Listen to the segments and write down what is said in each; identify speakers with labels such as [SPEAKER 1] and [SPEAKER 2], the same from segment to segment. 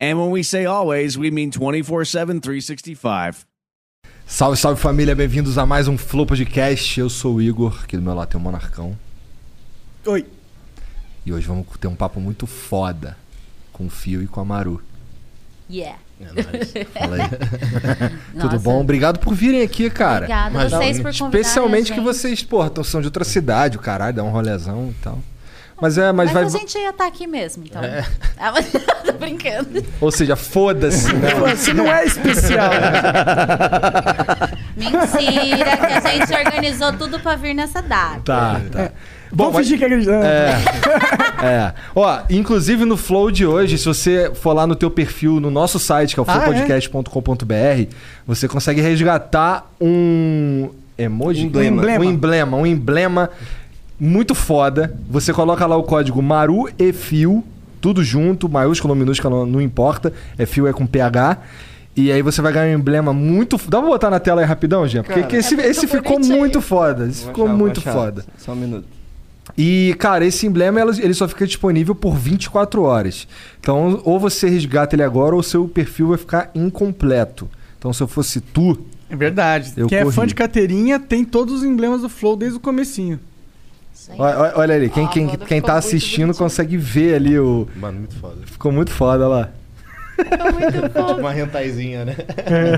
[SPEAKER 1] And when we say always, we mean 24 7, 365.
[SPEAKER 2] Salve, salve família, bem-vindos a mais um Flow Podcast. Eu sou o Igor, aqui do meu lado tem o Monarcão.
[SPEAKER 3] Oi.
[SPEAKER 2] E hoje vamos ter um papo muito foda com o Fio e com a Maru.
[SPEAKER 4] Yeah.
[SPEAKER 2] Fala aí. Tudo bom? Obrigado por virem aqui, cara.
[SPEAKER 4] Obrigada
[SPEAKER 2] Mas
[SPEAKER 4] vocês por convidarem
[SPEAKER 2] Especialmente
[SPEAKER 4] a
[SPEAKER 2] que
[SPEAKER 4] gente.
[SPEAKER 2] vocês, porra, tão- são de outra cidade, o caralho, dá um rolezão e tal. Mas é, mas,
[SPEAKER 4] Mas
[SPEAKER 2] vai.
[SPEAKER 4] a gente ia estar aqui mesmo, então. Ah, mas- Tô brincando.
[SPEAKER 2] Ou seja, foda-se, né?
[SPEAKER 3] Se não é especial.
[SPEAKER 4] Mentira, que a gente organizou tudo pra vir nessa data.
[SPEAKER 2] Tá, tá.
[SPEAKER 3] Vamos
[SPEAKER 2] mas-
[SPEAKER 3] fingir que é cristão.
[SPEAKER 2] É. Ó, inclusive no Flow de hoje, se você for lá no teu perfil, no nosso site, que é o
[SPEAKER 3] Ah,
[SPEAKER 2] flowpodcast.com.br, você consegue resgatar um emoji?
[SPEAKER 3] Emblema.
[SPEAKER 2] Um emblema, um emblema muito foda. Você coloca lá o código Maru e Fio, tudo junto, maiúsculo ou minúsculo, não importa. É fio é com PH. E aí você vai ganhar um emblema muito. f- Dá pra botar na tela aí rapidão, Jean? Porque que esse,
[SPEAKER 4] É muito
[SPEAKER 2] esse ficou
[SPEAKER 4] bonitinho.
[SPEAKER 2] muito foda. Esse ficou muito foda.
[SPEAKER 5] Só um minuto.
[SPEAKER 2] E, cara, esse emblema ela- ele só fica disponível por 24 horas. Então, ou você resgata ele agora, ou seu perfil vai ficar incompleto. Então, se eu fosse tu,
[SPEAKER 3] É verdade.
[SPEAKER 2] Eu
[SPEAKER 3] Quem é
[SPEAKER 2] corri.
[SPEAKER 3] fã de carteirinha tem todos os emblemas do Flow desde o comecinho.
[SPEAKER 4] Isso aí.
[SPEAKER 2] ó- ó- olha, ali, quem,
[SPEAKER 4] Ah,
[SPEAKER 2] quem,
[SPEAKER 4] mano,
[SPEAKER 2] quem
[SPEAKER 4] ficou
[SPEAKER 2] tá
[SPEAKER 4] muito
[SPEAKER 2] assistindo
[SPEAKER 4] bonitinho.
[SPEAKER 2] consegue ver ali o.
[SPEAKER 5] Mano, muito foda.
[SPEAKER 2] Ficou muito foda lá.
[SPEAKER 4] Tá.
[SPEAKER 5] tipo Uma rentaizinha, né?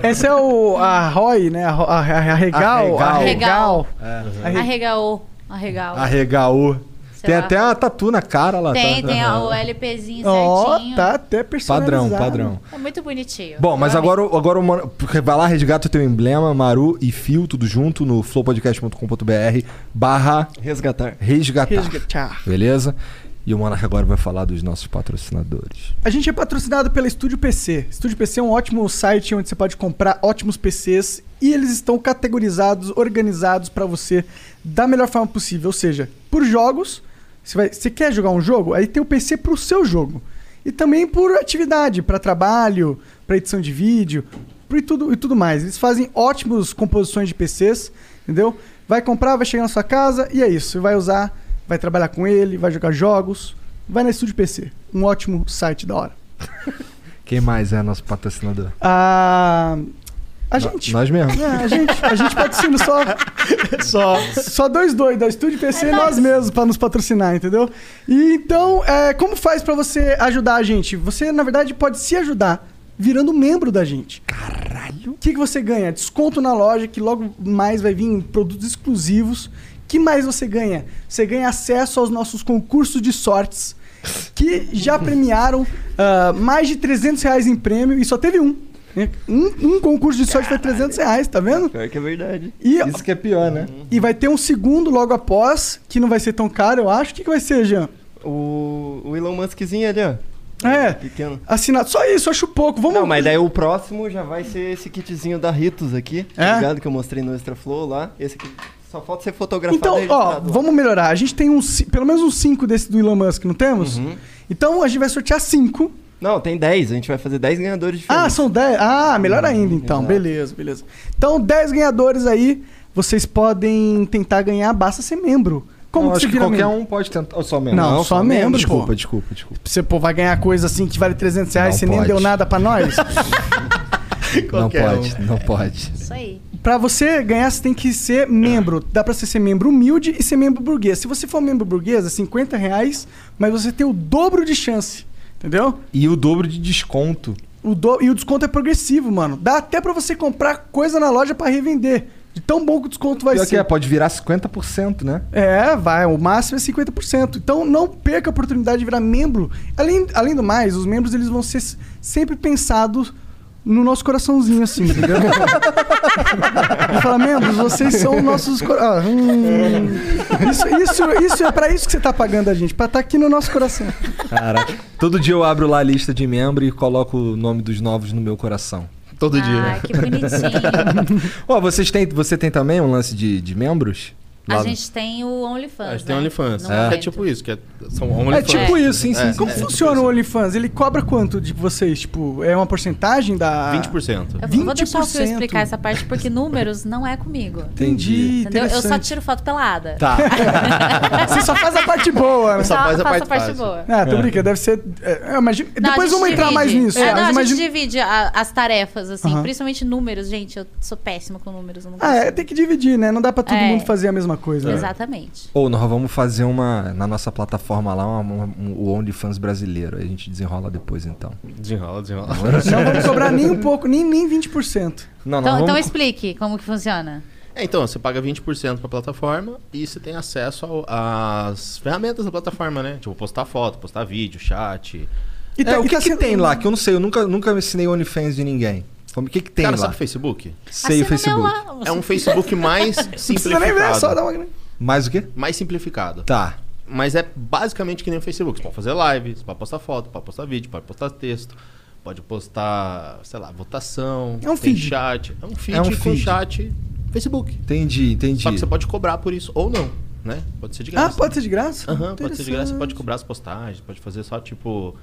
[SPEAKER 3] Essa é o, a Roy, né? A, Ro- a, a- a Regal.
[SPEAKER 2] A
[SPEAKER 4] Regal.
[SPEAKER 3] A Regal. É.
[SPEAKER 4] Arregaou. Arregal.
[SPEAKER 2] Arregaú.
[SPEAKER 4] Sei
[SPEAKER 2] Ah, Tem
[SPEAKER 4] lá.
[SPEAKER 2] até a tatu na cara lá.
[SPEAKER 4] Tem,
[SPEAKER 2] tá?
[SPEAKER 4] tem
[SPEAKER 2] Aham.
[SPEAKER 4] o LPzinho
[SPEAKER 3] Ó,
[SPEAKER 4] certinho.
[SPEAKER 3] tá até personalizado.
[SPEAKER 2] Padrão, padrão.
[SPEAKER 4] É muito bonitinho.
[SPEAKER 2] Bom, mas
[SPEAKER 4] Eu
[SPEAKER 2] agora, agora o Mano- porque vai lá, resgata o teu emblema, Maru e Fio, tudo junto, no flowpodcast.com.br barra
[SPEAKER 5] Resgatar.
[SPEAKER 2] resgatar.
[SPEAKER 3] Resga- tchau.
[SPEAKER 2] Beleza? E o Monark agora vai falar dos nossos patrocinadores.
[SPEAKER 3] A gente é patrocinado pela Estúdio PC. Estúdio PC é um ótimo site onde você pode comprar ótimos PCs e eles estão categorizados, organizados pra você da melhor forma possível. Ou seja, por jogos, você, vai- você quer jogar um jogo, aí tem o PC pro seu jogo. E também por atividade, pra trabalho, pra edição de vídeo, pro- e tudo, e tudo mais. Eles fazem ótimas composições de PCs, entendeu? Vai comprar, vai chegar na sua casa e é isso. Você vai usar, vai trabalhar com ele, vai jogar jogos. Vai na Estúdio PC, um ótimo site da hora.
[SPEAKER 2] Quem mais é nosso patrocinador?
[SPEAKER 3] Ah, a gente.
[SPEAKER 2] Nós mesmos.
[SPEAKER 3] É, a gente, a gente patrocina só,
[SPEAKER 5] Só.
[SPEAKER 3] só dois doidos, a Estúdio PC
[SPEAKER 4] É
[SPEAKER 3] e nós
[SPEAKER 4] nós.
[SPEAKER 3] mesmos, pra nos patrocinar, entendeu? E então, é, como faz pra você ajudar a gente? Você, na verdade, pode se ajudar virando membro da gente. Caralho! O que, que você ganha? Desconto na loja, que logo mais vai vir produtos exclusivos. que mais você ganha? Você ganha acesso aos nossos concursos de sortes, que já premiaram ah, mais de 300 reais em prêmio e só teve um. né? Um, um concurso de sorte foi 300 reais, tá vendo?
[SPEAKER 5] Pior que é verdade.
[SPEAKER 3] E
[SPEAKER 2] Isso que é pior, né?
[SPEAKER 3] e vai ter um segundo logo após, que não vai ser tão caro, eu acho. O que, que vai ser, Jean?
[SPEAKER 5] O, o Elon Muskzinho ali, ó.
[SPEAKER 3] É,
[SPEAKER 5] Pequeno.
[SPEAKER 3] assinado. Só isso, acho pouco. Vamos.
[SPEAKER 5] Não, mas daí o próximo já vai ser esse kitzinho da Ritos aqui.
[SPEAKER 3] É?
[SPEAKER 5] Tá ligado? Que eu mostrei no Extra Flow lá. Esse aqui só falta ser fotografado
[SPEAKER 3] Então,
[SPEAKER 5] e
[SPEAKER 3] ó,
[SPEAKER 5] editado lá.
[SPEAKER 3] vamos melhorar. A gente tem uns, ci- pelo menos uns 5 desse do Elon Musk, não temos?
[SPEAKER 2] Uhum.
[SPEAKER 3] Então a gente vai sortear 5.
[SPEAKER 5] Não, tem 10. A gente vai fazer 10 ganhadores
[SPEAKER 3] Ah,
[SPEAKER 5] diferentes.
[SPEAKER 3] são 10. Ah, melhor
[SPEAKER 2] Uhum,
[SPEAKER 3] ainda então.
[SPEAKER 5] exato.
[SPEAKER 3] Beleza, beleza. Então, 10 ganhadores aí. Vocês podem tentar ganhar, basta ser membro. Como
[SPEAKER 2] Não,
[SPEAKER 3] que
[SPEAKER 2] acho
[SPEAKER 3] você
[SPEAKER 2] que
[SPEAKER 3] vira
[SPEAKER 2] qualquer
[SPEAKER 3] membro?
[SPEAKER 2] um pode tentar. Ou só mesmo.
[SPEAKER 3] Não, só membro,
[SPEAKER 2] Desculpa,
[SPEAKER 3] pô.
[SPEAKER 2] desculpa, desculpa.
[SPEAKER 3] Você pô, vai ganhar coisa assim que vale 300
[SPEAKER 2] um-
[SPEAKER 3] reais,
[SPEAKER 2] Não
[SPEAKER 3] você nem
[SPEAKER 2] pode.
[SPEAKER 3] deu nada pra nós?
[SPEAKER 5] Qualquer
[SPEAKER 2] não
[SPEAKER 6] um.
[SPEAKER 2] pode, não pode.
[SPEAKER 4] Isso aí.
[SPEAKER 3] Pra você ganhar, você tem que ser membro. Dá pra você ser membro humilde e ser membro burguês. Se você for membro burguês, é 50 reais, mas você tem o dobro de chance. Entendeu?
[SPEAKER 2] E o dobro de desconto.
[SPEAKER 3] O do- E o desconto é progressivo, mano. Dá até pra você comprar coisa na loja pra revender. De tão bom que o desconto vai
[SPEAKER 6] Pior que
[SPEAKER 3] ser.
[SPEAKER 6] é, pode virar 50%, né?
[SPEAKER 3] É, vai, o máximo é 50%. Então não perca a oportunidade de virar membro. Além, além do mais, os membros eles vão ser s- sempre pensados no nosso coraçãozinho, assim, entendeu? e falar, membros, vocês são nossos. cora- Ah, hum. isso, isso, isso é pra isso que você tá pagando a gente, pra estar aqui no nosso coração.
[SPEAKER 6] Caraca. Todo dia eu abro lá a lista de membro e coloco o nome dos novos no meu coração.
[SPEAKER 7] Todo dia.
[SPEAKER 4] Ah, que bonitinho.
[SPEAKER 6] Ó, vocês têm, você tem também um lance de, de membros?
[SPEAKER 4] A
[SPEAKER 6] Lá-
[SPEAKER 4] gente tem o OnlyFans.
[SPEAKER 7] A gente tem
[SPEAKER 4] né?
[SPEAKER 7] OnlyFans.
[SPEAKER 4] No
[SPEAKER 7] É.
[SPEAKER 4] momento.
[SPEAKER 7] é tipo isso, que é, são
[SPEAKER 6] É
[SPEAKER 7] OnlyFans.
[SPEAKER 6] tipo
[SPEAKER 4] É.
[SPEAKER 6] isso, sim, sim.
[SPEAKER 7] É.
[SPEAKER 6] sim.
[SPEAKER 3] Como funciona o OnlyFans? Ele cobra quanto de vocês? Tipo, é uma porcentagem da.
[SPEAKER 7] 20%.
[SPEAKER 4] Eu vou- vou deixar o Phil
[SPEAKER 3] 20%.
[SPEAKER 4] explicar essa parte, porque números não é comigo.
[SPEAKER 6] Entendi.
[SPEAKER 4] Entendeu? Eu só
[SPEAKER 3] interessante.
[SPEAKER 4] tiro foto pelada.
[SPEAKER 6] Tá.
[SPEAKER 3] Você só faz a parte boa, né?
[SPEAKER 4] Só
[SPEAKER 7] Só faz
[SPEAKER 4] faço
[SPEAKER 7] a parte
[SPEAKER 4] a parte
[SPEAKER 7] fácil.
[SPEAKER 4] boa.
[SPEAKER 3] Ah, tô brincando, deve ser. é, eu imagino-
[SPEAKER 4] Não, a
[SPEAKER 3] Depois
[SPEAKER 4] gente
[SPEAKER 3] vamos entrar
[SPEAKER 4] divide.
[SPEAKER 3] mais nisso.
[SPEAKER 4] É,
[SPEAKER 3] é,
[SPEAKER 4] não,
[SPEAKER 3] mas
[SPEAKER 4] a
[SPEAKER 3] imagino-
[SPEAKER 4] gente divide a- as tarefas, assim,
[SPEAKER 3] Aham.
[SPEAKER 4] principalmente números, gente. Eu sou péssima com números. Eu não
[SPEAKER 3] Ah, é,
[SPEAKER 4] consigo.
[SPEAKER 3] tem que dividir, né? Não dá pra todo
[SPEAKER 4] É.
[SPEAKER 3] mundo fazer a mesma
[SPEAKER 7] Tá.
[SPEAKER 3] coisa. né?
[SPEAKER 4] Exatamente.
[SPEAKER 6] Ou nós vamos fazer uma, na nossa plataforma lá, uma- uma- um- o OnlyFans brasileiro. Aí a gente desenrola depois, então.
[SPEAKER 7] Desenrola, desenrola.
[SPEAKER 3] Não vamos cobrar nem um pouco, nem, nem 20%.
[SPEAKER 6] Não,
[SPEAKER 4] Então,
[SPEAKER 6] nós
[SPEAKER 4] então
[SPEAKER 6] vamos-
[SPEAKER 4] explique como que funciona.
[SPEAKER 7] É, então, você paga 20% pra plataforma e você tem acesso ao- às ferramentas da plataforma, né? Tipo, postar foto, postar vídeo, chat.
[SPEAKER 3] E
[SPEAKER 6] É, o
[SPEAKER 3] tá- e
[SPEAKER 6] que,
[SPEAKER 3] tá
[SPEAKER 6] que
[SPEAKER 3] sendo-
[SPEAKER 6] tem lá? Que eu não sei, eu nunca, nunca ensinei OnlyFans de ninguém. Como- O que, que tem
[SPEAKER 7] Cara,
[SPEAKER 6] lá?
[SPEAKER 7] sabe o Facebook?
[SPEAKER 6] Sei o
[SPEAKER 4] Assina meu
[SPEAKER 6] Facebook.
[SPEAKER 4] lá.
[SPEAKER 7] É um Facebook mais
[SPEAKER 3] Não precisa nem
[SPEAKER 7] é
[SPEAKER 3] ver, é só um- dá
[SPEAKER 7] simplificado.
[SPEAKER 3] uma.
[SPEAKER 6] Mais o quê?
[SPEAKER 7] Mais simplificado.
[SPEAKER 6] Tá.
[SPEAKER 7] Mas é basicamente que nem o Facebook. Você pode fazer live, você pode postar foto, pode postar vídeo, pode postar texto, pode postar, sei lá, votação.
[SPEAKER 3] É um
[SPEAKER 7] tem
[SPEAKER 3] feed.
[SPEAKER 7] chat. É um feed
[SPEAKER 6] É um
[SPEAKER 7] com
[SPEAKER 6] feed.
[SPEAKER 7] chat Facebook.
[SPEAKER 6] Entendi, entendi.
[SPEAKER 7] Só que você pode cobrar por isso ou não, né? Pode ser de
[SPEAKER 3] Ah,
[SPEAKER 7] graça.
[SPEAKER 3] pode ser de graça?
[SPEAKER 7] Aham, pode ser de graça, você pode
[SPEAKER 3] Interessante.
[SPEAKER 7] cobrar as postagens, pode fazer só tipo.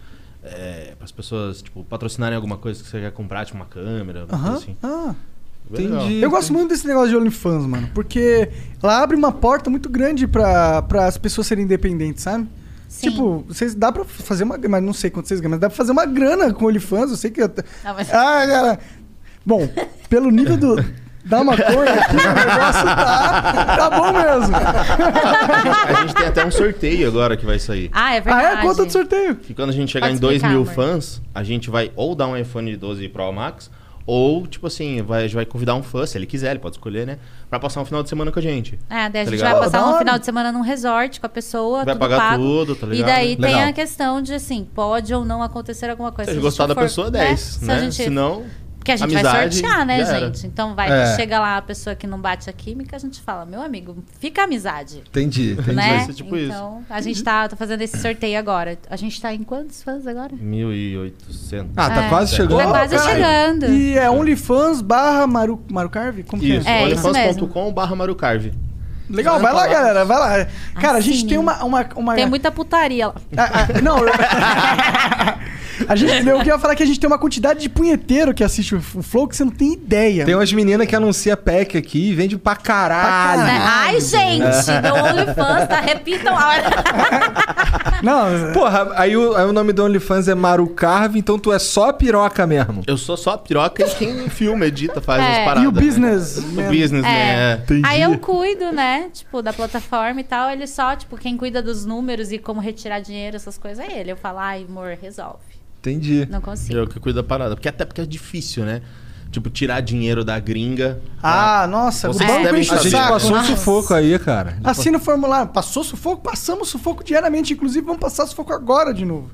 [SPEAKER 7] É, para as pessoas tipo, patrocinarem alguma coisa que você quer comprar, tipo uma câmera, uma
[SPEAKER 3] Aham.
[SPEAKER 7] coisa assim.
[SPEAKER 3] Ah.
[SPEAKER 7] Bem legal.
[SPEAKER 6] Entendi.
[SPEAKER 3] Eu gosto muito desse negócio de OnlyFans, mano. Porque ela abre uma porta muito grande pra, pra as pessoas serem independentes, sabe?
[SPEAKER 4] Sim.
[SPEAKER 3] Tipo, vocês dá pra fazer uma. Mas não sei quanto vocês ganham, mas dá pra fazer uma grana com OnlyFans. Eu sei que. até-
[SPEAKER 4] Ah, mas-
[SPEAKER 3] Ah, cara. Bom, pelo nível do. Da maconha aqui, o negócio tá, tá bom mesmo.
[SPEAKER 7] A gente tem até um sorteio agora que vai sair.
[SPEAKER 4] Ah, é
[SPEAKER 3] Ah,
[SPEAKER 4] verdade.
[SPEAKER 3] é a conta do sorteio.
[SPEAKER 7] Que quando a gente chegar
[SPEAKER 4] Pode
[SPEAKER 7] em 2
[SPEAKER 4] explicar,
[SPEAKER 7] mil
[SPEAKER 4] amor.
[SPEAKER 7] fãs, a gente vai ou dar um iPhone 12 Pro Max, ou, tipo assim, vai, a gente vai convidar um fã, se ele quiser, ele pode escolher, né? Pra passar um final de semana com a gente.
[SPEAKER 4] É, daí a
[SPEAKER 7] Tá
[SPEAKER 4] gente
[SPEAKER 7] ligado?
[SPEAKER 4] vai
[SPEAKER 3] Pô,
[SPEAKER 4] passar
[SPEAKER 3] da
[SPEAKER 4] um
[SPEAKER 3] hora.
[SPEAKER 4] final de semana num resort com a pessoa,
[SPEAKER 7] Vai
[SPEAKER 4] tudo
[SPEAKER 7] pagar
[SPEAKER 4] pago.
[SPEAKER 7] tudo, tá
[SPEAKER 4] E
[SPEAKER 7] ligado?
[SPEAKER 4] daí tem
[SPEAKER 6] Legal.
[SPEAKER 4] a questão de assim, pode ou não acontecer alguma coisa.
[SPEAKER 7] Se a gente gostar da
[SPEAKER 4] for-
[SPEAKER 7] pessoa, 10,
[SPEAKER 4] Se a
[SPEAKER 7] né?
[SPEAKER 4] gente-
[SPEAKER 7] Se não,
[SPEAKER 4] Porque a gente vai
[SPEAKER 7] amizade,
[SPEAKER 4] sortear, né,
[SPEAKER 7] já era.
[SPEAKER 4] gente? Então vai,
[SPEAKER 6] É.
[SPEAKER 4] chega lá a pessoa que não bate a química, a gente fala, meu amigo, fica a amizade.
[SPEAKER 6] Entendi, entendi.
[SPEAKER 4] Né?
[SPEAKER 7] vai ser tipo isso.
[SPEAKER 4] então, a gente tá, tá fazendo esse sorteio agora. A gente tá em quantos fãs agora?
[SPEAKER 7] 1.800.
[SPEAKER 6] Ah, tá
[SPEAKER 4] É.
[SPEAKER 6] quase chegando.
[SPEAKER 4] tá quase
[SPEAKER 7] caralho.
[SPEAKER 4] chegando.
[SPEAKER 3] E é OnlyFans barra Maru, Maru Carve? Como que
[SPEAKER 7] Isso,
[SPEAKER 4] É,
[SPEAKER 7] é,
[SPEAKER 4] isso mesmo.
[SPEAKER 7] olhafans.com.br Marucarve.
[SPEAKER 3] Legal, vai lá, galera, vai lá. Cara, a gente
[SPEAKER 4] Assine.
[SPEAKER 3] tem uma. uma, uma
[SPEAKER 4] Assim Tem muita putaria lá.
[SPEAKER 3] Ah, ah, não, eu- a gente, eu queria falar que a gente tem uma quantidade de punheteiro que assiste o o Flow que você não tem ideia.
[SPEAKER 6] Tem umas meninas que anuncia pack aqui e vende pra caralho.
[SPEAKER 4] Né? Ai, gente, meu OnlyFans, tá? Repitam a hora.
[SPEAKER 7] um-
[SPEAKER 3] Não,
[SPEAKER 6] Porra, aí o, aí o nome do OnlyFans é Maru Carve, então tu é só piroca mesmo.
[SPEAKER 7] Eu sou só a piroca e quem filma, edita, faz
[SPEAKER 4] É.
[SPEAKER 7] as paradas.
[SPEAKER 3] E o
[SPEAKER 7] né?
[SPEAKER 3] business, né?
[SPEAKER 7] O business,
[SPEAKER 4] É.
[SPEAKER 7] né?
[SPEAKER 4] Aí eu cuido, né? Tipo, da plataforma e tal. Ele só, tipo, quem cuida dos números e como retirar dinheiro, essas coisas, é ele. Eu falo, ai, amor, resolve.
[SPEAKER 6] Entendi.
[SPEAKER 4] Não consigo.
[SPEAKER 7] Eu que cuido da parada. Porque até porque é difícil, né? Tipo, tirar dinheiro da gringa. tá?
[SPEAKER 3] Ah, nossa,
[SPEAKER 7] Vocês
[SPEAKER 3] o banco
[SPEAKER 7] devem
[SPEAKER 3] enche
[SPEAKER 6] A
[SPEAKER 3] o
[SPEAKER 7] estar-
[SPEAKER 6] gente
[SPEAKER 3] saco.
[SPEAKER 6] passou um
[SPEAKER 4] Nossa. Ah.
[SPEAKER 6] sufoco aí, cara. A gente passou-
[SPEAKER 3] Assina o formulário. Passou sufoco? Passamos sufoco diariamente. Inclusive, vamos passar sufoco agora de novo.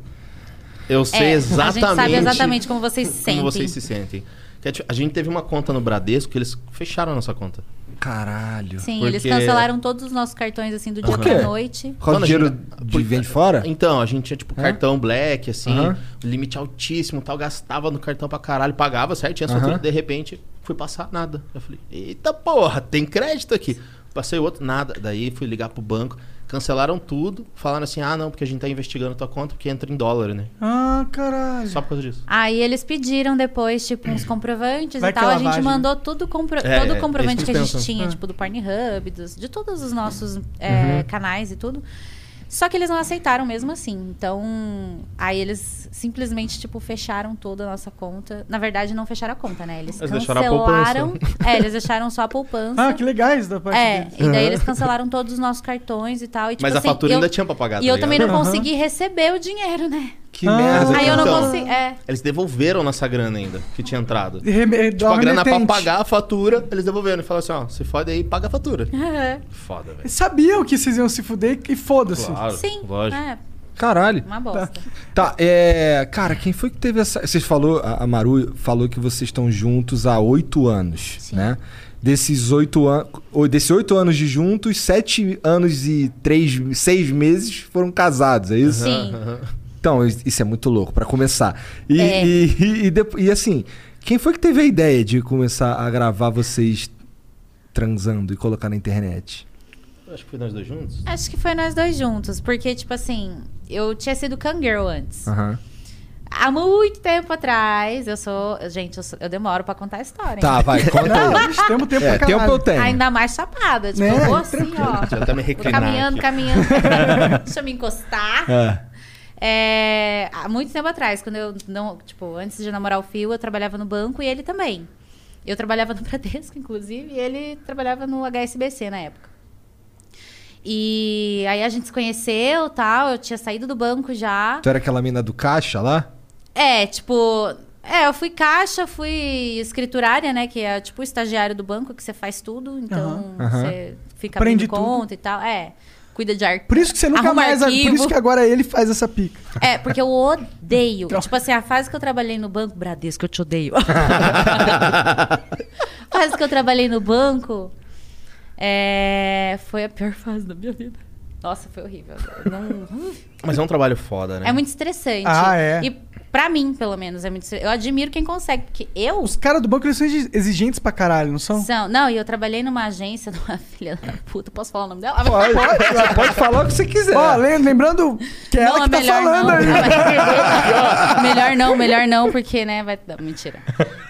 [SPEAKER 7] Eu sei
[SPEAKER 4] É,
[SPEAKER 7] exatamente.
[SPEAKER 4] A gente sabe exatamente como vocês se sentem.
[SPEAKER 7] como vocês se sentem. Que é tipo, A gente teve uma conta no Bradesco que eles fecharam a nossa conta.
[SPEAKER 6] Caralho.
[SPEAKER 4] Sim,
[SPEAKER 7] Porque-
[SPEAKER 4] eles cancelaram todos os nossos cartões, assim, do dia
[SPEAKER 6] quê?
[SPEAKER 4] pra noite.
[SPEAKER 6] Qual o
[SPEAKER 7] Mano,
[SPEAKER 6] dinheiro
[SPEAKER 7] a gente-
[SPEAKER 6] de vende fora?
[SPEAKER 7] Então, a gente tinha, tipo, cartão black, assim,
[SPEAKER 6] Aham.
[SPEAKER 7] limite altíssimo tal, gastava no cartão pra caralho, pagava certinho, só
[SPEAKER 6] Aham.
[SPEAKER 7] que de repente fui passar nada. Eu falei, eita porra, tem crédito aqui. Passei outro, nada. Daí fui ligar pro banco, cancelaram tudo, falaram assim, ah não, porque a gente tá investigando tua conta porque entra em dólar, né?
[SPEAKER 3] Ah, caralho.
[SPEAKER 7] Só por causa disso.
[SPEAKER 4] Aí eles pediram depois, tipo, uns comprovantes
[SPEAKER 3] Vai
[SPEAKER 4] e
[SPEAKER 3] que
[SPEAKER 4] tal.
[SPEAKER 3] é
[SPEAKER 4] A gente
[SPEAKER 3] lavagem, Ah.
[SPEAKER 4] mandou tudo compro-
[SPEAKER 7] É,
[SPEAKER 4] todo
[SPEAKER 7] é,
[SPEAKER 4] o comprovante
[SPEAKER 7] eles
[SPEAKER 4] que a gente
[SPEAKER 7] pensam.
[SPEAKER 4] tinha, tipo, do Pornhub, dos, de todos os nossos é,
[SPEAKER 3] Uhum.
[SPEAKER 4] canais e tudo. Só que eles não aceitaram mesmo assim. Então, aí eles simplesmente, tipo, fecharam toda a nossa conta. Na verdade, não fecharam a conta, né? Eles,
[SPEAKER 7] Eles deixaram a
[SPEAKER 4] cancelaram. É, eles deixaram só a poupança.
[SPEAKER 3] Ah, que legais da parte
[SPEAKER 4] É,
[SPEAKER 3] deles.
[SPEAKER 4] e daí eles cancelaram todos os nossos cartões e tal. E, tipo,
[SPEAKER 7] Uhum. Mas a
[SPEAKER 4] assim,
[SPEAKER 7] fatura
[SPEAKER 4] eu-
[SPEAKER 7] ainda tinha pra pagar, tá
[SPEAKER 4] E eu
[SPEAKER 7] ligado?
[SPEAKER 4] também não
[SPEAKER 3] Aham.
[SPEAKER 4] consegui receber o dinheiro, né?
[SPEAKER 6] Que
[SPEAKER 7] Que merda.
[SPEAKER 4] Aí eu não
[SPEAKER 7] então.
[SPEAKER 4] consigo. É.
[SPEAKER 7] Eles devolveram nossa grana ainda, que tinha entrado.
[SPEAKER 3] Reme-
[SPEAKER 7] Tipo, a grana pra
[SPEAKER 3] remetente.
[SPEAKER 7] pagar a fatura, eles devolveram. E falaram assim, ó, se fode aí, paga a fatura. Foda, velho.
[SPEAKER 3] Eles Sabiam que vocês iam se fuder e foda-se.
[SPEAKER 7] Claro,
[SPEAKER 4] Sim.
[SPEAKER 7] lógico.
[SPEAKER 4] É,
[SPEAKER 2] Caralho.
[SPEAKER 4] uma bosta.
[SPEAKER 2] Tá, é. Cara, quem foi que teve essa. Vocês falou, a a Maru falou que vocês estão juntos há oito anos, né? Desses oito anos. Desses oito anos de juntos, sete anos e três, seis meses foram casados, é isso?
[SPEAKER 4] Sim.
[SPEAKER 2] Então, is- isso é muito louco, pra começar. E,
[SPEAKER 4] É.
[SPEAKER 2] e, e, e depo- e assim, quem foi que teve a ideia de começar a gravar vocês transando e colocar na internet?
[SPEAKER 7] Eu Acho que foi nós dois juntos.
[SPEAKER 4] Acho que foi nós dois juntos, porque, tipo assim, eu tinha sido Kangirl antes.
[SPEAKER 2] Aham.
[SPEAKER 4] Há muito tempo atrás, eu sou. Gente, eu, sou- eu demoro pra contar a história. hein?
[SPEAKER 2] Tá, vai, conta aí.
[SPEAKER 3] Não, bicho, temos um tempo
[SPEAKER 2] É,
[SPEAKER 7] um
[SPEAKER 3] pra
[SPEAKER 2] tempo eu
[SPEAKER 3] caralho.
[SPEAKER 2] tenho.
[SPEAKER 4] Ainda mais chapada. Tipo,
[SPEAKER 3] Né?
[SPEAKER 4] eu vou assim, ó.
[SPEAKER 7] Já tá me
[SPEAKER 4] Vou
[SPEAKER 7] reclinando.
[SPEAKER 4] caminhando, caminhando. caminhando. Deixa eu me encostar.
[SPEAKER 2] É.
[SPEAKER 4] É, há muito tempo atrás, quando eu não, tipo, antes de namorar o Fio, eu trabalhava no banco e ele também. Eu trabalhava no Bradesco, inclusive, e ele trabalhava no HSBC na época. E aí a gente se conheceu, tal, eu tinha saído do banco já.
[SPEAKER 2] Tu era aquela mina do caixa lá?
[SPEAKER 4] É, tipo, é, eu fui caixa, fui escriturária, né, que é tipo o estagiário do banco que você faz tudo, então
[SPEAKER 2] Aham.
[SPEAKER 4] você fica
[SPEAKER 3] Aprende
[SPEAKER 4] abrindo conta e tal, é. Cuida de arquivo.
[SPEAKER 3] Por isso que você nunca
[SPEAKER 4] arruma
[SPEAKER 3] mais. Por
[SPEAKER 4] arquivo.
[SPEAKER 3] isso que agora ele faz essa pica.
[SPEAKER 4] É, porque eu odeio.
[SPEAKER 3] Então-
[SPEAKER 4] Tipo assim, a fase que eu trabalhei no banco, Bradesco, eu te odeio. a fase que eu trabalhei no banco é, foi a pior fase da minha vida. Nossa, foi horrível. Eu não-
[SPEAKER 7] Mas é um trabalho foda, né?
[SPEAKER 4] É muito estressante.
[SPEAKER 3] Ah, é.
[SPEAKER 4] E pra mim, pelo menos, é muito estressante. Eu admiro quem consegue, porque eu
[SPEAKER 3] Os caras do banco, eles são exigentes pra caralho, não são?
[SPEAKER 4] são. Não, e eu trabalhei numa agência de uma filha da puta. Posso falar o nome dela?
[SPEAKER 2] Pode, você pode falar o que você quiser.
[SPEAKER 3] Ó, lem- lembrando que é ela
[SPEAKER 4] não,
[SPEAKER 3] que tá
[SPEAKER 4] melhor
[SPEAKER 3] falando
[SPEAKER 4] não.
[SPEAKER 3] aí.
[SPEAKER 4] Ah, mas- melhor não, melhor não, porque, né, vai... Não, mentira.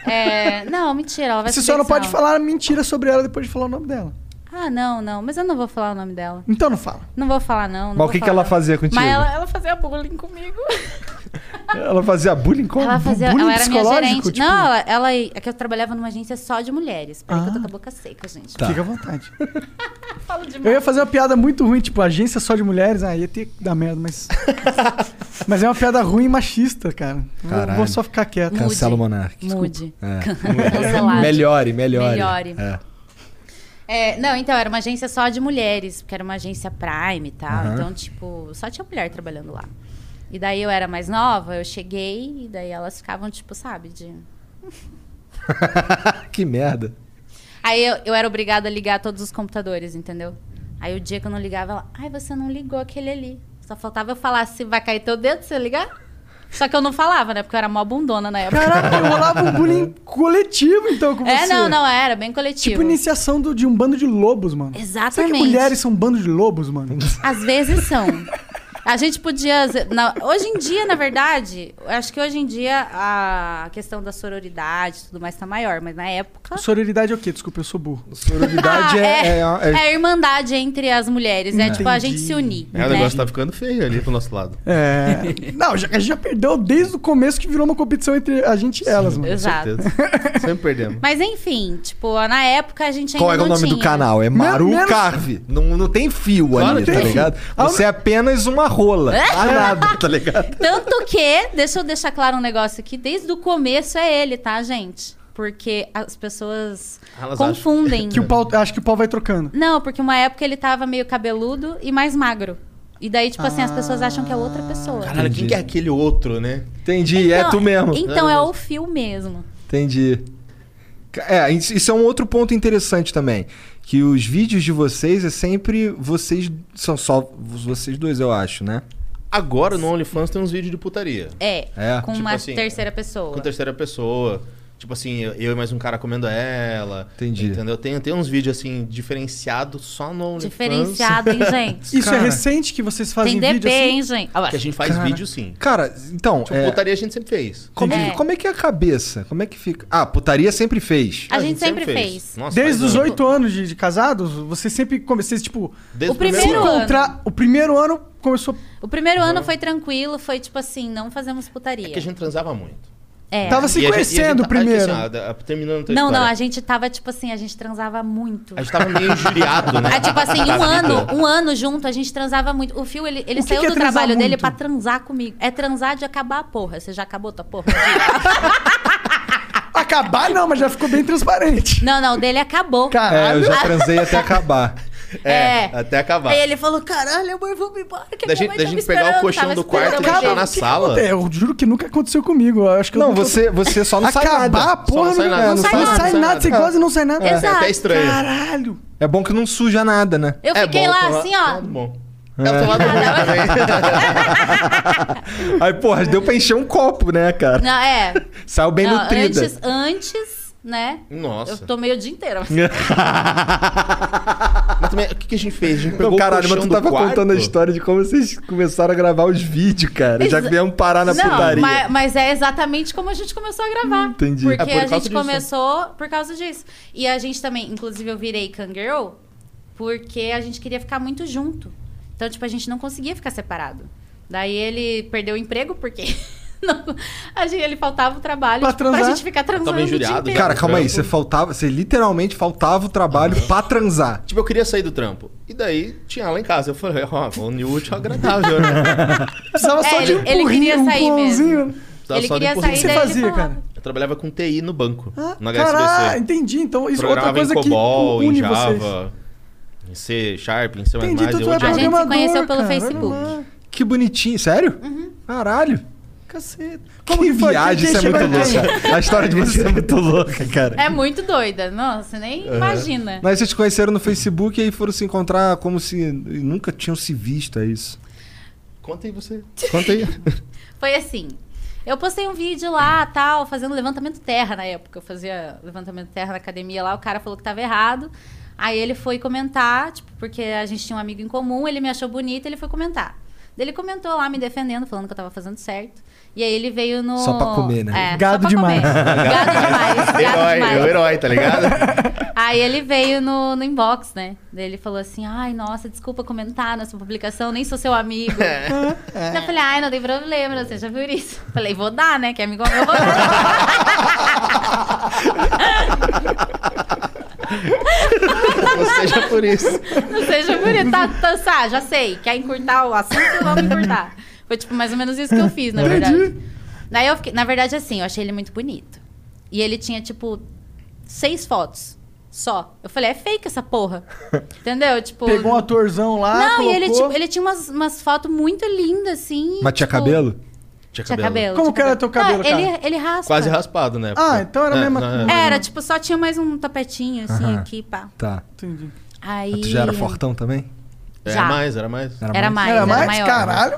[SPEAKER 4] É, não, mentira, ela vai
[SPEAKER 3] Você
[SPEAKER 4] se
[SPEAKER 3] só não
[SPEAKER 4] pensar.
[SPEAKER 3] pode falar mentira sobre ela depois de falar o nome dela.
[SPEAKER 4] Ah, não, não, mas eu não vou falar o nome dela.
[SPEAKER 3] Então não fala.
[SPEAKER 4] Não vou falar, não. não
[SPEAKER 2] Mas
[SPEAKER 4] vou
[SPEAKER 2] o que, que
[SPEAKER 4] falar,
[SPEAKER 2] ela
[SPEAKER 4] não.
[SPEAKER 2] fazia contigo?
[SPEAKER 4] Mas ela, ela fazia bullying comigo.
[SPEAKER 2] Ela fazia bullying com
[SPEAKER 4] Ela fazia,
[SPEAKER 3] bullying
[SPEAKER 4] ela era minha
[SPEAKER 3] psicológico,
[SPEAKER 4] gerente.
[SPEAKER 3] tipo?
[SPEAKER 4] Não, ela, ela- é que eu trabalhava numa agência só de mulheres. Por que eu tô com a boca seca, gente.
[SPEAKER 2] Tá.
[SPEAKER 3] Fica à vontade.
[SPEAKER 4] Eu falo demais.
[SPEAKER 3] Eu ia fazer uma piada muito ruim, tipo, agência só de mulheres, aí ia ter que dar merda, mas. mas é uma piada ruim e machista, cara. Vou-
[SPEAKER 2] Caralho.
[SPEAKER 3] Vou só ficar quieto.
[SPEAKER 4] Mude.
[SPEAKER 2] Cancela o Monark.
[SPEAKER 4] Mude.
[SPEAKER 2] É.
[SPEAKER 4] Cancelado.
[SPEAKER 2] Melhore, melhore.
[SPEAKER 4] Melhore.
[SPEAKER 2] É.
[SPEAKER 4] É, não, então, era uma agência só de mulheres, porque era uma agência Prime e tal.
[SPEAKER 2] Aham.
[SPEAKER 4] Então, tipo, só tinha mulher trabalhando lá. E daí eu era mais nova, eu cheguei, e daí elas ficavam, tipo, sabe, de.
[SPEAKER 2] que merda.
[SPEAKER 4] Aí eu, eu era obrigada a ligar todos os computadores, entendeu? Aí o dia que eu não ligava, ela, ai, você não ligou aquele ali. Só faltava eu falar se vai cair teu dedo se eu ligar. Só que eu não falava, né? Porque eu era mó bundona na época.
[SPEAKER 3] Caraca, eu rolava um bullying coletivo, então, com
[SPEAKER 4] é,
[SPEAKER 3] você.
[SPEAKER 4] não, não, era bem coletivo.
[SPEAKER 3] Tipo iniciação do- de um bando de lobos, mano. Será que
[SPEAKER 4] Exatamente.
[SPEAKER 3] mulheres são um bando de lobos, mano?
[SPEAKER 4] Às vezes são. A gente podia. na- hoje em dia, na verdade, eu acho que hoje em dia a questão da sororidade e tudo mais tá maior, mas na época.
[SPEAKER 3] Sororidade é o quê? Desculpa, eu sou burro.
[SPEAKER 2] Sororidade é, é, é-
[SPEAKER 4] é a irmandade entre as mulheres, é tipo a gente se unir.
[SPEAKER 7] É,
[SPEAKER 4] né?
[SPEAKER 7] o negócio tá ficando feio ali pro nosso lado.
[SPEAKER 3] É. Não, já, a gente já perdeu desde o começo que virou uma competição entre a gente e elas, mano.
[SPEAKER 4] Exato.
[SPEAKER 7] Certeza. Sempre perdemos.
[SPEAKER 4] Mas enfim, tipo, na época a gente ainda.
[SPEAKER 2] Qual é o
[SPEAKER 4] não
[SPEAKER 2] nome do
[SPEAKER 4] tinha.
[SPEAKER 2] canal? É Maru
[SPEAKER 3] menos-
[SPEAKER 2] Carve. Não, não tem fio
[SPEAKER 7] Claro
[SPEAKER 2] ali,
[SPEAKER 7] que
[SPEAKER 2] tá
[SPEAKER 7] tem.
[SPEAKER 2] ligado? Você é apenas uma rola. Ah, nada, tá ligado?
[SPEAKER 4] Tanto que, deixa eu deixar claro um negócio aqui, desde o começo é ele, tá, gente? Porque as pessoas
[SPEAKER 7] Ah, Elas acham-
[SPEAKER 4] confundem.
[SPEAKER 3] Que o pau, acho que o pau vai trocando.
[SPEAKER 4] Não, porque uma época ele tava meio cabeludo e mais magro. E daí, tipo assim, as pessoas acham que é outra pessoa.
[SPEAKER 7] Caralho, quem que é aquele outro, né?
[SPEAKER 2] Entendi, é tu mesmo.
[SPEAKER 4] Então é o fio mesmo.
[SPEAKER 2] Entendi. É, isso isso é um outro ponto interessante também. Que os vídeos de vocês é sempre vocês. São só vocês dois, eu acho, né?
[SPEAKER 7] Agora no OnlyFans tem uns vídeos de putaria.
[SPEAKER 4] É,
[SPEAKER 2] É,
[SPEAKER 4] com
[SPEAKER 7] tipo
[SPEAKER 4] uma
[SPEAKER 7] assim,
[SPEAKER 4] terceira pessoa.
[SPEAKER 7] Com terceira pessoa. Tipo assim, eu eu e mais um cara comendo ela.
[SPEAKER 2] Entendi.
[SPEAKER 7] Entendeu? Tem, tem uns vídeos assim, diferenciados só no OnlyFans.
[SPEAKER 4] Diferenciado, hein, gente?
[SPEAKER 3] Isso
[SPEAKER 2] Cara.
[SPEAKER 3] é recente que vocês fazem
[SPEAKER 4] Tem DP,
[SPEAKER 3] vídeo assim?
[SPEAKER 4] hein, gente? Olha lá.
[SPEAKER 7] Que a gente faz
[SPEAKER 2] Cara.
[SPEAKER 7] vídeo sim.
[SPEAKER 2] Cara, então.
[SPEAKER 7] Tipo,
[SPEAKER 2] é,
[SPEAKER 7] putaria a gente sempre fez.
[SPEAKER 2] como,
[SPEAKER 4] É.
[SPEAKER 2] como é que é a cabeça? Como é que fica? Ah, putaria sempre fez.
[SPEAKER 4] A gente sempre fez.
[SPEAKER 7] Nossa,
[SPEAKER 3] Desde
[SPEAKER 7] faz
[SPEAKER 3] os
[SPEAKER 7] anos.
[SPEAKER 3] oito anos de, de casados, vocês sempre come- vocês tipo,
[SPEAKER 7] Desde
[SPEAKER 4] O primeiro ano.
[SPEAKER 3] encontrar... O primeiro ano começou...
[SPEAKER 7] Uhum.
[SPEAKER 4] O primeiro ano foi tranquilo, foi tipo assim, não fazemos putaria.
[SPEAKER 7] É que a gente transava muito.
[SPEAKER 4] É.
[SPEAKER 3] Tava se
[SPEAKER 7] E a gente- e a
[SPEAKER 3] conhecendo
[SPEAKER 7] gente tá-
[SPEAKER 3] primeiro.
[SPEAKER 7] assim, ó, da- a- terminando a tua
[SPEAKER 4] Não, não, a
[SPEAKER 7] história,
[SPEAKER 4] gente tava, tipo assim, a gente transava muito.
[SPEAKER 7] a gente tava meio injuriado, né?
[SPEAKER 4] É tipo assim,
[SPEAKER 7] Da
[SPEAKER 4] um
[SPEAKER 7] vida.
[SPEAKER 4] ano, um ano junto, a gente transava muito. O Fio, ele, ele
[SPEAKER 3] O que
[SPEAKER 4] saiu
[SPEAKER 3] que é
[SPEAKER 4] do
[SPEAKER 3] transar
[SPEAKER 4] trabalho dele
[SPEAKER 3] muito?
[SPEAKER 4] pra transar comigo. É transar de acabar a porra. Você já acabou tua porra?
[SPEAKER 3] Acabar não, mas já ficou bem transparente.
[SPEAKER 4] não, não, o dele acabou.
[SPEAKER 6] É, eu
[SPEAKER 3] Caralho.
[SPEAKER 6] já transei até acabar.
[SPEAKER 4] É.
[SPEAKER 7] Até acabar.
[SPEAKER 4] Aí ele falou, caralho, amor, vamos embora. Que a
[SPEAKER 7] Da
[SPEAKER 4] minha
[SPEAKER 7] gente-
[SPEAKER 4] mãe
[SPEAKER 7] da
[SPEAKER 4] tá me
[SPEAKER 7] gente pegar o
[SPEAKER 4] esperando",
[SPEAKER 7] colchão
[SPEAKER 4] tava
[SPEAKER 7] do quarto e
[SPEAKER 4] esperando
[SPEAKER 7] deixar
[SPEAKER 4] ele.
[SPEAKER 7] Tá na sala.
[SPEAKER 3] É, eu juro que nunca aconteceu comigo. Eu acho que eu
[SPEAKER 6] Não,
[SPEAKER 3] nunca-
[SPEAKER 6] você, você só não sai
[SPEAKER 3] acabar a
[SPEAKER 6] nada.
[SPEAKER 7] Só
[SPEAKER 3] porra
[SPEAKER 7] não sai nada.
[SPEAKER 6] É,
[SPEAKER 3] Não, sai, nada, não sai nada, você quase não sai nada.
[SPEAKER 4] É.
[SPEAKER 7] É até
[SPEAKER 4] Exato.
[SPEAKER 7] estranho.
[SPEAKER 3] Caralho.
[SPEAKER 6] É bom que não suja nada, né?
[SPEAKER 4] Eu
[SPEAKER 7] É
[SPEAKER 4] fiquei
[SPEAKER 7] bom,
[SPEAKER 4] lá
[SPEAKER 7] tô
[SPEAKER 4] assim, ó.
[SPEAKER 7] tá bom. É o teu lado bom também.
[SPEAKER 6] Aí, porra, deu pra encher um copo, né, cara?
[SPEAKER 4] Não, é.
[SPEAKER 6] Saiu bem
[SPEAKER 4] Não,
[SPEAKER 6] nutrida.
[SPEAKER 4] antes, antes, né? Eu
[SPEAKER 7] Nossa.
[SPEAKER 4] tomei o dia inteiro.
[SPEAKER 7] Mas também, o que, que a gente fez? A gente pegou
[SPEAKER 6] Não, caralho,
[SPEAKER 7] o
[SPEAKER 6] mas
[SPEAKER 7] colchão
[SPEAKER 6] tu
[SPEAKER 7] do
[SPEAKER 6] tava
[SPEAKER 7] quarto.
[SPEAKER 6] contando a história de como vocês começaram a gravar os vídeos, cara. Já
[SPEAKER 4] Exa-
[SPEAKER 6] viemos parar na
[SPEAKER 4] não,
[SPEAKER 6] putaria.
[SPEAKER 4] Mas, mas é exatamente como a gente começou a gravar.
[SPEAKER 6] entendi.
[SPEAKER 4] Porque
[SPEAKER 7] É por
[SPEAKER 4] a
[SPEAKER 7] causa
[SPEAKER 4] gente
[SPEAKER 7] disso.
[SPEAKER 4] começou por causa disso. E a gente também, inclusive eu virei Kangaroo, porque a gente queria ficar muito junto. Então, tipo, a gente não conseguia ficar separado. Daí ele perdeu o emprego, porque não, a gente, ele faltava o trabalho
[SPEAKER 3] Pra
[SPEAKER 4] tipo, pra
[SPEAKER 3] transar.
[SPEAKER 4] gente ficar transando. o dia
[SPEAKER 7] injuriado,
[SPEAKER 4] inteiro.
[SPEAKER 6] Cara, calma aí,
[SPEAKER 7] Trampo.
[SPEAKER 6] você faltava, você literalmente faltava o trabalho pra transar.
[SPEAKER 7] Tipo, eu queria sair do trampo. E daí tinha ela em casa. Eu falei, ó, o New útil é agradável, né?
[SPEAKER 3] Precisava só
[SPEAKER 4] É,
[SPEAKER 3] de
[SPEAKER 4] ele-
[SPEAKER 3] um
[SPEAKER 4] ele queria
[SPEAKER 3] empurrinho, um
[SPEAKER 4] sair mesmo.
[SPEAKER 3] pulãozinho.
[SPEAKER 7] Tava
[SPEAKER 4] ele
[SPEAKER 7] só
[SPEAKER 4] queria
[SPEAKER 7] de
[SPEAKER 4] sair
[SPEAKER 7] empurrinho.
[SPEAKER 3] O que você
[SPEAKER 4] daí ele
[SPEAKER 3] fazia,
[SPEAKER 4] falava.
[SPEAKER 3] cara?
[SPEAKER 7] Eu trabalhava com TI no banco,
[SPEAKER 3] Ah,
[SPEAKER 7] no
[SPEAKER 3] Caralho,
[SPEAKER 7] HSBC.
[SPEAKER 3] entendi. Então, isso é outra
[SPEAKER 7] Programava em
[SPEAKER 3] coisa que
[SPEAKER 7] COBOL,
[SPEAKER 3] une
[SPEAKER 7] em
[SPEAKER 3] vocês.
[SPEAKER 7] Java, em C Sharp, em C++.
[SPEAKER 3] Entendi, então
[SPEAKER 7] eu
[SPEAKER 3] tu é
[SPEAKER 7] odiava.
[SPEAKER 4] A gente se
[SPEAKER 3] programador,
[SPEAKER 4] conheceu pelo
[SPEAKER 3] cara, olha
[SPEAKER 4] Facebook.
[SPEAKER 3] lá.
[SPEAKER 6] Que bonitinho, sério?
[SPEAKER 4] Uhum.
[SPEAKER 6] Caralho.
[SPEAKER 3] Caceta. Como
[SPEAKER 6] que
[SPEAKER 3] que foi?
[SPEAKER 6] viagem,
[SPEAKER 3] Quem
[SPEAKER 6] isso é
[SPEAKER 3] chegou
[SPEAKER 6] muito
[SPEAKER 3] em quem?
[SPEAKER 6] louca. A história de vocês é muito louca, cara.
[SPEAKER 4] É muito doida. Nossa, nem imagina.
[SPEAKER 6] Mas vocês se conheceram no Facebook e aí foram se encontrar como se nunca tinham se visto, é isso.
[SPEAKER 7] Conta aí você. Conta aí.
[SPEAKER 4] Foi assim. Eu postei um vídeo lá, tal, fazendo levantamento terra na época. Eu fazia levantamento terra na academia lá, o cara falou que tava errado. Aí ele foi comentar, tipo, porque a gente tinha um amigo em comum, ele me achou bonita, ele foi comentar. Daí Ele comentou lá, me defendendo, falando que eu tava fazendo certo. E aí ele veio no.
[SPEAKER 6] Só pra comer, né?
[SPEAKER 4] É,
[SPEAKER 3] Gado
[SPEAKER 4] só pra
[SPEAKER 3] demais.
[SPEAKER 4] comer. Gado Tá demais. Gado
[SPEAKER 7] herói,
[SPEAKER 4] demais.
[SPEAKER 7] é o herói, tá ligado?
[SPEAKER 4] Aí ele veio no, no inbox, né? Daí ele falou assim: ai, nossa, desculpa comentar na sua publicação, nem sou seu amigo. Daí Eu falei: ai, não tem problema, não seja por isso. Falei: vou dar, né? Que é amigo meu, eu vou dar.
[SPEAKER 7] Ou seja, por isso.
[SPEAKER 4] não seja por isso. Tá, tá, tá, já sei. Quer encurtar o assunto? Vamos encurtar. Foi tipo mais ou menos isso que eu fiz, na verdade. Daí eu fiquei, na verdade, assim, eu achei ele muito bonito. E ele tinha, tipo, seis fotos. Só. Eu falei, é fake essa porra. Entendeu? Tipo.
[SPEAKER 3] Pegou um atorzão lá,
[SPEAKER 4] Não, e ele,
[SPEAKER 3] colocou.
[SPEAKER 4] tipo, ele tinha umas, umas fotos muito lindas, assim.
[SPEAKER 6] Mas tinha
[SPEAKER 4] tipo,
[SPEAKER 6] cabelo?
[SPEAKER 7] Tinha
[SPEAKER 4] Tinha cabelo.
[SPEAKER 3] Como
[SPEAKER 4] tinha
[SPEAKER 3] que era teu cabelo,
[SPEAKER 4] Não,
[SPEAKER 3] cara?
[SPEAKER 4] Ele, ele raspa.
[SPEAKER 7] Quase raspado, né?
[SPEAKER 3] Ah, então era a mesma coisa.
[SPEAKER 4] Era, tipo, só tinha mais um tapetinho, assim,
[SPEAKER 6] Aham.
[SPEAKER 4] aqui, pá.
[SPEAKER 6] Tá.
[SPEAKER 3] Entendi.
[SPEAKER 4] Aí...
[SPEAKER 6] Mas Tu já era fortão também?
[SPEAKER 7] Era
[SPEAKER 4] já.
[SPEAKER 7] mais, era mais.
[SPEAKER 4] Era mais,
[SPEAKER 3] Era
[SPEAKER 4] era,
[SPEAKER 3] mais?
[SPEAKER 4] maior. né?
[SPEAKER 3] Caralho.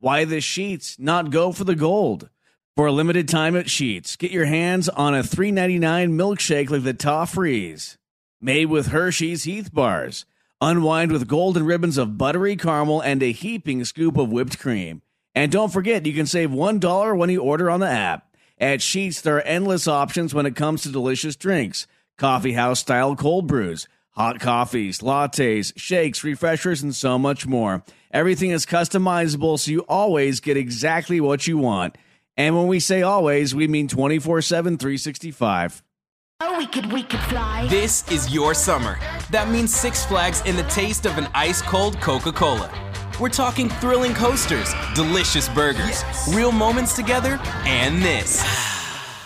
[SPEAKER 1] Why the sheets not go for the gold? For a limited time at Sheets, get your hands on a $3.99 milkshake like the Toffrees, made with Hershey's Heath bars. Unwind with golden ribbons of buttery caramel and a heaping scoop of whipped cream. And don't forget, you can save $1 when you order on the app. At Sheets, there are endless options when it comes to delicious drinks coffee house style cold brews, hot coffees, lattes, shakes, refreshers, and so much more. Everything is customizable, so you always get exactly what you want. And when we say always, we mean 24 7, 365.
[SPEAKER 8] we could, we could fly.
[SPEAKER 9] This is your summer. That means Six Flags and the taste of an ice cold Coca Cola. We're talking thrilling coasters, delicious burgers, real moments together, and this.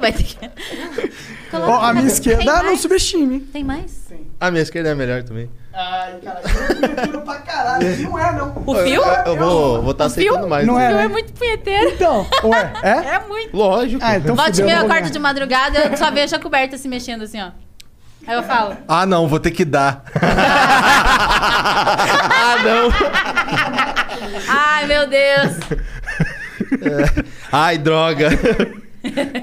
[SPEAKER 4] Vai ter que...
[SPEAKER 3] Ó, a minha
[SPEAKER 4] Tem
[SPEAKER 3] esquerda, ah, não
[SPEAKER 4] mais?
[SPEAKER 3] subestime.
[SPEAKER 4] Tem mais? Tem.
[SPEAKER 7] A minha esquerda é a melhor também.
[SPEAKER 3] Ai, cara, eu prefiro Tá pra caralho. Não é, não.
[SPEAKER 4] O fio?
[SPEAKER 7] Eu vou vou tá
[SPEAKER 4] O fio?
[SPEAKER 7] aceitando mais.
[SPEAKER 3] Não
[SPEAKER 4] O
[SPEAKER 7] né?
[SPEAKER 3] é,
[SPEAKER 4] fio
[SPEAKER 3] né?
[SPEAKER 4] é muito punheteiro.
[SPEAKER 3] Então, ué, é?
[SPEAKER 4] É muito.
[SPEAKER 7] Lógico.
[SPEAKER 3] Ah, então
[SPEAKER 4] Volte
[SPEAKER 3] fudeu,
[SPEAKER 4] meu
[SPEAKER 3] eu vou
[SPEAKER 4] quarto
[SPEAKER 3] ganhar.
[SPEAKER 4] de madrugada, eu só vejo a coberta se mexendo assim, ó. Aí eu falo,
[SPEAKER 6] Ah, não, vou ter que dar.
[SPEAKER 3] então.
[SPEAKER 7] ah, não.
[SPEAKER 4] ai meu Deus,
[SPEAKER 7] Ai, droga.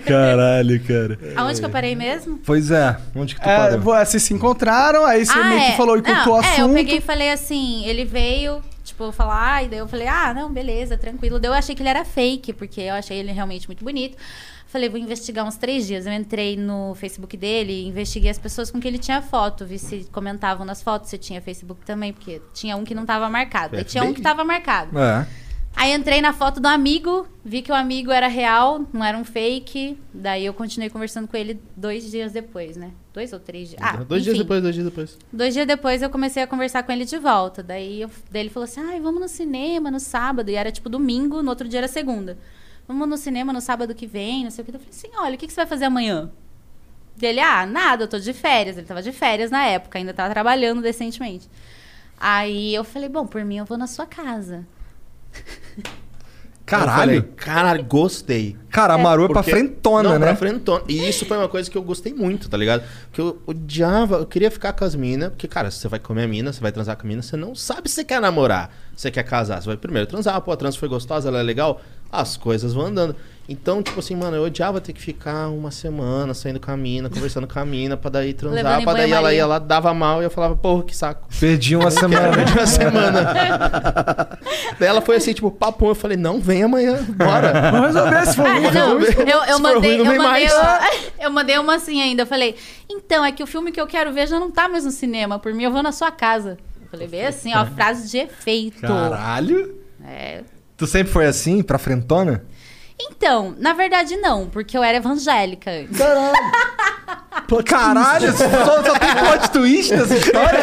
[SPEAKER 6] Caralho, cara.
[SPEAKER 4] aonde que eu parei mesmo?
[SPEAKER 6] Pois é, onde que tu
[SPEAKER 3] É,
[SPEAKER 6] parou?
[SPEAKER 3] vo- vocês se encontraram, aí você meio que falou e
[SPEAKER 4] Não,
[SPEAKER 3] contou o assunto.
[SPEAKER 4] Ah, É, eu peguei e falei assim, ele veio, tipo, falar, e daí eu falei, ah, não, beleza, tranquilo. Daí eu achei que ele era fake, porque eu achei ele realmente muito bonito. Falei, vou investigar uns três dias. Eu entrei no Facebook dele, investiguei as pessoas com que ele tinha foto, vi se comentavam nas fotos, se tinha Facebook também, porque tinha um que não tava marcado. Daí tinha um que
[SPEAKER 7] FBI?
[SPEAKER 4] tava marcado.
[SPEAKER 6] É.
[SPEAKER 4] Aí entrei na foto do amigo, vi que o amigo era real, não era um fake. Daí eu continuei conversando com ele dois dias depois, né? Dois ou três dias. Ah,
[SPEAKER 7] dois dias
[SPEAKER 4] enfim.
[SPEAKER 7] depois, dois dias depois.
[SPEAKER 4] Dois dias depois eu comecei a conversar com ele de volta. Daí, eu, daí ele falou assim: ai, vamos no cinema no sábado. E era tipo domingo, no outro dia era segunda. Vamos no cinema no sábado que vem, não sei o que. Eu falei assim: olha, o que, que você vai fazer amanhã? Dele, ah, nada, eu tô de férias. Ele tava de férias na época, ainda tava trabalhando decentemente. Aí eu falei: bom, por mim eu vou na sua casa.
[SPEAKER 7] Eu
[SPEAKER 6] Caralho.
[SPEAKER 7] falei, Caralho, gostei.
[SPEAKER 6] Cara, a Maru é pra
[SPEAKER 7] Porque-
[SPEAKER 6] frentona,
[SPEAKER 7] não,
[SPEAKER 6] né?
[SPEAKER 7] Pra frentona. E isso foi uma coisa que eu gostei muito, tá ligado? Que eu odiava, eu queria ficar com as minas, porque, cara, você vai comer a mina, você vai transar com a mina, você não sabe se você quer namorar, se você quer casar. Você vai primeiro transar, pô, a trans foi gostosa, ela é legal, as coisas vão andando. Então, tipo assim, mano, eu odiava ter que ficar uma semana saindo com a mina, conversando com a mina, pra daí
[SPEAKER 4] Levando
[SPEAKER 7] transar,
[SPEAKER 4] em
[SPEAKER 7] pra daí ela
[SPEAKER 4] banho-maria.
[SPEAKER 7] ia lá, dava mal e eu falava, porra, que saco.
[SPEAKER 6] Perdi uma semana.
[SPEAKER 7] Durante uma semana. daí ela foi assim, tipo, papo, eu falei, não, vem amanhã, bora.
[SPEAKER 3] Vamos resolver se for.
[SPEAKER 4] Ah,
[SPEAKER 3] ruim.
[SPEAKER 4] não, eu, eu
[SPEAKER 7] Se for
[SPEAKER 4] mandei,
[SPEAKER 7] ruim, não
[SPEAKER 4] eu,
[SPEAKER 7] vem
[SPEAKER 4] mandei
[SPEAKER 7] mais.
[SPEAKER 4] uma, eu mandei uma assim ainda. Eu falei, então, é que o filme que eu quero ver já não tá mais no cinema. Por mim, eu vou na sua casa. Eu falei, bem assim,
[SPEAKER 7] É.
[SPEAKER 4] ó, frase de efeito.
[SPEAKER 6] Caralho.
[SPEAKER 4] É.
[SPEAKER 6] Tu sempre foi assim, pra frentona?
[SPEAKER 4] Então, na verdade, não, porque eu era evangélica antes.
[SPEAKER 6] Caralho, só, só tem plot twist nessa história.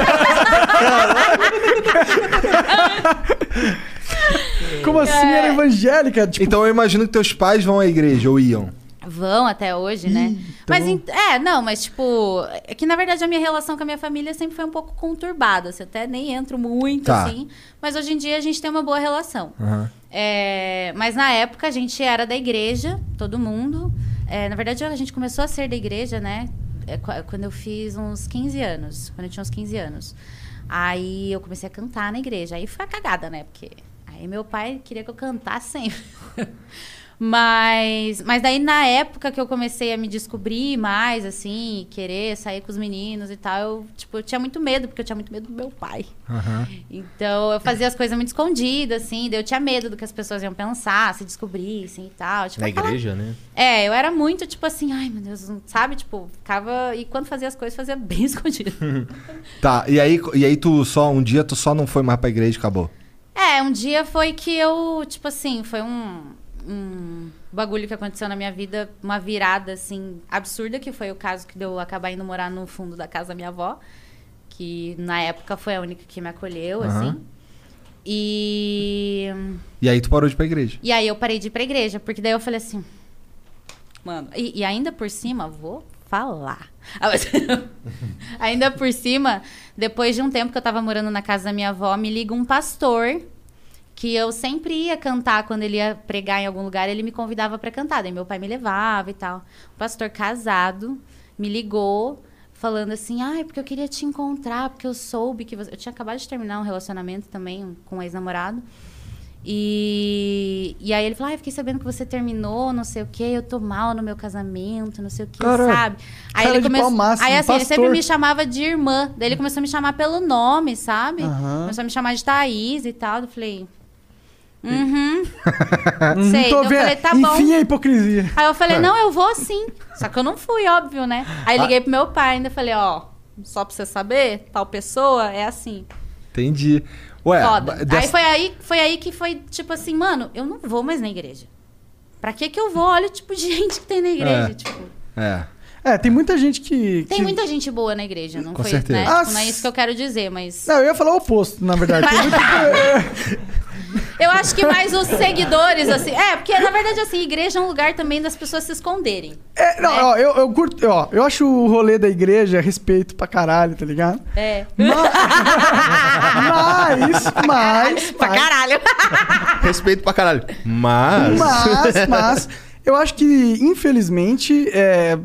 [SPEAKER 3] Como assim era
[SPEAKER 4] É.
[SPEAKER 3] evangélica? Tipo,
[SPEAKER 6] Então eu imagino que teus pais vão à igreja, ou iam.
[SPEAKER 4] Vão até hoje, né?
[SPEAKER 7] então.
[SPEAKER 4] Mas, ent- é, não, mas tipo, é que na verdade a minha relação com a minha família sempre foi um pouco conturbada. Assim, até nem entro muito,
[SPEAKER 6] Tá.
[SPEAKER 4] assim. Mas hoje em dia a gente tem uma boa relação.
[SPEAKER 6] Aham.
[SPEAKER 4] É, mas na época a gente era da igreja, todo mundo. É, na verdade, a gente começou a ser da igreja, né? É, qu- quando eu fiz uns 15 anos. Quando eu tinha uns 15 anos. Aí eu comecei a cantar na igreja. Aí foi a cagada, né? Porque aí meu pai queria que eu cantasse sempre. mas, mas daí na época que eu comecei a me descobrir mais, assim, querer sair com os meninos e tal, eu, tipo, eu tinha muito medo, porque eu tinha muito medo do meu pai.
[SPEAKER 6] Aham.
[SPEAKER 4] Então, eu fazia as coisas muito escondidas, assim. Daí eu tinha medo do que as pessoas iam pensar, se descobrissem e tal. Tipo,
[SPEAKER 7] Na
[SPEAKER 4] aquela-
[SPEAKER 7] igreja, né?
[SPEAKER 4] É, eu era muito, tipo assim, ai, meu Deus, não- sabe? Tipo, ficava... E quando fazia as coisas, fazia bem escondido.
[SPEAKER 6] Tá, e aí, e aí tu só, um dia tu só não foi mais pra igreja e acabou.
[SPEAKER 4] é, um dia foi que eu, tipo assim, foi um... Um bagulho que aconteceu na minha vida, uma virada assim absurda, que foi o caso que deu eu acabar indo morar no fundo da casa da minha avó, que na época foi a única que me acolheu, assim. E
[SPEAKER 6] E aí tu parou de ir pra igreja.
[SPEAKER 4] E aí eu parei de ir pra igreja, porque daí eu falei assim. Mano, e, e ainda por cima, vou falar. Ah, mas- ainda por cima, depois de um tempo que eu tava morando na casa da minha avó, me liga um pastor que eu sempre ia cantar quando ele ia pregar em algum lugar, ele me convidava pra cantar, daí meu pai me levava e tal. O pastor casado me ligou falando assim: "Ai, porque eu queria te encontrar, porque eu soube que você, eu tinha acabado de terminar um relacionamento também com um ex-namorado. E, e aí ele falou, ai, fiquei sabendo que você terminou, não sei o quê, eu tô mal no meu casamento, não sei o quê,
[SPEAKER 6] Caralho.
[SPEAKER 4] sabe? Aí
[SPEAKER 3] Cara
[SPEAKER 4] ele
[SPEAKER 3] de pau máximo,
[SPEAKER 4] Aí assim, ele sempre
[SPEAKER 3] pastor.
[SPEAKER 4] me chamava de irmã. Daí ele começou a me chamar pelo nome, sabe?
[SPEAKER 3] Aham.
[SPEAKER 4] Começou a me chamar de Thaís e tal. Eu falei. Uhum. Sei.
[SPEAKER 3] tô
[SPEAKER 4] eu
[SPEAKER 3] vendo.
[SPEAKER 4] falei, tá
[SPEAKER 3] Enfim,
[SPEAKER 4] bom.
[SPEAKER 3] a hipocrisia.
[SPEAKER 4] Aí eu falei, não, eu vou sim. Só que eu não fui, óbvio, né? Aí liguei pro meu pai ainda falei, ó, só pra você saber, tal pessoa é assim.
[SPEAKER 6] Entendi.
[SPEAKER 2] É,
[SPEAKER 6] Ué,
[SPEAKER 4] Foda.
[SPEAKER 6] dessa-
[SPEAKER 4] Aí, foi aí foi aí que foi tipo assim, mano, eu não vou mais na igreja. Pra que que eu vou? Olha o tipo de gente que tem na igreja.
[SPEAKER 6] É.
[SPEAKER 4] Tipo,
[SPEAKER 6] É.
[SPEAKER 3] É, tem muita gente que.
[SPEAKER 4] tem
[SPEAKER 3] que-
[SPEAKER 4] muita gente boa na igreja, não
[SPEAKER 6] Com
[SPEAKER 4] foi?
[SPEAKER 6] certeza.
[SPEAKER 4] Né? Tipo,
[SPEAKER 3] Ah,
[SPEAKER 4] não é isso que eu quero dizer, mas.
[SPEAKER 3] Não, eu ia falar o oposto, na verdade. Tem muita-
[SPEAKER 4] Eu acho que mais os seguidores, assim. É, porque na verdade, assim, igreja é um lugar também das pessoas se esconderem.
[SPEAKER 3] É, não, ó, eu, eu curto, ó, eu acho o rolê da igreja respeito pra caralho, tá ligado?
[SPEAKER 4] É.
[SPEAKER 3] Mas, mas,
[SPEAKER 4] Pra
[SPEAKER 3] mas,
[SPEAKER 4] caralho.
[SPEAKER 7] Respeito pra caralho. Mas.
[SPEAKER 3] mas, mas, eu acho que, infelizmente, é,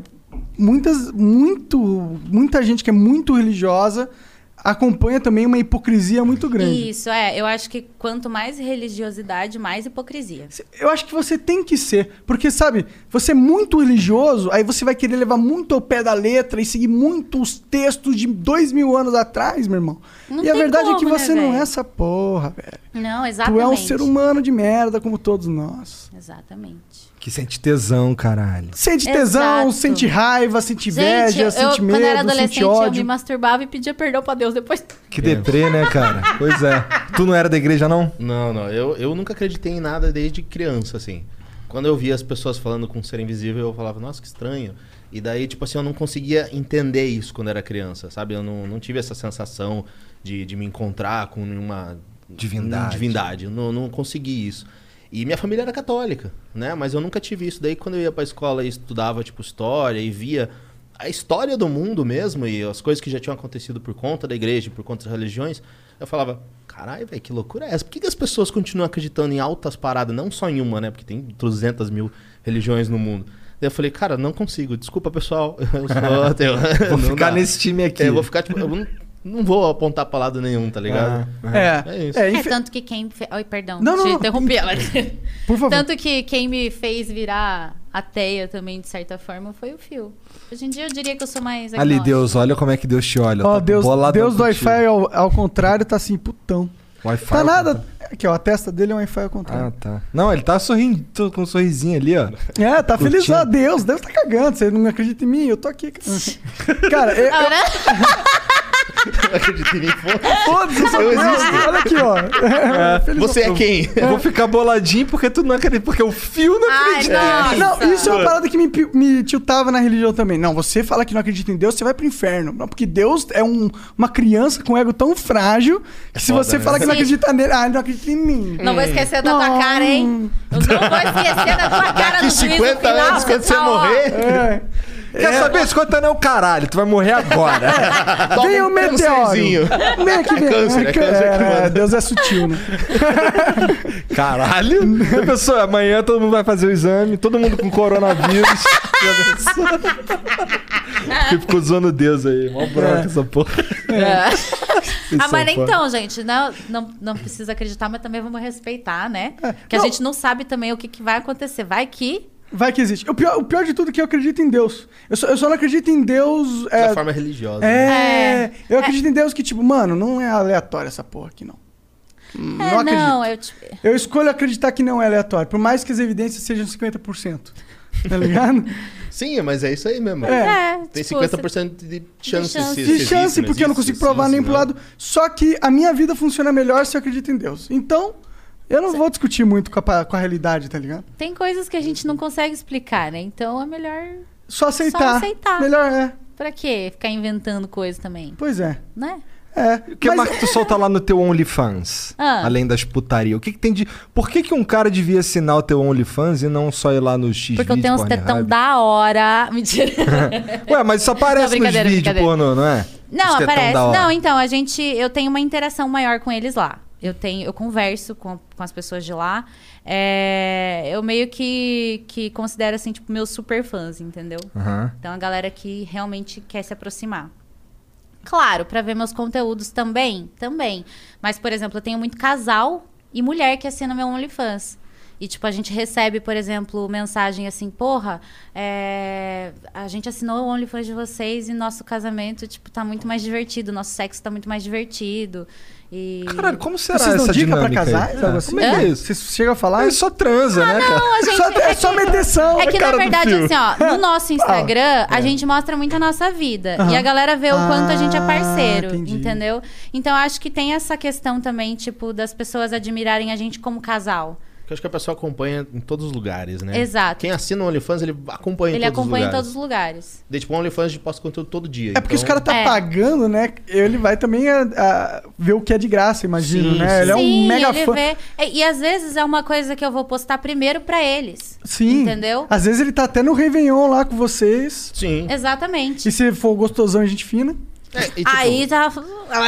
[SPEAKER 3] muitas, muito, muita gente que é muito religiosa acompanha também uma hipocrisia muito grande.
[SPEAKER 4] Isso, é. Eu acho que quanto mais religiosidade, mais hipocrisia.
[SPEAKER 3] Eu acho que você tem que ser, porque sabe, você é muito religioso, aí você vai querer levar muito ao pé da letra e seguir muito os textos de dois mil anos atrás, meu irmão.
[SPEAKER 4] Não
[SPEAKER 3] e a
[SPEAKER 4] tem
[SPEAKER 3] verdade é que
[SPEAKER 4] como, né,
[SPEAKER 3] você não é
[SPEAKER 4] velho?
[SPEAKER 3] essa porra, velho.
[SPEAKER 4] Não,
[SPEAKER 3] Tu
[SPEAKER 4] exatamente.
[SPEAKER 3] é um ser humano de merda, como todos nós.
[SPEAKER 4] Exatamente.
[SPEAKER 6] Que sente tesão, caralho.
[SPEAKER 3] Sente tesão,
[SPEAKER 4] Exato.
[SPEAKER 3] sente raiva, sente inveja,
[SPEAKER 4] Gente, eu,
[SPEAKER 3] sente medo,
[SPEAKER 4] quando era
[SPEAKER 3] sente
[SPEAKER 4] adolescente, eu me
[SPEAKER 3] ódio.
[SPEAKER 4] masturbava e pedia perdão pra Deus depois.
[SPEAKER 6] Que deprê, né, cara? Pois é. Tu não era da igreja, não?
[SPEAKER 7] Não, não. Eu, eu nunca acreditei em nada desde criança, assim. Quando eu via as pessoas falando com um ser invisível, eu falava, nossa, que estranho. E daí, tipo assim, eu não conseguia entender isso quando era criança, sabe? Eu não, não tive essa sensação de, de me encontrar com nenhuma
[SPEAKER 6] Divindade.
[SPEAKER 7] divindade. Eu não, não consegui isso. E minha família era católica, né? Mas eu nunca tive isso. Daí, quando eu ia pra escola e estudava, tipo, história e via a história do mundo mesmo e as coisas que já tinham acontecido por conta da igreja, por conta das religiões, eu falava, caralho, velho, que loucura é essa? Por que, que as pessoas continuam acreditando em altas paradas, não só em uma, né? Porque tem 200 mil religiões no mundo. Daí eu falei, cara, não consigo. Desculpa, pessoal. Eu sou ateu.
[SPEAKER 6] Vou
[SPEAKER 7] Não
[SPEAKER 6] ficar
[SPEAKER 7] dá.
[SPEAKER 6] nesse time aqui.
[SPEAKER 7] É, eu vou ficar, tipo, eu não, não vou apontar pra lado nenhum, tá ligado?
[SPEAKER 6] Ah,
[SPEAKER 7] É
[SPEAKER 3] É,
[SPEAKER 7] isso.
[SPEAKER 4] É
[SPEAKER 3] é, infe-
[SPEAKER 4] tanto que quem. fe- Oi, perdão,
[SPEAKER 3] Não, não,
[SPEAKER 4] te
[SPEAKER 3] não.
[SPEAKER 4] interrompi ela.
[SPEAKER 3] por favor.
[SPEAKER 4] Então, Tanto que quem me fez virar ateia também, de certa forma, foi o Fio. Hoje em dia eu diria que eu sou mais.
[SPEAKER 6] Ali,
[SPEAKER 4] agnóstica.
[SPEAKER 6] Deus, olha como é que Deus te olha.
[SPEAKER 3] Ó,
[SPEAKER 6] tá
[SPEAKER 3] Deus,
[SPEAKER 6] boladão
[SPEAKER 3] Deus do
[SPEAKER 6] contigo.
[SPEAKER 3] Wi-Fi ao, ao contrário tá assim, putão.
[SPEAKER 6] Wi-Fi.
[SPEAKER 3] Tá
[SPEAKER 6] ao
[SPEAKER 3] nada.
[SPEAKER 6] contrário.
[SPEAKER 3] Aqui, ó, a testa dele é um Wi-Fi ao
[SPEAKER 6] Ah,
[SPEAKER 3] contrário.
[SPEAKER 6] tá. Não, ele tá sorrindo, tô com um sorrisinho ali, ó.
[SPEAKER 3] é, tá
[SPEAKER 6] curtindo.
[SPEAKER 3] feliz. Ah, Deus, Deus tá cagando. Você não acredita em mim? Eu tô aqui. cara. Cara, é, eu,
[SPEAKER 4] Ah,
[SPEAKER 3] eu,
[SPEAKER 4] né?
[SPEAKER 7] Acredita em mim, foda-se.
[SPEAKER 3] todos os
[SPEAKER 7] Eu
[SPEAKER 3] Olha aqui, ó. Feliz
[SPEAKER 7] Você é quem?
[SPEAKER 6] Eu vou ficar boladinho porque tu não acredita, porque o fio não
[SPEAKER 4] Ai,
[SPEAKER 6] acredita.
[SPEAKER 4] nossa.
[SPEAKER 3] Não, isso é uma parada que me, pi- me tiltava na religião também. Não, você fala que não acredita em Deus, você vai pro inferno. Não, porque Deus é um- uma criança com ego tão frágil que se
[SPEAKER 7] foda,
[SPEAKER 3] você
[SPEAKER 7] né?
[SPEAKER 3] fala que não
[SPEAKER 4] Sim.
[SPEAKER 3] acredita nele, ah, ele não acredita em mim.
[SPEAKER 4] Não vou esquecer da tua
[SPEAKER 3] Não.
[SPEAKER 4] cara, hein? Eu não vou esquecer da tua cara
[SPEAKER 7] Daqui
[SPEAKER 4] no juízo
[SPEAKER 7] 50
[SPEAKER 4] final,
[SPEAKER 7] anos, quando você
[SPEAKER 4] tá, ó.
[SPEAKER 7] morrer,
[SPEAKER 3] É.
[SPEAKER 6] Quer saber? Escuta não, caralho, tu vai morrer agora.
[SPEAKER 7] toma
[SPEAKER 3] Vem o
[SPEAKER 7] um
[SPEAKER 3] meteoro.
[SPEAKER 7] câncerzinho.
[SPEAKER 3] Vem aqui, vem.
[SPEAKER 7] câncer, é câncer que
[SPEAKER 3] É,
[SPEAKER 7] manda.
[SPEAKER 3] Deus é sutil, né?
[SPEAKER 6] caralho? Eu pensou, amanhã todo mundo vai fazer o exame, todo mundo com coronavírus. Já pensou? Porque ficou zoando Deus aí. Mó
[SPEAKER 3] É.
[SPEAKER 6] bronca essa porra.
[SPEAKER 4] É.
[SPEAKER 6] é
[SPEAKER 4] Ah, mas nem
[SPEAKER 6] Essa
[SPEAKER 4] então, gente. Não, não, não precisa acreditar, mas também vamos respeitar, né? Porque a
[SPEAKER 3] É, Não.
[SPEAKER 4] gente não sabe também o que, que vai acontecer. Vai que.
[SPEAKER 3] Vai que existe. O pior, o pior de tudo é que eu acredito em Deus. Eu só, eu só não acredito em Deus.
[SPEAKER 7] Da
[SPEAKER 3] É,
[SPEAKER 7] forma religiosa. né?
[SPEAKER 3] é,
[SPEAKER 4] É.
[SPEAKER 3] Eu acredito em Deus que, tipo, mano, não é aleatório essa porra aqui, não. Hum,
[SPEAKER 4] É,
[SPEAKER 3] não acredito.
[SPEAKER 4] não, eu te...
[SPEAKER 3] Eu escolho acreditar que não é aleatório, por mais que as evidências sejam 50%. Tá ligado?
[SPEAKER 7] Sim, mas é isso aí mesmo.
[SPEAKER 4] É,
[SPEAKER 7] Tem
[SPEAKER 4] tipo, você-
[SPEAKER 7] 50% de chance.
[SPEAKER 4] chance.
[SPEAKER 7] se- se
[SPEAKER 3] De
[SPEAKER 7] existe,
[SPEAKER 3] chance,
[SPEAKER 7] não
[SPEAKER 3] porque eu não
[SPEAKER 7] existe,
[SPEAKER 3] consigo
[SPEAKER 7] né? se
[SPEAKER 3] provar
[SPEAKER 7] existe,
[SPEAKER 3] nem pro
[SPEAKER 7] não.
[SPEAKER 3] lado. Só que a minha vida funciona melhor se eu acredito em Deus. Então, eu não vou discutir muito com a, pa- com a realidade, tá ligado?
[SPEAKER 4] Tem coisas que a gente não consegue explicar, né? Então é melhor.
[SPEAKER 3] Só aceitar.
[SPEAKER 4] aceitar.
[SPEAKER 3] Melhor é.
[SPEAKER 4] Pra quê? Ficar inventando coisa também,
[SPEAKER 3] Pois é.
[SPEAKER 4] né?
[SPEAKER 3] É.
[SPEAKER 6] O que
[SPEAKER 3] Mas-
[SPEAKER 6] mais que tu solta lá no teu OnlyFans?
[SPEAKER 4] Ah.
[SPEAKER 6] Além das putaria. O que, que tem de. Por que, que um cara devia assinar o teu OnlyFans e não só ir lá no X
[SPEAKER 4] Porque eu tenho uns tetão da hora. Mentira.
[SPEAKER 6] Ué, mas isso
[SPEAKER 4] Não,
[SPEAKER 6] aparece nos
[SPEAKER 4] brincadeira,
[SPEAKER 6] vídeos
[SPEAKER 4] brincadeira.
[SPEAKER 6] pornô, não é? Os
[SPEAKER 4] Não,
[SPEAKER 6] tetão
[SPEAKER 4] aparece.
[SPEAKER 6] da hora.
[SPEAKER 4] Não, então, a gente. Eu tenho uma interação maior com eles lá. Eu tenho, eu converso com, com as pessoas de lá. É, eu meio que, que considero assim, tipo, meus super fãs, entendeu?
[SPEAKER 6] Aham.
[SPEAKER 4] Então a galera que realmente quer se aproximar. Claro, pra ver meus conteúdos também, também. Mas, por exemplo, eu tenho muito casal e mulher que assina meu OnlyFans. E, tipo, a gente recebe, por exemplo, mensagem assim, porra, é, a gente assinou o OnlyFans de vocês e nosso casamento, tipo, tá muito mais divertido, nosso sexo tá muito mais divertido. E...
[SPEAKER 6] Caralho, como será
[SPEAKER 3] Vocês dão
[SPEAKER 6] essa
[SPEAKER 3] dica pra
[SPEAKER 6] dinâmica aí?
[SPEAKER 3] casais?
[SPEAKER 6] É,
[SPEAKER 3] Algo assim?
[SPEAKER 6] Como é que é
[SPEAKER 4] Hã?
[SPEAKER 6] isso?
[SPEAKER 3] Vocês chegam a falar?
[SPEAKER 2] Então,
[SPEAKER 6] Ele só transa, né, cara?
[SPEAKER 4] Ah, Não, a gente...
[SPEAKER 3] Só- é só meteção.
[SPEAKER 4] É que, na
[SPEAKER 6] cara do
[SPEAKER 4] verdade,
[SPEAKER 6] fio.
[SPEAKER 4] assim, ó, no nosso Instagram, a gente mostra muito a nossa vida. E
[SPEAKER 3] Ah, é. Aham.
[SPEAKER 4] a galera vê o quanto a gente é
[SPEAKER 3] Ah,
[SPEAKER 4] parceiro,
[SPEAKER 3] entendi.
[SPEAKER 4] entendeu? Então, eu acho que tem essa questão também, tipo, das pessoas admirarem a gente como casal.
[SPEAKER 7] Porque eu acho que a pessoa acompanha em todos os lugares, né?
[SPEAKER 4] Exato.
[SPEAKER 7] Quem assina o OnlyFans, ele acompanha
[SPEAKER 4] Ele
[SPEAKER 7] em todos
[SPEAKER 4] acompanha
[SPEAKER 7] os
[SPEAKER 4] em todos
[SPEAKER 7] lugares.
[SPEAKER 4] os lugares.
[SPEAKER 7] Daí, tipo, o OnlyFans posta conteúdo todo dia. então-
[SPEAKER 3] É porque os caras tá
[SPEAKER 4] É.
[SPEAKER 3] pagando, né? Ele vai também a- a ver o que é de graça, imagino,
[SPEAKER 7] Sim,
[SPEAKER 3] né?
[SPEAKER 7] sim.
[SPEAKER 3] Ele é um mega
[SPEAKER 4] ele
[SPEAKER 3] fã.
[SPEAKER 4] vê. E, e às vezes é uma coisa que eu vou postar primeiro pra eles.
[SPEAKER 3] Sim.
[SPEAKER 4] Entendeu?
[SPEAKER 3] Às vezes ele tá até no Réveillon lá com vocês.
[SPEAKER 7] Sim.
[SPEAKER 4] Exatamente.
[SPEAKER 3] E se for gostosão e gente fina.
[SPEAKER 7] É, e, tipo,
[SPEAKER 4] Aí tá.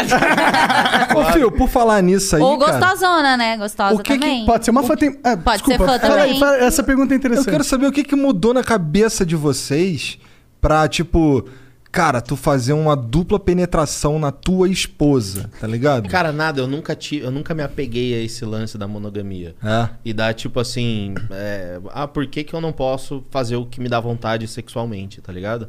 [SPEAKER 4] é
[SPEAKER 6] Ô, Fio, por falar nisso aí,
[SPEAKER 4] Ou
[SPEAKER 6] cara,
[SPEAKER 4] gostosona, né? Gostosa
[SPEAKER 6] O que que
[SPEAKER 4] também.
[SPEAKER 3] Pode ser uma fã. Tem... Ah,
[SPEAKER 4] Pode ser
[SPEAKER 3] desculpa,
[SPEAKER 4] fã
[SPEAKER 3] fala aí,
[SPEAKER 4] também.
[SPEAKER 3] fala- Essa pergunta é
[SPEAKER 6] eu
[SPEAKER 3] interessante.
[SPEAKER 6] quero saber o que, que mudou na cabeça de vocês pra, tipo, cara, tu fazer uma dupla penetração na tua esposa, tá ligado?
[SPEAKER 7] Cara, nada, eu nunca, tive, eu nunca me apeguei a esse lance da monogamia.
[SPEAKER 6] É.
[SPEAKER 7] E dá tipo assim, é, ah, por que, que eu não posso fazer o que me dá vontade sexualmente, tá ligado?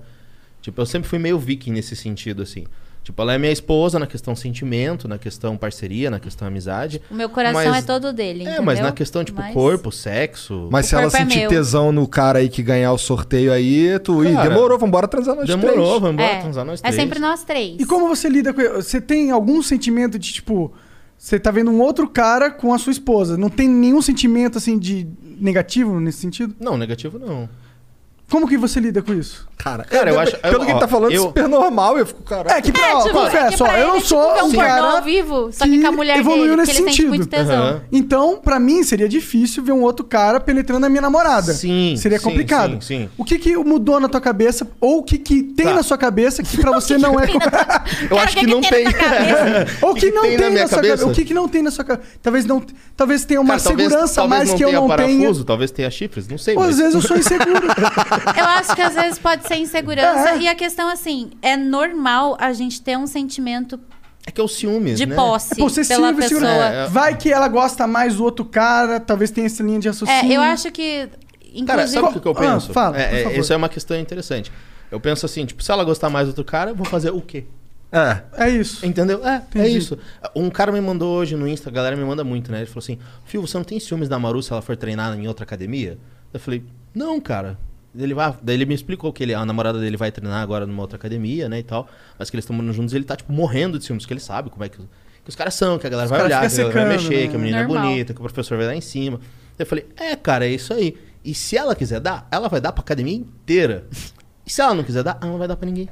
[SPEAKER 7] Tipo, eu sempre fui meio viking nesse sentido, assim. Tipo, ela é minha esposa na questão sentimento, na questão parceria, na questão amizade.
[SPEAKER 4] O meu coração
[SPEAKER 7] Mas-
[SPEAKER 4] é todo dele.
[SPEAKER 7] É, mas
[SPEAKER 4] entendeu?
[SPEAKER 7] na questão, tipo,
[SPEAKER 4] Mas-
[SPEAKER 7] corpo, sexo.
[SPEAKER 6] Mas
[SPEAKER 4] O
[SPEAKER 6] se ela
[SPEAKER 4] corpo é
[SPEAKER 6] sentir
[SPEAKER 4] meu.
[SPEAKER 6] tesão no cara aí que ganhar o sorteio aí, tu. Ih,
[SPEAKER 7] Cara,
[SPEAKER 6] demorou, vambora transar nós
[SPEAKER 7] demorou,
[SPEAKER 6] três.
[SPEAKER 7] vamos embora,
[SPEAKER 4] É,
[SPEAKER 7] transar nós
[SPEAKER 4] é
[SPEAKER 7] três.
[SPEAKER 4] sempre nós três.
[SPEAKER 3] E como você lida com. Você tem algum sentimento de tipo. Você tá vendo um outro cara com a sua esposa. Não tem nenhum sentimento assim de negativo nesse sentido?
[SPEAKER 7] Não, negativo não.
[SPEAKER 3] Como que você lida com isso?
[SPEAKER 6] Cara,
[SPEAKER 7] Cara,
[SPEAKER 6] é,
[SPEAKER 7] eu acho-
[SPEAKER 6] Pelo
[SPEAKER 7] eu-
[SPEAKER 6] que ele
[SPEAKER 7] ó,
[SPEAKER 6] tá falando,
[SPEAKER 7] eu-
[SPEAKER 6] super normal. Eu fico, cara.
[SPEAKER 3] É que pra, ó,
[SPEAKER 4] tipo, é que
[SPEAKER 3] confesso, ó,
[SPEAKER 4] pra
[SPEAKER 3] eu
[SPEAKER 4] ele,
[SPEAKER 3] não
[SPEAKER 4] é tipo
[SPEAKER 3] sou
[SPEAKER 4] ver um
[SPEAKER 3] um
[SPEAKER 4] pornô
[SPEAKER 3] cara
[SPEAKER 4] ao vivo, só que,
[SPEAKER 3] que
[SPEAKER 4] com a mulher
[SPEAKER 3] evoluiu
[SPEAKER 4] dele,
[SPEAKER 3] nesse
[SPEAKER 4] que ele sente muito
[SPEAKER 3] sentido.
[SPEAKER 4] tesão.
[SPEAKER 7] Aham.
[SPEAKER 3] Então, pra mim, seria difícil ver um outro cara penetrando a minha namorada.
[SPEAKER 7] Sim,
[SPEAKER 3] Seria
[SPEAKER 7] sim,
[SPEAKER 3] complicado.
[SPEAKER 7] sim, sim.
[SPEAKER 3] O que que mudou na tua cabeça? Ou o que que tem
[SPEAKER 7] Tá.
[SPEAKER 3] na sua cabeça que pra você não é...
[SPEAKER 7] Eu acho que não tem.
[SPEAKER 3] Ou que, não tem, na,
[SPEAKER 7] minha
[SPEAKER 3] sua cabeça? O que que não tem na sua cabeça? Talvez não... Talvez tenha uma
[SPEAKER 7] Cara, talvez-
[SPEAKER 3] segurança
[SPEAKER 7] talvez
[SPEAKER 3] mais
[SPEAKER 7] não
[SPEAKER 3] que eu
[SPEAKER 7] tenha
[SPEAKER 3] não é. tenha.
[SPEAKER 7] parafuso, Talvez tenha chifres, não sei.
[SPEAKER 3] Ou às
[SPEAKER 7] mas-
[SPEAKER 3] vezes eu sou inseguro.
[SPEAKER 4] Eu acho que às vezes pode ser insegurança.
[SPEAKER 3] É.
[SPEAKER 4] E a questão, assim, é normal a gente ter um sentimento
[SPEAKER 7] É que é o ciúmes,
[SPEAKER 4] de
[SPEAKER 7] né?
[SPEAKER 4] posse
[SPEAKER 3] Pô, você
[SPEAKER 4] pela
[SPEAKER 3] sempre segura.
[SPEAKER 4] pessoa.
[SPEAKER 7] É,
[SPEAKER 3] né? Vai que ela gosta mais do outro cara, talvez tenha essa linha de
[SPEAKER 4] É,
[SPEAKER 3] raciocínio.
[SPEAKER 4] eu acho que. Inclusive,
[SPEAKER 7] Cara, sabe o que, que eu
[SPEAKER 3] Ah,
[SPEAKER 7] penso?
[SPEAKER 3] fala,
[SPEAKER 7] É,
[SPEAKER 3] por
[SPEAKER 7] é,
[SPEAKER 3] favor.
[SPEAKER 7] isso é uma questão interessante. Eu penso assim, tipo, se ela gostar mais do outro cara, eu vou fazer o quê?
[SPEAKER 6] É.
[SPEAKER 3] É isso.
[SPEAKER 7] Entendeu? É, é
[SPEAKER 3] Entendi.
[SPEAKER 7] isso. Um cara me mandou hoje no Insta, a galera me manda muito, né? Ele falou assim, Fio, você não tem ciúmes da Maru se ela for treinar em outra academia? Eu falei, não, cara. Ele vai, daí ele me explicou que ele, a namorada dele vai treinar agora numa outra academia, né, e tal. Mas que eles estão morando juntos e ele tá, tipo, morrendo de ciúmes, que ele sabe como é que, que os caras são, que a galera vai
[SPEAKER 3] caras
[SPEAKER 7] olhar, que a
[SPEAKER 3] ficam
[SPEAKER 7] galera vai
[SPEAKER 3] secando,
[SPEAKER 7] mexer,
[SPEAKER 3] né?
[SPEAKER 7] que a menina é
[SPEAKER 4] Normal.
[SPEAKER 7] bonita, que o professor vai dar em cima. Eu falei, é, cara, é isso aí. E se ela quiser dar, ela vai dar pra academia inteira. E se ela não quiser dar, ela não vai dar pra ninguém.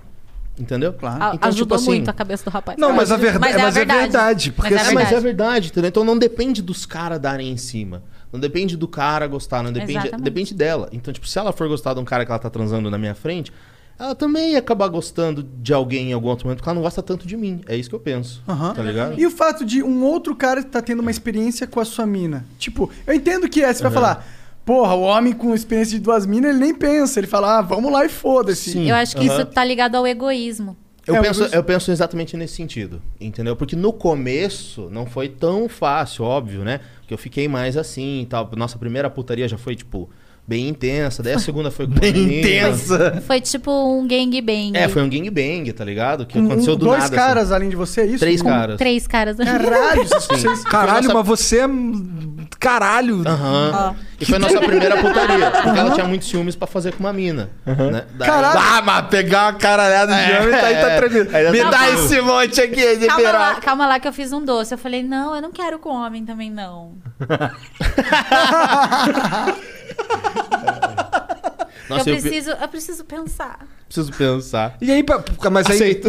[SPEAKER 7] Entendeu? Então, tipo assim, Claro.
[SPEAKER 4] a- ajudou muito a cabeça do rapaz.
[SPEAKER 6] Não, mas a verda-
[SPEAKER 4] Mas é
[SPEAKER 6] mas é
[SPEAKER 4] a verdade.
[SPEAKER 6] verdade, porque
[SPEAKER 4] mas é
[SPEAKER 7] É,
[SPEAKER 4] a
[SPEAKER 7] mas é
[SPEAKER 4] verdade.
[SPEAKER 7] verdade, entendeu? Então não depende dos caras darem em cima. Não depende do cara gostar, não depende,
[SPEAKER 4] Exatamente.
[SPEAKER 7] depende dela. Então, tipo, se ela for gostar de um cara que ela tá transando na minha frente, ela também ia acabar gostando de alguém em algum outro momento, porque ela não gosta tanto de mim. É isso que eu penso.
[SPEAKER 3] Aham.
[SPEAKER 7] Tá ligado?
[SPEAKER 3] E o fato de um outro cara tá tendo uma experiência com a sua mina. Tipo, eu entendo que é, você vai falar, porra, o homem com experiência de duas minas, ele nem pensa. Ele fala, ah, vamos lá e foda-se.
[SPEAKER 7] Sim.
[SPEAKER 4] Eu acho que
[SPEAKER 7] Aham.
[SPEAKER 4] isso tá ligado ao egoísmo.
[SPEAKER 7] Eu,
[SPEAKER 3] É,
[SPEAKER 7] penso,
[SPEAKER 3] mas-
[SPEAKER 7] eu penso exatamente nesse sentido, entendeu? Porque no começo não foi tão fácil, óbvio, né? Porque eu fiquei mais assim e tal. Nossa primeira putaria já foi, tipo, bem intensa. Daí a segunda foi com uma menina.
[SPEAKER 4] Foi tipo um gangbang.
[SPEAKER 7] É, foi um gangbang, tá ligado? Que
[SPEAKER 3] Com
[SPEAKER 7] aconteceu
[SPEAKER 3] um-
[SPEAKER 7] do
[SPEAKER 3] dois
[SPEAKER 7] nada.
[SPEAKER 3] caras
[SPEAKER 7] assim.
[SPEAKER 3] além de você, é isso?
[SPEAKER 7] Três
[SPEAKER 3] Com-
[SPEAKER 7] caras.
[SPEAKER 4] Três caras.
[SPEAKER 3] Caralho, vocês- vocês-
[SPEAKER 6] Caralho,
[SPEAKER 7] nossa-
[SPEAKER 6] mas você é. um- Caralho.
[SPEAKER 7] Aham. E foi a nossa primeira putaria. Porque ela tinha muitos ciúmes pra fazer com uma mina. Né? Daí-
[SPEAKER 3] Caralho.
[SPEAKER 6] Ah, mas pegar uma caralhada de homem, tá aí tá tremendo.
[SPEAKER 7] É. Aí tá
[SPEAKER 6] Me dá
[SPEAKER 7] tremendo.
[SPEAKER 6] esse monte aqui, de
[SPEAKER 4] Calma
[SPEAKER 6] piroca.
[SPEAKER 4] Tá lá, calma lá que eu fiz um doce. Eu falei, não, eu não quero com homem também, não.
[SPEAKER 7] Nossa,
[SPEAKER 4] eu,
[SPEAKER 7] eu pe-
[SPEAKER 4] preciso, eu preciso pensar.
[SPEAKER 7] preciso pensar.
[SPEAKER 6] E aí, pra- mas aí.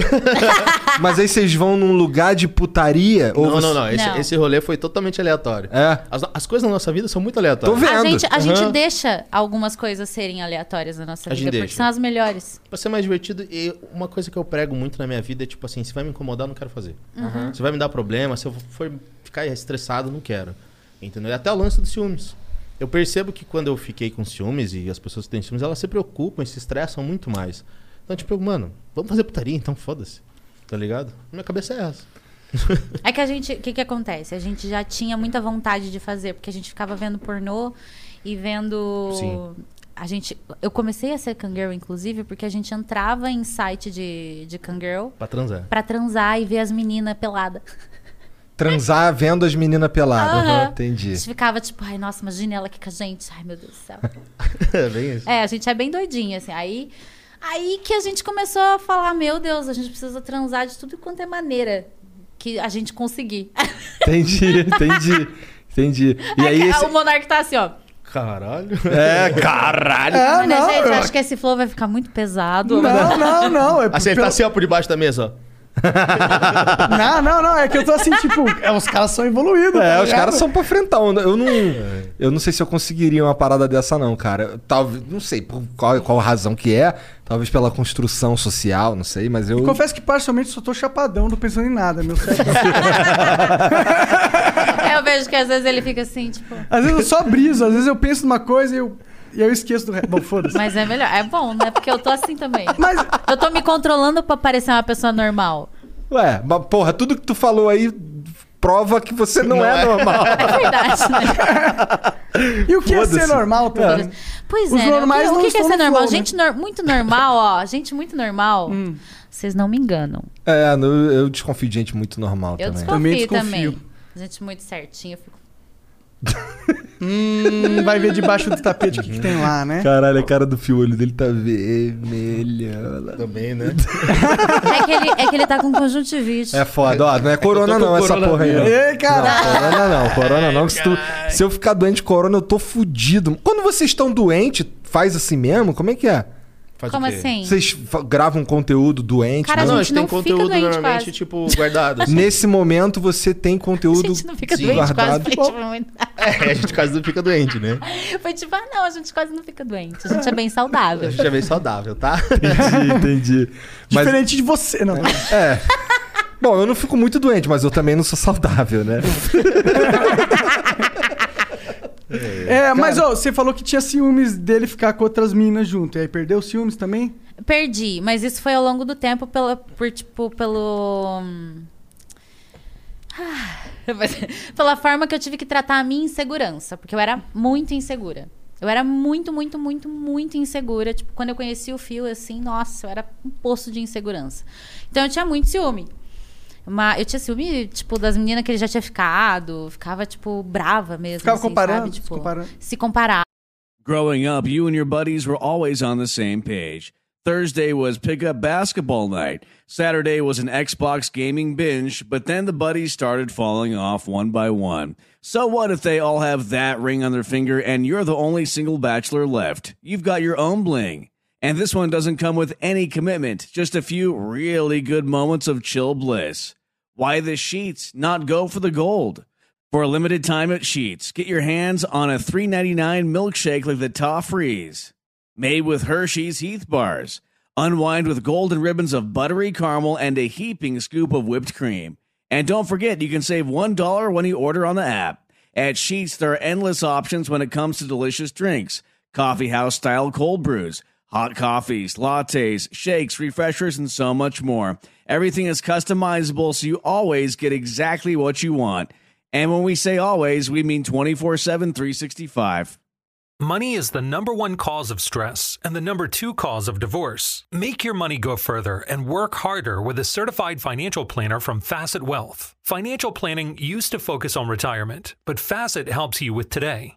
[SPEAKER 6] Mas aí vocês vão num lugar de putaria? ou
[SPEAKER 7] Não,
[SPEAKER 6] você-
[SPEAKER 7] não, não. Esse,
[SPEAKER 4] Não.
[SPEAKER 7] esse rolê foi totalmente aleatório.
[SPEAKER 6] É.
[SPEAKER 7] As, as coisas na nossa vida são muito aleatórias.
[SPEAKER 6] Tô vendo.
[SPEAKER 4] A gente, a
[SPEAKER 6] Aham.
[SPEAKER 4] gente deixa algumas coisas serem aleatórias na nossa
[SPEAKER 7] A
[SPEAKER 4] vida,
[SPEAKER 7] gente
[SPEAKER 4] porque
[SPEAKER 7] deixa.
[SPEAKER 4] são as melhores.
[SPEAKER 7] Pra ser mais divertido, e uma coisa que eu prego muito na minha vida é tipo assim: se vai me incomodar, eu não quero fazer. Se vai me dar problema, se eu for ficar estressado, eu não quero. Entendeu? E até o lance dos ciúmes. Eu percebo que quando eu fiquei com ciúmes e as pessoas que têm ciúmes, elas se preocupam e se estressam muito mais. Então, tipo, mano, vamos fazer putaria, então foda-se. Tá ligado? Minha cabeça é essa.
[SPEAKER 4] É que a gente. O que, que acontece? A gente já tinha muita vontade de fazer, porque a gente ficava vendo pornô e vendo.
[SPEAKER 7] Sim.
[SPEAKER 4] A gente. Eu comecei a ser Kangirl, inclusive, porque a gente entrava em site de, de Kangirl
[SPEAKER 7] Pra transar.
[SPEAKER 4] pra transar e ver as meninas peladas.
[SPEAKER 6] Transar vendo as meninas
[SPEAKER 7] Ah,
[SPEAKER 6] peladas.
[SPEAKER 4] Aham. A
[SPEAKER 6] Entendi.
[SPEAKER 4] gente ficava tipo, ai, nossa, imagina ela aqui com a gente. Ai, meu Deus do céu.
[SPEAKER 7] É, bem isso.
[SPEAKER 4] É, a gente é bem doidinha, assim. Aí, aí que a gente começou a falar, meu Deus, a gente precisa transar de tudo quanto é maneira que a gente conseguir.
[SPEAKER 6] Entendi, entendi. Entendi. E aí. esse-
[SPEAKER 4] O Monark tá assim, ó.
[SPEAKER 7] Caralho.
[SPEAKER 6] É, caralho.
[SPEAKER 3] Ah,
[SPEAKER 4] Olha,
[SPEAKER 3] não.
[SPEAKER 4] gente, acho que esse flow vai ficar muito pesado.
[SPEAKER 3] Não, não, não. É
[SPEAKER 7] Assim, ele
[SPEAKER 3] pelo-
[SPEAKER 7] tá assim, ó, por debaixo da mesa, ó.
[SPEAKER 3] Não, não, não. É que eu tô assim, tipo, é, os caras são evoluídos.
[SPEAKER 6] É,
[SPEAKER 3] tá
[SPEAKER 6] os
[SPEAKER 3] ligado?
[SPEAKER 6] caras são pra enfrentar onda. Eu não.
[SPEAKER 7] É.
[SPEAKER 6] Eu não sei se eu conseguiria uma parada dessa, não, cara. Talvez. Não sei por qual, qual razão que é. Talvez pela construção social, não sei, mas eu.
[SPEAKER 3] Confesso que parcialmente só tô chapadão, não tô pensando em nada, meu cérebro.
[SPEAKER 4] É, eu vejo que às vezes ele fica assim, tipo.
[SPEAKER 3] Às vezes eu só briso, às vezes eu penso numa coisa e eu, e eu esqueço do resto. Bom, foda-se.
[SPEAKER 4] Mas é melhor. É bom, né? Porque eu tô assim também.
[SPEAKER 3] Mas,
[SPEAKER 4] Eu tô me controlando pra parecer uma pessoa normal.
[SPEAKER 6] Ué, mas porra, tudo que tu falou aí prova que você não,
[SPEAKER 7] Não
[SPEAKER 6] é,
[SPEAKER 7] é.
[SPEAKER 6] normal.
[SPEAKER 4] É verdade, né?
[SPEAKER 3] e o que é ser
[SPEAKER 6] Foda-se.
[SPEAKER 3] normal, tá ligado?
[SPEAKER 4] Pois é. né?
[SPEAKER 3] Os
[SPEAKER 4] O que-
[SPEAKER 3] normais
[SPEAKER 4] o
[SPEAKER 3] não
[SPEAKER 4] que, que é
[SPEAKER 3] estão
[SPEAKER 4] ser
[SPEAKER 3] no
[SPEAKER 4] normal?
[SPEAKER 3] flow, né? Hum.
[SPEAKER 4] gente nor- muito normal, ó. Gente muito normal. Vocês não me enganam.
[SPEAKER 6] É, no- eu desconfio de gente muito normal
[SPEAKER 4] Eu
[SPEAKER 6] também.
[SPEAKER 3] Também
[SPEAKER 4] desconfio também.
[SPEAKER 3] desconfio.
[SPEAKER 4] Gente muito certinha. eu fico-
[SPEAKER 3] Hum, vai ver debaixo do tapete o que, que tem lá, né?
[SPEAKER 6] Caralho, a cara do fio, o olho dele tá vermelha.
[SPEAKER 7] Também, né?
[SPEAKER 4] É, que ele, é que ele tá com conjuntivite.
[SPEAKER 6] É foda, ó, não é corona
[SPEAKER 7] eu tô com
[SPEAKER 6] não, essa
[SPEAKER 7] corona
[SPEAKER 6] porra aí. ó.
[SPEAKER 3] Ei, caralho!
[SPEAKER 6] Não, corona não, corona não. que Se, tu- se eu ficar doente de corona, eu tô fudido. Quando vocês estão doentes, faz assim mesmo? Como é que é?
[SPEAKER 7] Faz
[SPEAKER 4] Como
[SPEAKER 7] o quê?
[SPEAKER 4] assim?
[SPEAKER 6] Vocês fa- gravam um conteúdo doente? né?
[SPEAKER 4] Cara, gente
[SPEAKER 7] não, a gente tem
[SPEAKER 4] não fica
[SPEAKER 7] conteúdo
[SPEAKER 4] doente
[SPEAKER 7] normalmente,
[SPEAKER 4] quase.
[SPEAKER 7] tipo, guardado. assim.
[SPEAKER 6] Nesse momento você tem
[SPEAKER 4] a
[SPEAKER 6] conteúdo
[SPEAKER 4] gente não fica
[SPEAKER 7] Sim.
[SPEAKER 4] doente
[SPEAKER 6] guardado.
[SPEAKER 4] quase. Foi tipo, muito-
[SPEAKER 7] É, a gente quase não fica doente, né?
[SPEAKER 4] foi tipo, ah, não, a gente quase não fica doente. A gente é bem saudável.
[SPEAKER 7] A gente é bem saudável, tá?
[SPEAKER 6] Entendi, entendi. Mas,
[SPEAKER 3] Diferente de você, não.
[SPEAKER 6] é. Bom, eu não fico muito doente, mas eu também não sou saudável, né?
[SPEAKER 3] É, mas ó, você falou que tinha ciúmes dele ficar com outras minas junto. E aí perdeu os ciúmes também?
[SPEAKER 4] Perdi, mas isso foi ao longo do tempo pela, por, tipo, pelo... Ah, mas- pela forma que eu tive que tratar a minha insegurança, porque eu era muito insegura. Eu era muito, muito, muito, muito insegura. Tipo, quando eu conheci o Fio, assim, nossa, eu era um poço de insegurança. Então eu tinha muito ciúme. Mas eu tinha ciúme, tipo, das meninas que ele já tinha ficado. Ficava, tipo, brava mesmo.
[SPEAKER 3] Ficava
[SPEAKER 4] assim,
[SPEAKER 3] comparando,
[SPEAKER 4] sabe?
[SPEAKER 3] se
[SPEAKER 4] Tipo,
[SPEAKER 3] comparando.
[SPEAKER 4] Se comparar.
[SPEAKER 1] Growing up, you and your buddies were always on the same page. Thursday was pickup basketball night. Saturday was an Xbox gaming binge, but then the buddies started falling off one by one. So what if they all have that ring on their finger and you're the only single bachelor left? You've got your own bling. And this one doesn't come with any commitment, just a few really good moments of chill bliss. Why the sheets not go for the gold? For a limited time at Sheets, get your hands on a $3.99 milkshake like the Toffrees, made with Hershey's Heath bars. Unwind with golden ribbons of buttery caramel and a heaping scoop of whipped cream. And don't forget, you can save $1 when you order on the app. At Sheets, there are endless options when it comes to delicious drinks coffee house style cold brews, hot coffees, lattes, shakes, refreshers, and so much more. Everything is customizable, so you always get exactly what you want. And when we say always, we mean 24 7, 365.
[SPEAKER 10] Money is the number one cause of stress and the number two cause of divorce. Make your money go further and work harder with a certified financial planner from Facet Wealth. Financial planning used to focus on retirement, but Facet helps you with today.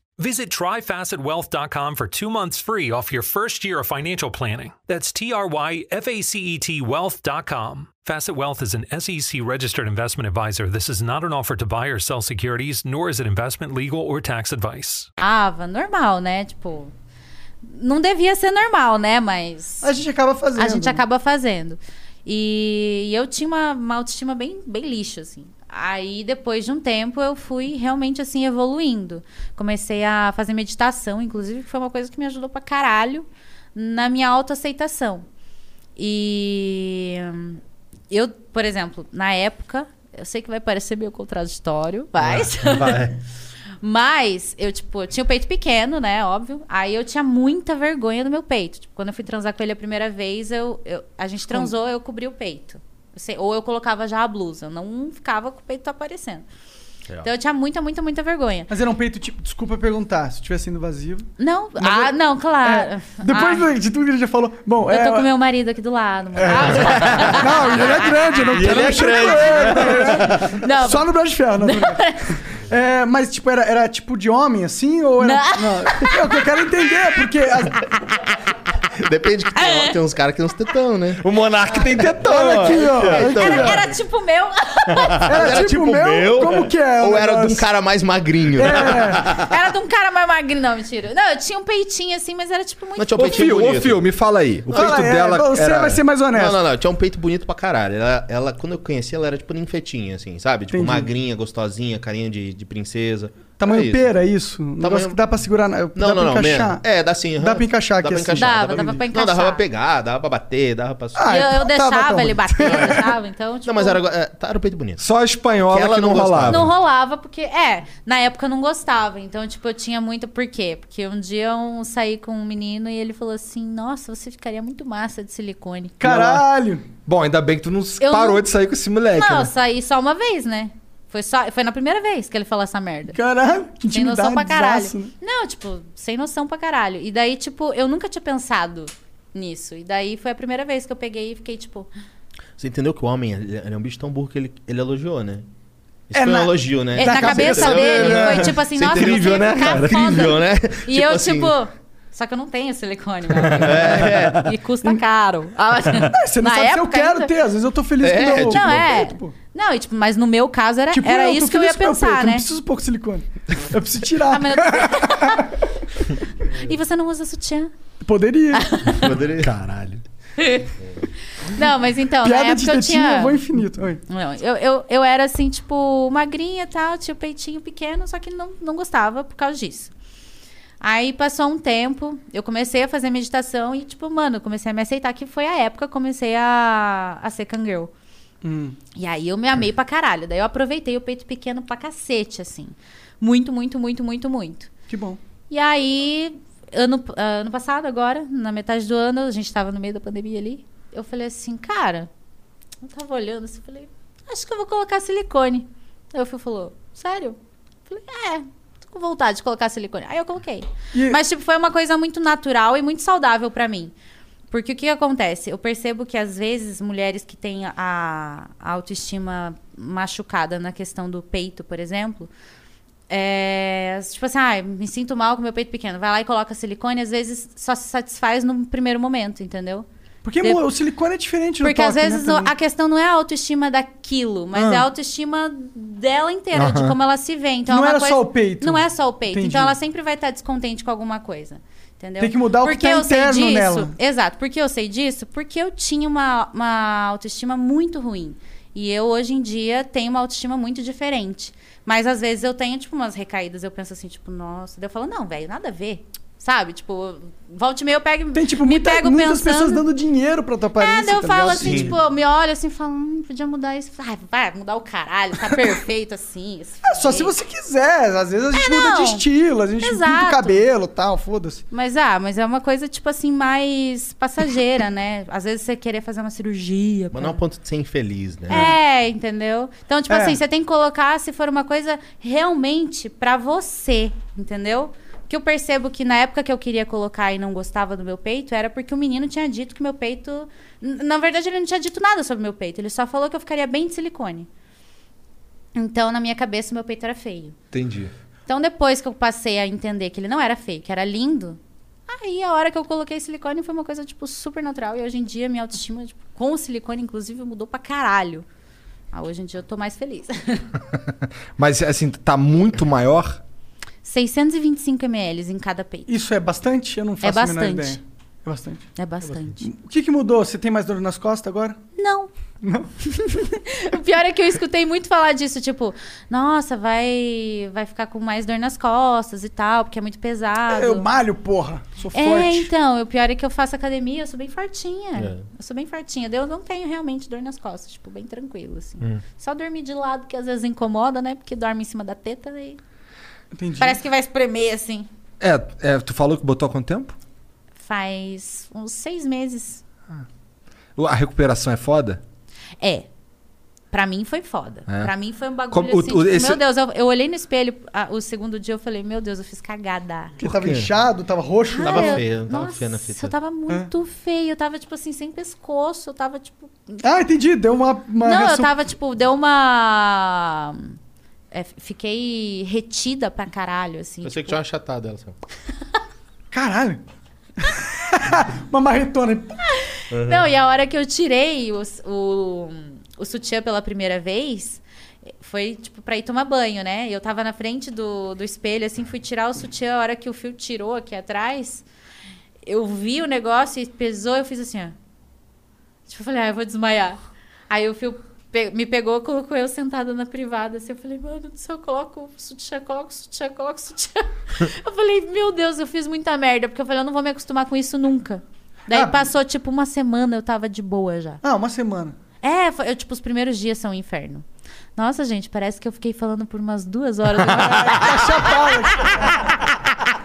[SPEAKER 10] Visit tryfacetwealth.com for two months free off your first year of financial planning. That's T R Y F A C E T wealth.com. Facet Wealth is an SEC registered investment advisor. This is not an offer to buy or sell securities, nor is it investment, legal, or tax advice.
[SPEAKER 4] Ava, normal, né? Tipo, não devia ser normal, né? Mas...
[SPEAKER 3] A gente acaba fazendo.
[SPEAKER 4] A gente acaba fazendo. E, e eu tinha uma, uma autoestima bem, bem lixo, assim. Aí, depois de um tempo, eu fui realmente, assim, evoluindo. Comecei a fazer meditação, inclusive, que foi uma coisa que me ajudou pra caralho na minha autoaceitação. E hum, eu, por exemplo, na época, eu sei que vai parecer meio contraditório, mas...
[SPEAKER 2] Ah,
[SPEAKER 7] Vai.
[SPEAKER 4] Mas eu, tipo, eu tinha o peito pequeno, né? Óbvio. Aí eu tinha muita vergonha do meu peito. Tipo, quando eu fui transar com ele a primeira vez, eu, eu- a gente transou, eu cobri o peito. Eu sei- ou eu colocava já a blusa. Eu não ficava com o peito aparecendo. Então eu tinha muita, muita, muita vergonha.
[SPEAKER 3] Mas era um peito tipo. Desculpa perguntar, se tivesse sendo invasivo.
[SPEAKER 4] Não, ah, não, claro.
[SPEAKER 3] É, Depois
[SPEAKER 4] Ah,
[SPEAKER 3] do- de tudo que ele já falou. Bom,
[SPEAKER 4] Eu
[SPEAKER 3] é.
[SPEAKER 4] tô com meu marido aqui do lado. mano.
[SPEAKER 3] Não, ele é grande, eu não
[SPEAKER 7] E
[SPEAKER 3] quero
[SPEAKER 7] ele é
[SPEAKER 3] mexer
[SPEAKER 7] grande,
[SPEAKER 3] com ele, tá ligado?
[SPEAKER 4] Não,
[SPEAKER 3] Só no Brasil de Ferro, não. É, mas, tipo, era, era tipo de homem, assim? Ou era.
[SPEAKER 4] Não.
[SPEAKER 3] Não, É o que eu quero entender, porque. as-
[SPEAKER 7] Depende que
[SPEAKER 4] É.
[SPEAKER 7] tem, tem uns caras que tem uns tetão, né?
[SPEAKER 6] O Monark tem tetão.
[SPEAKER 3] Olha aqui, ó.
[SPEAKER 7] Então,
[SPEAKER 4] era, era tipo meu.
[SPEAKER 3] Era, tipo, meu? Como que é? o
[SPEAKER 7] Ou era de um
[SPEAKER 3] negócio? É.
[SPEAKER 7] cara mais magrinho, né?
[SPEAKER 4] Era de um cara mais magrinho. Não, mentira. Não, eu tinha um peitinho assim, mas era tipo muito.
[SPEAKER 7] Não, tinha um
[SPEAKER 6] Ô,
[SPEAKER 7] peitinho
[SPEAKER 6] Fio, ô,
[SPEAKER 7] bonito.
[SPEAKER 6] Fio, me fala aí. O peito
[SPEAKER 3] Ah, é,
[SPEAKER 6] dela
[SPEAKER 3] Você
[SPEAKER 6] era...
[SPEAKER 3] vai ser mais
[SPEAKER 7] Não,
[SPEAKER 3] honesto.
[SPEAKER 7] não, não. Tinha um peito bonito pra caralho. Ela, ela- quando eu conheci, ela era tipo ninfetinha, assim, sabe? Tipo,
[SPEAKER 3] Entendi.
[SPEAKER 7] magrinha, gostosinha, carinha de, de princesa.
[SPEAKER 3] Tamanho
[SPEAKER 7] Era isso.
[SPEAKER 3] pera, é isso? Um negócio
[SPEAKER 7] Tamanho-
[SPEAKER 3] que dá pra segurar. na-
[SPEAKER 7] Não,
[SPEAKER 3] dá
[SPEAKER 7] não,
[SPEAKER 3] pra
[SPEAKER 7] não,
[SPEAKER 3] encaixar.
[SPEAKER 7] menos. É, dá sim.
[SPEAKER 3] Dá
[SPEAKER 7] aham.
[SPEAKER 3] pra encaixar aqui,
[SPEAKER 7] Dá pra
[SPEAKER 3] assim.
[SPEAKER 7] encaixar.
[SPEAKER 4] Dava, dava pra
[SPEAKER 7] Não, dava
[SPEAKER 4] encaixar.
[SPEAKER 7] pra pegar, dava pra bater, dava pra...
[SPEAKER 3] Ah,
[SPEAKER 4] E eu, eu
[SPEAKER 3] tava
[SPEAKER 4] deixava
[SPEAKER 3] tão
[SPEAKER 4] ele
[SPEAKER 3] bonito.
[SPEAKER 4] bater, eu deixava. Então, tipo,
[SPEAKER 7] então não, mas era, é, tá, era o peito bonito.
[SPEAKER 6] Só a espanhola
[SPEAKER 7] Que
[SPEAKER 6] que,
[SPEAKER 7] ela
[SPEAKER 6] não,
[SPEAKER 7] não
[SPEAKER 6] rolava.
[SPEAKER 7] gostava.
[SPEAKER 4] Não rolava, porque. É, na época eu não gostava. Então, tipo, eu tinha muito. Por quê? Porque um dia eu saí com um menino e ele falou assim: Nossa, você ficaria muito massa de silicone.
[SPEAKER 3] Caralho!
[SPEAKER 6] Bom, ainda bem que tu não
[SPEAKER 4] Eu
[SPEAKER 6] parou
[SPEAKER 4] não-
[SPEAKER 6] de sair com esse moleque,
[SPEAKER 4] não, eu
[SPEAKER 6] né?
[SPEAKER 4] saí só uma vez, né? Foi, só, foi na primeira vez que ele falou essa merda.
[SPEAKER 3] Caralho! Que
[SPEAKER 4] Sem noção pra caralho.
[SPEAKER 3] intimidadezaço, né?
[SPEAKER 4] Não, tipo, sem noção pra caralho. E daí, tipo, eu nunca tinha pensado nisso. E daí foi a primeira vez que eu peguei e fiquei, tipo,
[SPEAKER 7] Você entendeu que o homem, ele, ele é um bicho tão burro que ele, ele elogiou, né? Isso
[SPEAKER 3] É,
[SPEAKER 7] foi
[SPEAKER 3] na-
[SPEAKER 7] um elogio, né?
[SPEAKER 4] É, na cabeça, dele, foi tipo assim,
[SPEAKER 7] Isso é
[SPEAKER 4] nossa,
[SPEAKER 7] incrível,
[SPEAKER 4] você
[SPEAKER 7] né,
[SPEAKER 4] ia ficar
[SPEAKER 7] cara?
[SPEAKER 4] foda.
[SPEAKER 7] Incrível, né?
[SPEAKER 4] E
[SPEAKER 7] Tipo
[SPEAKER 4] eu,
[SPEAKER 7] assim-
[SPEAKER 4] tipo, só que eu não tenho silicone, meu amigo. E custa caro. Ah, mas-
[SPEAKER 3] É. Você não
[SPEAKER 4] na
[SPEAKER 3] sabe se eu
[SPEAKER 4] época
[SPEAKER 3] quero
[SPEAKER 4] ainda-
[SPEAKER 3] ter, às vezes eu tô feliz
[SPEAKER 7] É,
[SPEAKER 3] com o meu, meu
[SPEAKER 7] tipo,
[SPEAKER 4] Não, é.
[SPEAKER 3] peito, pô.
[SPEAKER 4] Não, e, tipo, mas no meu caso era,
[SPEAKER 3] Tipo,
[SPEAKER 4] era
[SPEAKER 3] eu tô
[SPEAKER 4] isso que eu
[SPEAKER 3] feliz
[SPEAKER 4] ia
[SPEAKER 3] com o meu peito,
[SPEAKER 4] pensar,
[SPEAKER 3] Eu
[SPEAKER 4] né?
[SPEAKER 3] não preciso pouco silicone. Eu preciso tirar.
[SPEAKER 4] Ah, mas eu- e você não usa sutiã?
[SPEAKER 3] Poderia.
[SPEAKER 7] Poderia-
[SPEAKER 6] Caralho.
[SPEAKER 4] Não, mas então, na
[SPEAKER 3] Piada de
[SPEAKER 4] época eu
[SPEAKER 3] tetinha,
[SPEAKER 4] tinha.
[SPEAKER 3] eu vou infinito. Oi.
[SPEAKER 4] Não, eu, eu, eu era assim, tipo, magrinha e tal, tinha o peitinho pequeno, só que não, não gostava por causa disso. Aí passou um tempo, eu comecei a fazer meditação e, tipo, mano, eu comecei a me aceitar, que foi a época que eu comecei a, a ser cangirl.
[SPEAKER 7] Hum.
[SPEAKER 4] E aí eu me amei pra caralho. Daí eu aproveitei o peito pequeno pra cacete, assim. Muito, muito, muito, muito, muito.
[SPEAKER 3] Que bom.
[SPEAKER 4] E aí, ano, ah, ano passado, agora, na metade do ano, a gente tava no meio da pandemia ali. Eu falei assim, cara, eu tava olhando assim, falei, acho que eu vou colocar silicone. Aí o Fio falou, sério? Eu falei, é, tô com vontade de colocar silicone. Aí eu coloquei.
[SPEAKER 3] E-
[SPEAKER 4] Mas, tipo, foi uma coisa muito natural e muito saudável pra mim. Porque o que que acontece? Eu percebo que, às vezes, mulheres que têm a, a autoestima machucada na questão do peito, por exemplo, é, tipo assim, ah, me sinto mal com meu peito pequeno. Vai lá e coloca silicone, às vezes só se satisfaz no primeiro momento, entendeu?
[SPEAKER 3] Porque
[SPEAKER 4] De-
[SPEAKER 3] mo- o silicone é diferente
[SPEAKER 4] Porque
[SPEAKER 3] no toque,
[SPEAKER 4] às vezes
[SPEAKER 3] né,
[SPEAKER 4] o-
[SPEAKER 3] também.
[SPEAKER 4] a questão não é a autoestima daquilo, mas
[SPEAKER 3] Ah.
[SPEAKER 4] é a autoestima dela inteira, de como ela se vê. Então,
[SPEAKER 3] Não
[SPEAKER 4] é uma
[SPEAKER 3] era
[SPEAKER 4] coisa-
[SPEAKER 3] só o peito.
[SPEAKER 4] Não é só o peito.
[SPEAKER 3] Entendi.
[SPEAKER 4] Então ela sempre vai estar descontente com alguma coisa. Entendeu?
[SPEAKER 3] Tem que mudar o que
[SPEAKER 4] Porque
[SPEAKER 3] tá
[SPEAKER 4] eu sei
[SPEAKER 3] interno
[SPEAKER 4] disso-
[SPEAKER 3] nela.
[SPEAKER 4] Exato. Porque eu sei disso? Porque eu tinha uma, uma autoestima muito ruim. E eu, hoje em dia, tenho uma autoestima muito diferente. Mas, às vezes, eu tenho, tipo, umas recaídas. Eu penso assim, tipo, nossa... Daí eu falo, não, velho, nada a ver. Sabe? Tipo, volte e meia, eu pego...
[SPEAKER 3] Tem, tipo,
[SPEAKER 4] me
[SPEAKER 3] muita,
[SPEAKER 4] pego
[SPEAKER 3] muitas
[SPEAKER 4] pensando...
[SPEAKER 3] pessoas dando dinheiro pra
[SPEAKER 4] É,
[SPEAKER 3] tua aparência.
[SPEAKER 4] daí eu
[SPEAKER 3] tá
[SPEAKER 4] falo
[SPEAKER 3] ligado?
[SPEAKER 4] assim, tipo, eu me olho assim e falo, hum, podia mudar isso. Ai, vai mudar o caralho, tá perfeito assim. esse
[SPEAKER 3] É, só se
[SPEAKER 4] jeito.
[SPEAKER 3] você quiser. Às vezes a gente muda de
[SPEAKER 4] É, não.
[SPEAKER 3] estilo, a gente pinta o
[SPEAKER 4] Exato.
[SPEAKER 3] cabelo e tal, foda-se.
[SPEAKER 4] Mas, ah, mas é uma coisa, tipo assim, mais passageira, né? Às vezes você querer fazer uma cirurgia.
[SPEAKER 7] Mas não
[SPEAKER 4] pra-
[SPEAKER 7] ao ponto de ser infeliz, né?
[SPEAKER 4] É, entendeu? Então, tipo
[SPEAKER 3] É.
[SPEAKER 4] assim, você tem que colocar se for uma coisa realmente pra você, entendeu? Que eu percebo que na época que eu queria colocar e não gostava do meu peito, era porque o menino tinha dito que meu peito. N- Na verdade, ele não tinha dito nada sobre meu peito. Ele só falou que eu ficaria bem de silicone. Então, na minha cabeça, meu peito era feio.
[SPEAKER 6] Entendi.
[SPEAKER 4] Então, depois que eu passei a entender que ele não era feio, que era lindo, aí a hora que eu coloquei silicone foi uma coisa, tipo, super natural. E hoje em dia, minha autoestima, tipo, com o silicone, inclusive, mudou pra caralho. Ah, hoje em dia eu tô mais feliz.
[SPEAKER 6] Mas, assim, tá muito maior?
[SPEAKER 4] 625 ml em cada peito.
[SPEAKER 3] Isso é bastante? Eu não faço a menor
[SPEAKER 4] bastante.
[SPEAKER 3] ideia. É bastante.
[SPEAKER 4] É bastante.
[SPEAKER 3] O que, que mudou? Você tem mais dor nas costas agora?
[SPEAKER 4] Não. o pior é que eu escutei muito falar disso, tipo, nossa, vai vai ficar com mais dor nas costas e tal, porque é muito pesado.
[SPEAKER 3] Eu malho, porra. Sou
[SPEAKER 4] É,
[SPEAKER 3] forte.
[SPEAKER 4] então, o pior é que eu faço academia, eu sou bem fortinha.
[SPEAKER 7] É.
[SPEAKER 4] Eu sou bem fortinha. daí Eu não tenho realmente dor nas costas, tipo, bem tranquilo, assim. Só dormir de lado, que às vezes incomoda, né? Porque dorme em cima da teta e
[SPEAKER 3] Entendi.
[SPEAKER 4] parece que vai espremer, assim.
[SPEAKER 6] É, é, tu falou que botou há quanto tempo?
[SPEAKER 4] Faz uns seis meses.
[SPEAKER 6] A recuperação é foda?
[SPEAKER 4] É. Pra mim foi foda.
[SPEAKER 6] É.
[SPEAKER 4] Pra mim foi um bagulho
[SPEAKER 6] Como- o-
[SPEAKER 4] assim, tipo,
[SPEAKER 6] o- esse-
[SPEAKER 4] meu Deus, eu, eu olhei no espelho ah, o segundo dia, eu falei, meu Deus, eu fiz cagada.
[SPEAKER 3] Porque tava
[SPEAKER 6] quê?
[SPEAKER 3] inchado, tava roxo.
[SPEAKER 7] Tava
[SPEAKER 4] eu-
[SPEAKER 7] feio, tava
[SPEAKER 4] nossa,
[SPEAKER 7] feio na fita.
[SPEAKER 4] Eu tava muito feio, eu tava, tipo assim, sem pescoço, eu tava, tipo.
[SPEAKER 3] Ah, entendi. Deu uma. uma
[SPEAKER 4] não, eu
[SPEAKER 3] reação-
[SPEAKER 4] tava, tipo, deu uma. é, fiquei retida pra caralho, assim.
[SPEAKER 7] Eu sei
[SPEAKER 4] tipo,
[SPEAKER 7] que tinha uma chatada dela. sabe?
[SPEAKER 3] Caralho. uma marretona.
[SPEAKER 4] Não, e a hora que eu tirei o, o, o sutiã pela primeira vez, foi, tipo, pra ir tomar banho, né? Eu tava na frente do, do espelho, assim, fui tirar o sutiã, a hora que o fio tirou aqui atrás, eu vi o negócio e pesou, eu fiz assim, ó. Tipo, eu falei, ah, eu vou desmaiar. Aí o fio pe- me pegou, colocou eu sentada na privada, assim, eu falei, mano do céu, coloco o sutiã, coloco o sutiã, coloco o sutiã. eu falei, meu Deus, eu fiz muita merda, porque eu falei, eu não vou me acostumar com isso nunca. Daí
[SPEAKER 3] Ah.
[SPEAKER 4] passou, tipo, uma semana, eu tava de boa já.
[SPEAKER 3] Ah, uma semana.
[SPEAKER 4] É, foi- eu, tipo, os primeiros dias são um inferno. Nossa, gente, parece que eu fiquei falando por umas duas horas.
[SPEAKER 3] Tá chapada.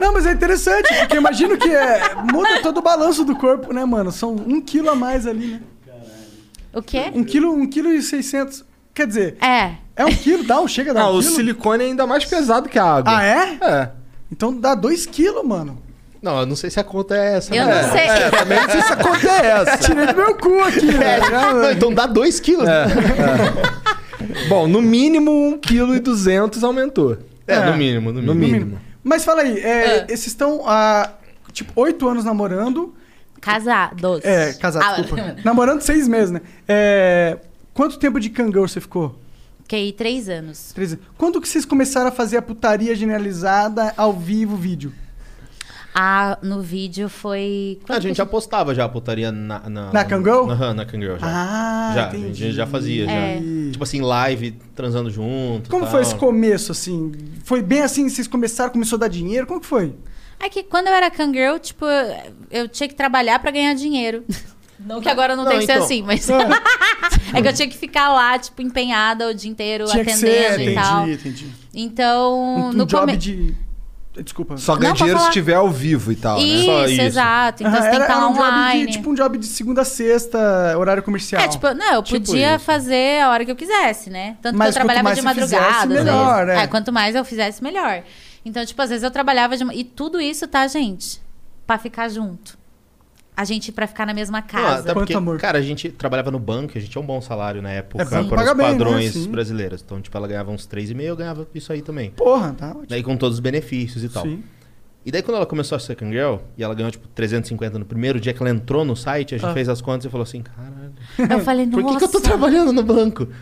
[SPEAKER 3] Não, mas é interessante, porque eu imagino que é, muda todo o balanço do corpo, né, mano? São um quilo a mais ali, né?
[SPEAKER 4] o quê?
[SPEAKER 3] Um quilo, um quilo e seiscentos. Quer dizer,
[SPEAKER 4] É.
[SPEAKER 3] é um quilo, dá? um- Chega a dar
[SPEAKER 6] Ah,
[SPEAKER 3] um
[SPEAKER 6] o
[SPEAKER 3] quilo?
[SPEAKER 6] silicone é ainda mais pesado que a água.
[SPEAKER 3] Ah, é?
[SPEAKER 6] É.
[SPEAKER 3] Então dá dois quilos, mano.
[SPEAKER 7] Não, eu não sei se a conta é essa.
[SPEAKER 4] Eu
[SPEAKER 7] né?
[SPEAKER 4] não sei.
[SPEAKER 6] Também não sei se a conta é essa.
[SPEAKER 3] Tirei do meu cu aqui, né?
[SPEAKER 7] Não, então dá 2 quilos. né?
[SPEAKER 6] Bom, no mínimo 1,2 kg aumentou.
[SPEAKER 7] É, no mínimo, no mínimo.
[SPEAKER 6] mínimo.
[SPEAKER 3] Mas fala aí, é,
[SPEAKER 4] Ah.
[SPEAKER 3] esses estão há, tipo, oito anos namorando.
[SPEAKER 4] Casados.
[SPEAKER 3] É, casado,
[SPEAKER 4] Ah,
[SPEAKER 3] desculpa. namorando seis meses, né? É, quanto tempo de cangão você ficou?
[SPEAKER 4] Fiquei três anos.
[SPEAKER 3] Três anos. Quando que vocês começaram a fazer a putaria generalizada ao vivo, vídeo?
[SPEAKER 4] Ah, no vídeo foi.
[SPEAKER 7] Ah, a gente já postava já a putaria na... Na,
[SPEAKER 3] Na Kangol?
[SPEAKER 7] Aham, na Kangirl já.
[SPEAKER 3] Ah,
[SPEAKER 7] já, A
[SPEAKER 3] entendi.
[SPEAKER 7] gente já fazia,
[SPEAKER 4] É.
[SPEAKER 7] já. Tipo assim, live, transando junto
[SPEAKER 3] Ah. Como
[SPEAKER 7] tal. né?
[SPEAKER 3] foi esse começo, assim? Foi bem assim, vocês começaram, começou a dar dinheiro? Como que foi?
[SPEAKER 4] É que quando eu era cangirl, tipo, eu- eu tinha que trabalhar pra ganhar dinheiro. Não que agora não,
[SPEAKER 7] Não,
[SPEAKER 4] tem que ser
[SPEAKER 7] então.
[SPEAKER 4] assim, mas. é que eu tinha que ficar lá, tipo, empenhada o dia inteiro, atendendo e
[SPEAKER 3] entendi,
[SPEAKER 4] assim, tal.
[SPEAKER 3] entendi.
[SPEAKER 4] Então,
[SPEAKER 3] Um, um
[SPEAKER 4] no
[SPEAKER 3] job
[SPEAKER 4] come-
[SPEAKER 3] de... Desculpa.
[SPEAKER 6] Só
[SPEAKER 4] Não,
[SPEAKER 6] ganha
[SPEAKER 4] pode
[SPEAKER 6] dinheiro se
[SPEAKER 4] falar.
[SPEAKER 6] tiver ao vivo e tal, né?
[SPEAKER 7] Só
[SPEAKER 4] Isso,
[SPEAKER 7] isso.
[SPEAKER 4] exato. Então
[SPEAKER 3] Aham,
[SPEAKER 4] você tem que estar
[SPEAKER 3] um
[SPEAKER 4] online.
[SPEAKER 3] job de, tipo um job de segunda a sexta, horário comercial.
[SPEAKER 4] É, tipo, não, eu
[SPEAKER 7] Tipo
[SPEAKER 4] podia
[SPEAKER 7] isso.
[SPEAKER 4] fazer a hora que eu quisesse, né? Tanto
[SPEAKER 3] Mas
[SPEAKER 4] que eu
[SPEAKER 3] quanto
[SPEAKER 4] trabalhava de
[SPEAKER 3] mais você fizesse,
[SPEAKER 4] madrugada. às vezes.
[SPEAKER 3] melhor, né?
[SPEAKER 4] É, quanto mais eu fizesse, melhor. Então, tipo, às vezes eu trabalhava de. ma- E tudo isso, tá, gente? Pra ficar junto. A gente, pra ficar na mesma
[SPEAKER 7] Não,
[SPEAKER 4] casa.
[SPEAKER 7] até porque,
[SPEAKER 3] Quanto amor.
[SPEAKER 7] cara, a gente trabalhava no banco, a gente tinha um bom salário na época
[SPEAKER 3] É,
[SPEAKER 7] para
[SPEAKER 3] sim. Paga
[SPEAKER 7] os
[SPEAKER 3] bem, né?
[SPEAKER 7] padrões
[SPEAKER 3] Sim.
[SPEAKER 7] brasileiros. Então, tipo, ela ganhava uns 3,5, eu ganhava isso aí então. também.
[SPEAKER 3] Porra, tá ótimo.
[SPEAKER 7] Daí com todos os benefícios e tal.
[SPEAKER 3] Sim.
[SPEAKER 7] E daí quando ela começou a Second Girl, e ela ganhou, tipo, 350 no primeiro dia que ela entrou no site, a
[SPEAKER 3] Ah.
[SPEAKER 7] gente fez as contas e falou assim, caralho,
[SPEAKER 4] Eu falei, nossa.
[SPEAKER 7] por que, que eu tô trabalhando no banco? Tá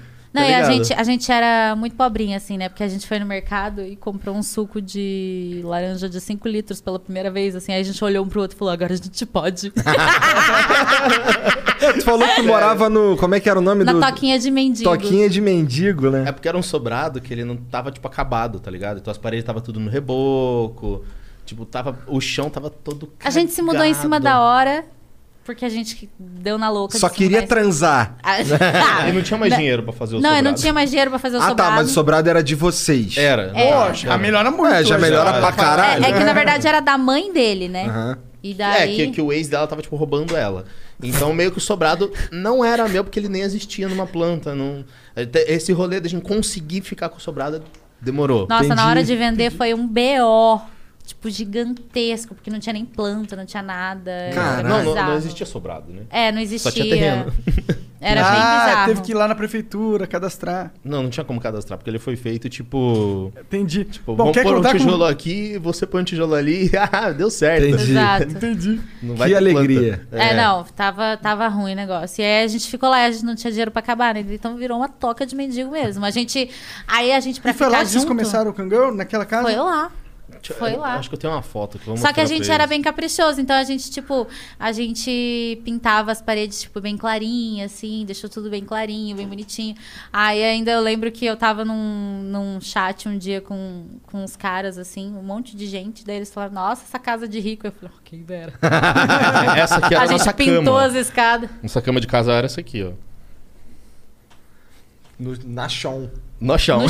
[SPEAKER 4] Não, e a
[SPEAKER 7] ligado?
[SPEAKER 4] gente, a gente era muito pobrinha, assim, né? Porque a gente foi no mercado e comprou um suco de laranja de 5 litros pela primeira vez, assim. Aí a gente olhou um pro outro e falou, agora a gente pode.
[SPEAKER 7] Ah,
[SPEAKER 6] Tu falou que morava no... Como é que era o nome
[SPEAKER 4] na
[SPEAKER 6] do...
[SPEAKER 4] toquinha de mendigo.
[SPEAKER 6] Toquinha de mendigo,
[SPEAKER 7] É
[SPEAKER 6] né?
[SPEAKER 7] porque era um sobrado que ele não tava, tipo, acabado, tá ligado? Então as paredes tava tudo no reboco, tipo, tava, o chão tava todo
[SPEAKER 4] A gente se mudou em cima da
[SPEAKER 7] cagado.
[SPEAKER 4] hora, porque a gente que deu na louca.
[SPEAKER 6] Só queria
[SPEAKER 4] transar.
[SPEAKER 6] transar.
[SPEAKER 7] E não tinha mais dinheiro pra fazer o
[SPEAKER 4] Ah, né? Não, eu não
[SPEAKER 7] sobrado.
[SPEAKER 4] tinha mais dinheiro pra fazer o
[SPEAKER 6] Ah, tá,
[SPEAKER 4] sobrado.
[SPEAKER 6] mas o sobrado era de vocês.
[SPEAKER 7] Era.
[SPEAKER 4] É.
[SPEAKER 7] Lógico,
[SPEAKER 3] Já melhora muito.
[SPEAKER 6] É, já
[SPEAKER 3] hoje.
[SPEAKER 6] melhora pra
[SPEAKER 4] É,
[SPEAKER 6] caralho.
[SPEAKER 4] é que na verdade era da mãe dele, né?
[SPEAKER 6] Aham.
[SPEAKER 4] E daí.
[SPEAKER 7] É, que, que o ex dela tava, tipo, roubando ela. Então, meio que o sobrado não era meu, porque ele nem existia numa planta. Não... Até Esse rolê da gente conseguir ficar com o sobrado demorou.
[SPEAKER 4] Nossa,
[SPEAKER 6] Entendi,
[SPEAKER 4] na hora de vender foi um BO. Tipo, gigantesco, porque não tinha nem planta, não tinha nada. era
[SPEAKER 6] Caralho.
[SPEAKER 7] Não, não, não
[SPEAKER 4] bizarro.
[SPEAKER 7] existia sobrado, né?
[SPEAKER 4] É, não existia.
[SPEAKER 7] Só tinha terreno.
[SPEAKER 4] Era É bem
[SPEAKER 3] ah,
[SPEAKER 4] bizarro.
[SPEAKER 3] teve que ir lá na prefeitura, cadastrar.
[SPEAKER 7] Não, não tinha como cadastrar, porque ele foi feito, tipo...
[SPEAKER 3] Entendi.
[SPEAKER 7] Pô, vamos
[SPEAKER 3] quer
[SPEAKER 7] pôr um
[SPEAKER 3] contar com-
[SPEAKER 7] tijolo aqui, você põe um tijolo ali. Ah, deu certo.
[SPEAKER 6] Entendi.
[SPEAKER 4] Exato.
[SPEAKER 3] Entendi.
[SPEAKER 7] Não
[SPEAKER 6] Que
[SPEAKER 7] ter planta.
[SPEAKER 6] alegria.
[SPEAKER 4] É, não, tava, tava ruim o negócio. E aí a gente ficou lá, a gente não tinha dinheiro pra acabar, né? Então virou uma toca de mendigo mesmo. A gente. Aí a gente pra
[SPEAKER 3] E foi
[SPEAKER 4] ficar
[SPEAKER 3] lá que vocês
[SPEAKER 4] junto,
[SPEAKER 3] começaram o cangão? Naquela casa?
[SPEAKER 4] Foi lá.
[SPEAKER 7] Deixa eu-
[SPEAKER 4] Foi
[SPEAKER 7] eu
[SPEAKER 4] lá.
[SPEAKER 7] Acho que eu tenho uma foto. Que eu vou
[SPEAKER 4] Só que a
[SPEAKER 7] mostrar
[SPEAKER 4] gente
[SPEAKER 7] pra
[SPEAKER 4] era
[SPEAKER 7] eles.
[SPEAKER 4] bem caprichoso, então a gente, tipo, a gente pintava as paredes, tipo, bem clarinha, assim, deixou tudo bem clarinho, bem bonitinho. Aí ainda eu lembro que eu tava num, num chat um dia com, com uns caras, assim, um monte de gente, daí eles falaram, nossa, essa casa de rico. Eu falei, "Oh, quem dera.
[SPEAKER 7] Essa aqui era
[SPEAKER 4] A
[SPEAKER 7] a
[SPEAKER 4] gente
[SPEAKER 7] nossa
[SPEAKER 4] pintou
[SPEAKER 7] cama.
[SPEAKER 4] as escadas.
[SPEAKER 7] Nossa cama de casal era essa aqui, ó.
[SPEAKER 6] No- na chão.
[SPEAKER 7] No chão.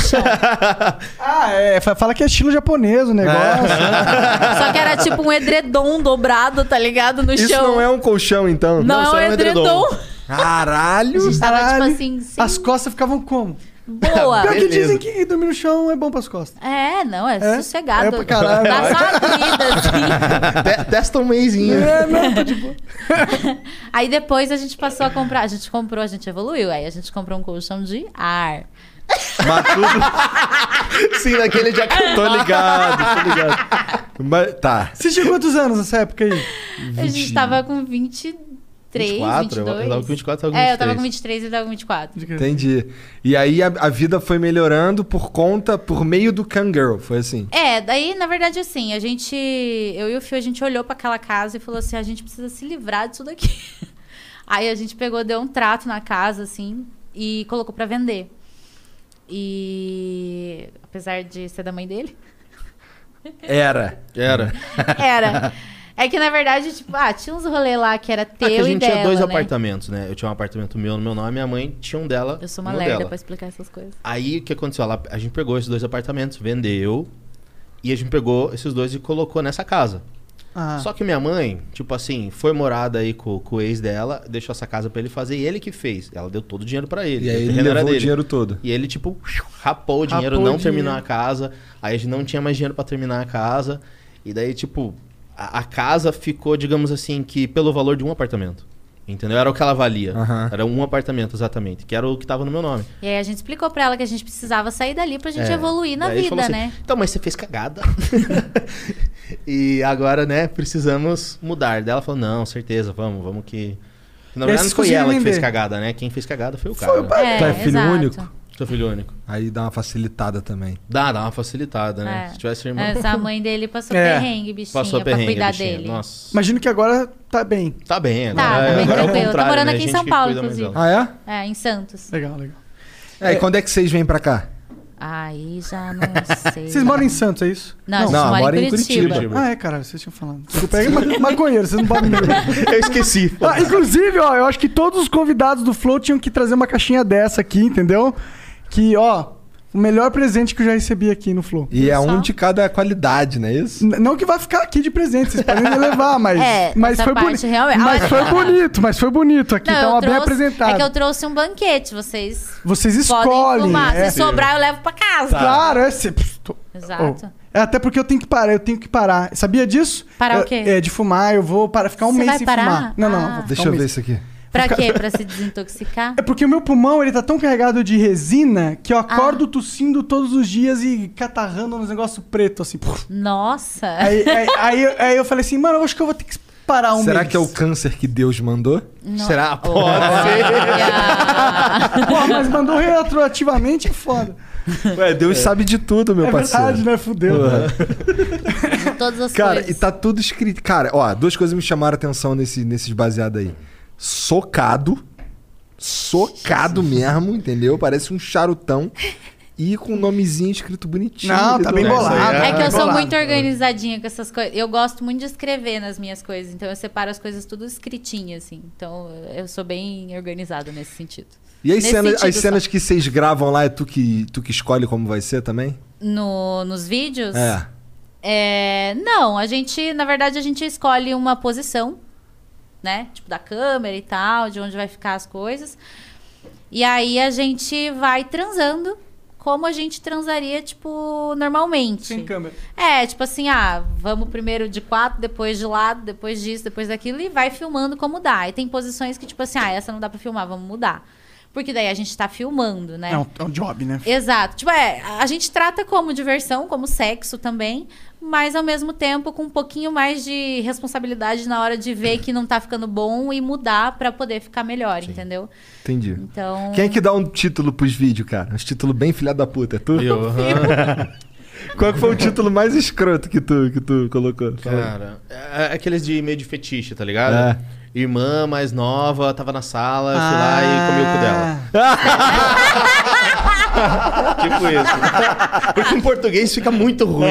[SPEAKER 3] Ah, é. fa- Fala que é estilo japonês o negócio.
[SPEAKER 4] Só que era tipo um edredom dobrado, tá ligado? No
[SPEAKER 6] Isso
[SPEAKER 4] chão.
[SPEAKER 6] não é um colchão, então?
[SPEAKER 4] Não,
[SPEAKER 7] Não, isso
[SPEAKER 4] é
[SPEAKER 7] era
[SPEAKER 4] um
[SPEAKER 7] um
[SPEAKER 4] edredom.
[SPEAKER 7] edredom.
[SPEAKER 6] Caralho!
[SPEAKER 4] A gente tava, tipo
[SPEAKER 3] Caralho.
[SPEAKER 4] assim, sem...
[SPEAKER 3] As costas ficavam como?
[SPEAKER 4] Boa!
[SPEAKER 6] É
[SPEAKER 3] Pior que
[SPEAKER 7] Beleza.
[SPEAKER 3] dizem que dormir no chão é bom pras costas.
[SPEAKER 4] É, não, é,
[SPEAKER 3] É?
[SPEAKER 4] sossegado.
[SPEAKER 3] É pra caralho.
[SPEAKER 4] Dá só uma dormida, assim.
[SPEAKER 7] Te- Testa um mêsinho.
[SPEAKER 4] Aí depois a gente passou a comprar. A gente comprou, a gente evoluiu. Aí a gente comprou um colchão de ar.
[SPEAKER 6] Mas tudo-
[SPEAKER 7] Sim, naquele assim, dia que
[SPEAKER 6] Tô ligado, tô ligado. Mas, tá.
[SPEAKER 3] Você tinha quantos anos nessa época aí?
[SPEAKER 4] A gente tava com 23,
[SPEAKER 7] 24, eu-
[SPEAKER 4] 22.
[SPEAKER 7] eu tava com 24, tava com
[SPEAKER 4] É, eu tava com
[SPEAKER 7] 23.
[SPEAKER 4] 23 e tava com 24.
[SPEAKER 6] Entendi. E aí a, a vida foi melhorando por conta, por meio do Kangirl. Foi assim.
[SPEAKER 4] É, daí, na verdade, assim, a gente. Eu e o Fio, a gente olhou pra aquela casa e falou assim: a gente precisa se livrar disso daqui. Aí a gente pegou, deu um trato na casa, assim, e colocou pra vender. E. Apesar de ser da mãe dele.
[SPEAKER 6] Era.
[SPEAKER 7] Era.
[SPEAKER 4] Era. É que, na verdade, tipo, ah, tinha uns rolê lá que era teu
[SPEAKER 7] É que a
[SPEAKER 4] e
[SPEAKER 7] gente
[SPEAKER 4] dela,
[SPEAKER 7] tinha dois
[SPEAKER 4] né?
[SPEAKER 7] apartamentos, né? Eu tinha um apartamento meu no meu nome, minha mãe tinha um dela.
[SPEAKER 4] Eu sou uma
[SPEAKER 7] no
[SPEAKER 4] lerda
[SPEAKER 7] dela.
[SPEAKER 4] pra explicar essas coisas.
[SPEAKER 7] Aí o que aconteceu? Ela- a gente pegou esses dois apartamentos, vendeu. E a gente pegou esses dois e colocou nessa casa.
[SPEAKER 3] Ah,
[SPEAKER 7] Só que minha mãe, tipo assim, foi morada aí com, com o ex dela, deixou essa casa pra ele fazer e ele que fez. Ela deu todo o dinheiro pra ele.
[SPEAKER 6] E aí
[SPEAKER 7] o
[SPEAKER 6] ele
[SPEAKER 7] terreno era
[SPEAKER 6] levou o
[SPEAKER 7] dele.
[SPEAKER 6] dinheiro todo.
[SPEAKER 7] E ele, tipo, rapou o dinheiro,
[SPEAKER 3] Rapou o
[SPEAKER 7] não
[SPEAKER 3] dinheiro.
[SPEAKER 7] terminou a casa. Aí a gente não tinha mais dinheiro pra terminar a casa. E daí, tipo, a, a casa ficou, digamos assim, que pelo valor de um apartamento. Entendeu? Era o que ela valia.
[SPEAKER 6] Aham.
[SPEAKER 7] Era um apartamento, exatamente. Que era o que tava no meu nome.
[SPEAKER 4] E aí a gente explicou pra ela que a gente precisava sair dali pra gente
[SPEAKER 7] É.
[SPEAKER 4] evoluir na
[SPEAKER 7] Daí ele
[SPEAKER 4] vida,
[SPEAKER 7] falou assim,
[SPEAKER 4] né?
[SPEAKER 7] Então, mas você fez cagada. e agora, né, precisamos mudar. Daí ela falou, não, certeza, vamos, vamos que... Na
[SPEAKER 3] E aí
[SPEAKER 7] verdade,
[SPEAKER 3] vocês
[SPEAKER 7] não foi ela que
[SPEAKER 3] conseguiram
[SPEAKER 7] fez
[SPEAKER 3] vender?
[SPEAKER 7] cagada, né? Quem fez cagada foi o cara.
[SPEAKER 6] Tu é filho único?
[SPEAKER 7] Seu filho único.
[SPEAKER 6] Aí dá uma facilitada também.
[SPEAKER 7] Dá, dá uma facilitada, né?
[SPEAKER 4] É.
[SPEAKER 7] Se tivesse irmão...
[SPEAKER 4] Essa a mãe dele passou
[SPEAKER 3] É.
[SPEAKER 4] perrengue, bichinha,
[SPEAKER 7] Passou
[SPEAKER 4] pra
[SPEAKER 7] perrengue,
[SPEAKER 4] cuidar
[SPEAKER 7] bichinha.
[SPEAKER 4] dele.
[SPEAKER 7] Nossa.
[SPEAKER 3] Imagino que agora tá bem.
[SPEAKER 7] Tá bem, agora,
[SPEAKER 4] Tá, tá
[SPEAKER 7] é,
[SPEAKER 4] bem
[SPEAKER 7] agora é o
[SPEAKER 4] tranquilo. Tá
[SPEAKER 7] contrário,
[SPEAKER 4] morando
[SPEAKER 7] né?
[SPEAKER 4] aqui em
[SPEAKER 7] Gente
[SPEAKER 4] São
[SPEAKER 7] que
[SPEAKER 4] Paulo,
[SPEAKER 7] cuida mais
[SPEAKER 4] inclusive.
[SPEAKER 7] dela.
[SPEAKER 6] Ah, é?
[SPEAKER 4] É, em Santos.
[SPEAKER 3] Legal, legal.
[SPEAKER 6] É, e quando é que vocês vêm pra cá?
[SPEAKER 4] Aí já não sei.
[SPEAKER 3] Vocês moram em Santos, é isso?
[SPEAKER 4] Não, a gente
[SPEAKER 6] Não,
[SPEAKER 4] mora, em Curitiba.
[SPEAKER 7] Curitiba.
[SPEAKER 3] Ah, é, caralho, vocês tinham falado. Desculpa, é ma- maconheiro, vocês não podem me
[SPEAKER 7] Eu esqueci.
[SPEAKER 3] Ah, inclusive, ó, eu acho que todos os convidados do Flow tinham que trazer uma caixinha dessa aqui, entendeu? Que, ó, o melhor presente que eu já recebi aqui no Flow.
[SPEAKER 6] E é
[SPEAKER 4] Só.
[SPEAKER 6] um de cada qualidade, não é isso?
[SPEAKER 3] N- Não que vai ficar aqui de presente, vocês podem me levar, mas,
[SPEAKER 4] É,
[SPEAKER 3] mas
[SPEAKER 4] essa
[SPEAKER 3] foi
[SPEAKER 4] parte
[SPEAKER 3] bonito.
[SPEAKER 4] realmente-
[SPEAKER 3] Mas
[SPEAKER 4] Olha.
[SPEAKER 3] foi bonito, mas foi bonito aqui,
[SPEAKER 4] Não,
[SPEAKER 3] tá uma
[SPEAKER 4] eu
[SPEAKER 3] bem
[SPEAKER 4] trouxe-
[SPEAKER 3] apresentado.
[SPEAKER 4] É que eu trouxe um banquete, vocês
[SPEAKER 3] Vocês
[SPEAKER 4] podem
[SPEAKER 3] escolhem.
[SPEAKER 4] fumar.
[SPEAKER 3] é.
[SPEAKER 4] Se sobrar, eu levo pra casa.
[SPEAKER 6] Tá.
[SPEAKER 3] Claro, é se- pff, tô-
[SPEAKER 4] Exato.
[SPEAKER 3] oh. É até porque eu tenho que parar, eu tenho que parar. Sabia disso?
[SPEAKER 4] Parar o
[SPEAKER 3] Eu-
[SPEAKER 4] quê?
[SPEAKER 3] É, de fumar, eu vou parar, ficar um
[SPEAKER 4] Você
[SPEAKER 3] mês
[SPEAKER 4] vai
[SPEAKER 3] sem
[SPEAKER 4] parar?
[SPEAKER 3] fumar. Não, não,
[SPEAKER 4] Ah.
[SPEAKER 3] vou ficar
[SPEAKER 6] Deixa
[SPEAKER 3] um
[SPEAKER 6] eu
[SPEAKER 3] mês.
[SPEAKER 6] ver isso aqui.
[SPEAKER 4] Pra quê? Pra se desintoxicar?
[SPEAKER 3] É porque o meu pulmão, ele tá tão carregado de resina que
[SPEAKER 4] Ah.
[SPEAKER 3] eu acordo tossindo todos os dias e catarrando nos negócios pretos, assim. puf.
[SPEAKER 4] Nossa.
[SPEAKER 3] Aí, aí, aí eu- aí eu falei assim, mano, eu acho que eu vou ter que parar um
[SPEAKER 6] Será
[SPEAKER 3] mês.
[SPEAKER 6] que é o câncer que Deus mandou?
[SPEAKER 7] Será? Pode
[SPEAKER 4] Olha.
[SPEAKER 3] Porra, mas mandou retroativamente, é foda.
[SPEAKER 6] Ué, É, Deus sabe de tudo, meu
[SPEAKER 3] é
[SPEAKER 6] parceiro. Uhum.
[SPEAKER 3] verdade, né? Fudeu.
[SPEAKER 4] De todas as
[SPEAKER 6] Cara,
[SPEAKER 4] coisas.
[SPEAKER 6] e tá tudo escrito. Cara, ó, duas coisas me chamaram a atenção nesse, nesses baseados aí. Socado. Socado mesmo, entendeu? Parece um charutão. E com um nomezinho escrito bonitinho.
[SPEAKER 3] Não,
[SPEAKER 6] ali
[SPEAKER 3] tá
[SPEAKER 6] do
[SPEAKER 3] bem
[SPEAKER 6] lado.
[SPEAKER 3] bolado.
[SPEAKER 4] É que eu sou
[SPEAKER 3] Bolado.
[SPEAKER 4] muito organizadinha com essas coisas. Eu gosto muito de escrever nas minhas coisas, então eu separo as coisas tudo escritinho, assim. Então eu sou bem organizada nesse sentido.
[SPEAKER 6] E as
[SPEAKER 4] Nesse
[SPEAKER 6] cenas,
[SPEAKER 4] sentido
[SPEAKER 6] as cenas
[SPEAKER 4] só.
[SPEAKER 6] que vocês gravam lá, é tu que, tu que escolhe como vai ser também?
[SPEAKER 4] No, nos vídeos?
[SPEAKER 6] É.
[SPEAKER 4] É, Não, a gente, na verdade, a gente escolhe uma posição, né? Tipo, da câmera e tal, de onde vai ficar as coisas. E aí a gente vai transando como a gente transaria, tipo, normalmente.
[SPEAKER 3] Sem câmera.
[SPEAKER 4] É, tipo assim, ah, vamos primeiro de quatro, depois de lado, depois disso, depois daquilo, e vai filmando como dá. E tem posições que, tipo assim, ah, essa não dá pra filmar, vamos mudar. Porque daí a gente tá filmando, né?
[SPEAKER 3] É um, é um job, né?
[SPEAKER 4] Exato. Tipo, é, a gente trata como diversão, como sexo também, mas ao mesmo tempo com um pouquinho mais de responsabilidade na hora de ver que não tá ficando bom e mudar pra poder ficar melhor, entendeu?
[SPEAKER 6] Entendi.
[SPEAKER 4] Então.
[SPEAKER 6] Quem é que dá um título pros vídeos, cara? Um título bem filha da puta, é
[SPEAKER 2] Ah,
[SPEAKER 6] tu?
[SPEAKER 7] Eu, aham.
[SPEAKER 6] Qual que foi o título mais escroto que tu, que tu colocou? Fala aí.
[SPEAKER 7] Cara, é- é aqueles de meio de fetiche, tá ligado?
[SPEAKER 6] É.
[SPEAKER 7] Irmã mais nova, tava na sala, eu fui lá e comi o cu dela. Tipo isso. Porque em português fica muito
[SPEAKER 6] É,
[SPEAKER 7] ruim,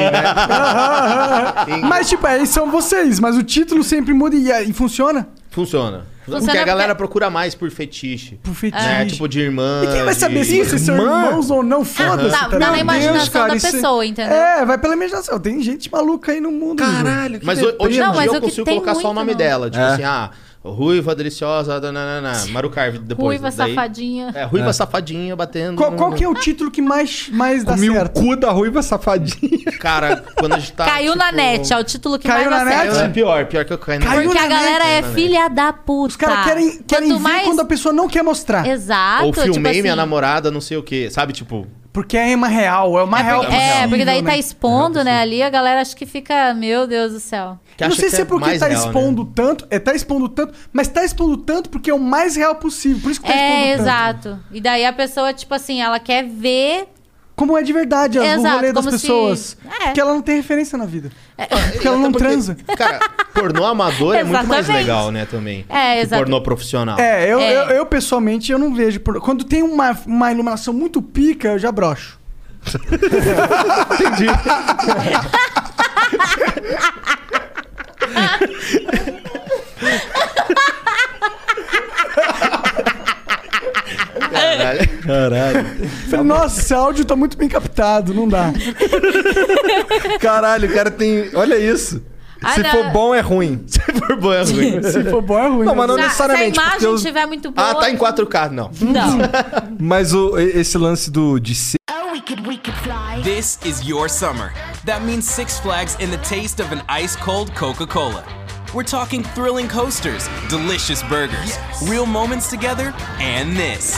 [SPEAKER 7] né? Em-
[SPEAKER 3] Mas, tipo, aí são vocês, mas o título sempre muda e, e funciona.
[SPEAKER 7] Funciona. Porque
[SPEAKER 4] porque- Ah.
[SPEAKER 7] a galera procura mais por fetiche.
[SPEAKER 3] Por fetiche.
[SPEAKER 7] Né? Tipo de irmã.
[SPEAKER 3] E quem vai saber se
[SPEAKER 7] de...
[SPEAKER 3] vocês são
[SPEAKER 6] Irmã?
[SPEAKER 3] irmãos ou não? Foda-se.
[SPEAKER 4] tá,
[SPEAKER 3] tá
[SPEAKER 4] tá na
[SPEAKER 3] ligado?
[SPEAKER 4] imaginação
[SPEAKER 6] Deus, cara,
[SPEAKER 4] da
[SPEAKER 6] isso é-
[SPEAKER 4] pessoa, entendeu?
[SPEAKER 3] É, vai pela imaginação. Tem gente maluca aí no mundo. Ju.
[SPEAKER 6] Caralho, que
[SPEAKER 7] Mas ho- hoje em
[SPEAKER 4] Não,
[SPEAKER 7] dia
[SPEAKER 4] mas o
[SPEAKER 7] eu
[SPEAKER 4] que
[SPEAKER 7] consigo
[SPEAKER 4] tem
[SPEAKER 7] colocar só o
[SPEAKER 4] muito
[SPEAKER 7] nome
[SPEAKER 4] não.
[SPEAKER 7] dela. Tipo
[SPEAKER 6] É.
[SPEAKER 7] assim, ah, ruiva deliciosa, dananana, Maru Carve depois.
[SPEAKER 4] Ruiva,
[SPEAKER 7] daí-
[SPEAKER 4] safadinha.
[SPEAKER 7] É, ruiva safadinha batendo.
[SPEAKER 3] Qual, qual que é o título que mais, mais dá
[SPEAKER 6] Comi o
[SPEAKER 3] certo?
[SPEAKER 6] cu da ruiva safadinha.
[SPEAKER 7] Cara, quando a gente tá.
[SPEAKER 4] Caiu na
[SPEAKER 7] tipo,
[SPEAKER 4] net, é o título que
[SPEAKER 3] Caiu
[SPEAKER 4] mais
[SPEAKER 3] na
[SPEAKER 4] dá
[SPEAKER 3] net?
[SPEAKER 4] certo.
[SPEAKER 7] É pior, pior que eu caí na
[SPEAKER 3] Caiu
[SPEAKER 7] net.
[SPEAKER 4] Porque a
[SPEAKER 3] na
[SPEAKER 4] galera
[SPEAKER 3] net,
[SPEAKER 4] é
[SPEAKER 7] caiu na
[SPEAKER 4] filha da puta.
[SPEAKER 3] Os caras querem, querem ver
[SPEAKER 4] Tá. Quanto mais...
[SPEAKER 3] quando a pessoa não quer mostrar.
[SPEAKER 4] Exato.
[SPEAKER 7] Ou filmei
[SPEAKER 4] tipo assim,
[SPEAKER 7] minha namorada, não sei o quê. Sabe, tipo,
[SPEAKER 3] Porque é uma real, é uma real.
[SPEAKER 7] uma
[SPEAKER 4] É,
[SPEAKER 7] real.
[SPEAKER 4] porque daí tá
[SPEAKER 3] possível, né?
[SPEAKER 4] expondo,
[SPEAKER 7] assim.
[SPEAKER 4] né? Ali a galera acho que fica, meu Deus do céu.
[SPEAKER 7] que
[SPEAKER 3] Eu não
[SPEAKER 7] acha
[SPEAKER 3] sei
[SPEAKER 7] que
[SPEAKER 3] se é porque
[SPEAKER 7] mais
[SPEAKER 3] tá
[SPEAKER 7] real, né?
[SPEAKER 3] expondo tanto, é tá expondo tanto, mas tá expondo tanto porque é o mais real possível, por isso que tá
[SPEAKER 4] É,
[SPEAKER 3] expondo tanto.
[SPEAKER 4] exato. E daí a pessoa, tipo assim, ela quer ver.
[SPEAKER 3] Como é de verdade as- o
[SPEAKER 4] Exato,
[SPEAKER 3] rolê das
[SPEAKER 4] como se-
[SPEAKER 3] pessoas.
[SPEAKER 4] É.
[SPEAKER 3] Porque ela não tem referência na vida. Porque
[SPEAKER 7] E
[SPEAKER 3] ela
[SPEAKER 7] até
[SPEAKER 3] não
[SPEAKER 7] porque,
[SPEAKER 3] transa.
[SPEAKER 7] Cara, pornô amador é muito mais
[SPEAKER 4] Exatamente.
[SPEAKER 7] legal, né, também.
[SPEAKER 4] É,
[SPEAKER 7] que
[SPEAKER 4] exato.
[SPEAKER 7] Pornô profissional.
[SPEAKER 3] É, eu,
[SPEAKER 4] É.
[SPEAKER 3] Eu, eu, pessoalmente eu não vejo. por- Quando tem uma, uma iluminação muito pica, eu já brocho.
[SPEAKER 7] Caralho.
[SPEAKER 3] Falei, nossa, esse áudio tá muito bem captado, não dá.
[SPEAKER 6] Caralho, o cara tem. Olha isso.
[SPEAKER 4] Ah,
[SPEAKER 6] Se
[SPEAKER 4] não.
[SPEAKER 6] for bom, é ruim.
[SPEAKER 7] Se for bom, é ruim. né?
[SPEAKER 3] Se for bom, é ruim.
[SPEAKER 6] Não, mas não
[SPEAKER 4] Se a-
[SPEAKER 6] necessariamente.
[SPEAKER 4] Se a
[SPEAKER 6] porque
[SPEAKER 4] imagem
[SPEAKER 6] eu-
[SPEAKER 4] estiver muito boa.
[SPEAKER 7] Ah, tá em 4K, não.
[SPEAKER 4] Não.
[SPEAKER 6] Mas o, e- esse lance do de ser.
[SPEAKER 8] Oh, we could, we could fly.
[SPEAKER 9] This is your summer. That means Six Flags and the taste of an ice cold Coca Cola. We're talking thrilling coasters, delicious burgers, real moments together, and this.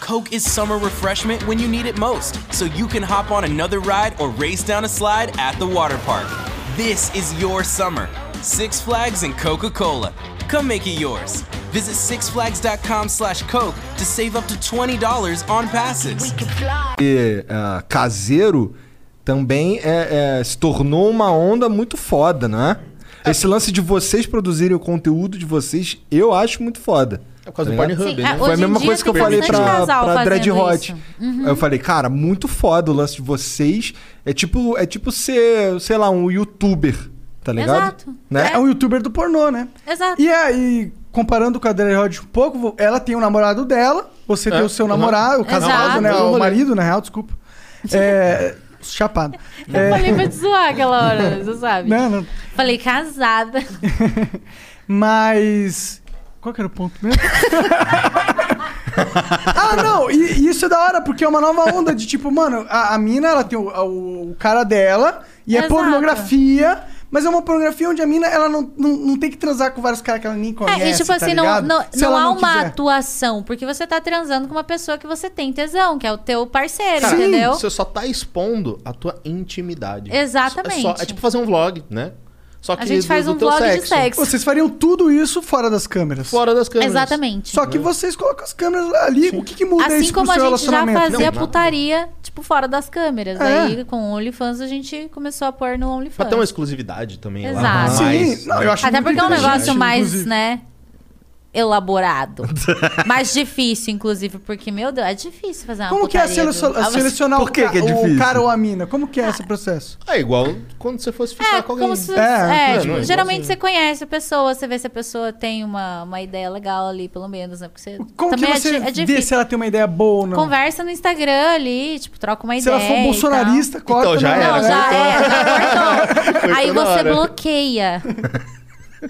[SPEAKER 9] Coke is summer refreshment when you need it most, so you can hop on another ride or race down a slide at the water park. This is your summer. Six Flags and Coca Cola. Come make it yours. Visit sixflags.com slash Coke to save up to $20 on passes.
[SPEAKER 8] We could fly.
[SPEAKER 6] ah, caseiro também é, é, se tornou uma onda muito foda, né? Esse lance de vocês produzirem o conteúdo de vocês, eu acho muito foda.
[SPEAKER 7] É por causa do
[SPEAKER 6] Tá ligado?
[SPEAKER 7] Pornhub,
[SPEAKER 4] Sim,
[SPEAKER 7] né?
[SPEAKER 4] é,
[SPEAKER 6] Foi a
[SPEAKER 4] Hoje em
[SPEAKER 6] mesma
[SPEAKER 4] dia
[SPEAKER 6] coisa que eu
[SPEAKER 4] tem
[SPEAKER 6] falei
[SPEAKER 4] bastante
[SPEAKER 6] pra,
[SPEAKER 4] casal
[SPEAKER 6] pra Dread
[SPEAKER 4] fazendo
[SPEAKER 6] Hot.
[SPEAKER 4] isso. Uhum.
[SPEAKER 6] Eu falei, cara, muito foda o lance de vocês. É tipo, é tipo ser, sei lá, um youtuber, tá ligado?
[SPEAKER 4] Exato.
[SPEAKER 6] Né?
[SPEAKER 3] É um youtuber do pornô, né?
[SPEAKER 4] Exato.
[SPEAKER 3] E aí, comparando com a Adele Rod um pouco, ela tem o namorado dela, você tem o seu
[SPEAKER 7] uhum.
[SPEAKER 3] namorado, o casal,
[SPEAKER 4] É. Exato.
[SPEAKER 3] né?
[SPEAKER 7] Eu
[SPEAKER 3] O
[SPEAKER 7] vou-
[SPEAKER 3] marido, na real, desculpa. É. Chapado.
[SPEAKER 4] Eu falei pra te zoar aquela hora, você sabe?
[SPEAKER 3] Não, não.
[SPEAKER 4] Falei casada.
[SPEAKER 3] Mas. Qual que era o ponto mesmo? ah, não! E, e isso é da hora, porque é uma nova onda de tipo, mano, a, a mina, ela tem o, a- o- o cara dela, e é
[SPEAKER 4] Exato.
[SPEAKER 3] pornografia, mas é uma pornografia onde a mina, ela não, não, não tem que transar com vários caras que ela nem conhece.
[SPEAKER 4] É, e tipo
[SPEAKER 3] tá
[SPEAKER 4] assim, não,
[SPEAKER 3] ligado?
[SPEAKER 4] não,
[SPEAKER 3] Se
[SPEAKER 4] não
[SPEAKER 3] ela
[SPEAKER 4] há uma
[SPEAKER 3] quiser.
[SPEAKER 4] atuação, porque você tá transando com uma pessoa que você tem tesão, que é o teu parceiro,
[SPEAKER 7] Cara,
[SPEAKER 4] entendeu?
[SPEAKER 7] Você só tá expondo a tua intimidade.
[SPEAKER 4] Exatamente.
[SPEAKER 7] É, só- é tipo fazer um vlog, né? Só que
[SPEAKER 4] A gente
[SPEAKER 7] do-
[SPEAKER 4] faz
[SPEAKER 7] do
[SPEAKER 4] um
[SPEAKER 7] teu
[SPEAKER 4] vlog de sexo.
[SPEAKER 3] Vocês fariam tudo isso fora das câmeras.
[SPEAKER 7] Fora das câmeras.
[SPEAKER 4] Exatamente.
[SPEAKER 3] né? Só que vocês colocam as câmeras ali. O que, que muda
[SPEAKER 4] assim
[SPEAKER 3] isso pro
[SPEAKER 4] como a
[SPEAKER 3] seu
[SPEAKER 4] gente já
[SPEAKER 3] relacionamento? né?
[SPEAKER 4] fazia
[SPEAKER 7] Não,
[SPEAKER 4] putaria, tipo, fora das câmeras.
[SPEAKER 3] É. Então,
[SPEAKER 4] Aí, com o OnlyFans, a gente começou a pôr no
[SPEAKER 7] Pra ter uma
[SPEAKER 4] OnlyFans.
[SPEAKER 7] exclusividade também. Lá,
[SPEAKER 4] Exato.
[SPEAKER 3] Sim,
[SPEAKER 7] mais,
[SPEAKER 3] não,
[SPEAKER 7] né?
[SPEAKER 3] eu acho
[SPEAKER 4] Até
[SPEAKER 3] muito
[SPEAKER 4] porque é um negócio
[SPEAKER 3] interessante,
[SPEAKER 4] mais,
[SPEAKER 3] inclusive.
[SPEAKER 4] né, elaborado. mais difícil, inclusive, porque, meu Deus, é difícil fazer uma
[SPEAKER 3] Como que é
[SPEAKER 4] putaria,
[SPEAKER 3] selec-
[SPEAKER 4] viu? Ah, você- Ah,
[SPEAKER 3] selecionar
[SPEAKER 6] Por que
[SPEAKER 3] o, ca-
[SPEAKER 6] que é
[SPEAKER 3] o
[SPEAKER 6] difícil?
[SPEAKER 3] cara ou a mina? Como que é esse processo?
[SPEAKER 7] É igual quando você fosse ficar
[SPEAKER 4] É,
[SPEAKER 7] com alguém.
[SPEAKER 4] como se,
[SPEAKER 3] É,
[SPEAKER 4] é,
[SPEAKER 7] é,
[SPEAKER 4] tipo,
[SPEAKER 7] não é
[SPEAKER 4] geralmente
[SPEAKER 7] igualzinho.
[SPEAKER 4] você conhece a pessoa, você vê se a pessoa tem uma, uma ideia legal ali, pelo menos, né? Porque você
[SPEAKER 3] Como
[SPEAKER 4] também
[SPEAKER 3] que
[SPEAKER 4] é
[SPEAKER 3] você
[SPEAKER 4] di- é,
[SPEAKER 3] vê se
[SPEAKER 4] difícil.
[SPEAKER 3] ela tem uma ideia boa ou não?
[SPEAKER 4] Conversa no Instagram ali, tipo, troca uma
[SPEAKER 3] se
[SPEAKER 4] ideia.
[SPEAKER 3] ela for
[SPEAKER 4] e
[SPEAKER 3] bolsonarista,
[SPEAKER 4] tal.
[SPEAKER 3] corta.
[SPEAKER 7] Então, já
[SPEAKER 3] né?
[SPEAKER 7] era,
[SPEAKER 4] Não, já é, já cortou. Aí
[SPEAKER 7] toda
[SPEAKER 4] você
[SPEAKER 7] hora.
[SPEAKER 4] bloqueia.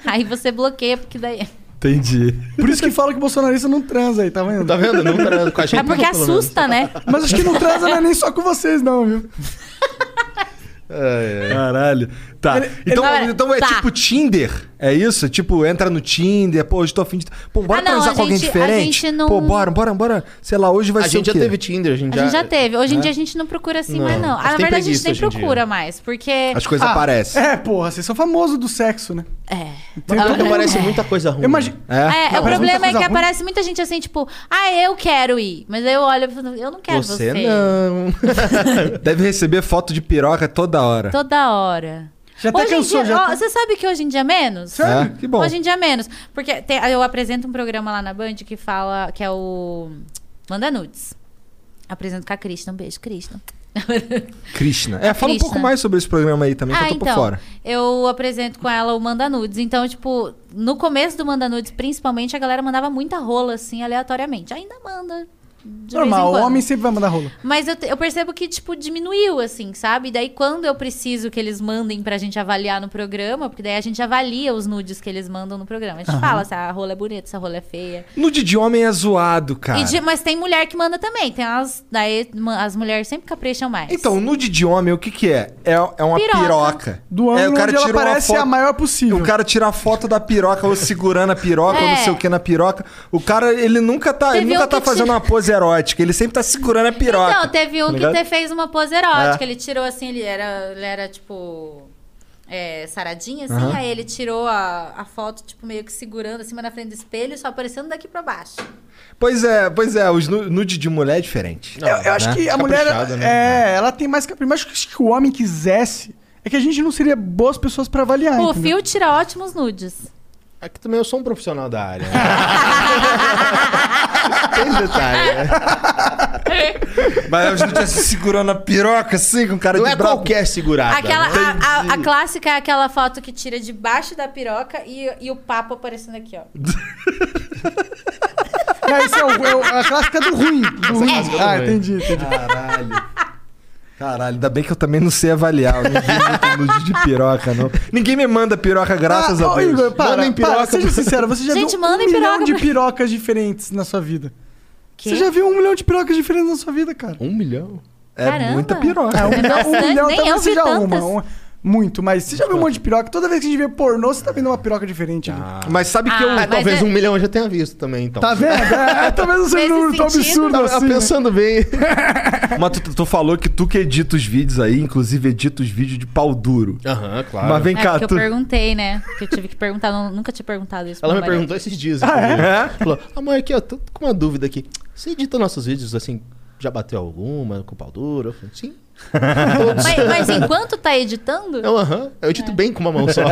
[SPEAKER 4] Aí você bloqueia, porque daí.
[SPEAKER 6] Entendi.
[SPEAKER 3] Por isso que fala que bolsonarista não transa aí, tá vendo?
[SPEAKER 7] Tá vendo? Não tá com a gente.
[SPEAKER 4] É porque
[SPEAKER 7] pelo menos.
[SPEAKER 4] assusta, né?
[SPEAKER 3] Mas acho que não transa não é nem só com vocês, não, viu?
[SPEAKER 7] É, é.
[SPEAKER 6] Caralho. Tá. então,
[SPEAKER 4] ele-
[SPEAKER 6] então é
[SPEAKER 4] tá.
[SPEAKER 6] tipo Tinder? É isso? Tipo, entra no Tinder, pô, hoje tô afim de. Pô, bora
[SPEAKER 4] Ah, não,
[SPEAKER 6] transar
[SPEAKER 4] a
[SPEAKER 6] com alguém
[SPEAKER 4] gente- a
[SPEAKER 6] diferente?
[SPEAKER 4] gente não-
[SPEAKER 6] Pô, bora, bora, bora. Sei lá, hoje vai
[SPEAKER 7] A
[SPEAKER 6] ser. o
[SPEAKER 7] gente já
[SPEAKER 6] quê?
[SPEAKER 7] teve Tinder, a gente
[SPEAKER 4] A
[SPEAKER 7] já. né?
[SPEAKER 4] gente já teve. Hoje em dia a gente não procura assim
[SPEAKER 7] Não,
[SPEAKER 4] mais, não.
[SPEAKER 7] a gente
[SPEAKER 4] Ah, na
[SPEAKER 7] tem
[SPEAKER 4] verdade, a gente
[SPEAKER 7] preguiça
[SPEAKER 4] nem
[SPEAKER 7] hoje em dia.
[SPEAKER 4] procura mais, porque.
[SPEAKER 6] As coisas
[SPEAKER 3] Ah,
[SPEAKER 6] aparecem.
[SPEAKER 3] É, porra, vocês são famosos do sexo, né?
[SPEAKER 4] É.
[SPEAKER 3] Tem
[SPEAKER 4] Ah,
[SPEAKER 3] todo
[SPEAKER 7] Porque
[SPEAKER 3] mundo-
[SPEAKER 7] aparece muita coisa ruim.
[SPEAKER 3] Eu imagino...
[SPEAKER 4] É,
[SPEAKER 3] Não,
[SPEAKER 4] o
[SPEAKER 3] mas muita
[SPEAKER 4] problema é que
[SPEAKER 3] coisa ruim.
[SPEAKER 4] aparece muita gente assim, tipo, ah, eu quero ir. Mas aí eu olho e falo, eu não quero É, você.
[SPEAKER 7] Você não.
[SPEAKER 4] É.
[SPEAKER 6] Deve receber foto de piroca toda hora.
[SPEAKER 4] Toda hora.
[SPEAKER 3] Já até
[SPEAKER 4] Hoje em
[SPEAKER 3] cansou,
[SPEAKER 4] dia-
[SPEAKER 3] já
[SPEAKER 4] ó,
[SPEAKER 3] tá-
[SPEAKER 4] Você sabe que hoje em dia é menos?
[SPEAKER 2] Sério? Que bom.
[SPEAKER 4] Hoje em dia é menos. Porque tem- eu apresento um programa lá na Band que fala, que é o Manda Nudes. Apresento com a Krishna. Um beijo, Krishna.
[SPEAKER 2] Krishna. É, fala um pouco
[SPEAKER 4] Krishna.
[SPEAKER 2] mais sobre esse programa aí também, que eu tô por fora.
[SPEAKER 4] Ah, então, Eu apresento com ela o Manda Nudes. Então, tipo, no começo do Manda Nudes, principalmente, a galera mandava muita rola, assim, aleatoriamente. Ainda manda. de
[SPEAKER 3] Normal,
[SPEAKER 4] vez em
[SPEAKER 3] o
[SPEAKER 4] quando.
[SPEAKER 3] homem sempre vai mandar rolo.
[SPEAKER 4] Mas eu, te- eu percebo que, tipo, diminuiu, assim, sabe? Daí quando eu preciso que eles mandem pra gente avaliar no programa, porque daí a gente avalia os nudes que eles mandam no programa. A gente fala se a rola é bonita, se a rola é feia.
[SPEAKER 2] Nude de homem é zoado, cara.
[SPEAKER 4] E de- mas tem mulher que manda também. Tem as. Daí ma- as mulheres sempre capricham mais.
[SPEAKER 2] Então, nude de homem, o que que é? É, é uma piroca.
[SPEAKER 4] Piroca.
[SPEAKER 3] Do
[SPEAKER 2] é,
[SPEAKER 3] ângulo onde ela
[SPEAKER 2] tira uma
[SPEAKER 3] parece
[SPEAKER 2] foto-
[SPEAKER 3] a maior possível.
[SPEAKER 2] O cara tira a foto da piroca, ou segurando a piroca, ou não
[SPEAKER 4] É.
[SPEAKER 2] sei o que na piroca. O cara, ele nunca tá, ele
[SPEAKER 4] Teve
[SPEAKER 2] nunca
[SPEAKER 4] um
[SPEAKER 2] tá
[SPEAKER 4] que
[SPEAKER 2] fazendo
[SPEAKER 4] tira-
[SPEAKER 2] uma pose erótica. Ele sempre tá segurando a piroca.
[SPEAKER 4] Então, teve um
[SPEAKER 2] tá
[SPEAKER 4] que
[SPEAKER 2] ligado?
[SPEAKER 4] te fez uma pose erótica.
[SPEAKER 2] É.
[SPEAKER 4] Ele tirou assim, ele era, ele era tipo. é, saradinha, assim, aí ele tirou a, a foto, tipo, meio que segurando assim, mas na frente do espelho, só aparecendo daqui pra baixo.
[SPEAKER 2] Pois é, pois é. Os nu- nude de mulher é diferente.
[SPEAKER 7] Não,
[SPEAKER 3] eu, eu acho
[SPEAKER 2] né?
[SPEAKER 3] que a mulher.
[SPEAKER 7] Caprichada,
[SPEAKER 3] É, ela tem mais capricho. Mas acho que o homem quisesse. É que a gente não seria boas pessoas pra
[SPEAKER 2] Ah,
[SPEAKER 3] avaliar.
[SPEAKER 4] o
[SPEAKER 3] entendeu?
[SPEAKER 4] Fio tira ótimos nudes.
[SPEAKER 7] É que também eu sou um profissional da área. Tem detalhe, né?
[SPEAKER 2] Mas os nudes é se segurando a piroca, assim, com cara
[SPEAKER 7] Não
[SPEAKER 2] de
[SPEAKER 7] é
[SPEAKER 2] brabo.
[SPEAKER 7] qualquer segurada.
[SPEAKER 4] Aquela,
[SPEAKER 7] né?
[SPEAKER 4] a, a- a clássica é aquela foto que tira debaixo da piroca e, e o papo aparecendo aqui, ó.
[SPEAKER 3] É, isso é, o, é o- a clássica do ruim. Do ruim.
[SPEAKER 7] clássica do
[SPEAKER 3] Ah,
[SPEAKER 7] ruim.
[SPEAKER 3] entendi, entendi.
[SPEAKER 2] Caralho. Caralho, ainda bem que eu também não sei avaliar. Eu não vi muito nude de piroca, não. Ninguém me manda piroca, graças
[SPEAKER 3] Ah,
[SPEAKER 2] a
[SPEAKER 3] ô,
[SPEAKER 2] Deus.
[SPEAKER 3] Igor, para,
[SPEAKER 7] Mandem
[SPEAKER 3] para,
[SPEAKER 7] piroca.
[SPEAKER 3] seja sincero, você já
[SPEAKER 4] Gente,
[SPEAKER 3] viu um
[SPEAKER 4] mandem
[SPEAKER 3] milhão
[SPEAKER 4] piroca
[SPEAKER 3] de
[SPEAKER 4] pra-
[SPEAKER 3] pirocas diferentes na sua vida.
[SPEAKER 4] Que?
[SPEAKER 3] Você já viu um milhão de pirocas diferentes na sua vida, cara? Um
[SPEAKER 7] Um milhão?
[SPEAKER 2] é
[SPEAKER 4] Caramba.
[SPEAKER 2] muita piroca.
[SPEAKER 4] É bastante, nem
[SPEAKER 3] então
[SPEAKER 4] eu vi tantas.
[SPEAKER 3] é uma. um, Muito, mas você já viu um monte de piroca? Toda vez que a gente vê pornô, você tá vendo uma piroca diferente. ali.
[SPEAKER 2] Mas sabe que eu.
[SPEAKER 4] Ah,
[SPEAKER 7] Ah,
[SPEAKER 4] mas
[SPEAKER 7] talvez
[SPEAKER 4] é-
[SPEAKER 7] um milhão eu já tenha visto também, então.
[SPEAKER 3] Tá vendo? É, é, talvez não seja um
[SPEAKER 4] Nesse
[SPEAKER 3] número tão
[SPEAKER 4] sentido-
[SPEAKER 3] absurdo
[SPEAKER 7] Tava
[SPEAKER 3] assim. né?
[SPEAKER 7] pensando bem.
[SPEAKER 2] Mas tu, tu falou que tu que edita os vídeos aí, inclusive edita os vídeos de pau duro.
[SPEAKER 7] Aham, claro.
[SPEAKER 2] Mas vem
[SPEAKER 4] É
[SPEAKER 2] cá,
[SPEAKER 4] porque eu
[SPEAKER 2] tu.
[SPEAKER 4] perguntei, né? Porque eu tive que perguntar, não- nunca tinha perguntado isso.
[SPEAKER 7] Ela
[SPEAKER 4] pro
[SPEAKER 7] me
[SPEAKER 4] meu marido.
[SPEAKER 7] perguntou esses dias. inclusive.
[SPEAKER 2] É?
[SPEAKER 7] Falou, amor, aqui, ó, tô com uma dúvida aqui. Você edita nossos vídeos assim? Já bateu alguma com pau duro? Eu falei, sim.
[SPEAKER 4] Mas, É. mas enquanto tá editando,
[SPEAKER 7] Eu, aham. Eu edito bem com uma mão só.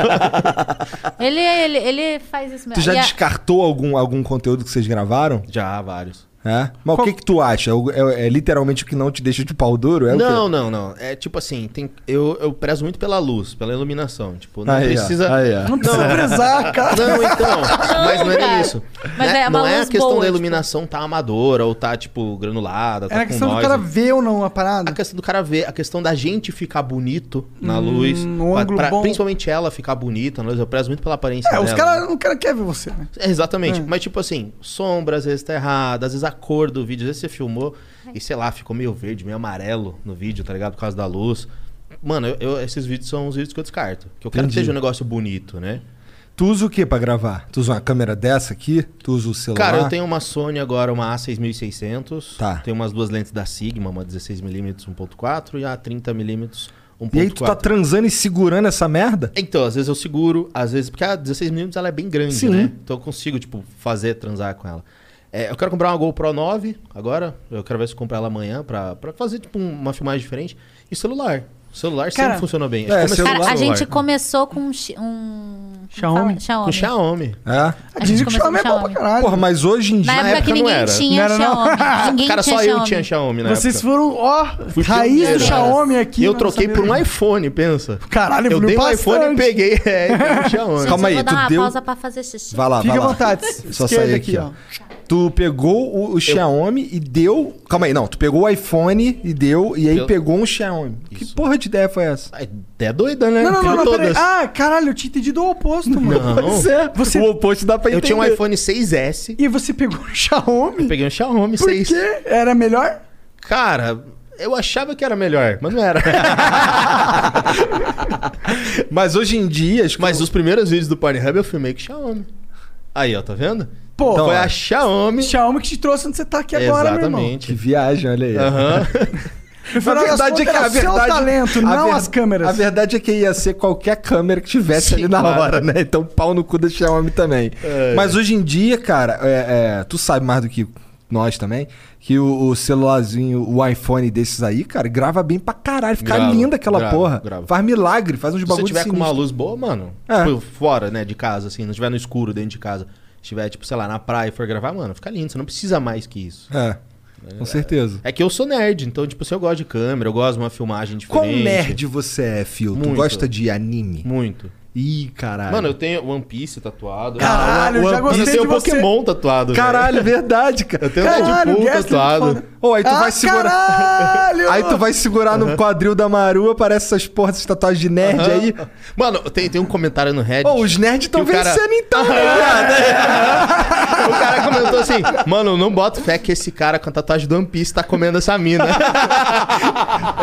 [SPEAKER 4] ele, ele, ele faz isso mesmo.
[SPEAKER 2] Tu já
[SPEAKER 4] E a-
[SPEAKER 2] descartou algum, algum conteúdo que vocês gravaram?
[SPEAKER 7] já, vários.
[SPEAKER 2] É? Mas o que que tu acha? O- É, é literalmente o que não te deixa de pau duro? É o quê?
[SPEAKER 7] não, não, não. É tipo assim, tem, eu, eu prezo muito pela luz, pela iluminação. Tipo, não
[SPEAKER 2] Aí, ó.
[SPEAKER 7] precisa.
[SPEAKER 2] Aí, ó.
[SPEAKER 3] Não precisa prezar, cara.
[SPEAKER 7] Não, então. mas não é
[SPEAKER 4] cara.
[SPEAKER 7] nem isso.
[SPEAKER 4] Mas
[SPEAKER 7] né?
[SPEAKER 4] é uma
[SPEAKER 7] não é a
[SPEAKER 4] luz
[SPEAKER 7] questão
[SPEAKER 4] boa,
[SPEAKER 7] da
[SPEAKER 4] tipo.
[SPEAKER 7] iluminação tá amadora ou tá, tipo, granulada. Tá
[SPEAKER 3] Era É a
[SPEAKER 7] com
[SPEAKER 3] questão do
[SPEAKER 7] noise,
[SPEAKER 3] cara
[SPEAKER 7] né?
[SPEAKER 3] ver ou não a
[SPEAKER 7] A
[SPEAKER 3] parada.
[SPEAKER 7] questão do cara ver, a questão da gente ficar bonito na luz.
[SPEAKER 3] um ângulo bom.
[SPEAKER 7] Principalmente ela ficar bonita na luz. Eu prezo muito pela aparência
[SPEAKER 3] É,
[SPEAKER 2] Tá
[SPEAKER 7] dela.
[SPEAKER 3] os caras não cara quer ver você, né?
[SPEAKER 7] É, Exatamente. Mas, tipo assim, sombra às vezes tá errada, às vezes a cor do vídeo, às vezes você filmou
[SPEAKER 2] É.
[SPEAKER 7] e, sei lá, ficou meio verde, meio amarelo no vídeo, tá ligado? Por causa da luz. Mano, eu- eu- esses vídeos são os vídeos que eu descarto. Que eu quero
[SPEAKER 2] Entendi.
[SPEAKER 7] que seja um negócio bonito, né?
[SPEAKER 2] Tu usa o que pra gravar? Tu usa uma câmera dessa aqui? Tu usa o celular?
[SPEAKER 7] Cara, eu tenho uma Sony agora, uma A6600.
[SPEAKER 2] Tá.
[SPEAKER 7] Tenho umas duas lentes da Sigma, uma 16mm 1.4 e a um 30mm 1.4.
[SPEAKER 2] E aí tu tá transando e segurando essa merda?
[SPEAKER 7] Então, às vezes eu seguro, às vezes. Porque a 16mm ela é bem grande,
[SPEAKER 2] Sim.
[SPEAKER 7] né? Então eu consigo, tipo, fazer, transar com ela. É, eu quero comprar uma GoPro 9 agora. Eu quero ver se eu compro ela amanhã pra, pra fazer, tipo, um- uma filmagem diferente. E celular. O celular
[SPEAKER 3] Cara,
[SPEAKER 7] sempre funcionou
[SPEAKER 2] é,
[SPEAKER 7] bem. Acho que comecei
[SPEAKER 2] celular-
[SPEAKER 7] com
[SPEAKER 4] Cara, a gente
[SPEAKER 7] celular.
[SPEAKER 4] começou com um. chi- um
[SPEAKER 3] Xiaomi.
[SPEAKER 4] fala- Xiaomi.
[SPEAKER 7] com Xiaomi.
[SPEAKER 2] É?
[SPEAKER 3] Dizem que
[SPEAKER 4] começou
[SPEAKER 3] o Xiaomi é
[SPEAKER 4] com
[SPEAKER 3] bom pra
[SPEAKER 4] Xiaomi.
[SPEAKER 3] caralho.
[SPEAKER 2] Porra, mas hoje em
[SPEAKER 4] Na
[SPEAKER 2] dia.
[SPEAKER 7] época
[SPEAKER 4] época que
[SPEAKER 7] não
[SPEAKER 4] ninguém
[SPEAKER 7] era.
[SPEAKER 4] tinha
[SPEAKER 3] Não era, não.
[SPEAKER 4] Xiaomi. Ninguém
[SPEAKER 7] Cara,
[SPEAKER 4] tinha
[SPEAKER 7] só
[SPEAKER 4] Xiaomi.
[SPEAKER 7] eu tinha Xiaomi na
[SPEAKER 3] Vocês
[SPEAKER 7] época.
[SPEAKER 3] foram, ó,
[SPEAKER 7] Fui
[SPEAKER 3] raiz do
[SPEAKER 7] pioneiro.
[SPEAKER 3] Xiaomi aqui.
[SPEAKER 7] E eu
[SPEAKER 3] na
[SPEAKER 7] troquei
[SPEAKER 3] nossa
[SPEAKER 7] por um
[SPEAKER 3] mesa.
[SPEAKER 7] iPhone, pensa.
[SPEAKER 3] Caralho,
[SPEAKER 7] eu
[SPEAKER 3] Bruno,
[SPEAKER 7] dei um
[SPEAKER 3] bastante.
[SPEAKER 7] iPhone e peguei. É, e peguei um Xiaomi.
[SPEAKER 4] Gente,
[SPEAKER 2] Calma
[SPEAKER 4] eu
[SPEAKER 2] aí,
[SPEAKER 4] vou
[SPEAKER 2] tu
[SPEAKER 4] dar uma
[SPEAKER 2] deu-
[SPEAKER 4] pausa pra fazer xixi.
[SPEAKER 2] Vai lá,
[SPEAKER 3] Fica
[SPEAKER 2] vai
[SPEAKER 3] à
[SPEAKER 2] lá.
[SPEAKER 3] vontade.
[SPEAKER 2] Só
[SPEAKER 3] Esquerda
[SPEAKER 2] sair aqui, ó. Tu pegou o, o Xiaomi e deu. Calma aí, não. Tu pegou o iPhone e deu. E aí
[SPEAKER 7] Eu-
[SPEAKER 2] pegou um Xiaomi. Que porra de ideia foi essa?
[SPEAKER 7] É até doida, né?
[SPEAKER 3] Não, não,
[SPEAKER 7] Tem
[SPEAKER 3] não, não peraí.
[SPEAKER 7] todas.
[SPEAKER 3] Ah, caralho, eu tinha entendido o oposto, mano.
[SPEAKER 7] Não. Pois
[SPEAKER 2] é.
[SPEAKER 3] você-
[SPEAKER 2] O oposto dá pra
[SPEAKER 7] Eu
[SPEAKER 2] entender.
[SPEAKER 7] tinha um iPhone 6S.
[SPEAKER 3] E você pegou um Xiaomi?
[SPEAKER 7] Peguei um Xiaomi
[SPEAKER 3] Por
[SPEAKER 7] 6.
[SPEAKER 3] quê? Era melhor?
[SPEAKER 7] Cara, eu achava que era melhor, mas não era.
[SPEAKER 2] É, Mas hoje em dia. acho que
[SPEAKER 7] mas
[SPEAKER 2] eu-
[SPEAKER 7] os primeiros vídeos do Pornhub eu filmei com Xiaomi. Aí, ó, tá vendo?
[SPEAKER 3] Pô,
[SPEAKER 7] Foi
[SPEAKER 2] ó.
[SPEAKER 7] a Xiaomi.
[SPEAKER 3] Xiaomi que te trouxe onde você tá aqui agora, meu irmão.
[SPEAKER 2] Que
[SPEAKER 7] Exatamente.
[SPEAKER 2] viagem, olha aí.
[SPEAKER 7] Aham.
[SPEAKER 2] Na verdade é que a
[SPEAKER 3] o seu
[SPEAKER 2] verdade,
[SPEAKER 3] talento,
[SPEAKER 2] a
[SPEAKER 3] não
[SPEAKER 2] ver-
[SPEAKER 3] as câmeras.
[SPEAKER 2] A verdade é que ia ser qualquer câmera que tivesse
[SPEAKER 7] Sim,
[SPEAKER 2] ali na
[SPEAKER 7] claro.
[SPEAKER 2] hora, né? Então pau no cu da Xiaomi também.
[SPEAKER 7] É.
[SPEAKER 2] Mas hoje em dia, cara, é, é, tu sabe mais do que nós também, que o, o celularzinho, o iPhone desses aí, cara, grava bem pra caralho. Fica
[SPEAKER 7] Grava,
[SPEAKER 2] linda aquela
[SPEAKER 7] grava,
[SPEAKER 2] porra.
[SPEAKER 7] grava.
[SPEAKER 2] Faz milagre, faz uns
[SPEAKER 7] Se você
[SPEAKER 2] bagulho
[SPEAKER 7] tiver com uma
[SPEAKER 2] sinistro.
[SPEAKER 7] luz boa, mano,
[SPEAKER 2] É.
[SPEAKER 7] tipo, fora, né, de casa, assim, não tiver no escuro dentro de casa, estiver, tipo, sei lá, na praia e for gravar, mano, fica lindo, você não precisa mais que isso.
[SPEAKER 2] É, com certeza.
[SPEAKER 7] É que eu sou nerd, então, tipo, se eu gosto de câmera, eu gosto de uma filmagem
[SPEAKER 2] Qual
[SPEAKER 7] diferente.
[SPEAKER 2] nerd você é, Phil? Tu
[SPEAKER 7] Muito.
[SPEAKER 2] gosta de anime?
[SPEAKER 7] Muito.
[SPEAKER 2] Ih, caralho.
[SPEAKER 7] Mano, eu tenho One Piece tatuado.
[SPEAKER 3] Caralho, eu já
[SPEAKER 7] Mano,
[SPEAKER 3] gostei
[SPEAKER 7] eu tenho
[SPEAKER 3] de você.
[SPEAKER 7] Pokémon tatuado.
[SPEAKER 2] Caralho, verdade, cara.
[SPEAKER 7] velho. Eu tenho
[SPEAKER 3] Caralho,
[SPEAKER 7] Deadpool
[SPEAKER 3] Gasly,
[SPEAKER 7] tatuado.
[SPEAKER 3] foda.
[SPEAKER 2] Ô, aí tu
[SPEAKER 3] Ah,
[SPEAKER 2] vai segurar.
[SPEAKER 3] caralho!
[SPEAKER 2] Aí tu vai segurar no quadril da Maru, aparece essas porras, essas tatuagens de nerd aí.
[SPEAKER 3] Ah.
[SPEAKER 7] Mano, tem, tem um comentário no Reddit.
[SPEAKER 2] Ô, os nerds estão
[SPEAKER 7] Que o cara-
[SPEAKER 2] vencendo então, né?
[SPEAKER 7] O cara comentou assim, mano, não bota fé que esse cara com a tatuagem do One Piece tá comendo essa mina.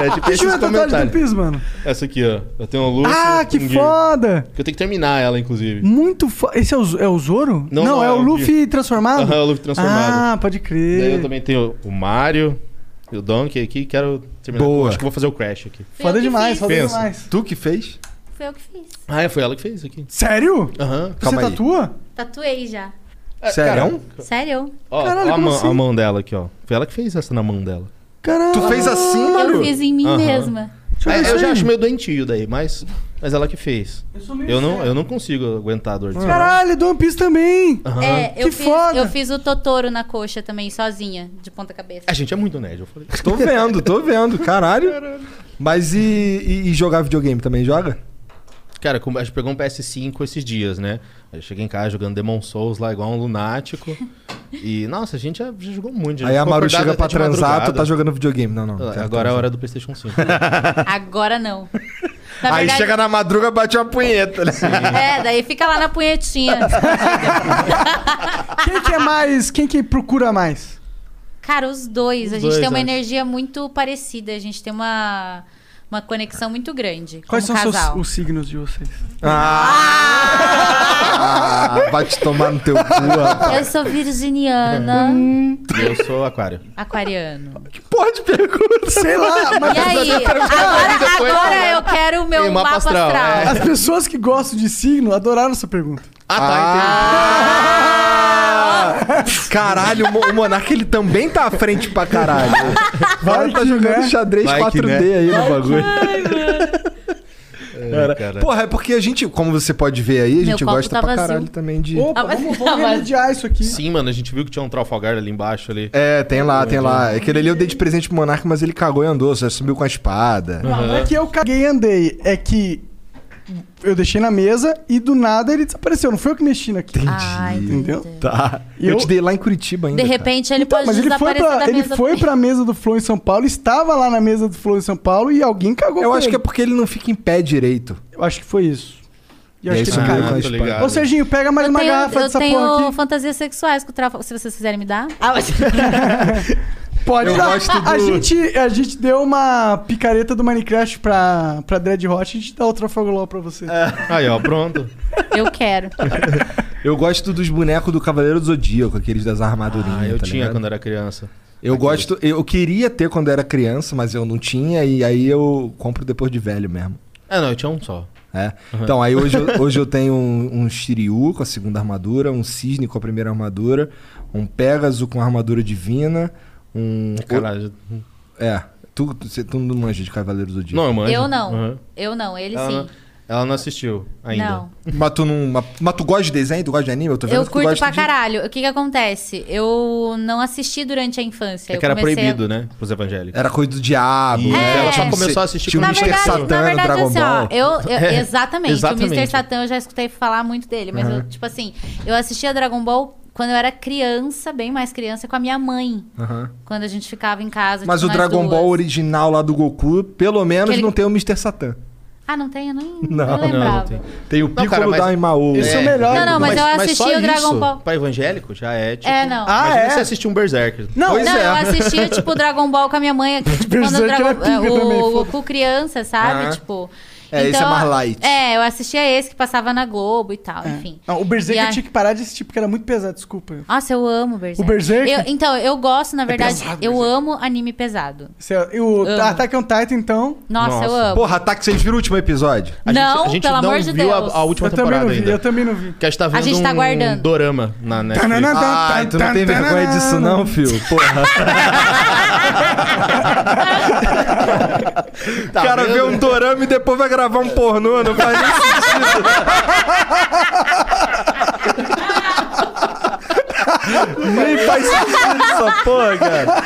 [SPEAKER 7] é tipo
[SPEAKER 3] Deixa eu ver
[SPEAKER 7] esses
[SPEAKER 3] a tatuagem do
[SPEAKER 7] comentários.
[SPEAKER 3] Piz, mano.
[SPEAKER 7] Essa aqui, ó. Eu tenho um Lúcio.
[SPEAKER 3] Ah, que
[SPEAKER 7] um Gui.
[SPEAKER 3] foda!
[SPEAKER 7] Que eu tenho que terminar ela, inclusive.
[SPEAKER 3] Muito foda. Esse é o, é o Zoro?
[SPEAKER 7] Não, não,
[SPEAKER 3] é, o Luffy transformado?
[SPEAKER 7] Aham, o Luffy transformado.
[SPEAKER 3] Ah, pode
[SPEAKER 7] Daí eu
[SPEAKER 3] crer.
[SPEAKER 7] também tenho o Mario e o Donkey aqui. Quero terminar.
[SPEAKER 2] Boa.
[SPEAKER 7] Acho que eu vou fazer o Crash aqui.
[SPEAKER 4] Foi eu
[SPEAKER 3] Foda
[SPEAKER 4] que
[SPEAKER 3] demais,
[SPEAKER 4] fiz.
[SPEAKER 3] foda
[SPEAKER 7] Pensa.
[SPEAKER 3] demais.
[SPEAKER 2] Tu que fez?
[SPEAKER 4] Foi eu que fiz.
[SPEAKER 7] Ah, é, foi ela que fez aqui.
[SPEAKER 3] Sério?
[SPEAKER 7] Aham.
[SPEAKER 2] Calma
[SPEAKER 3] Você
[SPEAKER 2] aí.
[SPEAKER 3] tatua?
[SPEAKER 4] Tatuei já.
[SPEAKER 7] É,
[SPEAKER 2] Sério?
[SPEAKER 7] cara,
[SPEAKER 4] Sério?
[SPEAKER 7] Ó,
[SPEAKER 3] Caralho,
[SPEAKER 7] ó a,
[SPEAKER 3] como
[SPEAKER 7] mão,
[SPEAKER 3] assim?
[SPEAKER 7] a mão dela aqui, ó. Foi ela que fez essa na mão dela.
[SPEAKER 3] Caralho.
[SPEAKER 2] Tu fez assim, Maru?
[SPEAKER 4] Eu fiz em mim
[SPEAKER 7] Aham.
[SPEAKER 4] mesma.
[SPEAKER 3] Deixa
[SPEAKER 7] É,
[SPEAKER 3] ver
[SPEAKER 7] eu
[SPEAKER 3] isso
[SPEAKER 7] já
[SPEAKER 3] aí.
[SPEAKER 7] acho meio doentio daí, mas, mas ela que fez.
[SPEAKER 3] Eu sou meio
[SPEAKER 7] Eu não,
[SPEAKER 3] sério.
[SPEAKER 7] eu não consigo aguentar a dor de cima.
[SPEAKER 3] Caralho, do One Piece também.
[SPEAKER 4] É, eu
[SPEAKER 3] Que
[SPEAKER 4] fiz,
[SPEAKER 3] foda.
[SPEAKER 4] eu fiz o Totoro na coxa também, sozinha, de ponta cabeça.
[SPEAKER 7] A gente é muito nerd, eu falei.
[SPEAKER 2] Tô vendo, tô vendo, caralho. Mas e, e- e jogar videogame também joga?
[SPEAKER 7] Cara, como- a gente pegou um PS5 esses dias, né? Eu cheguei em casa jogando Demon Souls lá igual um lunático. e, nossa, a gente já, já jogou muito. já
[SPEAKER 2] Aí a
[SPEAKER 7] ficou
[SPEAKER 2] Maru
[SPEAKER 7] acordado
[SPEAKER 2] chega
[SPEAKER 7] até
[SPEAKER 2] pra
[SPEAKER 7] de
[SPEAKER 2] transar, tu
[SPEAKER 7] madrugada.
[SPEAKER 2] tá jogando Então, tá videogame. Não, não. quero
[SPEAKER 7] Agora é a
[SPEAKER 2] transar.
[SPEAKER 7] hora do PlayStation 5.
[SPEAKER 4] Agora não. Na
[SPEAKER 2] Aí
[SPEAKER 4] verdade-
[SPEAKER 2] chega na madruga, bate uma punheta, né?
[SPEAKER 4] É, daí fica lá na punhetinha.
[SPEAKER 3] Quem que é mais? Quem que procura mais?
[SPEAKER 4] Cara, os dois.
[SPEAKER 7] Os
[SPEAKER 4] a gente
[SPEAKER 7] dois, é.
[SPEAKER 4] tem uma
[SPEAKER 7] acho.
[SPEAKER 4] energia muito parecida. A gente tem uma, uma conexão muito grande.
[SPEAKER 3] Quais
[SPEAKER 4] como
[SPEAKER 3] são
[SPEAKER 4] casal.
[SPEAKER 3] seus, os signos de vocês?
[SPEAKER 2] Ah, vai te tomar no teu cu, rapaz.
[SPEAKER 4] Eu sou virginiana,
[SPEAKER 7] E eu sou aquário.
[SPEAKER 4] aquariano.
[SPEAKER 2] Porra de pergunta.
[SPEAKER 3] Sei lá, mas
[SPEAKER 4] E
[SPEAKER 7] tá
[SPEAKER 4] aí? Agora,
[SPEAKER 7] depois
[SPEAKER 4] agora
[SPEAKER 7] fala.
[SPEAKER 4] eu quero o
[SPEAKER 7] Tem um
[SPEAKER 4] meu
[SPEAKER 7] mapa
[SPEAKER 4] mapa
[SPEAKER 7] astral,
[SPEAKER 4] astral.
[SPEAKER 7] é.
[SPEAKER 3] as pessoas que gostam de signo adoraram essa pergunta.
[SPEAKER 7] Ah, tá,
[SPEAKER 2] Ah! Caralho, o Mo- o Monark ele também tá à frente pra caralho. Vai tá jogando
[SPEAKER 3] né?
[SPEAKER 2] xadrez
[SPEAKER 7] Vai que
[SPEAKER 2] 4D
[SPEAKER 7] né?
[SPEAKER 2] aí no bagulho.
[SPEAKER 7] entendi. É, cara.
[SPEAKER 2] Porra, é porque a gente, como você pode ver aí, a gente
[SPEAKER 4] copo
[SPEAKER 2] gosta
[SPEAKER 4] tá
[SPEAKER 2] pra
[SPEAKER 4] vazio.
[SPEAKER 2] caralho também de.
[SPEAKER 3] Opa,
[SPEAKER 4] Ah, mas-
[SPEAKER 3] vamos, vamos
[SPEAKER 4] ah, mas-
[SPEAKER 3] remediar isso aqui.
[SPEAKER 7] Sim, mano, a gente viu que tinha um Trafalgar ali embaixo ali.
[SPEAKER 2] É, tem lá, tem
[SPEAKER 7] Uhum.
[SPEAKER 2] lá. Aquele ali eu dei de presente pro Monark, mas ele cagou e andou, só subiu com a espada.
[SPEAKER 3] Não, não é que eu caguei e andei, é que eu deixei na mesa e do nada ele desapareceu. Não foi eu que mexi naquilo. Ah,
[SPEAKER 4] Ai,
[SPEAKER 3] Entendeu?
[SPEAKER 2] Tá. Eu,
[SPEAKER 3] Eu-
[SPEAKER 2] te dei lá em Curitiba ainda.
[SPEAKER 4] De
[SPEAKER 2] cara.
[SPEAKER 4] repente ele
[SPEAKER 3] Então,
[SPEAKER 4] pode
[SPEAKER 3] mas ele foi,
[SPEAKER 4] desaparecer
[SPEAKER 3] pra,
[SPEAKER 4] da
[SPEAKER 3] ele
[SPEAKER 4] mesa
[SPEAKER 3] foi
[SPEAKER 4] também.
[SPEAKER 3] pra mesa do Flow em São Paulo, estava lá na mesa do Flow em São Paulo e alguém cagou
[SPEAKER 2] Eu
[SPEAKER 3] com
[SPEAKER 2] acho que
[SPEAKER 3] ele.
[SPEAKER 2] é porque ele não fica em pé direito.
[SPEAKER 3] Eu acho que foi É isso. E
[SPEAKER 2] E
[SPEAKER 3] eu acho
[SPEAKER 2] aí
[SPEAKER 3] que
[SPEAKER 2] subiu
[SPEAKER 3] ele
[SPEAKER 7] caiu.
[SPEAKER 2] com a
[SPEAKER 7] Ah,
[SPEAKER 3] caiu.
[SPEAKER 7] tô
[SPEAKER 2] espada.
[SPEAKER 7] ligado.
[SPEAKER 3] Ô, Serginho, pega mais
[SPEAKER 4] Eu
[SPEAKER 3] uma
[SPEAKER 4] tenho,
[SPEAKER 3] garrafa
[SPEAKER 4] eu
[SPEAKER 3] dessa porra
[SPEAKER 4] tenho
[SPEAKER 3] aqui.
[SPEAKER 4] fantasias sexuais com o Trafalgar, se vocês quiserem me dar. Ah, mas-
[SPEAKER 3] Pode
[SPEAKER 2] Eu
[SPEAKER 3] dar.
[SPEAKER 2] gosto do-
[SPEAKER 3] a, gente, a gente deu uma picareta do Minecraft pra, pra Dread Hot, a gente dá outra Fogolol pra você.
[SPEAKER 7] Aí, ó, pronto.
[SPEAKER 4] eu quero.
[SPEAKER 2] Eu gosto dos bonecos do Cavaleiro do Zodíaco, aqueles das armadurinhas.
[SPEAKER 7] Ah, eu
[SPEAKER 2] tá
[SPEAKER 7] tinha
[SPEAKER 2] ligado?
[SPEAKER 7] quando era criança.
[SPEAKER 2] Eu gosto, eu queria ter quando era criança, mas eu não tinha, e aí eu compro depois de velho mesmo.
[SPEAKER 7] Ah, não, eu tinha um só.
[SPEAKER 2] É. Então, aí hoje, eu- hoje eu tenho um, um Shiryu com a segunda armadura, um Cisne com a primeira armadura, um Pégaso com a armadura divina, um.
[SPEAKER 7] Caralho.
[SPEAKER 2] É. Tu, tu, cê- tu não manja de Cavaleiros do Dia.
[SPEAKER 7] Não, eu manjo.
[SPEAKER 4] Eu não.
[SPEAKER 7] Aham.
[SPEAKER 4] Eu não, ele
[SPEAKER 7] Ela,
[SPEAKER 4] sim.
[SPEAKER 7] não, ela não assistiu ainda.
[SPEAKER 4] Não.
[SPEAKER 2] Mas tu não. Mas, mas tu gosta de desenho? Tu gosta de anime? Eu tô vendo
[SPEAKER 4] Eu
[SPEAKER 2] que tu
[SPEAKER 4] curto
[SPEAKER 2] gosta
[SPEAKER 4] pra
[SPEAKER 2] de...
[SPEAKER 4] caralho. O que que acontece? Eu não assisti durante a infância.
[SPEAKER 7] É
[SPEAKER 4] eu
[SPEAKER 7] que era
[SPEAKER 4] comecei a-
[SPEAKER 7] proibido, né? Pros evangélicos.
[SPEAKER 2] Era coisa do diabo.
[SPEAKER 7] E
[SPEAKER 2] né?
[SPEAKER 7] ela
[SPEAKER 4] só
[SPEAKER 7] começou a assistir
[SPEAKER 2] Tinha o
[SPEAKER 7] quando-
[SPEAKER 4] Na
[SPEAKER 2] Mr.
[SPEAKER 4] verdade,
[SPEAKER 2] Satan,
[SPEAKER 4] na verdade,
[SPEAKER 2] Dragon
[SPEAKER 4] assim,
[SPEAKER 2] Ball.
[SPEAKER 4] ó, eu, eu-
[SPEAKER 7] É,
[SPEAKER 4] exatamente,
[SPEAKER 7] exatamente.
[SPEAKER 4] O Mr. Satan eu já escutei falar muito dele, mas eu, tipo assim, eu assistia Dragon Ball quando eu era criança, bem mais criança, com a minha mãe.
[SPEAKER 2] Aham.
[SPEAKER 4] Quando a gente ficava em casa.
[SPEAKER 2] Mas o
[SPEAKER 4] tipo, nós
[SPEAKER 2] Dragon Ball
[SPEAKER 4] duas.
[SPEAKER 2] original lá do Goku, pelo menos,
[SPEAKER 4] Aquele-
[SPEAKER 2] não tem o Mr. Satan.
[SPEAKER 4] Ah, não tem? Eu nem,
[SPEAKER 2] Não,
[SPEAKER 4] não,
[SPEAKER 2] não,
[SPEAKER 4] não lembrava.
[SPEAKER 7] tem.
[SPEAKER 2] Tem o
[SPEAKER 7] Não,
[SPEAKER 2] Piccolo
[SPEAKER 7] cara, mas-
[SPEAKER 2] Daimao.
[SPEAKER 3] Esse é o melhor.
[SPEAKER 4] Não, não, mas eu assisti
[SPEAKER 7] só
[SPEAKER 4] o Dragon
[SPEAKER 7] isso,
[SPEAKER 4] Ball.
[SPEAKER 7] Pra evangélico já é tipo.
[SPEAKER 4] É, não.
[SPEAKER 3] Ah,
[SPEAKER 7] Imagina
[SPEAKER 3] é?
[SPEAKER 7] você assistir um Berserker.
[SPEAKER 3] Não,
[SPEAKER 2] Pois
[SPEAKER 4] não,
[SPEAKER 2] é.
[SPEAKER 4] eu assistia, tipo, Dragon Ball com a minha mãe. Tipo, quando o,
[SPEAKER 3] Berserk era
[SPEAKER 4] Dragon,
[SPEAKER 3] pica
[SPEAKER 4] o
[SPEAKER 3] também, foda.
[SPEAKER 4] Goku criança, sabe?
[SPEAKER 2] Aham.
[SPEAKER 4] Tipo.
[SPEAKER 2] É, esse é mais light. É.
[SPEAKER 4] É, eu assistia esse que passava na Globo e tal, enfim.
[SPEAKER 3] Não, o Berserk
[SPEAKER 4] E
[SPEAKER 3] eu
[SPEAKER 4] a-
[SPEAKER 3] tinha que parar de assistir porque era muito pesado, desculpa.
[SPEAKER 4] Nossa, eu amo Berserk.
[SPEAKER 3] O Berserk?
[SPEAKER 4] Eu- então, eu gosto,
[SPEAKER 2] É
[SPEAKER 4] na verdade,
[SPEAKER 3] pesado,
[SPEAKER 4] eu
[SPEAKER 3] Berserk.
[SPEAKER 4] amo anime pesado.
[SPEAKER 3] Você- E o
[SPEAKER 4] Amo.
[SPEAKER 3] Attack on Titan, então.
[SPEAKER 4] Nossa, eu amo.
[SPEAKER 2] Porra, ataque, vocês viram o último episódio?
[SPEAKER 7] A gente-
[SPEAKER 4] Não,
[SPEAKER 7] a gente
[SPEAKER 4] pelo
[SPEAKER 7] não
[SPEAKER 4] amor de
[SPEAKER 7] viu a-
[SPEAKER 4] Deus.
[SPEAKER 7] A, última
[SPEAKER 3] Eu também
[SPEAKER 7] temporada
[SPEAKER 3] não vi,
[SPEAKER 7] ainda.
[SPEAKER 3] eu também Tá, não vi.
[SPEAKER 7] Que a gente tá vendo
[SPEAKER 4] gente tá
[SPEAKER 7] um
[SPEAKER 4] aguardando.
[SPEAKER 7] dorama na Netflix.
[SPEAKER 3] Tananã.
[SPEAKER 2] Ai, tu não tem vergonha disso não, filho. Porra.
[SPEAKER 7] Tá Ah,
[SPEAKER 2] o cara vê
[SPEAKER 7] vendo?
[SPEAKER 2] um dorama e depois vai gravar um pornô, não faz nem sentido. Nem faz sentido essa porra, cara.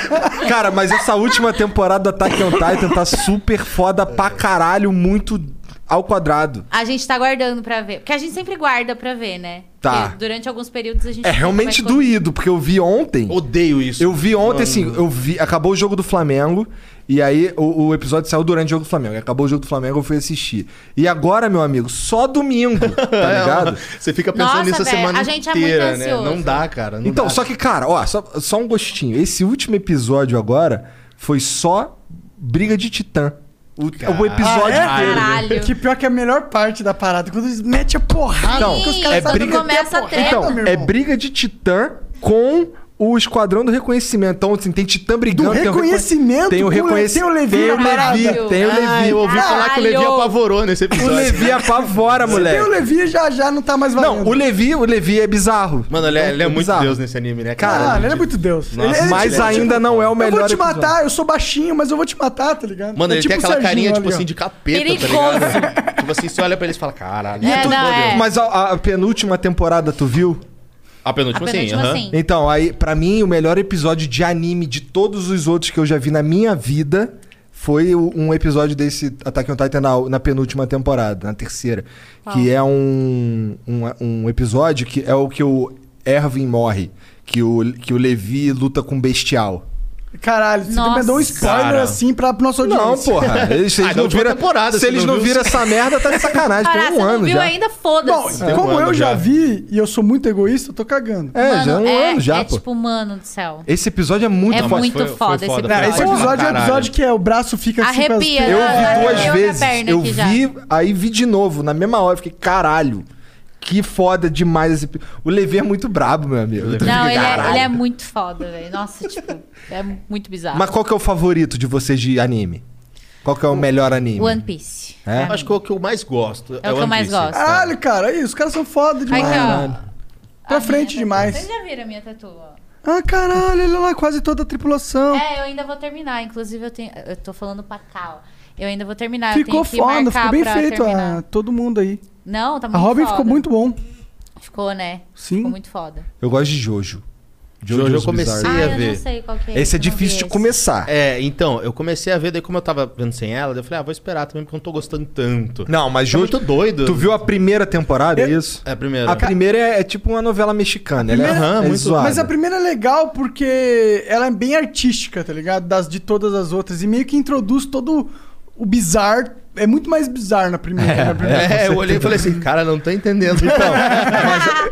[SPEAKER 2] Cara, mas essa última temporada do Attack on Titan tá super foda pra caralho, muito ao quadrado.
[SPEAKER 4] A gente tá guardando pra ver. Porque a gente sempre guarda pra ver, né?
[SPEAKER 2] Tá.
[SPEAKER 4] Porque durante alguns períodos a gente.
[SPEAKER 2] É realmente doído, porque eu vi ontem.
[SPEAKER 7] Odeio isso.
[SPEAKER 2] Eu vi ontem, assim, eu vi. Acabou o jogo do Flamengo. E aí o, o episódio saiu durante o jogo do Flamengo. E Acabou o jogo do Flamengo, eu fui assistir. E agora, meu amigo, só domingo, tá ligado?
[SPEAKER 3] É,
[SPEAKER 7] Você fica pensando
[SPEAKER 4] Nossa,
[SPEAKER 7] nisso a
[SPEAKER 4] velho,
[SPEAKER 7] semana
[SPEAKER 4] a gente é muito
[SPEAKER 7] inteira, né?
[SPEAKER 4] ansioso.
[SPEAKER 7] Não dá, cara.
[SPEAKER 3] é.
[SPEAKER 7] não
[SPEAKER 2] Então,
[SPEAKER 7] dá.
[SPEAKER 2] só que, cara, ó, só, só um gostinho. Esse último episódio agora foi só briga de titã. O, o episódio
[SPEAKER 3] Ah,
[SPEAKER 4] é?
[SPEAKER 2] inteiro.
[SPEAKER 4] Caralho.
[SPEAKER 3] Que pior que é a melhor parte da parada, quando eles metem a porrada.
[SPEAKER 2] Então,
[SPEAKER 4] Sim,
[SPEAKER 3] que é os
[SPEAKER 4] quando
[SPEAKER 3] caras sabem
[SPEAKER 2] briga-
[SPEAKER 3] meter
[SPEAKER 4] começa a
[SPEAKER 3] porrada,
[SPEAKER 4] treta.
[SPEAKER 2] Então,
[SPEAKER 3] meu
[SPEAKER 2] é
[SPEAKER 3] irmão.
[SPEAKER 2] briga de titã com o Esquadrão do Reconhecimento. Então, assim, tem titã
[SPEAKER 3] Do
[SPEAKER 2] brigando. tem o
[SPEAKER 3] reconhecimento,
[SPEAKER 2] Tem o
[SPEAKER 3] com
[SPEAKER 2] reconhecimento.
[SPEAKER 3] Tem o Levi
[SPEAKER 2] Tem o
[SPEAKER 3] na parada.
[SPEAKER 2] Levi. Tem o
[SPEAKER 7] Ah,
[SPEAKER 2] Levi.
[SPEAKER 7] eu ouvi falar que o Levi
[SPEAKER 4] Caralho.
[SPEAKER 7] apavorou nesse
[SPEAKER 2] O
[SPEAKER 7] episódio.
[SPEAKER 3] é
[SPEAKER 2] Levi apavora, Tá, moleque.
[SPEAKER 3] Tem o Levi já já não tá mais valendo.
[SPEAKER 2] Não, o Levi, o Levi é bizarro.
[SPEAKER 7] Mano, ele, é- ele é muito
[SPEAKER 2] bizarro.
[SPEAKER 7] Deus nesse anime, né, cara?
[SPEAKER 3] Cara, ele é muito Deus.
[SPEAKER 7] Nossa,
[SPEAKER 3] Ele- ele-
[SPEAKER 2] Mas
[SPEAKER 7] Ele é
[SPEAKER 2] ainda não é o melhor
[SPEAKER 3] Eu vou te
[SPEAKER 2] episódio.
[SPEAKER 3] matar, eu sou baixinho, mas eu vou te matar, tá ligado?
[SPEAKER 7] Mano,
[SPEAKER 3] É
[SPEAKER 7] ele
[SPEAKER 3] tipo
[SPEAKER 7] tem aquela
[SPEAKER 3] o Serginho
[SPEAKER 7] carinha, tipo
[SPEAKER 3] ali, ó.
[SPEAKER 7] assim, de capeta,
[SPEAKER 4] Perigoso.
[SPEAKER 7] tá ligado? tipo assim, você olha pra eles e fala, caralho.
[SPEAKER 4] É, não, é.
[SPEAKER 2] Mas a, a penúltima temporada tu viu?
[SPEAKER 7] A penúltima,
[SPEAKER 4] A
[SPEAKER 7] sim.
[SPEAKER 4] penúltima,
[SPEAKER 7] aham.
[SPEAKER 4] sim.
[SPEAKER 2] Então, aí pra mim o melhor episódio de anime de todos os outros que eu já vi na minha vida foi o- um episódio desse Attack on Titan na, na penúltima temporada, na terceira, que é um, um um episódio que é o que o Erwin morre, que o que o Levi luta com o Bestial.
[SPEAKER 3] Caralho, você
[SPEAKER 4] Nossa.
[SPEAKER 3] me deu um spoiler
[SPEAKER 7] Cara.
[SPEAKER 3] assim pra, pra nossa
[SPEAKER 2] Não,
[SPEAKER 3] audiência.
[SPEAKER 2] porra. Eles, se
[SPEAKER 7] Ah,
[SPEAKER 2] eles
[SPEAKER 7] da
[SPEAKER 2] não
[SPEAKER 7] última
[SPEAKER 2] viram,
[SPEAKER 7] temporada,
[SPEAKER 2] se
[SPEAKER 7] você
[SPEAKER 2] eles
[SPEAKER 7] não
[SPEAKER 2] não
[SPEAKER 7] viu?
[SPEAKER 2] viram essa merda, tá de sacanagem.
[SPEAKER 4] Caraca,
[SPEAKER 2] Tem um
[SPEAKER 4] você não
[SPEAKER 2] ano
[SPEAKER 4] viu
[SPEAKER 2] já.
[SPEAKER 4] ainda?
[SPEAKER 3] Bom,
[SPEAKER 4] Foda-se.
[SPEAKER 7] Tem um
[SPEAKER 3] como
[SPEAKER 7] ano
[SPEAKER 3] eu já,
[SPEAKER 7] já.
[SPEAKER 3] vi e eu sou muito egoísta, eu tô cagando.
[SPEAKER 2] É,
[SPEAKER 4] Mano,
[SPEAKER 2] já é um
[SPEAKER 4] é,
[SPEAKER 2] ano já,
[SPEAKER 4] é
[SPEAKER 2] pô.
[SPEAKER 4] tipo, mano do céu.
[SPEAKER 2] Esse episódio é muito
[SPEAKER 4] É
[SPEAKER 2] foda.
[SPEAKER 4] muito foda esse
[SPEAKER 7] foi
[SPEAKER 4] episódio.
[SPEAKER 3] Esse
[SPEAKER 4] Porra,
[SPEAKER 3] episódio é o episódio que é, o braço fica assim com as-
[SPEAKER 4] Arrepia.
[SPEAKER 2] Eu
[SPEAKER 4] Ah,
[SPEAKER 2] vi duas
[SPEAKER 4] eu vi a
[SPEAKER 2] vezes.
[SPEAKER 4] perna
[SPEAKER 2] Eu
[SPEAKER 4] aqui já.
[SPEAKER 2] vi, aí vi de novo, na mesma hora. eu Fiquei, caralho, que foda demais esse. epi- O Levi é muito brabo, meu amigo. Tu
[SPEAKER 4] Não,
[SPEAKER 2] fica,
[SPEAKER 4] ele é,
[SPEAKER 2] "Caralho."
[SPEAKER 4] ele é muito foda, velho. Nossa, tipo, é muito bizarro.
[SPEAKER 2] Mas qual que é o favorito de vocês de anime? Qual que é o melhor anime?
[SPEAKER 4] One Piece.
[SPEAKER 2] É?
[SPEAKER 7] Acho que é o que eu mais gosto.
[SPEAKER 4] É o que eu
[SPEAKER 7] One
[SPEAKER 4] mais
[SPEAKER 7] Piece.
[SPEAKER 4] gosto.
[SPEAKER 3] Caralho, cara, aí, os caras são foda
[SPEAKER 2] Ah,
[SPEAKER 4] Aqui,
[SPEAKER 3] demais.
[SPEAKER 4] ó.
[SPEAKER 3] Pra
[SPEAKER 4] A
[SPEAKER 3] frente
[SPEAKER 4] minha-
[SPEAKER 3] demais.
[SPEAKER 4] Vocês já viram a minha tatu, ó.
[SPEAKER 3] Ah, caralho, olha lá, quase toda a tripulação.
[SPEAKER 4] É, eu ainda vou terminar. Inclusive, eu tenho. Eu tô falando pra cá, ó. Eu ainda vou terminar.
[SPEAKER 3] ficou
[SPEAKER 4] eu tenho que
[SPEAKER 3] foda,
[SPEAKER 4] marcar
[SPEAKER 3] ficou bem
[SPEAKER 4] pra
[SPEAKER 3] feito
[SPEAKER 4] terminar.
[SPEAKER 3] ah, todo mundo aí.
[SPEAKER 4] Não, tá
[SPEAKER 3] A
[SPEAKER 4] muito
[SPEAKER 3] Robin
[SPEAKER 4] foda.
[SPEAKER 3] ficou muito bom.
[SPEAKER 4] Ficou, né?
[SPEAKER 3] Sim.
[SPEAKER 4] Ficou muito foda.
[SPEAKER 2] Eu gosto de Jojo.
[SPEAKER 7] Jojo eu comecei
[SPEAKER 2] Bizarre.
[SPEAKER 4] Ah,
[SPEAKER 7] Você ia
[SPEAKER 4] eu
[SPEAKER 7] ver.
[SPEAKER 4] não sei qual que é.
[SPEAKER 2] Esse é
[SPEAKER 4] eu não vi
[SPEAKER 2] difícil de
[SPEAKER 4] esse.
[SPEAKER 2] começar.
[SPEAKER 7] É, então, eu comecei a ver, daí como eu tava vendo sem ela, daí eu falei, ah, vou esperar também, porque eu não tô gostando tanto.
[SPEAKER 2] Não, mas
[SPEAKER 7] Tá
[SPEAKER 2] Jojo.
[SPEAKER 7] muito doido.
[SPEAKER 2] Tu viu a primeira temporada, é isso?
[SPEAKER 7] É, a primeira.
[SPEAKER 2] A primeira é, é tipo uma novela mexicana. Ela é,
[SPEAKER 7] Primeira- Aham,
[SPEAKER 2] é
[SPEAKER 7] muito-
[SPEAKER 2] zoada.
[SPEAKER 3] Mas a primeira é legal porque ela é bem artística, tá ligado? Das de todas as outras. E meio que introduz todo o bizarro. É muito mais bizarro na primeira. na primeira.
[SPEAKER 7] É, eu olhei e falei assim, cara, não tô entendendo. Então,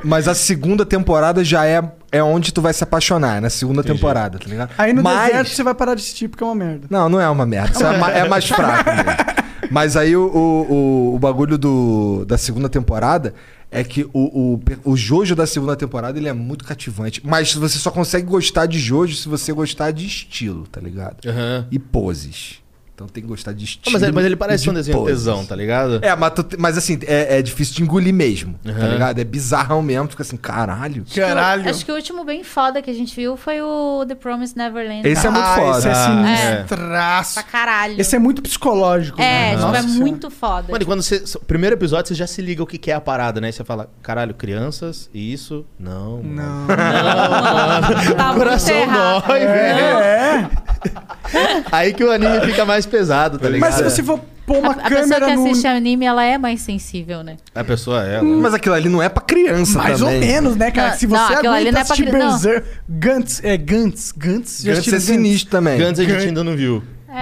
[SPEAKER 2] Mas a segunda temporada já é, é onde tu vai se apaixonar, é na segunda temporada, tá ligado?
[SPEAKER 3] Aí no
[SPEAKER 2] Mas...
[SPEAKER 3] deserto você vai parar de assistir porque é uma merda.
[SPEAKER 2] Não, não é uma merda. Isso é, ma- é mais fraco mesmo. Mas aí o, o, o- o bagulho do, da segunda temporada é que o, o, pe- o Jojo da segunda temporada ele é muito cativante. Mas você só consegue gostar de Jojo se você gostar de estilo, tá ligado?
[SPEAKER 7] Aham.
[SPEAKER 2] E poses. Então tem que gostar de estilo.
[SPEAKER 7] mas, ele, mas ele
[SPEAKER 2] e
[SPEAKER 7] parece
[SPEAKER 2] de
[SPEAKER 7] um desenho
[SPEAKER 2] poses.
[SPEAKER 7] tesão, tá ligado?
[SPEAKER 2] É, mas, tu te- mas assim, é, é difícil de engolir mesmo, tá
[SPEAKER 7] Aham.
[SPEAKER 2] ligado? É bizarrão mesmo, tu fica assim, caralho.
[SPEAKER 3] Caralho.
[SPEAKER 4] Acho que o último bem foda que a gente viu foi o The Promised Neverland.
[SPEAKER 2] Esse é muito
[SPEAKER 3] ah,
[SPEAKER 2] foda.
[SPEAKER 3] Esse é
[SPEAKER 7] Ah,
[SPEAKER 3] sinistraço.
[SPEAKER 4] Pra caralho.
[SPEAKER 3] Esse é muito psicológico.
[SPEAKER 4] É,
[SPEAKER 3] né?
[SPEAKER 4] tipo, é
[SPEAKER 3] Nossa Senhora.
[SPEAKER 4] muito foda. tipo,
[SPEAKER 7] Mano, e quando você. o Primeiro episódio, você já se liga o que, que é a parada, né? Você fala, caralho, crianças, isso? Não. Não. É.
[SPEAKER 4] tá
[SPEAKER 7] Coração
[SPEAKER 4] muito errado.
[SPEAKER 7] dói, velho.
[SPEAKER 3] É?
[SPEAKER 7] Aí que o anime fica mais pesado, tá ligado?
[SPEAKER 3] Mas se você for pôr uma
[SPEAKER 4] A, a pessoa que
[SPEAKER 3] câmera no.
[SPEAKER 4] assiste anime, ela é mais sensível, né?
[SPEAKER 7] A pessoa é.
[SPEAKER 2] Mas aquilo ali não é pra criança
[SPEAKER 3] Mais ou
[SPEAKER 2] também.
[SPEAKER 3] menos, né, cara?
[SPEAKER 4] Não,
[SPEAKER 3] Se
[SPEAKER 4] não,
[SPEAKER 3] você
[SPEAKER 4] aquilo ali
[SPEAKER 3] aguenta
[SPEAKER 4] não é pra
[SPEAKER 3] assistir
[SPEAKER 4] criança, não.
[SPEAKER 3] Berserk. Gantz, é Gantz. Gantz. já
[SPEAKER 2] Gantz é
[SPEAKER 3] assistiram
[SPEAKER 2] sinistro também.
[SPEAKER 7] Gantz a gente ainda não viu.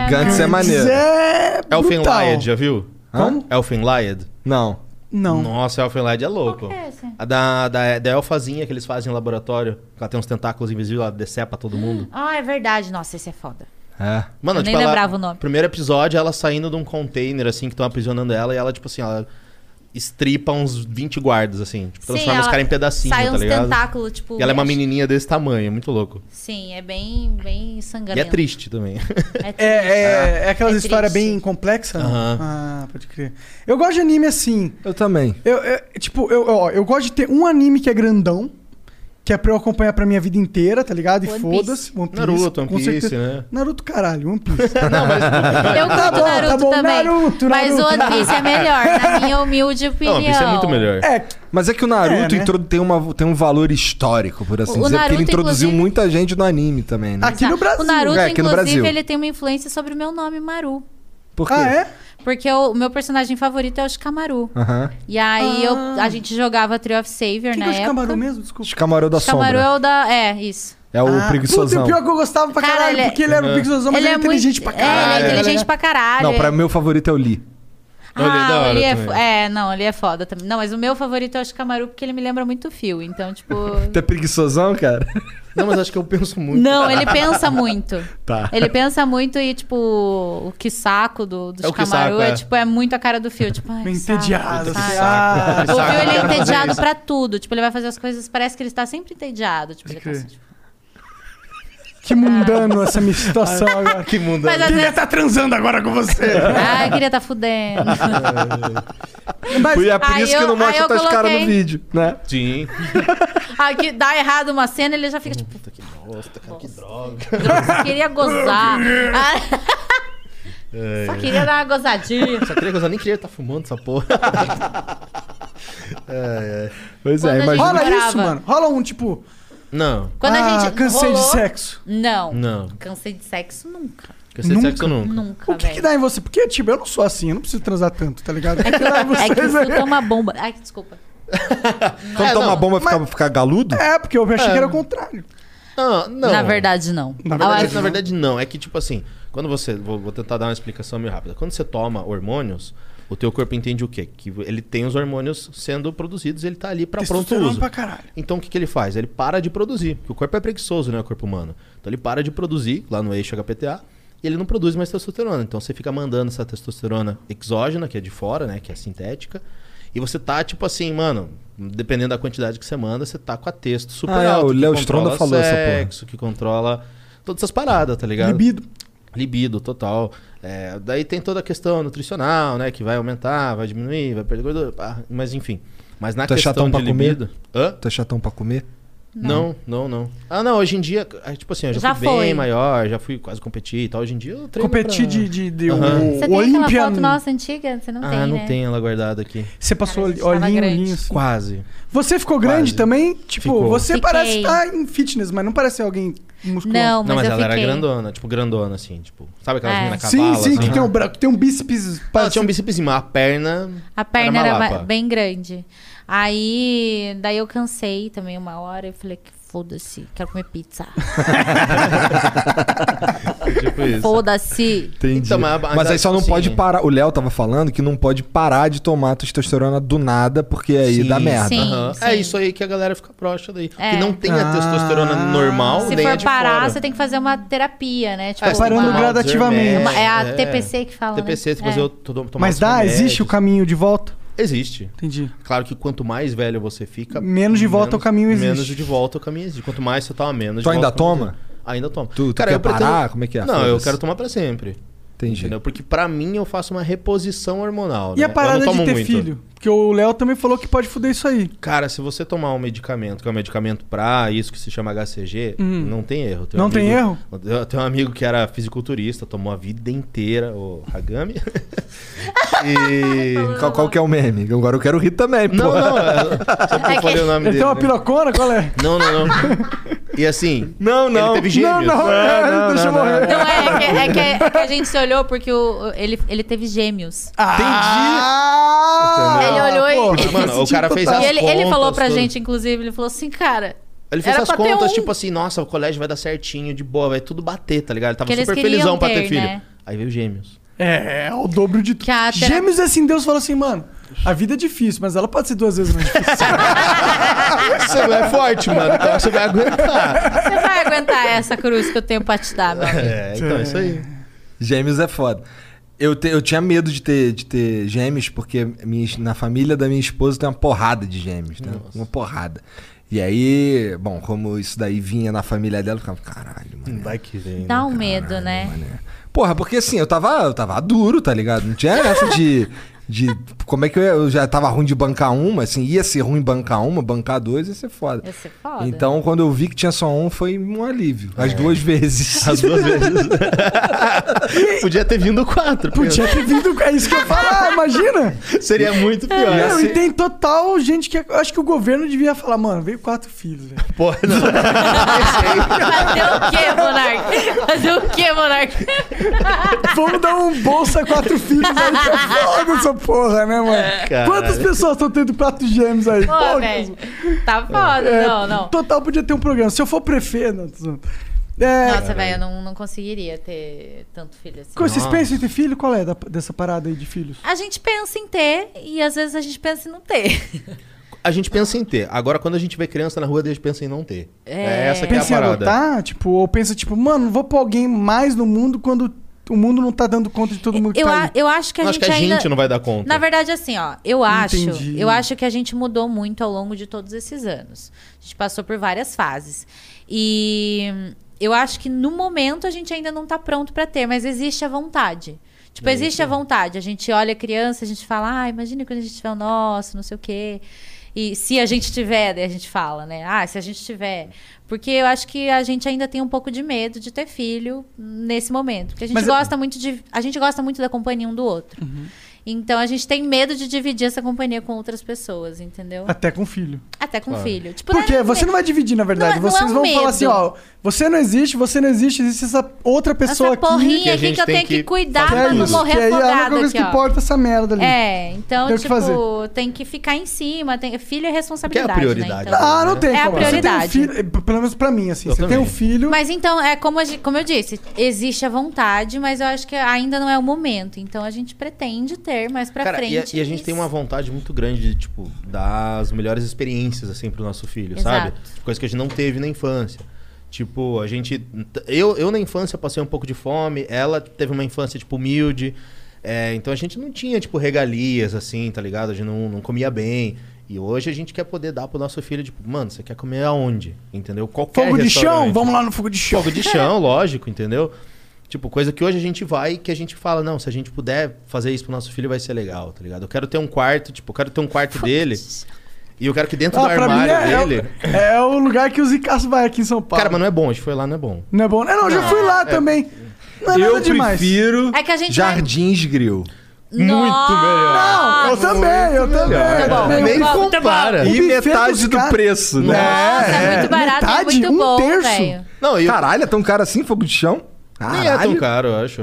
[SPEAKER 2] Gantz é maneiro.
[SPEAKER 3] É.
[SPEAKER 7] Elfen
[SPEAKER 3] brutal.
[SPEAKER 7] Lied, já viu?
[SPEAKER 2] Como?
[SPEAKER 7] Elfen Lied?
[SPEAKER 2] Não.
[SPEAKER 3] Não.
[SPEAKER 7] Nossa, Elfen Lied é louco.
[SPEAKER 4] Qual que é esse?
[SPEAKER 7] A da, da, da elfazinha que eles fazem no laboratório. que Ela tem uns tentáculos invisíveis, ela decepa todo mundo.
[SPEAKER 4] Ah, é verdade. Nossa, esse é foda.
[SPEAKER 2] É.
[SPEAKER 7] Mano, tipo,
[SPEAKER 4] Eu nem
[SPEAKER 7] ela-
[SPEAKER 4] lembrava o nome.
[SPEAKER 7] Primeiro episódio, ela saindo de um container, assim, que estão aprisionando ela, e ela, tipo assim, ela estripa uns 20 guardas, assim. Tipo, transforma os
[SPEAKER 4] ela-
[SPEAKER 7] caras em pedacinhos,
[SPEAKER 4] Sai
[SPEAKER 7] tá
[SPEAKER 4] uns
[SPEAKER 7] ligado?
[SPEAKER 4] tentáculos, tipo.
[SPEAKER 7] E ela é uma
[SPEAKER 4] mexe.
[SPEAKER 7] menininha desse tamanho, é muito louco.
[SPEAKER 4] Sim, é bem, bem
[SPEAKER 7] E
[SPEAKER 4] sangrento.
[SPEAKER 7] é triste também.
[SPEAKER 4] É
[SPEAKER 3] É,
[SPEAKER 4] triste.
[SPEAKER 3] é, é aquelas
[SPEAKER 4] É
[SPEAKER 3] histórias
[SPEAKER 4] triste.
[SPEAKER 3] bem complexas? né?
[SPEAKER 7] Aham.
[SPEAKER 3] Ah, pode crer. Eu gosto de anime assim.
[SPEAKER 2] Eu também.
[SPEAKER 3] Eu, eu- tipo, eu, ó, eu gosto de ter um anime que é grandão, que é pra eu acompanhar pra minha vida inteira, tá ligado? E
[SPEAKER 4] One Piece.
[SPEAKER 3] foda-se. One
[SPEAKER 7] Naruto, One
[SPEAKER 3] com
[SPEAKER 7] Piece,
[SPEAKER 3] certeza.
[SPEAKER 7] né?
[SPEAKER 3] Naruto, caralho, One Piece.
[SPEAKER 4] Eu curto
[SPEAKER 3] bom,
[SPEAKER 4] Naruto
[SPEAKER 3] tá bom,
[SPEAKER 4] também.
[SPEAKER 3] Naruto,
[SPEAKER 4] mas o
[SPEAKER 3] Naruto.
[SPEAKER 4] One Piece é melhor, na minha humilde opinião.
[SPEAKER 7] Não, isso é muito melhor.
[SPEAKER 3] é,
[SPEAKER 2] Mas é que o Naruto
[SPEAKER 3] É, né?
[SPEAKER 2] introdu- tem, uma, tem um valor histórico, por assim
[SPEAKER 4] O- o
[SPEAKER 2] dizer, porque ele
[SPEAKER 4] Naruto,
[SPEAKER 2] introduziu
[SPEAKER 4] inclusive-
[SPEAKER 2] muita gente no anime também, né?
[SPEAKER 3] Aqui no Brasil.
[SPEAKER 4] Tá. O Naruto,
[SPEAKER 2] É, aqui no
[SPEAKER 4] inclusive,
[SPEAKER 2] Brasil.
[SPEAKER 4] ele tem uma influência sobre o meu nome, Maru.
[SPEAKER 2] Por quê?
[SPEAKER 3] ah, é?
[SPEAKER 4] Porque o meu personagem favorito é o Shikamaru.
[SPEAKER 2] Aham.
[SPEAKER 4] E aí eu, a gente jogava Tree of Savior
[SPEAKER 3] Quem
[SPEAKER 4] na
[SPEAKER 3] Ah. que é o
[SPEAKER 4] época.
[SPEAKER 3] Shikamaru mesmo? Desculpa.
[SPEAKER 2] Os camarões da
[SPEAKER 4] Shikamaru
[SPEAKER 2] sombra.
[SPEAKER 4] é o da. É, isso.
[SPEAKER 2] É o
[SPEAKER 3] Ah,
[SPEAKER 2] preguiçosão.
[SPEAKER 3] Puta, e pior que eu gostava pra
[SPEAKER 4] Cara,
[SPEAKER 3] caralho,
[SPEAKER 4] ele é-
[SPEAKER 3] porque ele era um preguiçosão, mas ele, é inteligente pra caralho.
[SPEAKER 4] É, ele é inteligente
[SPEAKER 3] né?
[SPEAKER 4] pra caralho.
[SPEAKER 2] Não, pra meu favorito é o Lee.
[SPEAKER 4] Ah,
[SPEAKER 7] Ele é da hora
[SPEAKER 4] ele é,
[SPEAKER 7] também.
[SPEAKER 4] fo- é, não, ele é foda também. Não, mas o meu favorito é o Shikamaru porque ele me lembra muito o Phil. Então, tipo.
[SPEAKER 2] Tu é preguiçosão, cara?
[SPEAKER 7] Não, mas acho que eu penso muito.
[SPEAKER 4] não, ele pensa muito.
[SPEAKER 2] Tá.
[SPEAKER 4] Ele pensa muito e, tipo, o que saco do, do
[SPEAKER 7] É o
[SPEAKER 4] Shikamaru
[SPEAKER 7] Kisako,
[SPEAKER 4] é,
[SPEAKER 7] é.
[SPEAKER 4] tipo, é muito a cara do Phil. Tipo, ai,
[SPEAKER 3] Meio
[SPEAKER 4] saco,
[SPEAKER 3] entediado,
[SPEAKER 4] saco.
[SPEAKER 3] assim. Ah,
[SPEAKER 4] O Phil, ele é
[SPEAKER 7] Saco.
[SPEAKER 4] entediado pra tudo. Tipo, ele vai fazer as coisas, parece que ele está sempre entediado. Tipo, ele tá assim, tipo...
[SPEAKER 3] que mundano essa minha situação agora.
[SPEAKER 7] Que mundo
[SPEAKER 4] Mas às vezes...
[SPEAKER 3] tá transando agora com você.
[SPEAKER 4] Ah, eu queria tá fudendo.
[SPEAKER 3] Mas,
[SPEAKER 2] E é por
[SPEAKER 4] Aí
[SPEAKER 2] isso que
[SPEAKER 4] eu-
[SPEAKER 2] não
[SPEAKER 4] aí
[SPEAKER 2] mostra
[SPEAKER 4] eu
[SPEAKER 2] tuas caras no
[SPEAKER 4] coloquei-
[SPEAKER 2] vídeo, né?
[SPEAKER 7] Sim.
[SPEAKER 4] Aí que dá errado uma cena, ele já fica tipo... Puta, que bosta, cara, que droga. Só queria gozar. Ah, Só queria dar uma gozadinha.
[SPEAKER 7] Só queria é que eu nem queria estar fumando essa porra.
[SPEAKER 2] Pois
[SPEAKER 4] Quando a
[SPEAKER 2] é, imagina.
[SPEAKER 3] rola
[SPEAKER 4] Brava.
[SPEAKER 3] isso, mano. Rola um tipo.
[SPEAKER 7] Não,
[SPEAKER 4] Quando
[SPEAKER 3] ah,
[SPEAKER 4] a gente
[SPEAKER 3] cansei de
[SPEAKER 4] rolou-
[SPEAKER 3] sexo.
[SPEAKER 4] Não.
[SPEAKER 7] não.
[SPEAKER 4] Cansei de sexo nunca.
[SPEAKER 7] Cansei de
[SPEAKER 3] Nunca.
[SPEAKER 7] sexo nunca.
[SPEAKER 4] Nunca,
[SPEAKER 3] O que, que
[SPEAKER 4] velho.
[SPEAKER 3] dá em você? Porque, tipo, eu não sou assim, eu não preciso transar tanto, tá ligado?
[SPEAKER 4] É que, é que isso é uma bomba. Ai, desculpa.
[SPEAKER 2] Quando
[SPEAKER 7] É,
[SPEAKER 2] toma
[SPEAKER 7] não,
[SPEAKER 2] bomba, fica, fica galudo?
[SPEAKER 3] É, porque eu achei que era o contrário.
[SPEAKER 7] Não, Ah, não.
[SPEAKER 4] Na verdade, não.
[SPEAKER 7] Na
[SPEAKER 4] Eu
[SPEAKER 7] verdade,
[SPEAKER 4] acho-
[SPEAKER 7] na verdade, não. É que, tipo assim, quando você. Vou, vou tentar dar uma explicação meio rápida. Quando você toma hormônios, o teu corpo entende o quê? Que ele tem os hormônios sendo produzidos ele tá ali pra pronto
[SPEAKER 3] Testosterona
[SPEAKER 7] uso.
[SPEAKER 3] pra caralho.
[SPEAKER 7] Então o que, que ele faz? Ele para de produzir. Porque o corpo é preguiçoso, né? O corpo humano. Então ele para de produzir lá no eixo HPTA e ele não produz mais testosterona. Então você fica mandando essa testosterona exógena, que é de fora, né? Que é sintética. E você tá, tipo assim, mano, dependendo da quantidade que você manda, você tá com a texto super
[SPEAKER 2] Ah, é,
[SPEAKER 7] alta,
[SPEAKER 2] o
[SPEAKER 7] que
[SPEAKER 2] Léo
[SPEAKER 7] controla
[SPEAKER 2] Stronda falou essa porra.
[SPEAKER 7] sexo, que controla todas essas paradas, tá ligado?
[SPEAKER 3] Libido.
[SPEAKER 7] Libido total. É, daí tem toda a questão nutricional, né? Que vai aumentar, vai diminuir, vai perder gordura. pá, mas enfim. Mas na
[SPEAKER 2] Tu é
[SPEAKER 7] questão
[SPEAKER 2] chatão
[SPEAKER 7] de
[SPEAKER 2] pra comer?
[SPEAKER 7] libido. Hã?
[SPEAKER 2] Tu é chatão pra comer?
[SPEAKER 7] Não, não, não. Ah, não, hoje em dia, ah, tipo assim, eu já,
[SPEAKER 4] Já
[SPEAKER 7] fui bem
[SPEAKER 4] foi.
[SPEAKER 7] maior, já fui quase competir e tal. Hoje em dia eu treino.
[SPEAKER 3] Competir
[SPEAKER 7] pra-
[SPEAKER 3] de, de, de
[SPEAKER 7] Aham.
[SPEAKER 3] o-
[SPEAKER 4] Você tem
[SPEAKER 3] o
[SPEAKER 4] aquela
[SPEAKER 3] Olympian.
[SPEAKER 4] foto nossa antiga? Você não
[SPEAKER 7] Ah,
[SPEAKER 4] tem,
[SPEAKER 7] não
[SPEAKER 4] né?
[SPEAKER 7] tem ela guardada aqui.
[SPEAKER 3] Você passou
[SPEAKER 4] Cara, a gente
[SPEAKER 3] olhinho,
[SPEAKER 4] tava
[SPEAKER 3] olhinho,
[SPEAKER 4] grande.
[SPEAKER 3] olhinho, assim.
[SPEAKER 7] Quase.
[SPEAKER 3] Você ficou grande
[SPEAKER 7] Quase.
[SPEAKER 3] também? Tipo,
[SPEAKER 7] Ficou.
[SPEAKER 3] você
[SPEAKER 4] Fiquei.
[SPEAKER 3] parece estar em fitness, mas não parece alguém musculoso.
[SPEAKER 4] Não, mas,
[SPEAKER 7] não, mas
[SPEAKER 4] eu
[SPEAKER 7] ela era
[SPEAKER 4] fiquei.
[SPEAKER 7] grandona, tipo, grandona, assim, tipo. Sabe aquelas
[SPEAKER 4] É.
[SPEAKER 7] meninas
[SPEAKER 3] Sim,
[SPEAKER 7] cavalo,
[SPEAKER 3] sim,
[SPEAKER 7] assim?
[SPEAKER 3] que tem um, bra- tem um bíceps.
[SPEAKER 7] Ela tinha
[SPEAKER 3] parecido.
[SPEAKER 7] um bíceps, mas a perna.
[SPEAKER 4] A perna
[SPEAKER 7] Era
[SPEAKER 4] era,
[SPEAKER 7] uma
[SPEAKER 4] ba-
[SPEAKER 7] lapa.
[SPEAKER 4] bem grande. Aí, daí eu cansei também uma hora e falei que foda-se, quero comer pizza.
[SPEAKER 7] Tipo isso.
[SPEAKER 4] Foda-se.
[SPEAKER 2] Entendi.
[SPEAKER 7] Então, mas-
[SPEAKER 2] mas,
[SPEAKER 7] mas
[SPEAKER 2] aí só não
[SPEAKER 7] assim-
[SPEAKER 2] pode parar. O Léo tava falando que não pode parar de tomar testosterona do nada, porque aí
[SPEAKER 7] Sim,
[SPEAKER 2] dá merda.
[SPEAKER 4] sim.
[SPEAKER 7] Aham. É isso aí que a galera fica broxa daí.
[SPEAKER 4] É.
[SPEAKER 7] Que não tem a
[SPEAKER 3] Ah.
[SPEAKER 7] testosterona normal,
[SPEAKER 4] Se
[SPEAKER 7] nem a
[SPEAKER 4] for
[SPEAKER 7] de
[SPEAKER 4] parar,
[SPEAKER 7] fora.
[SPEAKER 4] você tem que fazer uma terapia, né? Tipo,
[SPEAKER 7] É, você tem que
[SPEAKER 3] Parando
[SPEAKER 7] tomar
[SPEAKER 4] uma...
[SPEAKER 7] os
[SPEAKER 3] gradativamente.
[SPEAKER 7] remédios,
[SPEAKER 4] É a TPC que fala, né?
[SPEAKER 7] TPC, se você
[SPEAKER 4] É.
[SPEAKER 7] eu to- tomar
[SPEAKER 3] Mas
[SPEAKER 7] os
[SPEAKER 3] dá,
[SPEAKER 7] remédios.
[SPEAKER 3] existe o caminho de volta?
[SPEAKER 7] Existe.
[SPEAKER 3] Entendi.
[SPEAKER 7] Claro que quanto mais velho você fica,
[SPEAKER 3] Menos de volta o caminho existe.
[SPEAKER 7] Menos de volta o caminho existe. Quanto mais você toma, menos.
[SPEAKER 2] Tu
[SPEAKER 7] de
[SPEAKER 2] ainda
[SPEAKER 7] volta o caminho
[SPEAKER 2] toma?
[SPEAKER 7] existe. Ainda toma.
[SPEAKER 2] Tu- tu quer parar? Como é que é?
[SPEAKER 7] Não, eu
[SPEAKER 2] Foda-se.
[SPEAKER 7] quero tomar pra sempre.
[SPEAKER 2] Entendi.
[SPEAKER 7] Entendeu? Porque pra mim eu faço uma reposição hormonal.
[SPEAKER 3] E
[SPEAKER 7] né?
[SPEAKER 3] a parada
[SPEAKER 7] eu não
[SPEAKER 3] de
[SPEAKER 7] tomo
[SPEAKER 3] ter
[SPEAKER 7] muito.
[SPEAKER 3] filho? Porque o Léo também falou que pode foder isso aí.
[SPEAKER 7] Cara, se você tomar um medicamento, que é um medicamento pra isso que se chama HCG, não tem erro. Tem um
[SPEAKER 3] Uhum. Não tem
[SPEAKER 7] amigo- Eu tenho um amigo que era fisiculturista, tomou a vida inteira o Hagami. e.
[SPEAKER 2] Qual, qual que é o meme? Agora eu quero rir também, pô.
[SPEAKER 7] Não, não, é, eu- só
[SPEAKER 3] É
[SPEAKER 7] porque eu falei o nome
[SPEAKER 3] Ele
[SPEAKER 7] dele.
[SPEAKER 3] tem uma
[SPEAKER 7] né?
[SPEAKER 3] pirocona? Qual é?
[SPEAKER 7] Não, não, não. E assim.
[SPEAKER 2] Não, não.
[SPEAKER 7] Ele teve gêmeos.
[SPEAKER 2] Não, não, é,
[SPEAKER 7] não,
[SPEAKER 2] deixa eu
[SPEAKER 7] não,
[SPEAKER 2] morrer.
[SPEAKER 7] não.
[SPEAKER 4] Não, é, é que, é que- é que a gente se olhou porque o- ele, ele teve gêmeos.
[SPEAKER 3] Ah!
[SPEAKER 4] ele olhou e...
[SPEAKER 7] Mano, o cara fez
[SPEAKER 4] E
[SPEAKER 7] as
[SPEAKER 4] ele,
[SPEAKER 7] contas.
[SPEAKER 4] ele falou pra
[SPEAKER 7] tudo.
[SPEAKER 4] gente, inclusive, ele falou assim, cara...
[SPEAKER 7] Ele fez
[SPEAKER 4] era
[SPEAKER 7] as
[SPEAKER 4] pra ter
[SPEAKER 7] contas,
[SPEAKER 4] um.
[SPEAKER 7] tipo assim, nossa, o colégio vai dar certinho, de boa, vai tudo bater, tá ligado? Ele tava
[SPEAKER 4] Que eles
[SPEAKER 7] super
[SPEAKER 4] queriam
[SPEAKER 7] felizão pra
[SPEAKER 4] ter,
[SPEAKER 7] ter filho.
[SPEAKER 4] né?
[SPEAKER 7] Aí veio gêmeos.
[SPEAKER 3] É, é o dobro de tudo.
[SPEAKER 4] Que a tera-
[SPEAKER 3] Gêmeos assim, Deus falou assim, mano. A vida é difícil, mas ela pode ser duas vezes mais difícil.
[SPEAKER 7] Você é forte, mano. Então você vai aguentar.
[SPEAKER 4] Você vai aguentar essa cruz que eu tenho pra te dar, meu amigo.
[SPEAKER 7] É, então é isso aí.
[SPEAKER 2] Gêmeos é foda. Eu, te- eu tinha medo de ter, de ter gêmeos, porque minha- na família da minha esposa tem uma porrada de gêmeos, né? Uma porrada. E aí, bom, como isso daí vinha na família dela, eu ficava, caralho, mano.
[SPEAKER 7] Vai que vem.
[SPEAKER 4] Dá um medo, né?
[SPEAKER 2] Mané. Porra, porque assim, eu tava, eu tava duro, tá ligado? Não tinha essa de. de como é que eu, ia- eu já tava ruim de bancar uma, assim, ia ser ruim bancar uma, bancar dois, ia ser foda.
[SPEAKER 4] Ia ser É foda.
[SPEAKER 2] Então, quando eu vi que tinha só um, foi um alívio. As duas vezes.
[SPEAKER 7] As duas vezes. Podia ter vindo quatro. porque
[SPEAKER 3] Podia ter vindo. É isso que eu falo, ah, imagina!
[SPEAKER 7] Seria muito pior.
[SPEAKER 3] Não,
[SPEAKER 7] Assim,
[SPEAKER 3] e tem total gente que. é- Acho que o governo devia falar, mano, veio quatro filhos, velho.
[SPEAKER 7] porra, não.
[SPEAKER 4] Fazer o quê, Monark? Fazer o quê, Monark?
[SPEAKER 3] Vamos dar um bolsa quatro filhos aí, que é foda essa porra, né, mano?
[SPEAKER 7] É. Caralho.
[SPEAKER 3] Quantas pessoas estão tendo quatro gêmeos aí?
[SPEAKER 4] Pô, velho. Tá foda.
[SPEAKER 3] É,
[SPEAKER 4] Não, não.
[SPEAKER 3] Total podia ter um programa. Se eu for prefeito. Não, tô zoando. é,
[SPEAKER 4] Nossa, velho, eu não, não conseguiria ter tanto filho assim.
[SPEAKER 3] vocês pensam em ter filho? Qual é da- dessa parada aí de filhos?
[SPEAKER 4] A gente pensa em ter e às vezes a gente pensa em não ter.
[SPEAKER 7] A gente pensa em ter. Agora, quando a gente vê criança na rua, a gente pensa em não ter. É, essa que
[SPEAKER 3] Pensa
[SPEAKER 7] é
[SPEAKER 3] em
[SPEAKER 7] a parada.
[SPEAKER 3] adotar? Tipo, ou pensa, tipo, mano, vou pôr alguém mais no mundo quando o mundo não tá dando conta de todo mundo que
[SPEAKER 4] Eu,
[SPEAKER 3] tá
[SPEAKER 4] a-
[SPEAKER 3] aí.
[SPEAKER 4] eu acho que a
[SPEAKER 7] Acho
[SPEAKER 4] gente
[SPEAKER 7] que a
[SPEAKER 4] ainda...
[SPEAKER 7] gente não vai dar conta.
[SPEAKER 4] Na verdade, assim, ó, eu acho,
[SPEAKER 3] Entendi.
[SPEAKER 4] eu acho que a gente mudou muito ao longo de todos esses anos. A gente passou por várias fases. E hum, eu acho que no momento a gente ainda não tá pronto para ter, mas existe a vontade. Tipo, existe a vontade. A gente olha a criança, a gente fala, ah, imagina quando a gente tiver o nosso, não sei o quê. E se a gente tiver, daí a gente fala, né? Ah, se a gente tiver. Porque eu acho que a gente ainda tem um pouco de medo de ter filho nesse momento. Porque a gente
[SPEAKER 3] Mas eu- Uhum.
[SPEAKER 4] gosta muito de. A gente gosta muito da companhia um do outro. Então a gente tem medo de dividir essa companhia com outras pessoas, entendeu?
[SPEAKER 3] Até com filho.
[SPEAKER 4] Até com filho. Tipo,
[SPEAKER 3] Ah, Porque
[SPEAKER 4] é-
[SPEAKER 3] você não vai dividir, na
[SPEAKER 4] Não é-
[SPEAKER 3] verdade.
[SPEAKER 4] não é
[SPEAKER 3] Vocês
[SPEAKER 4] um
[SPEAKER 3] vão
[SPEAKER 4] medo.
[SPEAKER 3] falar assim, ó, você não existe, você não existe, existe essa outra pessoa
[SPEAKER 4] essa
[SPEAKER 3] aqui.
[SPEAKER 4] porrinha
[SPEAKER 7] a
[SPEAKER 4] aqui
[SPEAKER 7] gente
[SPEAKER 4] que eu
[SPEAKER 7] tem
[SPEAKER 4] tenho que,
[SPEAKER 7] que
[SPEAKER 4] cuidar
[SPEAKER 7] fazer
[SPEAKER 4] pra não
[SPEAKER 7] isso.
[SPEAKER 4] morrer
[SPEAKER 3] que aí é a única
[SPEAKER 4] afogado
[SPEAKER 3] coisa
[SPEAKER 4] aqui,
[SPEAKER 3] que
[SPEAKER 4] ó.
[SPEAKER 3] importa essa merda ali.
[SPEAKER 4] É, então,
[SPEAKER 3] Tem o que
[SPEAKER 4] tipo,
[SPEAKER 3] fazer.
[SPEAKER 4] tem que ficar em cima. Tem... Filho é
[SPEAKER 7] Que é
[SPEAKER 4] responsabilidade,
[SPEAKER 7] a prioridade.
[SPEAKER 4] né? Então...
[SPEAKER 3] Ah, não tem
[SPEAKER 4] É a
[SPEAKER 3] como.
[SPEAKER 4] prioridade.
[SPEAKER 3] Você tem um filho, pelo menos pra mim, assim.
[SPEAKER 7] Eu
[SPEAKER 3] você tem
[SPEAKER 7] também.
[SPEAKER 3] um filho.
[SPEAKER 4] Mas então, é como, a gente- como eu disse, existe a vontade, mas eu acho que ainda não é o momento. Então a gente pretende ter mais pra
[SPEAKER 7] Cara,
[SPEAKER 4] frente. é
[SPEAKER 7] e a, e a gente tem uma vontade muito grande de, tipo, dar as melhores experiências, assim, pro nosso filho,
[SPEAKER 4] Exato.
[SPEAKER 7] sabe? Coisa que a gente não teve na infância. Tipo, a gente... Eu, eu na infância passei um pouco de fome, ela teve uma infância, tipo, humilde. É, então a gente não tinha, tipo, regalias, assim, tá ligado? A gente não, não comia bem. E hoje a gente quer poder dar pro nosso filho, tipo, mano, você quer comer aonde? Entendeu? Qualquer
[SPEAKER 3] Fogo de chão?
[SPEAKER 7] restaurante.
[SPEAKER 3] Vamos lá no fogo de chão.
[SPEAKER 7] Fogo de chão, lógico, entendeu? Tipo, coisa que hoje a gente vai e que a gente fala, não, se a gente puder fazer isso pro nosso filho vai ser legal, tá ligado? Eu quero ter um quarto, tipo, eu quero ter um quarto dele. E eu quero que dentro do
[SPEAKER 3] Ah, pra mim
[SPEAKER 7] armário
[SPEAKER 3] é, é o-
[SPEAKER 7] dele.
[SPEAKER 3] é o lugar que o Zicaço vai aqui em São Paulo.
[SPEAKER 7] Cara, mas não é bom, a gente foi lá, não é bom.
[SPEAKER 3] Não é bom? É, não, eu já fui lá também. Não é
[SPEAKER 2] eu
[SPEAKER 3] nada demais.
[SPEAKER 2] prefiro
[SPEAKER 4] É que a gente
[SPEAKER 2] Jardins Grill.
[SPEAKER 4] vai... Muito melhor.
[SPEAKER 3] Não, eu também, eu também.
[SPEAKER 7] É
[SPEAKER 4] Tá
[SPEAKER 3] eu
[SPEAKER 4] bom,
[SPEAKER 3] também.
[SPEAKER 4] tá bom, tá
[SPEAKER 7] compara.
[SPEAKER 3] O
[SPEAKER 2] E
[SPEAKER 3] buffet
[SPEAKER 2] metade
[SPEAKER 3] dos
[SPEAKER 2] do
[SPEAKER 3] caras-
[SPEAKER 2] preço, né?
[SPEAKER 4] Nossa, é, muito barato, é
[SPEAKER 3] metade,
[SPEAKER 4] muito
[SPEAKER 3] um
[SPEAKER 4] bom,
[SPEAKER 3] terço.
[SPEAKER 4] velho.
[SPEAKER 7] Não, eu...
[SPEAKER 2] Caralho, é tão caro assim, fogo de chão?
[SPEAKER 7] nem é tão
[SPEAKER 2] Caralho.
[SPEAKER 7] caro, eu acho.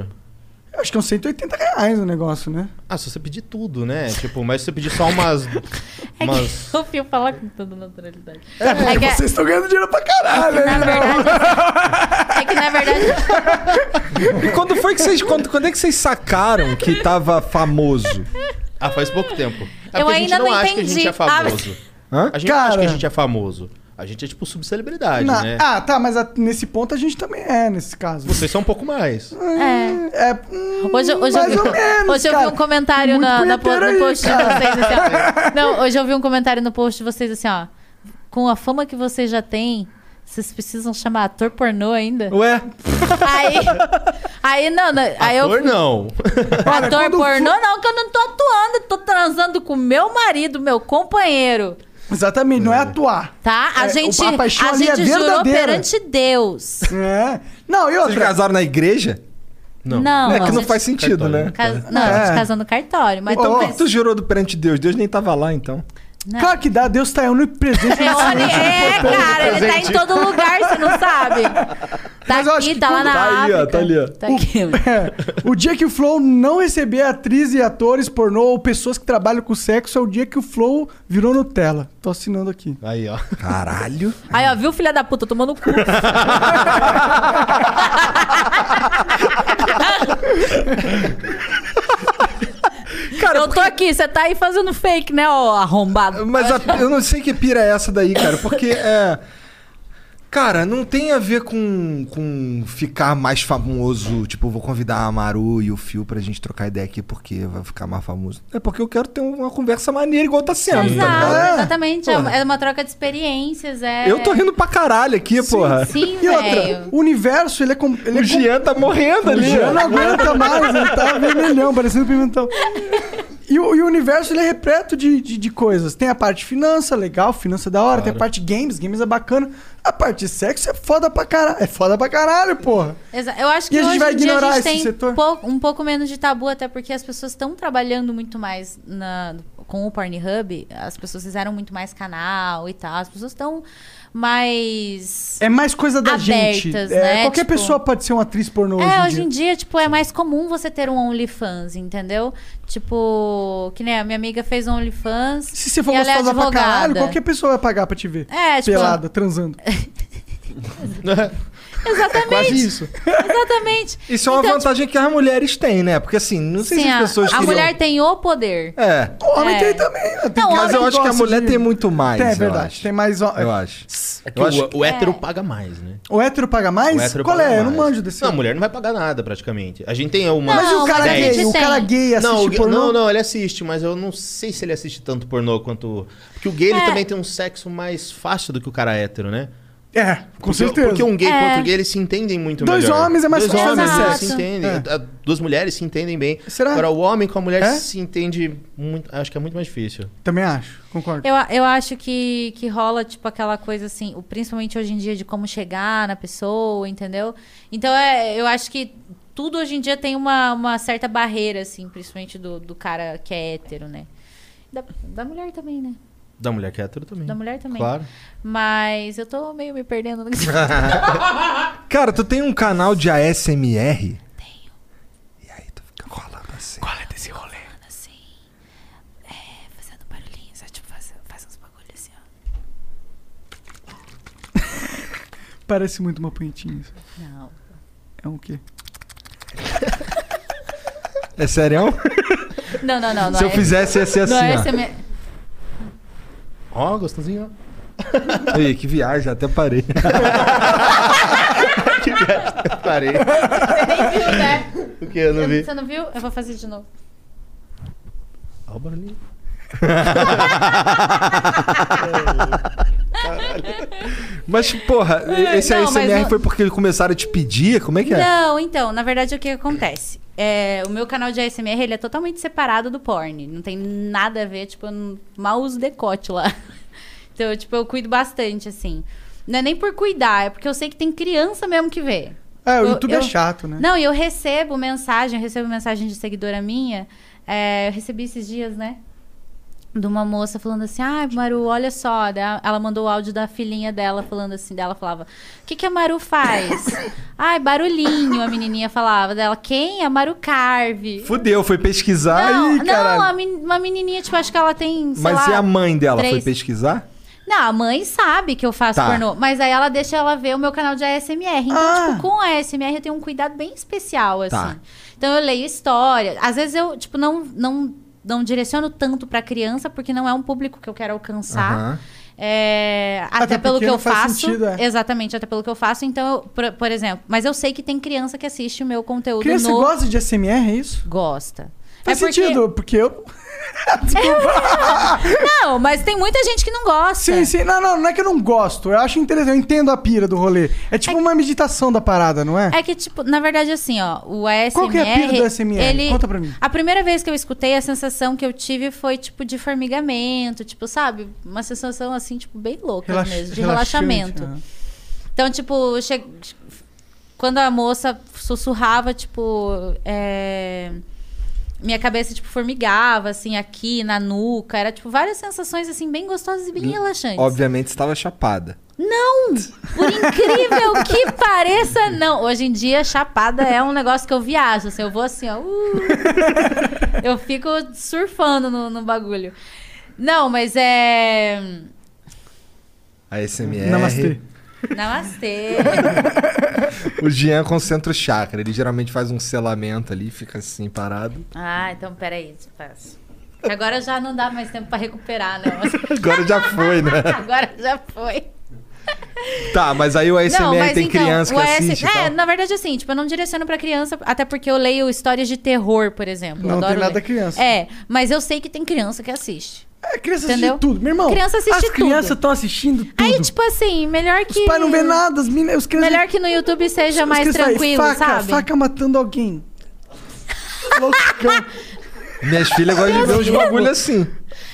[SPEAKER 3] Eu Acho que é uns 180 reais o negócio, né?
[SPEAKER 7] Ah, se você pedir tudo, né? Tipo, mas se você pedir só umas...
[SPEAKER 4] É
[SPEAKER 7] umas...
[SPEAKER 4] que o Fio fala com toda naturalidade. É, que,
[SPEAKER 3] Vocês estão ganhando dinheiro pra caralho,
[SPEAKER 4] na
[SPEAKER 3] né?
[SPEAKER 4] verdade... é que na verdade...
[SPEAKER 2] E quando foi que vocês. Quando, quando é que vocês sacaram que tava famoso?
[SPEAKER 7] Ah, faz pouco tempo. É
[SPEAKER 4] Eu
[SPEAKER 7] porque a gente
[SPEAKER 4] ainda
[SPEAKER 7] não,
[SPEAKER 4] não
[SPEAKER 7] acha que a gente
[SPEAKER 4] entendi.
[SPEAKER 7] é famoso.
[SPEAKER 2] Hã?
[SPEAKER 7] A gente não
[SPEAKER 3] Cara.
[SPEAKER 7] acha que a gente é famoso. A gente é, tipo, subcelebridade,
[SPEAKER 3] Na-
[SPEAKER 7] né?
[SPEAKER 3] Ah, tá, mas a- nesse ponto a gente também é, nesse caso.
[SPEAKER 7] Vocês são um pouco mais.
[SPEAKER 4] É.
[SPEAKER 3] É, hum,
[SPEAKER 4] Hoje, eu- hoje, eu,
[SPEAKER 3] mais
[SPEAKER 4] vi,
[SPEAKER 3] ou menos,
[SPEAKER 4] hoje eu vi
[SPEAKER 3] cara.
[SPEAKER 4] um comentário
[SPEAKER 3] Muito
[SPEAKER 4] na, na po-
[SPEAKER 3] punheteiro
[SPEAKER 4] no
[SPEAKER 3] aí,
[SPEAKER 4] post de vocês assim, ó. Não, hoje eu vi um comentário no post de vocês assim, ó. Com a fama que vocês já têm, vocês precisam chamar ator pornô ainda?
[SPEAKER 2] Ué?
[SPEAKER 4] Aí. Aí não, não aí eu.
[SPEAKER 7] Ator, não.
[SPEAKER 4] ator pornô, não, que eu não tô atuando, tô transando com meu marido, meu companheiro.
[SPEAKER 3] Exatamente, não é atuar.
[SPEAKER 4] Tá? A
[SPEAKER 3] É,
[SPEAKER 4] gente,
[SPEAKER 3] a paixão
[SPEAKER 4] a
[SPEAKER 3] ali é
[SPEAKER 4] gente jurou
[SPEAKER 3] verdadeira.
[SPEAKER 4] perante Deus.
[SPEAKER 3] É. Não, e
[SPEAKER 2] Vocês
[SPEAKER 3] outra.
[SPEAKER 2] casaram na igreja?
[SPEAKER 4] Não,
[SPEAKER 2] é que
[SPEAKER 4] a
[SPEAKER 2] não
[SPEAKER 4] gente
[SPEAKER 2] faz sentido,
[SPEAKER 7] Cartório.
[SPEAKER 2] né?
[SPEAKER 4] cas- Não, a
[SPEAKER 3] É.
[SPEAKER 4] gente casou no cartório, mas
[SPEAKER 2] Então, por
[SPEAKER 4] também-
[SPEAKER 2] que tu jurou do perante Deus? Deus nem tava lá, então.
[SPEAKER 4] Não.
[SPEAKER 3] Claro que dá, Deus tá eu no presente.
[SPEAKER 4] né? É, olha, é, cara, ele tá em
[SPEAKER 7] Presente.
[SPEAKER 4] todo lugar, você não sabe. Tá
[SPEAKER 3] Mas eu acho
[SPEAKER 4] aqui,
[SPEAKER 3] que
[SPEAKER 4] tá lá
[SPEAKER 3] quando-
[SPEAKER 4] na
[SPEAKER 2] Tá aí, ó,
[SPEAKER 4] África.
[SPEAKER 2] tá ali, ó.
[SPEAKER 4] Tá aqui.
[SPEAKER 3] É, o dia que o Flow não receber atriz e atores pornô ou pessoas que trabalham com sexo é o dia que o Flow virou Nutella. Tô assinando aqui.
[SPEAKER 7] Aí, ó.
[SPEAKER 2] Caralho.
[SPEAKER 4] Aí, ó, viu, filha da puta, tomando cu.
[SPEAKER 2] Cara,
[SPEAKER 4] eu tô aqui, você tá aí fazendo fake, né, ô arrombado?
[SPEAKER 2] Mas a- eu não sei que pira é essa daí, cara, porque é. Cara, não tem a ver com, com ficar mais famoso. Tipo, vou convidar a Maru e o Fio pra gente trocar ideia aqui porque vai ficar mais famoso. É porque eu quero ter uma conversa maneira igual tá sendo, tá ligado?
[SPEAKER 4] Exato, exatamente. É
[SPEAKER 2] Porra.
[SPEAKER 4] uma- É uma troca de experiências, é...
[SPEAKER 2] Eu tô rindo pra caralho aqui, porra.
[SPEAKER 4] Sim,
[SPEAKER 3] E outra,
[SPEAKER 4] velho.
[SPEAKER 3] o universo, ele é... Com, ele é
[SPEAKER 2] O Jean tá morrendo
[SPEAKER 3] com... O
[SPEAKER 2] ali.
[SPEAKER 3] Jean não aguenta mais, ele tá vermelhão, parecendo pimentão. E o, e o universo, ele é repleto de, de, de coisas. Tem a parte finança, legal, finança é da hora. Tem a parte games, games é bacana. A parte de sexo é foda pra caralho. É foda pra caralho, porra.
[SPEAKER 4] Exa- Eu acho que
[SPEAKER 3] E a gente
[SPEAKER 4] hoje
[SPEAKER 3] vai
[SPEAKER 4] em dia
[SPEAKER 3] ignorar
[SPEAKER 4] a gente
[SPEAKER 3] esse
[SPEAKER 4] tem
[SPEAKER 3] setor?
[SPEAKER 4] pou- um pouco menos de tabu, até porque as pessoas estão trabalhando muito mais na- com o Pornhub. As pessoas fizeram muito mais canal e tal. As pessoas estão mais...
[SPEAKER 3] É mais coisa da
[SPEAKER 4] Abertas,
[SPEAKER 3] gente. É,
[SPEAKER 4] né,
[SPEAKER 3] qualquer
[SPEAKER 4] tipo-
[SPEAKER 3] pessoa pode ser uma atriz pornô
[SPEAKER 4] É,
[SPEAKER 3] hoje
[SPEAKER 4] hoje em
[SPEAKER 3] em dia.
[SPEAKER 4] dia, tipo, é mais comum você ter um OnlyFans, entendeu? Tipo, que nem a minha amiga fez um OnlyFans.
[SPEAKER 3] Se você for
[SPEAKER 4] e ela é
[SPEAKER 3] gostosa pra caralho,
[SPEAKER 4] advogada.
[SPEAKER 3] qualquer pessoa vai pagar pra te ver.
[SPEAKER 4] É, tipo,
[SPEAKER 3] Pelada, transando. É
[SPEAKER 4] Exatamente,
[SPEAKER 7] Quase isso.
[SPEAKER 4] exatamente.
[SPEAKER 2] Isso é
[SPEAKER 3] Então,
[SPEAKER 2] uma
[SPEAKER 3] tipo
[SPEAKER 2] vantagem que as mulheres têm, né? Porque assim, não sei
[SPEAKER 4] Sim,
[SPEAKER 2] se as
[SPEAKER 4] a,
[SPEAKER 2] pessoas
[SPEAKER 4] a
[SPEAKER 2] queriam-
[SPEAKER 4] mulher tem o poder.
[SPEAKER 2] É.
[SPEAKER 3] O homem
[SPEAKER 4] É.
[SPEAKER 3] tem também. né? Tem
[SPEAKER 4] Não,
[SPEAKER 3] cara
[SPEAKER 2] Mas eu acho que a
[SPEAKER 3] gosta
[SPEAKER 2] mulher
[SPEAKER 3] de-
[SPEAKER 2] tem muito mais.
[SPEAKER 3] Tem, é
[SPEAKER 2] eu
[SPEAKER 3] verdade.
[SPEAKER 2] acho.
[SPEAKER 3] Tem mais. ó,
[SPEAKER 2] Eu acho.
[SPEAKER 7] É que o, o hétero paga mais, né?
[SPEAKER 3] O hétero paga mais?
[SPEAKER 7] O hétero
[SPEAKER 3] Qual
[SPEAKER 7] paga
[SPEAKER 3] é? Eu não
[SPEAKER 7] mais.
[SPEAKER 3] manjo desse.
[SPEAKER 7] Não, a mulher não vai pagar nada, praticamente. A gente tem uma...
[SPEAKER 3] Mas e o
[SPEAKER 4] Não,
[SPEAKER 3] cara
[SPEAKER 4] mas a
[SPEAKER 3] gay?
[SPEAKER 4] gente
[SPEAKER 3] O
[SPEAKER 4] tem.
[SPEAKER 3] cara gay assiste
[SPEAKER 7] Não, o gay-
[SPEAKER 3] pornô?
[SPEAKER 7] não, não, ele assiste, mas eu não sei se ele assiste tanto pornô quanto. Porque o gay ele
[SPEAKER 4] É.
[SPEAKER 7] também tem um sexo mais fácil do que o cara hétero, né?
[SPEAKER 3] É, com
[SPEAKER 7] Porque-
[SPEAKER 3] certeza.
[SPEAKER 7] Porque um gay
[SPEAKER 4] É.
[SPEAKER 7] contra outro gay eles se entendem muito
[SPEAKER 3] Dois
[SPEAKER 7] melhor.
[SPEAKER 3] homens é mais
[SPEAKER 7] Dois
[SPEAKER 3] fácil
[SPEAKER 7] homens
[SPEAKER 4] fazer
[SPEAKER 7] eles se
[SPEAKER 4] sexo.
[SPEAKER 7] entendem.
[SPEAKER 3] É.
[SPEAKER 7] a- Duas mulheres se entendem bem.
[SPEAKER 3] Será?
[SPEAKER 7] Agora, o homem com a mulher
[SPEAKER 3] É?
[SPEAKER 7] se entende muito. Acho que é muito mais difícil.
[SPEAKER 2] um-
[SPEAKER 3] Também acho, concordo.
[SPEAKER 4] Eu, a- eu acho que, que rola, tipo, aquela coisa assim, o- principalmente hoje em dia, de como chegar na pessoa, entendeu? Então, é, eu acho que tudo hoje em dia tem uma, uma certa barreira, assim, principalmente do, do cara que é hétero, né? Da, da mulher também, né?
[SPEAKER 7] Da mulher que é hétero também.
[SPEAKER 4] Da mulher também.
[SPEAKER 7] Claro.
[SPEAKER 4] Mas eu tô meio me perdendo. no que- tá
[SPEAKER 2] Cara, tu tem um canal de ASMR?
[SPEAKER 4] Tenho.
[SPEAKER 2] E aí tu fica rolando assim.
[SPEAKER 4] assim, é, fazendo barulhinhos, é, tipo, faz, faz uns bagulhos assim, ó.
[SPEAKER 3] Parece muito uma punhetinha. isso.
[SPEAKER 4] Não.
[SPEAKER 3] É um quê?
[SPEAKER 2] É sério?
[SPEAKER 4] Não, não, não. não
[SPEAKER 2] Se
[SPEAKER 4] é,
[SPEAKER 2] eu fizesse ia ser assim,
[SPEAKER 4] não é
[SPEAKER 2] ó.
[SPEAKER 4] SM...
[SPEAKER 7] Ó, gostosinho, ó.
[SPEAKER 2] Ei, que viagem, até parei.
[SPEAKER 7] Parei.
[SPEAKER 4] Você nem viu, né?
[SPEAKER 7] O que eu não vi?
[SPEAKER 4] Você não viu? Eu vou fazer de novo.
[SPEAKER 7] Ó, o barulhinho.
[SPEAKER 2] Mas, porra, esse
[SPEAKER 4] não, mas
[SPEAKER 2] ASMR
[SPEAKER 4] não-
[SPEAKER 2] foi porque começaram a te pedir? Como é que é?
[SPEAKER 4] Não, então, na verdade, o que acontece? É, o meu canal de ASMR, ele é totalmente separado do porn. Não tem nada a ver, tipo, eu não- mal uso decote lá. Então, tipo, eu cuido bastante, assim. Não é nem por cuidar, é porque eu sei que tem criança mesmo que vê.
[SPEAKER 3] É, o
[SPEAKER 4] Eu-
[SPEAKER 3] YouTube é
[SPEAKER 4] eu-
[SPEAKER 3] chato, né?
[SPEAKER 4] Não, e eu recebo mensagem, eu recebo mensagem de seguidora minha. é, eu recebi esses dias, né? De uma moça falando assim, ah, Maru, olha só. Daí a- Ela mandou o áudio da filhinha dela falando assim, dela falava, o que, que a Maru faz? Ai, barulhinho, a menininha falava dela. Quem? A Maru Carve.
[SPEAKER 2] Fudeu, foi pesquisar
[SPEAKER 4] Não,
[SPEAKER 2] e, caralho.
[SPEAKER 4] não a men- uma menininha, tipo, acho que ela tem, sei
[SPEAKER 2] Mas
[SPEAKER 4] lá,
[SPEAKER 2] e a mãe dela? Foi
[SPEAKER 4] três.
[SPEAKER 2] pesquisar?
[SPEAKER 4] Não, a mãe sabe que eu faço
[SPEAKER 2] Tá.
[SPEAKER 4] pornô, mas aí ela deixa ela ver o meu canal de ASMR. Então,
[SPEAKER 3] Ah.
[SPEAKER 4] tipo, com a ASMR eu tenho um cuidado bem especial, assim.
[SPEAKER 2] Tá.
[SPEAKER 4] Então eu leio história. Às vezes eu, tipo, não, não, não direciono tanto pra criança, porque não é um público que eu quero alcançar.
[SPEAKER 2] Aham.
[SPEAKER 4] É, até,
[SPEAKER 3] Até
[SPEAKER 4] pelo
[SPEAKER 3] porque
[SPEAKER 4] que eu
[SPEAKER 3] não faz
[SPEAKER 4] faço.
[SPEAKER 3] sentido, é.
[SPEAKER 4] Exatamente, até pelo que eu faço. Então, eu, por, por exemplo, mas eu sei que tem criança que assiste o meu conteúdo
[SPEAKER 3] Criança
[SPEAKER 4] no
[SPEAKER 3] gosta de SMR, é isso?
[SPEAKER 4] gosta.
[SPEAKER 3] Faz
[SPEAKER 4] É porque-
[SPEAKER 3] sentido, porque eu.
[SPEAKER 4] Não, mas tem muita gente que não gosta.
[SPEAKER 3] Sim, sim. Não, não, não é que eu não gosto. Eu acho interessante, eu entendo a pira do rolê. É tipo uma meditação da parada, não é?
[SPEAKER 4] É que, tipo, na verdade, assim, ó, o ASMR...
[SPEAKER 3] Qual que é a pira do ASMR?
[SPEAKER 4] Ele,
[SPEAKER 3] Conta pra mim.
[SPEAKER 4] A primeira vez que eu escutei, a sensação que eu tive foi, tipo, de formigamento, tipo, sabe? Uma sensação, assim, tipo, bem louca
[SPEAKER 3] Relax-
[SPEAKER 4] mesmo, de
[SPEAKER 3] relaxante,
[SPEAKER 4] relaxamento.
[SPEAKER 3] né?
[SPEAKER 4] Então, tipo, che- quando a moça sussurrava, tipo, é, minha cabeça, tipo, formigava, assim, aqui, na nuca. Era, tipo, várias sensações, assim, bem gostosas e bem relaxantes.
[SPEAKER 2] Obviamente estava chapada.
[SPEAKER 4] Não! Por incrível que pareça, não. Hoje em dia, chapada é um negócio que eu viajo. Assim, eu vou assim, ó. uh. eu fico surfando no, no bagulho. Não, mas é.
[SPEAKER 2] ASMR.
[SPEAKER 3] É, Namastê.
[SPEAKER 4] Namastê.
[SPEAKER 2] O Jean concentra o chakra. Ele geralmente faz um selamento ali, fica assim parado.
[SPEAKER 4] Ah, então peraí, isso eu faço. Agora já não dá mais tempo pra recuperar, não.
[SPEAKER 2] Agora já foi, né?
[SPEAKER 4] Agora já foi.
[SPEAKER 2] Tá, mas aí o ASMR tem criança que
[SPEAKER 4] AS
[SPEAKER 2] assiste. então. e
[SPEAKER 4] É,
[SPEAKER 2] tal.
[SPEAKER 4] na verdade, assim, tipo, eu não direciono pra criança, até porque eu leio histórias de terror, por exemplo. Eu
[SPEAKER 3] Não tem
[SPEAKER 4] adoro
[SPEAKER 3] nada
[SPEAKER 4] ler.
[SPEAKER 3] criança.
[SPEAKER 4] É, mas eu sei que tem criança que assiste.
[SPEAKER 3] É, criança
[SPEAKER 4] Entendeu?
[SPEAKER 3] assiste tudo. Meu irmão,
[SPEAKER 4] Criança assiste
[SPEAKER 3] as
[SPEAKER 4] tudo.
[SPEAKER 3] crianças estão assistindo tudo.
[SPEAKER 4] Aí, tipo assim, melhor que.
[SPEAKER 3] Os pais não vê nada, as meninas... Os crianças...
[SPEAKER 4] Melhor que no YouTube seja
[SPEAKER 3] os
[SPEAKER 4] mais
[SPEAKER 3] crianças aí,
[SPEAKER 4] tranquilo,
[SPEAKER 3] faca,
[SPEAKER 4] sabe?
[SPEAKER 3] Faca matando alguém. Loucão.
[SPEAKER 2] Minhas filhas gostam de ver uns bagulho assim.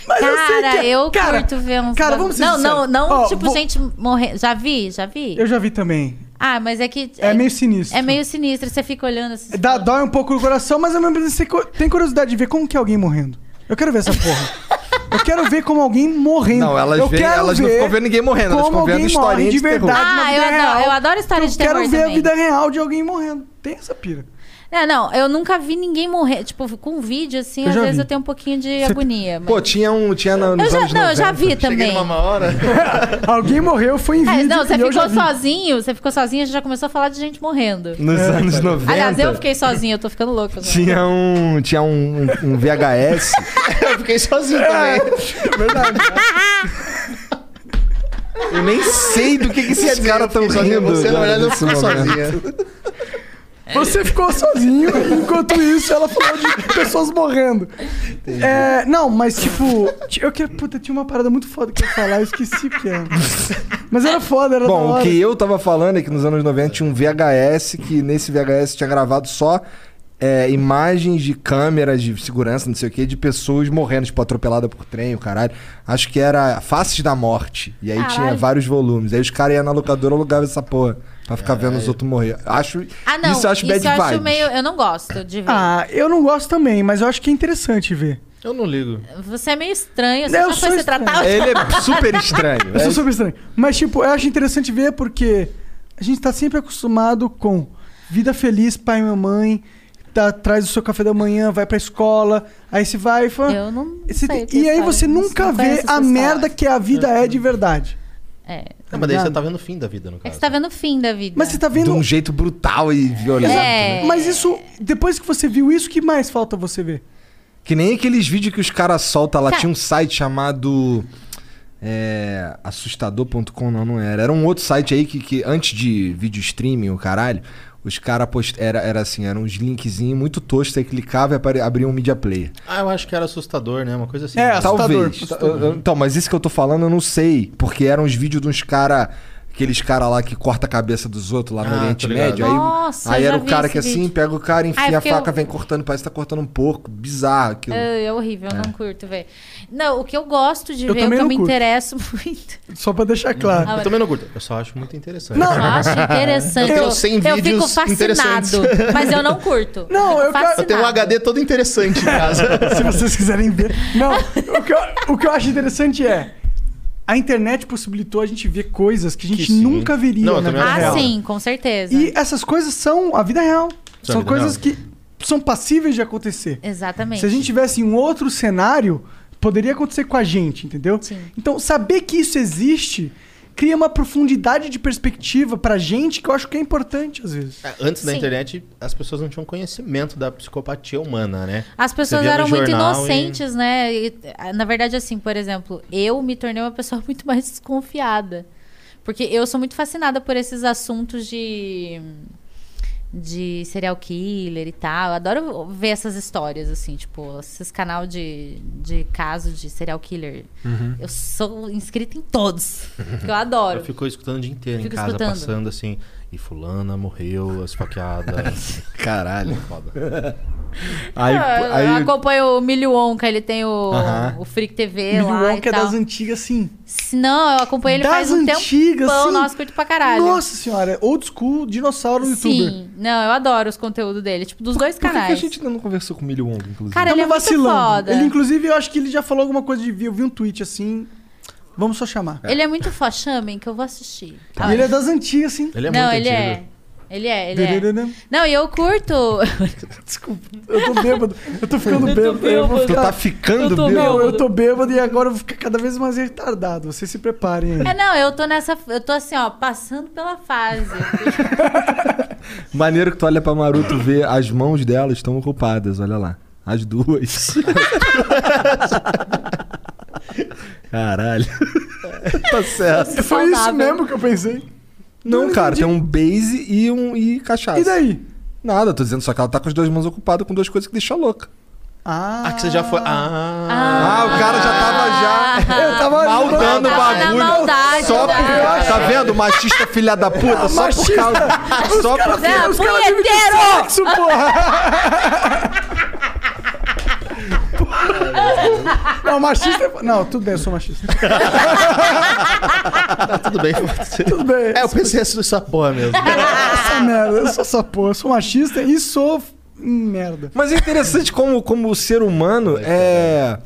[SPEAKER 3] Mas eu sei
[SPEAKER 4] Cara,
[SPEAKER 3] que é-
[SPEAKER 4] eu
[SPEAKER 3] cara,
[SPEAKER 4] curto ver uns.
[SPEAKER 3] Cara,
[SPEAKER 4] bagulho.
[SPEAKER 3] vamos ser
[SPEAKER 4] Não, não,
[SPEAKER 3] sinceros.
[SPEAKER 4] não,
[SPEAKER 3] Ó,
[SPEAKER 4] tipo,
[SPEAKER 3] vou-
[SPEAKER 4] gente morrer. Já vi, já vi.
[SPEAKER 3] Eu já vi também.
[SPEAKER 4] Ah, mas é que.
[SPEAKER 3] É meio sinistro.
[SPEAKER 4] É meio sinistro, você fica olhando assim.
[SPEAKER 3] Dá, dói um pouco no coração, mas ao mesmo tempo você co- tem curiosidade de ver como que é alguém morrendo. Eu quero ver essa porra. Eu quero ver como alguém morrendo.
[SPEAKER 2] Não, elas
[SPEAKER 3] eu
[SPEAKER 2] veem-
[SPEAKER 3] quero
[SPEAKER 2] elas não
[SPEAKER 3] ver
[SPEAKER 2] ficam vendo ninguém morrendo, elas
[SPEAKER 3] como
[SPEAKER 2] ficam vendo
[SPEAKER 3] alguém
[SPEAKER 2] historinha
[SPEAKER 3] morre
[SPEAKER 2] de
[SPEAKER 3] é de
[SPEAKER 2] terror.
[SPEAKER 3] verdade. na
[SPEAKER 4] Ah,
[SPEAKER 3] vida
[SPEAKER 4] eu adoro-
[SPEAKER 3] real.
[SPEAKER 4] eu adoro história de
[SPEAKER 3] Eu quero
[SPEAKER 4] terror
[SPEAKER 3] ver a
[SPEAKER 4] também.
[SPEAKER 3] vida real de alguém morrendo. Tem essa pira.
[SPEAKER 4] É, não, eu nunca vi ninguém morrer. Tipo, com vídeo, assim,
[SPEAKER 3] Eu
[SPEAKER 4] às
[SPEAKER 3] já
[SPEAKER 4] vezes
[SPEAKER 3] vi.
[SPEAKER 4] eu tenho um pouquinho de agonia. mas-
[SPEAKER 2] Pô, tinha um. Tinha na- nos
[SPEAKER 4] eu já,
[SPEAKER 2] anos
[SPEAKER 4] não, eu já
[SPEAKER 2] 90.
[SPEAKER 4] vi também.
[SPEAKER 7] numa hora.
[SPEAKER 3] Alguém morreu, foi em vídeo.
[SPEAKER 4] É, não, você
[SPEAKER 3] e eu
[SPEAKER 4] ficou
[SPEAKER 3] já vi.
[SPEAKER 4] sozinho, você ficou sozinho, a gente já começou a falar de gente morrendo.
[SPEAKER 2] Nos anos 90.
[SPEAKER 4] É, Aliás, eu fiquei sozinha, eu tô ficando louca. agora.
[SPEAKER 2] Tinha um. Tinha um, um VHS.
[SPEAKER 7] Eu fiquei sozinho também.
[SPEAKER 2] Eu nem sei do que, que
[SPEAKER 7] Quer
[SPEAKER 2] esses
[SPEAKER 7] dizer,
[SPEAKER 2] caras
[SPEAKER 7] eu
[SPEAKER 2] tão
[SPEAKER 7] fiquei sozinho,
[SPEAKER 2] rindo.
[SPEAKER 7] Você, é na
[SPEAKER 2] cara,
[SPEAKER 7] verdade, eu
[SPEAKER 2] nesse
[SPEAKER 7] fiquei
[SPEAKER 2] momento.
[SPEAKER 7] sozinha.
[SPEAKER 3] Você ficou sozinho, enquanto isso ela falou de pessoas morrendo. É, não, mas tipo, ti- eu queria. Puta, tinha uma parada muito foda que eu ia falar, eu esqueci o que era. Mas era foda, era da
[SPEAKER 2] Bom, o
[SPEAKER 3] hora.
[SPEAKER 2] que eu tava falando é que nos anos 90 tinha um VHS que nesse VHS tinha gravado só é, imagens de câmeras de segurança, não sei o que, de pessoas morrendo, tipo, atropelada por trem, o caralho. Acho que era Faces da Morte. E aí
[SPEAKER 4] Caralho.
[SPEAKER 2] tinha vários volumes. Aí os caras iam na locadora alugavam essa porra pra ficar vendo os outros morrer. Acho.
[SPEAKER 4] Ah, não,
[SPEAKER 2] isso eu acho bad
[SPEAKER 4] eu acho
[SPEAKER 2] vibes.
[SPEAKER 4] meio. Eu não gosto de ver.
[SPEAKER 3] Ah, eu não gosto também, mas eu acho que é interessante ver.
[SPEAKER 7] Eu não ligo.
[SPEAKER 4] Você é meio estranho, você
[SPEAKER 3] Eu
[SPEAKER 4] já foi
[SPEAKER 3] sou
[SPEAKER 4] se tratar.
[SPEAKER 3] estranho.
[SPEAKER 2] Ele é super estranho.
[SPEAKER 3] Eu sou super estranho. Mas, tipo, eu acho interessante ver porque a gente tá sempre acostumado com vida feliz, pai e mamãe, tá, traz o seu café da manhã, vai pra escola, aí você vai e fala.
[SPEAKER 4] Eu não
[SPEAKER 3] É, Você
[SPEAKER 4] sei
[SPEAKER 3] tem-
[SPEAKER 4] que
[SPEAKER 3] e aí
[SPEAKER 4] história,
[SPEAKER 3] você
[SPEAKER 4] não-
[SPEAKER 3] nunca
[SPEAKER 4] não
[SPEAKER 3] vê
[SPEAKER 4] conheço
[SPEAKER 3] a
[SPEAKER 4] essa
[SPEAKER 3] merda
[SPEAKER 4] história.
[SPEAKER 3] que a vida é de verdade.
[SPEAKER 4] É.
[SPEAKER 7] Não, mas daí
[SPEAKER 3] Nada.
[SPEAKER 7] você tá vendo o fim da vida, no
[SPEAKER 4] É
[SPEAKER 7] caso.
[SPEAKER 4] que você tá vendo o fim da vida.
[SPEAKER 3] Mas você tá
[SPEAKER 2] De
[SPEAKER 3] vendo.
[SPEAKER 2] um jeito brutal e violento. né?
[SPEAKER 4] É.
[SPEAKER 3] Mas isso, depois que você viu isso, o que mais falta você ver?
[SPEAKER 2] Que nem aqueles vídeos que os caras soltam lá.
[SPEAKER 4] Cara.
[SPEAKER 2] Tinha um site chamado. é, assustador.com, não, não era. Era um outro site aí que, que antes de vídeo streaming, o caralho, os caras post... era, era assim, eram uns linkzinhos muito tostos. Você clicava e apare... abria um media player.
[SPEAKER 7] Ah, eu acho que era assustador, né? Uma coisa assim.
[SPEAKER 3] É, assustador.
[SPEAKER 2] Talvez. Eu- eu- Então, mas isso que eu tô falando eu não sei. Porque eram uns vídeos de uns caras. Aqueles caras lá que corta a cabeça dos outros lá no
[SPEAKER 7] Ah, tô
[SPEAKER 2] Oriente
[SPEAKER 7] ligado.
[SPEAKER 2] Médio. Aí,
[SPEAKER 4] Nossa,
[SPEAKER 2] aí
[SPEAKER 4] eu
[SPEAKER 2] era
[SPEAKER 4] já
[SPEAKER 2] o
[SPEAKER 4] vi
[SPEAKER 2] cara
[SPEAKER 4] esse
[SPEAKER 2] que assim,
[SPEAKER 4] vídeo.
[SPEAKER 2] pega o cara, enfia
[SPEAKER 4] Ah, é
[SPEAKER 2] a
[SPEAKER 4] porque eu-
[SPEAKER 2] faca, vem cortando, parece que tá cortando um porco. Bizarro aquilo.
[SPEAKER 4] Ai, É horrível, eu não curto ver. Não, o que eu gosto de
[SPEAKER 3] Eu
[SPEAKER 4] ver, o
[SPEAKER 3] também
[SPEAKER 4] que eu
[SPEAKER 3] não
[SPEAKER 4] me
[SPEAKER 3] curto.
[SPEAKER 4] interesso muito.
[SPEAKER 3] Só pra deixar claro.
[SPEAKER 7] Eu também não curto. Eu só acho muito interessante.
[SPEAKER 3] Não,
[SPEAKER 4] Eu acho interessante.
[SPEAKER 7] Eu tenho 100
[SPEAKER 4] fico
[SPEAKER 7] vídeos interessantes.
[SPEAKER 4] fascinado, mas eu não curto. fico
[SPEAKER 3] Não, eu quero-
[SPEAKER 4] fascinado.
[SPEAKER 7] Eu tenho um HD todo interessante em casa.
[SPEAKER 4] Uhum.
[SPEAKER 3] Se vocês quiserem ver. Não, o que, eu, o que eu acho interessante é. A internet possibilitou a gente ver coisas que a gente
[SPEAKER 7] Que sim.
[SPEAKER 3] nunca veria
[SPEAKER 7] Não, eu
[SPEAKER 3] na
[SPEAKER 7] também é
[SPEAKER 3] vida
[SPEAKER 7] acho.
[SPEAKER 4] Ah,
[SPEAKER 3] real.
[SPEAKER 4] sim, com certeza.
[SPEAKER 3] E essas coisas são a vida real.
[SPEAKER 7] São a
[SPEAKER 3] são
[SPEAKER 7] vida
[SPEAKER 3] coisas
[SPEAKER 7] real.
[SPEAKER 3] que são passíveis de acontecer.
[SPEAKER 4] Exatamente.
[SPEAKER 3] Se a gente tivesse um outro cenário, poderia acontecer com a gente, entendeu?
[SPEAKER 4] Sim.
[SPEAKER 3] Então, saber que isso existe cria uma profundidade de perspectiva pra gente que eu acho que é importante às vezes.
[SPEAKER 7] É, Antes da
[SPEAKER 4] Sim.
[SPEAKER 7] internet, as pessoas não tinham conhecimento da psicopatia humana, né?
[SPEAKER 4] As
[SPEAKER 7] Você
[SPEAKER 4] pessoas
[SPEAKER 7] via no
[SPEAKER 4] eram muito
[SPEAKER 7] jornal e-
[SPEAKER 4] inocentes, né? E, ah, na verdade, assim, por exemplo, eu me tornei uma pessoa muito mais desconfiada. Porque eu sou muito fascinada por esses assuntos de. De serial killer e tal. Eu adoro ver essas histórias, assim, tipo, esses canal de, de casos de serial killer.
[SPEAKER 7] Uhum.
[SPEAKER 4] Eu sou inscrita em todos. que eu adoro.
[SPEAKER 7] Eu fico escutando o dia inteiro
[SPEAKER 4] Fico
[SPEAKER 7] em casa,
[SPEAKER 4] escutando.
[SPEAKER 7] passando assim. E fulana morreu, esfaqueada.
[SPEAKER 2] Caralho.
[SPEAKER 7] Foda.
[SPEAKER 2] Aí,
[SPEAKER 4] eu,
[SPEAKER 2] aí-
[SPEAKER 4] eu acompanho o Milly Wonka, ele tem o,
[SPEAKER 2] Aham.
[SPEAKER 4] o Freak TV
[SPEAKER 3] Willy
[SPEAKER 4] lá e
[SPEAKER 3] Wonka é
[SPEAKER 4] tal.
[SPEAKER 3] das antigas, sim.
[SPEAKER 4] Se não, eu acompanho ele
[SPEAKER 3] das
[SPEAKER 4] faz um
[SPEAKER 3] antigas,
[SPEAKER 4] tempão.
[SPEAKER 3] sim.
[SPEAKER 4] Nossa, curto pra caralho.
[SPEAKER 3] Nossa senhora, old school, dinossauro youtuber.
[SPEAKER 4] Sim, não, eu adoro os conteúdos dele, tipo, dos dois
[SPEAKER 2] Por que, que a
[SPEAKER 4] canais.
[SPEAKER 2] gente ainda não conversou com o Milho Wong, inclusive?
[SPEAKER 4] Cara, ele é muito foda.
[SPEAKER 3] um Ele,
[SPEAKER 4] Ele,
[SPEAKER 3] inclusive, eu acho que ele já falou alguma coisa de. Eu vi um tweet assim. Vamos só chamar.
[SPEAKER 4] é muito foda, chamem que eu vou assistir.
[SPEAKER 3] E ele é das antigas, assim.
[SPEAKER 7] Ele é
[SPEAKER 4] não,
[SPEAKER 7] muito
[SPEAKER 4] ele
[SPEAKER 7] antigo.
[SPEAKER 4] é. Ele é, ele é.
[SPEAKER 3] Dererê.
[SPEAKER 4] Não, e eu curto.
[SPEAKER 3] Desculpa, eu tô bêbado. Eu tô ficando bêbado. Eu vou
[SPEAKER 2] Tu tá
[SPEAKER 3] ficar...
[SPEAKER 2] ficando,
[SPEAKER 4] Eu tô
[SPEAKER 2] Bill?
[SPEAKER 4] meio-
[SPEAKER 3] Não, eu tô bêbado e agora eu vou ficar cada vez mais retardado. Vocês se preparem aí.
[SPEAKER 4] É, não, eu tô nessa. Eu tô assim, ó, passando pela fase.
[SPEAKER 2] Maneiro que tu olha pra Maru, tu vê as mãos dela estão ocupadas, olha lá. As duas. Caralho. tá certo.
[SPEAKER 3] É Foi isso
[SPEAKER 4] É saudável.
[SPEAKER 3] mesmo que eu pensei.
[SPEAKER 2] Não, cara, tem um base e um e cachaça.
[SPEAKER 3] E daí?
[SPEAKER 2] Nada, tô dizendo só que ela tá com as duas mãos ocupadas com duas coisas que deixa louca.
[SPEAKER 3] Ah,
[SPEAKER 7] Ah, que você já foi. Ah.
[SPEAKER 2] Ah, o cara já tava já
[SPEAKER 3] eu tava
[SPEAKER 2] tá maldando o
[SPEAKER 4] Tava na
[SPEAKER 2] bagulho.
[SPEAKER 4] maldade,
[SPEAKER 2] só
[SPEAKER 4] né?
[SPEAKER 2] por, tá vendo? Machista filha da puta, só
[SPEAKER 3] machista.
[SPEAKER 2] por causa. Só por
[SPEAKER 4] Zé,
[SPEAKER 3] Os caras vivem de
[SPEAKER 4] punheteiro!
[SPEAKER 3] sexo, porra! Não, machista é... Não, tudo bem, eu sou machista.
[SPEAKER 7] Ah. Tudo bem.
[SPEAKER 3] Tudo bem.
[SPEAKER 7] É, eu pensei essa porra mesmo.
[SPEAKER 3] Essa merda, eu sou essa porra, eu sou machista e sou f- merda.
[SPEAKER 2] Mas é interessante como, como o ser humano é.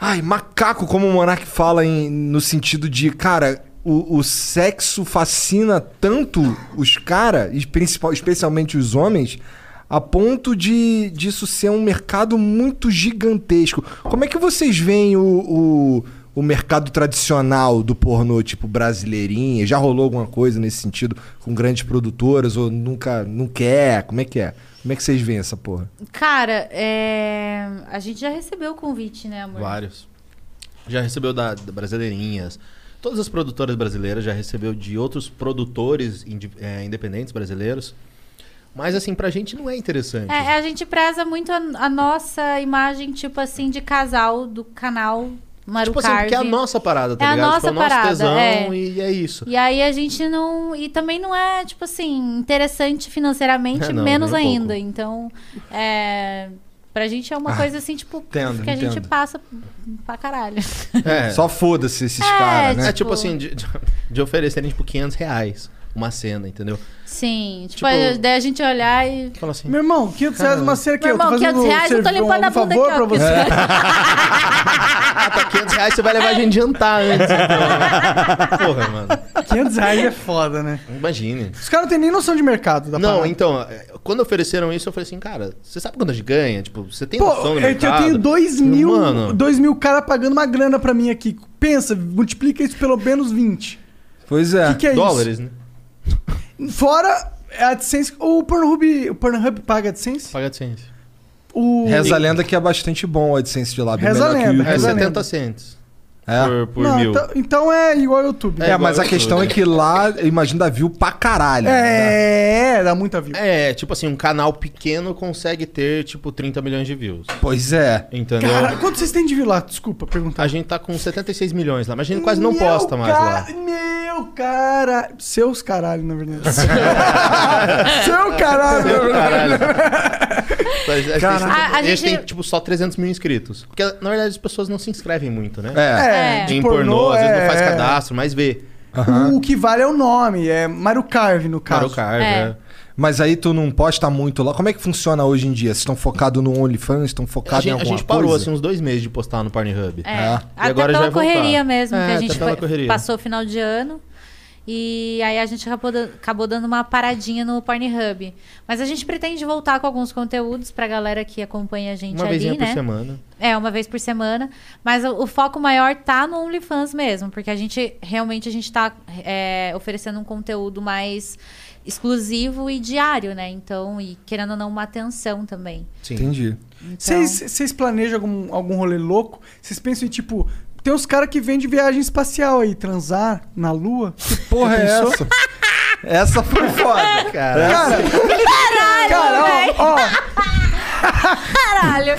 [SPEAKER 2] Ai, macaco, como o Monark fala em- no sentido de, cara, o, o sexo fascina tanto os caras, especialmente os homens, a ponto de disso ser um mercado muito gigantesco. Como é que vocês veem o, o, o mercado tradicional do pornô, tipo brasileirinha? Já rolou alguma coisa nesse sentido com grandes produtoras ou nunca não quer? Como é que é? Como é que vocês veem essa porra?
[SPEAKER 4] Cara, é... a gente já recebeu o convite, né, amor?
[SPEAKER 7] Vários. Já recebeu da, da Brasileirinhas. Todas as produtoras brasileiras já recebeu de outros produtores indi- eh, independentes brasileiros. Mas assim, pra gente não é interessante.
[SPEAKER 4] É, a gente preza muito a, a nossa imagem, tipo assim, de casal do canal Maru
[SPEAKER 7] tipo assim, porque é a
[SPEAKER 4] Carve.
[SPEAKER 7] nossa parada, tá
[SPEAKER 4] É a
[SPEAKER 7] ligado?
[SPEAKER 4] nossa
[SPEAKER 7] tipo, é o nosso
[SPEAKER 4] parada,
[SPEAKER 7] tesão
[SPEAKER 4] é.
[SPEAKER 7] e é isso.
[SPEAKER 4] E aí a gente não. E também não é, tipo assim, interessante financeiramente,
[SPEAKER 7] É, não,
[SPEAKER 4] menos
[SPEAKER 7] nem um
[SPEAKER 4] ainda.
[SPEAKER 7] pouco.
[SPEAKER 4] Então, é. Pra gente é uma coisa assim, tipo,
[SPEAKER 2] entendo,
[SPEAKER 4] que a gente
[SPEAKER 2] entendo.
[SPEAKER 4] passa pra caralho.
[SPEAKER 7] É.
[SPEAKER 2] Só foda-se esses
[SPEAKER 4] É,
[SPEAKER 2] caras, né?
[SPEAKER 7] É tipo assim, de, de- de oferecerem tipo 500 reais uma cena, entendeu?
[SPEAKER 4] Sim. Tipo,
[SPEAKER 7] Tipo-
[SPEAKER 4] a- daí a gente olhar e.
[SPEAKER 7] Fala assim,
[SPEAKER 3] Meu irmão, 500 reais uma cera que
[SPEAKER 4] Meu
[SPEAKER 3] eu tô
[SPEAKER 4] irmão,
[SPEAKER 3] fazendo
[SPEAKER 4] 500 reais, eu tô
[SPEAKER 3] servir um
[SPEAKER 4] limpando a bunda
[SPEAKER 3] favor
[SPEAKER 4] aqui,
[SPEAKER 3] pra
[SPEAKER 4] ó.
[SPEAKER 3] você.
[SPEAKER 7] ah, tá 500 reais, você vai levar a gente jantar antes. então." Porra, mano.
[SPEAKER 3] 500 reais é foda, né?
[SPEAKER 7] Imagine.
[SPEAKER 3] Os caras não têm nem noção de mercado da
[SPEAKER 7] não,
[SPEAKER 3] parada.
[SPEAKER 7] então, eh, quando ofereceram isso, eu falei assim, cara, você sabe quanto a gente ganha? Tipo, você tem noção
[SPEAKER 3] Pô,
[SPEAKER 7] do
[SPEAKER 3] é que eu
[SPEAKER 7] mercado?
[SPEAKER 3] tenho 2 mil,
[SPEAKER 7] Mano.
[SPEAKER 3] dois mil caras pagando uma grana pra mim aqui. Pensa, multiplica isso pelo menos 20.
[SPEAKER 2] Pois é.
[SPEAKER 3] O que, que é
[SPEAKER 7] dólares, né?
[SPEAKER 3] isso? Fora a AdSense, o Pornhub, o Pornhub paga AdSense?
[SPEAKER 7] Paga de cento.
[SPEAKER 3] O...
[SPEAKER 2] Reza a lenda que é bastante bom o AdSense de lá. bem
[SPEAKER 3] Reza
[SPEAKER 2] melhor
[SPEAKER 3] a
[SPEAKER 2] que o
[SPEAKER 3] lenda,
[SPEAKER 2] YouTube.
[SPEAKER 7] É
[SPEAKER 3] reza a lenda.
[SPEAKER 7] 70 cents
[SPEAKER 2] É.
[SPEAKER 7] por, por
[SPEAKER 3] Não,
[SPEAKER 7] mil.
[SPEAKER 3] então- então é igual ao YouTube.
[SPEAKER 2] É,
[SPEAKER 7] É,
[SPEAKER 2] mas
[SPEAKER 7] igual
[SPEAKER 2] a
[SPEAKER 7] eu
[SPEAKER 2] questão
[SPEAKER 7] sou,
[SPEAKER 2] é
[SPEAKER 7] né?
[SPEAKER 2] que lá, eu imagino, dá view pra caralho. né?
[SPEAKER 3] É, dá muita view.
[SPEAKER 7] É, tipo assim, um canal pequeno consegue ter, tipo, 30 milhões de views.
[SPEAKER 2] Pois é.
[SPEAKER 7] Entendeu?
[SPEAKER 3] Cara, quanto vocês têm de view lá? Desculpa perguntar.
[SPEAKER 7] A gente tá com 76 milhões lá, mas a gente quase não
[SPEAKER 3] Meu
[SPEAKER 7] posta mais lá.
[SPEAKER 3] ca- Meu cara... Seus caralho, na verdade. Seu caralho. na verdade.
[SPEAKER 7] Caralho. Mas a, gente,
[SPEAKER 4] A- a
[SPEAKER 7] a gente
[SPEAKER 4] gente-
[SPEAKER 7] tem, tipo, só 300 mil inscritos. Porque, na verdade, as pessoas não se inscrevem muito, né?
[SPEAKER 2] É.
[SPEAKER 4] É.
[SPEAKER 7] Em
[SPEAKER 3] pornô,
[SPEAKER 7] pornô, às vezes
[SPEAKER 3] é,
[SPEAKER 7] não faz
[SPEAKER 3] é.
[SPEAKER 7] cadastro, mas vê.
[SPEAKER 3] O que vale é o nome, é Mario Carve, no caso.
[SPEAKER 7] Cara, o cara,
[SPEAKER 4] É.
[SPEAKER 7] né?
[SPEAKER 2] Mas aí tu não posta muito lá. Como é que funciona hoje em dia? Vocês estão focados no OnlyFans? Estão
[SPEAKER 7] A
[SPEAKER 2] focados em
[SPEAKER 7] gente, a
[SPEAKER 2] alguma
[SPEAKER 7] gente parou,
[SPEAKER 2] coisa?
[SPEAKER 7] assim, uns dois meses de postar no Pornhub.
[SPEAKER 4] É.
[SPEAKER 2] É.
[SPEAKER 7] E
[SPEAKER 4] Até
[SPEAKER 7] agora
[SPEAKER 4] pela
[SPEAKER 7] já vai voltar.
[SPEAKER 4] correria mesmo,
[SPEAKER 7] Ah. É,
[SPEAKER 4] que a
[SPEAKER 7] até
[SPEAKER 4] gente
[SPEAKER 7] pela
[SPEAKER 4] pa-
[SPEAKER 7] correria.
[SPEAKER 4] passou o final de ano. E aí a gente acabou, da- acabou dando uma paradinha no Pornhub. Mas a gente pretende voltar com alguns conteúdos pra galera que acompanha a gente
[SPEAKER 7] Uma
[SPEAKER 4] ali,
[SPEAKER 7] vezinha
[SPEAKER 4] né?
[SPEAKER 7] por semana.
[SPEAKER 4] É, uma vez por semana. Mas o, o foco maior tá no OnlyFans mesmo, porque a gente realmente a gente tá é, oferecendo um conteúdo mais exclusivo e diário, né? Então, e querendo ou não, uma atenção também.
[SPEAKER 7] Sim.
[SPEAKER 2] Entendi.
[SPEAKER 3] Vocês
[SPEAKER 4] Então.
[SPEAKER 3] vocês planejam algum, algum rolê louco? Vocês pensam em, tipo... Tem uns caras que vendem viagem espacial aí, transar na lua.
[SPEAKER 2] Porra, é essa? essa foi foda, cara.
[SPEAKER 3] Cara, cara, ó, ó,
[SPEAKER 4] Caralho!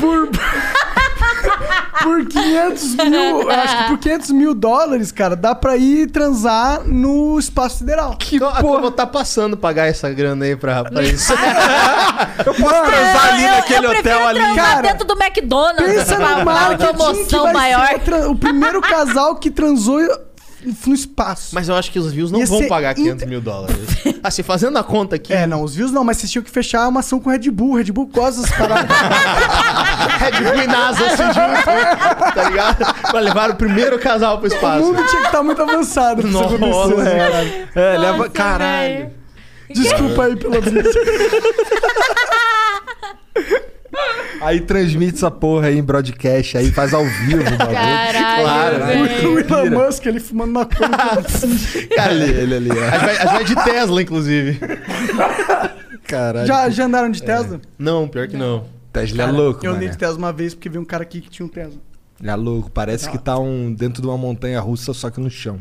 [SPEAKER 3] por 500 mil, eu acho que por 500 mil dólares, cara, dá pra ir transar no espaço sideral.
[SPEAKER 7] Que eu, vou estar passando pagar essa grana aí pra, pra isso.
[SPEAKER 2] Eu posso transar ali
[SPEAKER 4] Ah, eu,
[SPEAKER 2] naquele
[SPEAKER 4] eu prefiro
[SPEAKER 2] hotel ali.
[SPEAKER 4] transar
[SPEAKER 3] Cara,
[SPEAKER 4] dentro do McDonald's.
[SPEAKER 3] Pensa
[SPEAKER 4] uma-
[SPEAKER 3] no
[SPEAKER 4] uma
[SPEAKER 3] marketing que
[SPEAKER 4] promoção
[SPEAKER 3] vai
[SPEAKER 4] maior.
[SPEAKER 3] ser o tran- o primeiro casal que transou no espaço.
[SPEAKER 7] Mas eu acho que os views não
[SPEAKER 3] Ia
[SPEAKER 7] vão
[SPEAKER 3] ser
[SPEAKER 7] pagar
[SPEAKER 3] inte-
[SPEAKER 7] 500 mil dólares. Assim, fazendo a conta aqui,
[SPEAKER 3] É, não, os views não, mas vocês tinham que fechar uma ação com o Red Bull. O Red Bull gosta das paradas.
[SPEAKER 7] Red Bull e NASA se juntam, tá ligado? Pra levar o primeiro casal pro
[SPEAKER 3] o
[SPEAKER 7] espaço.
[SPEAKER 3] mundo tinha que estar muito avançado pra isso
[SPEAKER 7] Nossa,
[SPEAKER 3] acontecer. né?
[SPEAKER 2] É, leva.
[SPEAKER 4] Nossa,
[SPEAKER 2] Caralho.
[SPEAKER 4] velho.
[SPEAKER 2] é.
[SPEAKER 3] Desculpa aí pela brisa.
[SPEAKER 2] Aí transmite essa porra aí em broadcast, aí faz ao vivo o bagulho.
[SPEAKER 4] Caralho,
[SPEAKER 7] Claro, né?
[SPEAKER 4] velho.
[SPEAKER 3] O Elon Musk, ele fumando uma
[SPEAKER 7] Cara,
[SPEAKER 2] Ali, ele ali, ó.
[SPEAKER 7] a gente vai- a gente vai de Tesla, inclusive.
[SPEAKER 2] Caralho.
[SPEAKER 3] já, já andaram de Tesla?
[SPEAKER 7] Não, pior que não.
[SPEAKER 2] Tesla é louco,
[SPEAKER 3] Eu
[SPEAKER 2] mano.
[SPEAKER 3] andei de Tesla uma vez porque vi um cara aqui que tinha um Tesla.
[SPEAKER 2] Ele é louco, parece que tá um, dentro de uma montanha russa, só que no chão.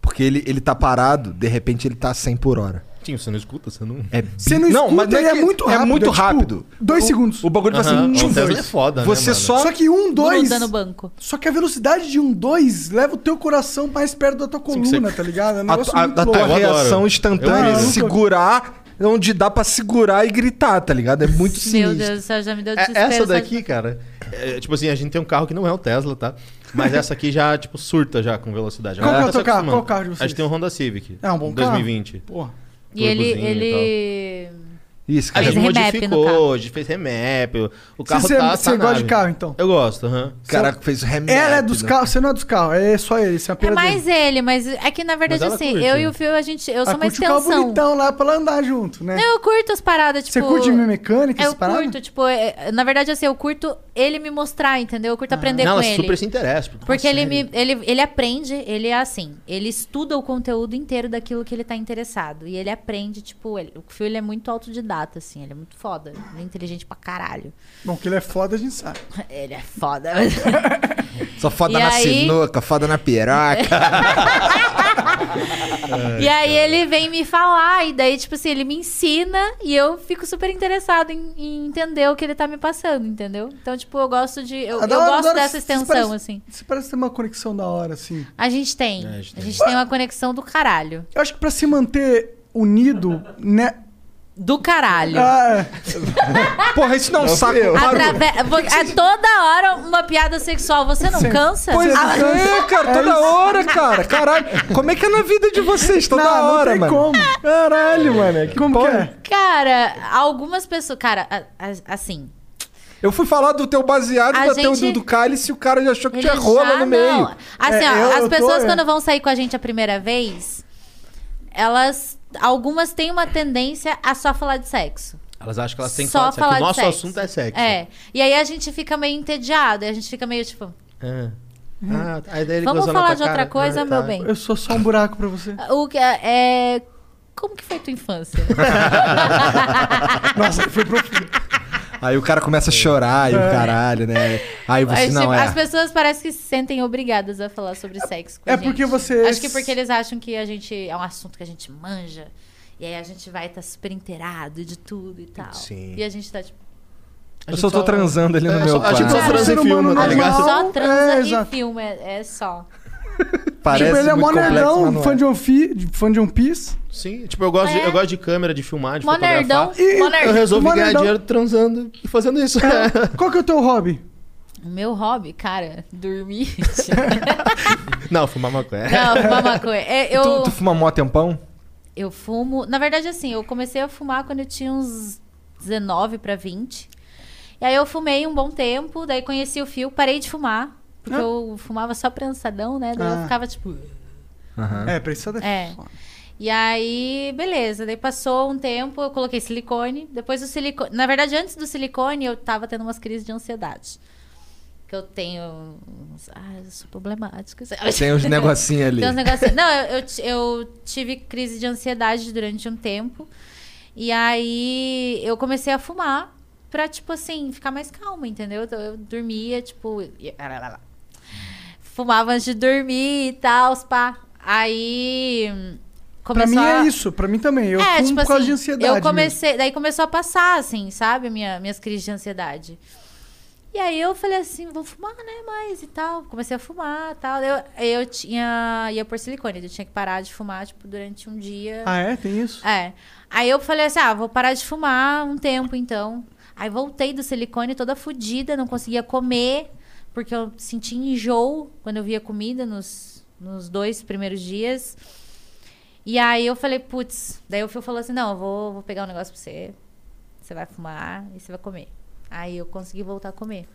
[SPEAKER 2] Porque ele, ele tá parado, de repente ele tá a 100 por hora.
[SPEAKER 7] Tinha, você não escuta, você não.
[SPEAKER 2] É
[SPEAKER 3] Você não escuta, ele é
[SPEAKER 2] que-
[SPEAKER 3] muito rápido,
[SPEAKER 2] É muito
[SPEAKER 3] é tipo
[SPEAKER 2] rápido.
[SPEAKER 3] dois
[SPEAKER 2] O-
[SPEAKER 3] segundos. Um
[SPEAKER 2] O bagulho tá vai ser
[SPEAKER 7] Aham,
[SPEAKER 2] muito
[SPEAKER 7] o Tesla é
[SPEAKER 2] doido.
[SPEAKER 7] foda, né,
[SPEAKER 2] Você
[SPEAKER 7] mano?
[SPEAKER 2] só.
[SPEAKER 3] Só que um, dois.
[SPEAKER 4] Gruda no banco.
[SPEAKER 3] Só que a velocidade de um dois leva o teu coração mais perto da tua coluna, tá ligado? É um
[SPEAKER 2] A,
[SPEAKER 3] negócio
[SPEAKER 2] a-
[SPEAKER 3] muito
[SPEAKER 2] a
[SPEAKER 3] louco.
[SPEAKER 2] tua
[SPEAKER 7] adoro.
[SPEAKER 2] reação
[SPEAKER 3] Eu
[SPEAKER 2] instantânea de
[SPEAKER 3] amo.
[SPEAKER 2] segurar onde dá pra segurar e gritar, tá ligado? É muito
[SPEAKER 4] Meu
[SPEAKER 2] sinistro.
[SPEAKER 4] Deus do céu, já me deu
[SPEAKER 7] É-
[SPEAKER 4] desespero.
[SPEAKER 7] essa
[SPEAKER 4] só de-
[SPEAKER 7] daqui, cara, é, tipo assim, a gente tem um carro que não é o Tesla, tá? Mas essa aqui já, tipo, surta já com velocidade.
[SPEAKER 3] Qual
[SPEAKER 7] Já
[SPEAKER 3] que é
[SPEAKER 7] tá
[SPEAKER 3] o teu
[SPEAKER 7] se
[SPEAKER 3] carro?
[SPEAKER 7] acostumando.
[SPEAKER 3] Qual carro de vocês?
[SPEAKER 7] A gente tem um Honda Civic.
[SPEAKER 3] É um bom carro.
[SPEAKER 7] 2020.
[SPEAKER 3] Porra.
[SPEAKER 4] E ele.
[SPEAKER 7] turbozinho e
[SPEAKER 4] ele...
[SPEAKER 2] Isso,
[SPEAKER 7] A
[SPEAKER 4] Fez
[SPEAKER 2] cara.
[SPEAKER 7] gente
[SPEAKER 4] remap no
[SPEAKER 7] modificou, a gente fez remap. o- O carro
[SPEAKER 3] você
[SPEAKER 7] tá,
[SPEAKER 3] você
[SPEAKER 7] tá
[SPEAKER 3] gosta
[SPEAKER 7] nave.
[SPEAKER 3] de carro, então?
[SPEAKER 7] Eu gosto, aham.
[SPEAKER 2] O cara fez o remete.
[SPEAKER 3] Ela é dos
[SPEAKER 2] né?
[SPEAKER 3] carros, você não é dos carros, é só ele, isso
[SPEAKER 4] É
[SPEAKER 3] é apenas
[SPEAKER 4] mais
[SPEAKER 3] ele.
[SPEAKER 4] ele, mas é que na verdade,
[SPEAKER 7] Mas ela
[SPEAKER 4] assim,
[SPEAKER 7] curte,
[SPEAKER 4] eu
[SPEAKER 7] né?
[SPEAKER 4] e o Fio, a gente. Eu sou
[SPEAKER 3] Ah,
[SPEAKER 4] uma
[SPEAKER 3] curte o carro
[SPEAKER 4] extensão.
[SPEAKER 3] bonitão lá pra ela andar junto, né?
[SPEAKER 4] Não, eu curto as paradas, tipo.
[SPEAKER 3] Você curte mecânica,
[SPEAKER 4] Eu
[SPEAKER 3] essas paradas?
[SPEAKER 4] curto, tipo, é- na verdade, assim, eu curto ele me mostrar, entendeu? Eu curto aprender
[SPEAKER 7] Ah. Não,
[SPEAKER 4] com
[SPEAKER 7] ela
[SPEAKER 4] ele.
[SPEAKER 7] super se interessa. Porque,
[SPEAKER 4] Porque
[SPEAKER 7] nossa,
[SPEAKER 4] ele, me, ele, ele aprende, ele é assim, ele estuda o conteúdo inteiro daquilo que ele tá interessado. E ele aprende, tipo, ele- o Phil ele é muito autodidata, assim, ele é muito foda, ele é inteligente pra caralho.
[SPEAKER 3] Bom, que ele é foda, a gente sabe.
[SPEAKER 4] Ele é foda.
[SPEAKER 2] Só foda
[SPEAKER 4] E
[SPEAKER 2] na
[SPEAKER 4] aí-
[SPEAKER 2] sinuca, foda na piroca.
[SPEAKER 4] e aí ele vem me falar, e daí, tipo assim, ele me ensina e eu fico super interessado em, em entender o que ele tá me passando, entendeu? Então, tipo, eu gosto de. Eu,
[SPEAKER 3] Ah, da
[SPEAKER 4] eu
[SPEAKER 3] hora, da
[SPEAKER 4] gosto
[SPEAKER 3] hora,
[SPEAKER 4] dessa
[SPEAKER 3] vocês
[SPEAKER 4] extensão,
[SPEAKER 3] parecem-
[SPEAKER 4] assim.
[SPEAKER 3] Você parece ter uma conexão da hora, assim.
[SPEAKER 4] A gente tem.
[SPEAKER 7] É,
[SPEAKER 4] a
[SPEAKER 7] a gente
[SPEAKER 4] gente, tem uma conexão do caralho.
[SPEAKER 3] Eu acho que pra se manter unido, né?
[SPEAKER 4] Do caralho.
[SPEAKER 3] Ah, é.
[SPEAKER 2] Porra, isso não é um saco. Maru.
[SPEAKER 4] Atrave- vo- É toda hora uma piada sexual. Você não cansa?
[SPEAKER 2] Pois
[SPEAKER 3] Ah,
[SPEAKER 2] é, cara, toda hora, cara. Caralho, como é que é na vida de vocês? Toda
[SPEAKER 3] Não, não
[SPEAKER 2] hora,
[SPEAKER 3] tem
[SPEAKER 2] mano.
[SPEAKER 3] como.
[SPEAKER 2] Caralho, mano. Que
[SPEAKER 3] Como que
[SPEAKER 2] porra.
[SPEAKER 3] é?
[SPEAKER 4] Cara, algumas pessoas. Cara, a- a- assim.
[SPEAKER 2] Eu fui falar do teu baseado,
[SPEAKER 4] A
[SPEAKER 2] da teu
[SPEAKER 4] gente-
[SPEAKER 2] do cálice e o cara já achou que
[SPEAKER 4] Ele
[SPEAKER 2] tinha rola
[SPEAKER 4] já
[SPEAKER 2] no meio.
[SPEAKER 4] não- Assim,
[SPEAKER 3] É,
[SPEAKER 4] ó,
[SPEAKER 3] eu-
[SPEAKER 4] as
[SPEAKER 3] eu tô-
[SPEAKER 4] pessoas
[SPEAKER 3] é.
[SPEAKER 4] quando vão sair com a gente a primeira vez, elas. Algumas têm uma tendência a só falar de sexo.
[SPEAKER 7] Elas acham que elas têm que
[SPEAKER 4] Só
[SPEAKER 7] falar de sexo.
[SPEAKER 4] falar
[SPEAKER 7] O
[SPEAKER 4] de
[SPEAKER 7] nosso
[SPEAKER 4] sexo.
[SPEAKER 7] assunto é sexo.
[SPEAKER 4] É. E aí a gente fica meio entediado. E a gente fica meio tipo,
[SPEAKER 7] Ah. Ah, aí daí ele
[SPEAKER 4] vamos
[SPEAKER 7] gozou na
[SPEAKER 4] falar
[SPEAKER 7] tua
[SPEAKER 4] de outra
[SPEAKER 7] cara.
[SPEAKER 4] coisa,
[SPEAKER 7] Ah,
[SPEAKER 4] meu
[SPEAKER 7] tá.
[SPEAKER 4] bem.
[SPEAKER 3] Eu sou só um buraco pra você.
[SPEAKER 4] O que é. é, Como que foi tua infância?
[SPEAKER 3] Nossa, foi profundo.
[SPEAKER 2] Aí o cara começa a chorar
[SPEAKER 3] É.
[SPEAKER 2] e o caralho, né? Aí você
[SPEAKER 4] Mas,
[SPEAKER 2] não
[SPEAKER 4] tipo,
[SPEAKER 2] é.
[SPEAKER 4] As pessoas parecem que se sentem obrigadas a falar sobre sexo com a
[SPEAKER 3] é
[SPEAKER 4] gente.
[SPEAKER 3] porque vocês-
[SPEAKER 4] Acho que porque eles acham que a gente... É um assunto que a gente manja. E aí a gente vai estar super inteirado de tudo e tal.
[SPEAKER 2] Sim.
[SPEAKER 4] E a gente tá, tipo...
[SPEAKER 2] Eu só tô transando ali no
[SPEAKER 7] É,
[SPEAKER 2] meu
[SPEAKER 7] só- acho que
[SPEAKER 2] quarto.
[SPEAKER 7] só
[SPEAKER 3] Cara,
[SPEAKER 7] transa
[SPEAKER 3] ser
[SPEAKER 7] em filme,
[SPEAKER 3] humano
[SPEAKER 7] tá ligado?
[SPEAKER 3] normal.
[SPEAKER 4] Só transa
[SPEAKER 3] é,
[SPEAKER 4] e
[SPEAKER 3] exato.
[SPEAKER 4] filme. É, é só.
[SPEAKER 2] Parece
[SPEAKER 3] tipo, ele é mó
[SPEAKER 2] muito complexo, mas não
[SPEAKER 3] nerdão,
[SPEAKER 2] é.
[SPEAKER 3] fã de, One Fi- de- fã de One Piece.
[SPEAKER 7] Sim, tipo, eu gosto, de,
[SPEAKER 4] É.
[SPEAKER 7] eu gosto de câmera, de filmar, de
[SPEAKER 4] Mó
[SPEAKER 7] fotografar.
[SPEAKER 4] nerdão. mó nerdão.
[SPEAKER 7] Eu resolvi
[SPEAKER 3] Mó
[SPEAKER 7] ganhar
[SPEAKER 3] nerdão.
[SPEAKER 7] dinheiro transando e fazendo isso.
[SPEAKER 3] Qual que é o teu hobby?
[SPEAKER 4] O meu hobby, cara, dormir.
[SPEAKER 7] Não, fumar maconha.
[SPEAKER 4] Não, fumar maconha. É, eu...
[SPEAKER 2] Tu, tu fuma mó tempão?
[SPEAKER 4] Eu fumo. Na verdade, assim, eu comecei a fumar quando eu tinha uns 19 pra 20. E aí eu fumei um bom tempo, daí conheci o fio, parei de fumar. Porque eu fumava só prensadão, né? Daí eu
[SPEAKER 3] Ah.
[SPEAKER 4] ficava tipo.
[SPEAKER 3] É, precisa da...
[SPEAKER 4] É. E aí, beleza. Daí passou um tempo, eu coloquei silicone. Depois o silicone. Na verdade, antes do silicone, eu tava tendo umas crises de ansiedade. Que eu tenho. uns- Ah, eu sou problemática.
[SPEAKER 3] um
[SPEAKER 4] sabe?
[SPEAKER 2] Tem uns negocinhos ali.
[SPEAKER 4] Tem uns negocinhos. Não, eu, eu ti- eu tive crise de ansiedade durante um tempo. E aí eu comecei a fumar pra, tipo assim, ficar mais calma, entendeu? Então, Eu dormia, tipo. e- lá, lá, lá, lá. Fumava antes de dormir e tal, pá. Aí. hum,
[SPEAKER 3] Pra
[SPEAKER 4] Começou
[SPEAKER 3] mim é
[SPEAKER 4] a- É, tipo
[SPEAKER 3] isso, pra mim também. Eu fumo por causa de ansiedade.
[SPEAKER 4] assim, eu comecei, daí começou a passar, assim, sabe? Minha, minhas crises de ansiedade. E aí eu falei assim, vou fumar, né, mais e tal. Comecei a fumar tal. Eu, eu tinha. ia por silicone, eu tinha que parar de fumar, tipo, durante um dia.
[SPEAKER 3] mesmo. Ah, é? Tem isso?
[SPEAKER 4] É. Aí eu falei assim: ah, vou parar de fumar um tempo então. Aí voltei do silicone toda fodida, não conseguia comer, porque eu sentia enjoo quando eu via comida nos, nos dois primeiros dias. E aí eu falei, putz. Daí o Fio falou assim: não, eu vou, vou pegar um negócio pra você. Você vai fumar e você vai comer. Aí eu consegui voltar a comer.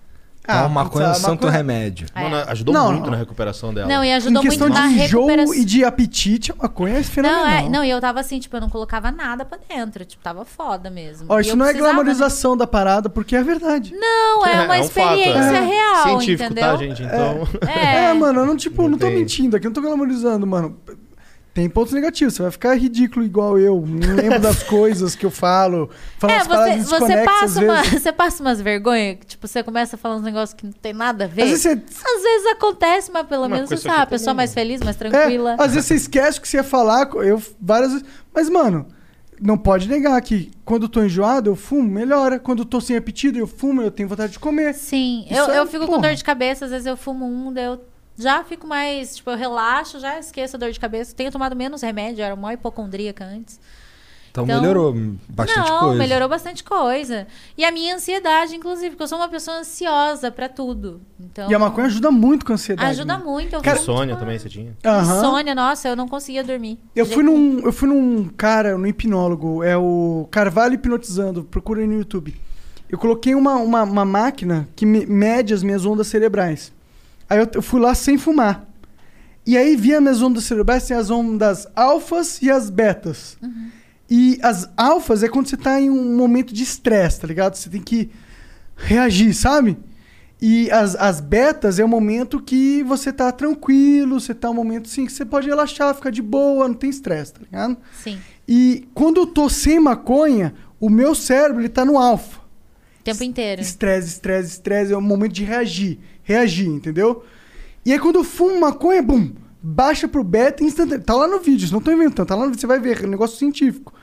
[SPEAKER 2] Ah, maconha é um
[SPEAKER 3] putz, a
[SPEAKER 2] santo
[SPEAKER 3] maconha-
[SPEAKER 2] remédio.
[SPEAKER 7] Mano,
[SPEAKER 4] É.
[SPEAKER 7] ajudou
[SPEAKER 3] Não,
[SPEAKER 7] muito
[SPEAKER 3] não.
[SPEAKER 7] na recuperação dela.
[SPEAKER 4] Não, e
[SPEAKER 3] Em
[SPEAKER 4] ajudou muito
[SPEAKER 3] questão de
[SPEAKER 4] na
[SPEAKER 3] enjoo
[SPEAKER 4] recuperação.
[SPEAKER 3] e de apetite, a maconha é fenomenal.
[SPEAKER 4] Não, é, não, e eu tava assim, tipo, eu não colocava nada pra dentro. Tipo, tava foda mesmo.
[SPEAKER 3] Ó,
[SPEAKER 4] E
[SPEAKER 3] isso
[SPEAKER 4] eu
[SPEAKER 3] não é
[SPEAKER 4] precisava, né?
[SPEAKER 3] glamorização da parada, porque é verdade.
[SPEAKER 4] Não, é uma
[SPEAKER 7] um fato,
[SPEAKER 4] experiência
[SPEAKER 7] é.
[SPEAKER 4] real,
[SPEAKER 7] Científico,
[SPEAKER 4] entendeu?
[SPEAKER 7] tá, gente? Então...
[SPEAKER 4] É.
[SPEAKER 3] É, mano, eu não, tipo,
[SPEAKER 7] Não
[SPEAKER 3] não tô
[SPEAKER 7] tem.
[SPEAKER 3] mentindo aqui, eu não tô glamorizando, mano. Tem pontos negativos. Você vai ficar ridículo igual eu. Não lembro das coisas que eu falo. Falo
[SPEAKER 4] É,
[SPEAKER 3] umas paradas
[SPEAKER 4] você, você,
[SPEAKER 3] desconexas às
[SPEAKER 4] passa uma,
[SPEAKER 3] vezes.
[SPEAKER 4] você passa umas vergonhas, que, tipo, você começa a falar uns negócios que não tem nada a ver.
[SPEAKER 3] Às vezes você-
[SPEAKER 4] Às vezes acontece, mas pelo menos você
[SPEAKER 7] coisa
[SPEAKER 4] sabe,
[SPEAKER 7] que
[SPEAKER 4] a pessoa mais feliz, mais
[SPEAKER 3] É,
[SPEAKER 4] tranquila.
[SPEAKER 3] às vezes você esquece o que você ia falar. Eu várias vezes. Mas, mano, não pode negar que quando eu tô enjoado, eu fumo, melhora. Quando eu tô sem apetite, eu fumo, eu tenho vontade de comer.
[SPEAKER 4] Sim,
[SPEAKER 3] Isso
[SPEAKER 4] eu,
[SPEAKER 3] é-
[SPEAKER 4] eu fico com
[SPEAKER 3] porra.
[SPEAKER 4] dor de cabeça, às vezes eu fumo um, daí eu já fico mais, tipo, eu relaxo, já esqueço a dor de cabeça. Tenho tomado menos remédio, eu era uma hipocondríaca antes.
[SPEAKER 2] Então,
[SPEAKER 4] Então-
[SPEAKER 2] melhorou bastante
[SPEAKER 4] Não,
[SPEAKER 2] coisa.
[SPEAKER 4] melhorou bastante coisa. E a minha ansiedade, inclusive, porque eu sou uma pessoa ansiosa pra tudo. Então,
[SPEAKER 3] E é a maconha ajuda muito com a ansiedade.
[SPEAKER 4] ajuda
[SPEAKER 3] mano.
[SPEAKER 4] muito. Eu fico
[SPEAKER 7] Insônia
[SPEAKER 4] muito-
[SPEAKER 7] também você tinha.
[SPEAKER 3] Aham.
[SPEAKER 4] Insônia, nossa, eu não conseguia dormir.
[SPEAKER 3] Eu
[SPEAKER 4] De
[SPEAKER 3] fui,
[SPEAKER 4] jeito
[SPEAKER 3] num, eu fui num cara, num hipnólogo, é o Carvalho Hipnotizando, procura aí no YouTube. Eu coloquei uma, uma, uma máquina que me- mede as minhas ondas cerebrais. Aí eu, eu fui lá sem fumar. E aí vi as minhas ondas cerebrais, tem as ondas alfas e as betas.
[SPEAKER 4] Uhum.
[SPEAKER 3] E as alfas é quando você tá em um momento de estresse, tá ligado? Você tem que reagir, sabe? E as, as betas é o momento que você tá tranquilo, você tá um momento assim que você pode relaxar, ficar de boa, não tem estresse, tá ligado?
[SPEAKER 4] Sim,
[SPEAKER 3] E quando eu tô sem maconha, o meu cérebro ele tá no alfa.
[SPEAKER 4] o tempo inteiro.
[SPEAKER 3] Estresse, estresse, estresse, é o momento de reagir, reagir, entendeu? E aí quando eu fumo maconha, bum, baixa pro beta instantâneo. Tá lá no vídeo, isso não tô inventando, tá lá no vídeo, você vai ver, é um negócio científico.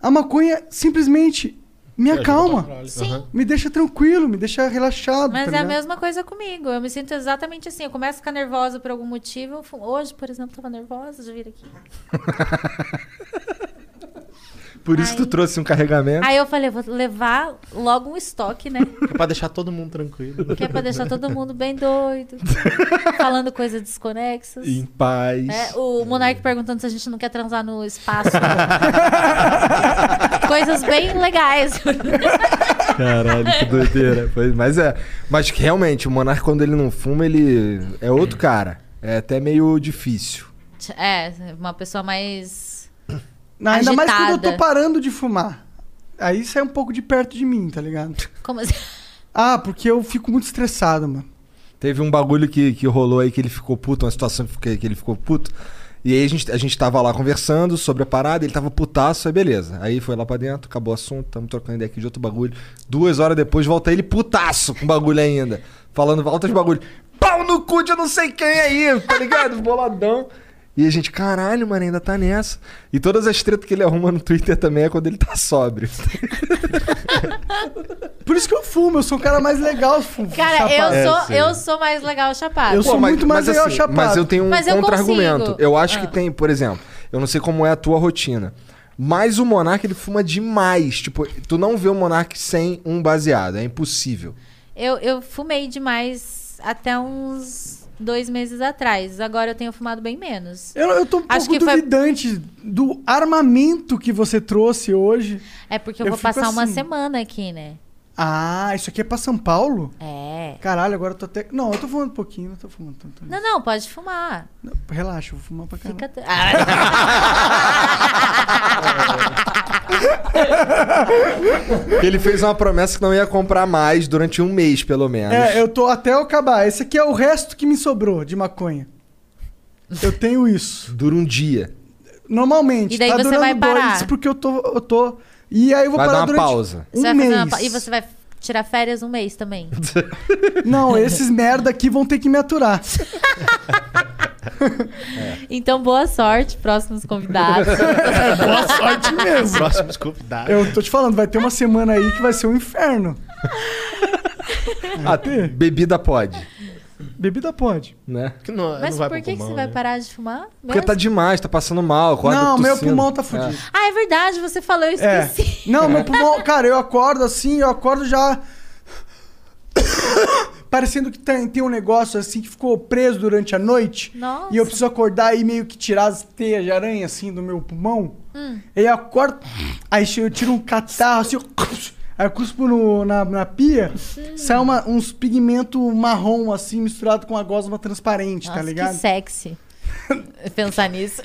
[SPEAKER 3] A maconha simplesmente me acalma,
[SPEAKER 4] Sim.
[SPEAKER 3] me deixa tranquilo, me deixa relaxado,
[SPEAKER 4] Mas
[SPEAKER 3] tá
[SPEAKER 4] é a
[SPEAKER 3] ligado?
[SPEAKER 4] mesma coisa comigo. Eu me sinto exatamente assim. Eu começo a ficar nervosa por algum motivo. Eu fu- Hoje, por exemplo, tava nervosa de vir aqui.
[SPEAKER 2] Por isso
[SPEAKER 4] Ai.
[SPEAKER 2] tu trouxe um
[SPEAKER 3] É.
[SPEAKER 2] carregamento.
[SPEAKER 4] Aí eu falei, vou levar logo um estoque, né?
[SPEAKER 7] É pra deixar todo mundo tranquilo.
[SPEAKER 4] Que é pra deixar todo mundo bem doido. falando coisas desconexas.
[SPEAKER 2] Em paz.
[SPEAKER 4] É, o Monark perguntando se a gente não quer transar no espaço. coisas bem legais.
[SPEAKER 2] Caralho, que doideira. Pois- mas é. Mas que realmente, o Monark, quando ele não fuma, ele é outro cara. É até meio difícil.
[SPEAKER 4] É, uma pessoa mais.
[SPEAKER 3] Não, ainda mais quando eu
[SPEAKER 4] agitada.
[SPEAKER 3] tô parando de fumar. Aí sai um pouco de perto de mim, tá ligado?
[SPEAKER 4] Como assim?
[SPEAKER 3] Ah, porque eu fico muito estressado, mano.
[SPEAKER 2] Teve um bagulho que, que rolou aí que ele ficou puto, uma situação que, que ele ficou puto. E aí a gente, a gente tava lá conversando sobre a parada, ele tava putaço, aí beleza. Aí foi lá pra dentro, acabou o assunto, tamo trocando ideia aqui de outro bagulho. Duas horas depois volta ele putaço com bagulho ainda. Falando altos bagulho. Pau no cu de eu não sei quem aí, tá ligado? Boladão. E a gente, caralho, mano, ainda tá nessa. E todas as tretas que ele arruma no Twitter também é quando ele tá sóbrio.
[SPEAKER 3] Por isso que eu fumo, eu sou o cara mais legal. Fumo,
[SPEAKER 4] Cara, eu
[SPEAKER 7] É,
[SPEAKER 3] chapado.
[SPEAKER 4] sou, eu sou mais legal chapada.
[SPEAKER 3] Eu sou muito mais legal chapado.
[SPEAKER 2] Mas eu tenho um
[SPEAKER 4] Mas eu
[SPEAKER 2] contra-argumento.
[SPEAKER 4] consigo.
[SPEAKER 2] Eu acho que
[SPEAKER 4] Ah.
[SPEAKER 2] tem, por exemplo, eu não sei como é a tua rotina. Mas o Monark, ele fuma demais. Tipo, tu não vê o Monark sem um baseado. É impossível.
[SPEAKER 4] Eu, eu fumei demais até uns dois meses atrás. Agora eu tenho fumado bem menos.
[SPEAKER 3] Eu, eu tô um
[SPEAKER 4] Acho
[SPEAKER 3] pouco
[SPEAKER 4] que foi-
[SPEAKER 3] duvidante do armamento que você trouxe hoje.
[SPEAKER 4] É porque eu,
[SPEAKER 3] Eu
[SPEAKER 4] vou
[SPEAKER 3] fico
[SPEAKER 4] passar uma
[SPEAKER 3] assim.
[SPEAKER 4] semana aqui, né?
[SPEAKER 3] Ah, isso aqui é pra São Paulo?
[SPEAKER 4] É.
[SPEAKER 3] Caralho, agora eu tô até. Não, eu tô fumando um pouquinho, não tô fumando tanto.
[SPEAKER 4] Não, não, pode fumar.
[SPEAKER 3] Não, relaxa, eu vou fumar pra caramba.
[SPEAKER 4] Fica. tra- Ah.
[SPEAKER 2] Ele fez uma promessa que não ia comprar mais durante um mês, pelo menos.
[SPEAKER 3] É, eu tô até eu acabar. Esse aqui é o resto que me sobrou de maconha. Eu tenho isso.
[SPEAKER 2] Dura um dia.
[SPEAKER 3] Normalmente.
[SPEAKER 4] E daí
[SPEAKER 3] tá
[SPEAKER 4] você
[SPEAKER 3] durando
[SPEAKER 4] vai parar.
[SPEAKER 3] dois, porque eu tô, eu tô. E aí eu vou
[SPEAKER 2] Vai
[SPEAKER 3] parar
[SPEAKER 2] dar uma
[SPEAKER 3] durante
[SPEAKER 2] pausa.
[SPEAKER 3] Um
[SPEAKER 4] Você vai
[SPEAKER 3] mês.
[SPEAKER 4] fazer uma pa- E você vai tirar férias um mês também.
[SPEAKER 3] Não, esses merda aqui vão ter que me aturar.
[SPEAKER 4] Então, boa sorte, próximos convidados.
[SPEAKER 3] Boa sorte mesmo.
[SPEAKER 7] Próximos convidados.
[SPEAKER 3] Eu tô te falando, vai ter uma semana aí que vai ser um inferno.
[SPEAKER 2] Ah, bebida pode,
[SPEAKER 3] Bebida pode.
[SPEAKER 2] né?
[SPEAKER 7] Que não, não
[SPEAKER 4] Mas
[SPEAKER 7] vai
[SPEAKER 4] por
[SPEAKER 7] pro
[SPEAKER 4] que, que
[SPEAKER 7] pulmão,
[SPEAKER 4] você vai
[SPEAKER 7] né?
[SPEAKER 4] parar de fumar?
[SPEAKER 2] Porque
[SPEAKER 4] mesmo?
[SPEAKER 2] tá demais, tá passando mal. acorda
[SPEAKER 3] não, meu
[SPEAKER 2] tossindo.
[SPEAKER 3] pulmão tá fudido.
[SPEAKER 4] Ah, é verdade, você falou, eu
[SPEAKER 3] É.
[SPEAKER 4] esqueci.
[SPEAKER 3] Não, meu pulmão. Cara, eu acordo assim, eu acordo já. Parecendo que tem, tem um negócio assim que ficou preso durante a noite.
[SPEAKER 4] Nossa.
[SPEAKER 3] E eu preciso acordar e meio que tirar as teias de aranha assim do meu pulmão.
[SPEAKER 4] Hum.
[SPEAKER 3] Aí eu acordo, aí eu tiro um catarro assim. eu- Aí eu cuspo no- na, na pia, sai uma- uns pigmento marrom assim misturado com a gosma transparente,
[SPEAKER 4] Nossa,
[SPEAKER 3] tá ligado?
[SPEAKER 4] que sexy. Pensar nisso.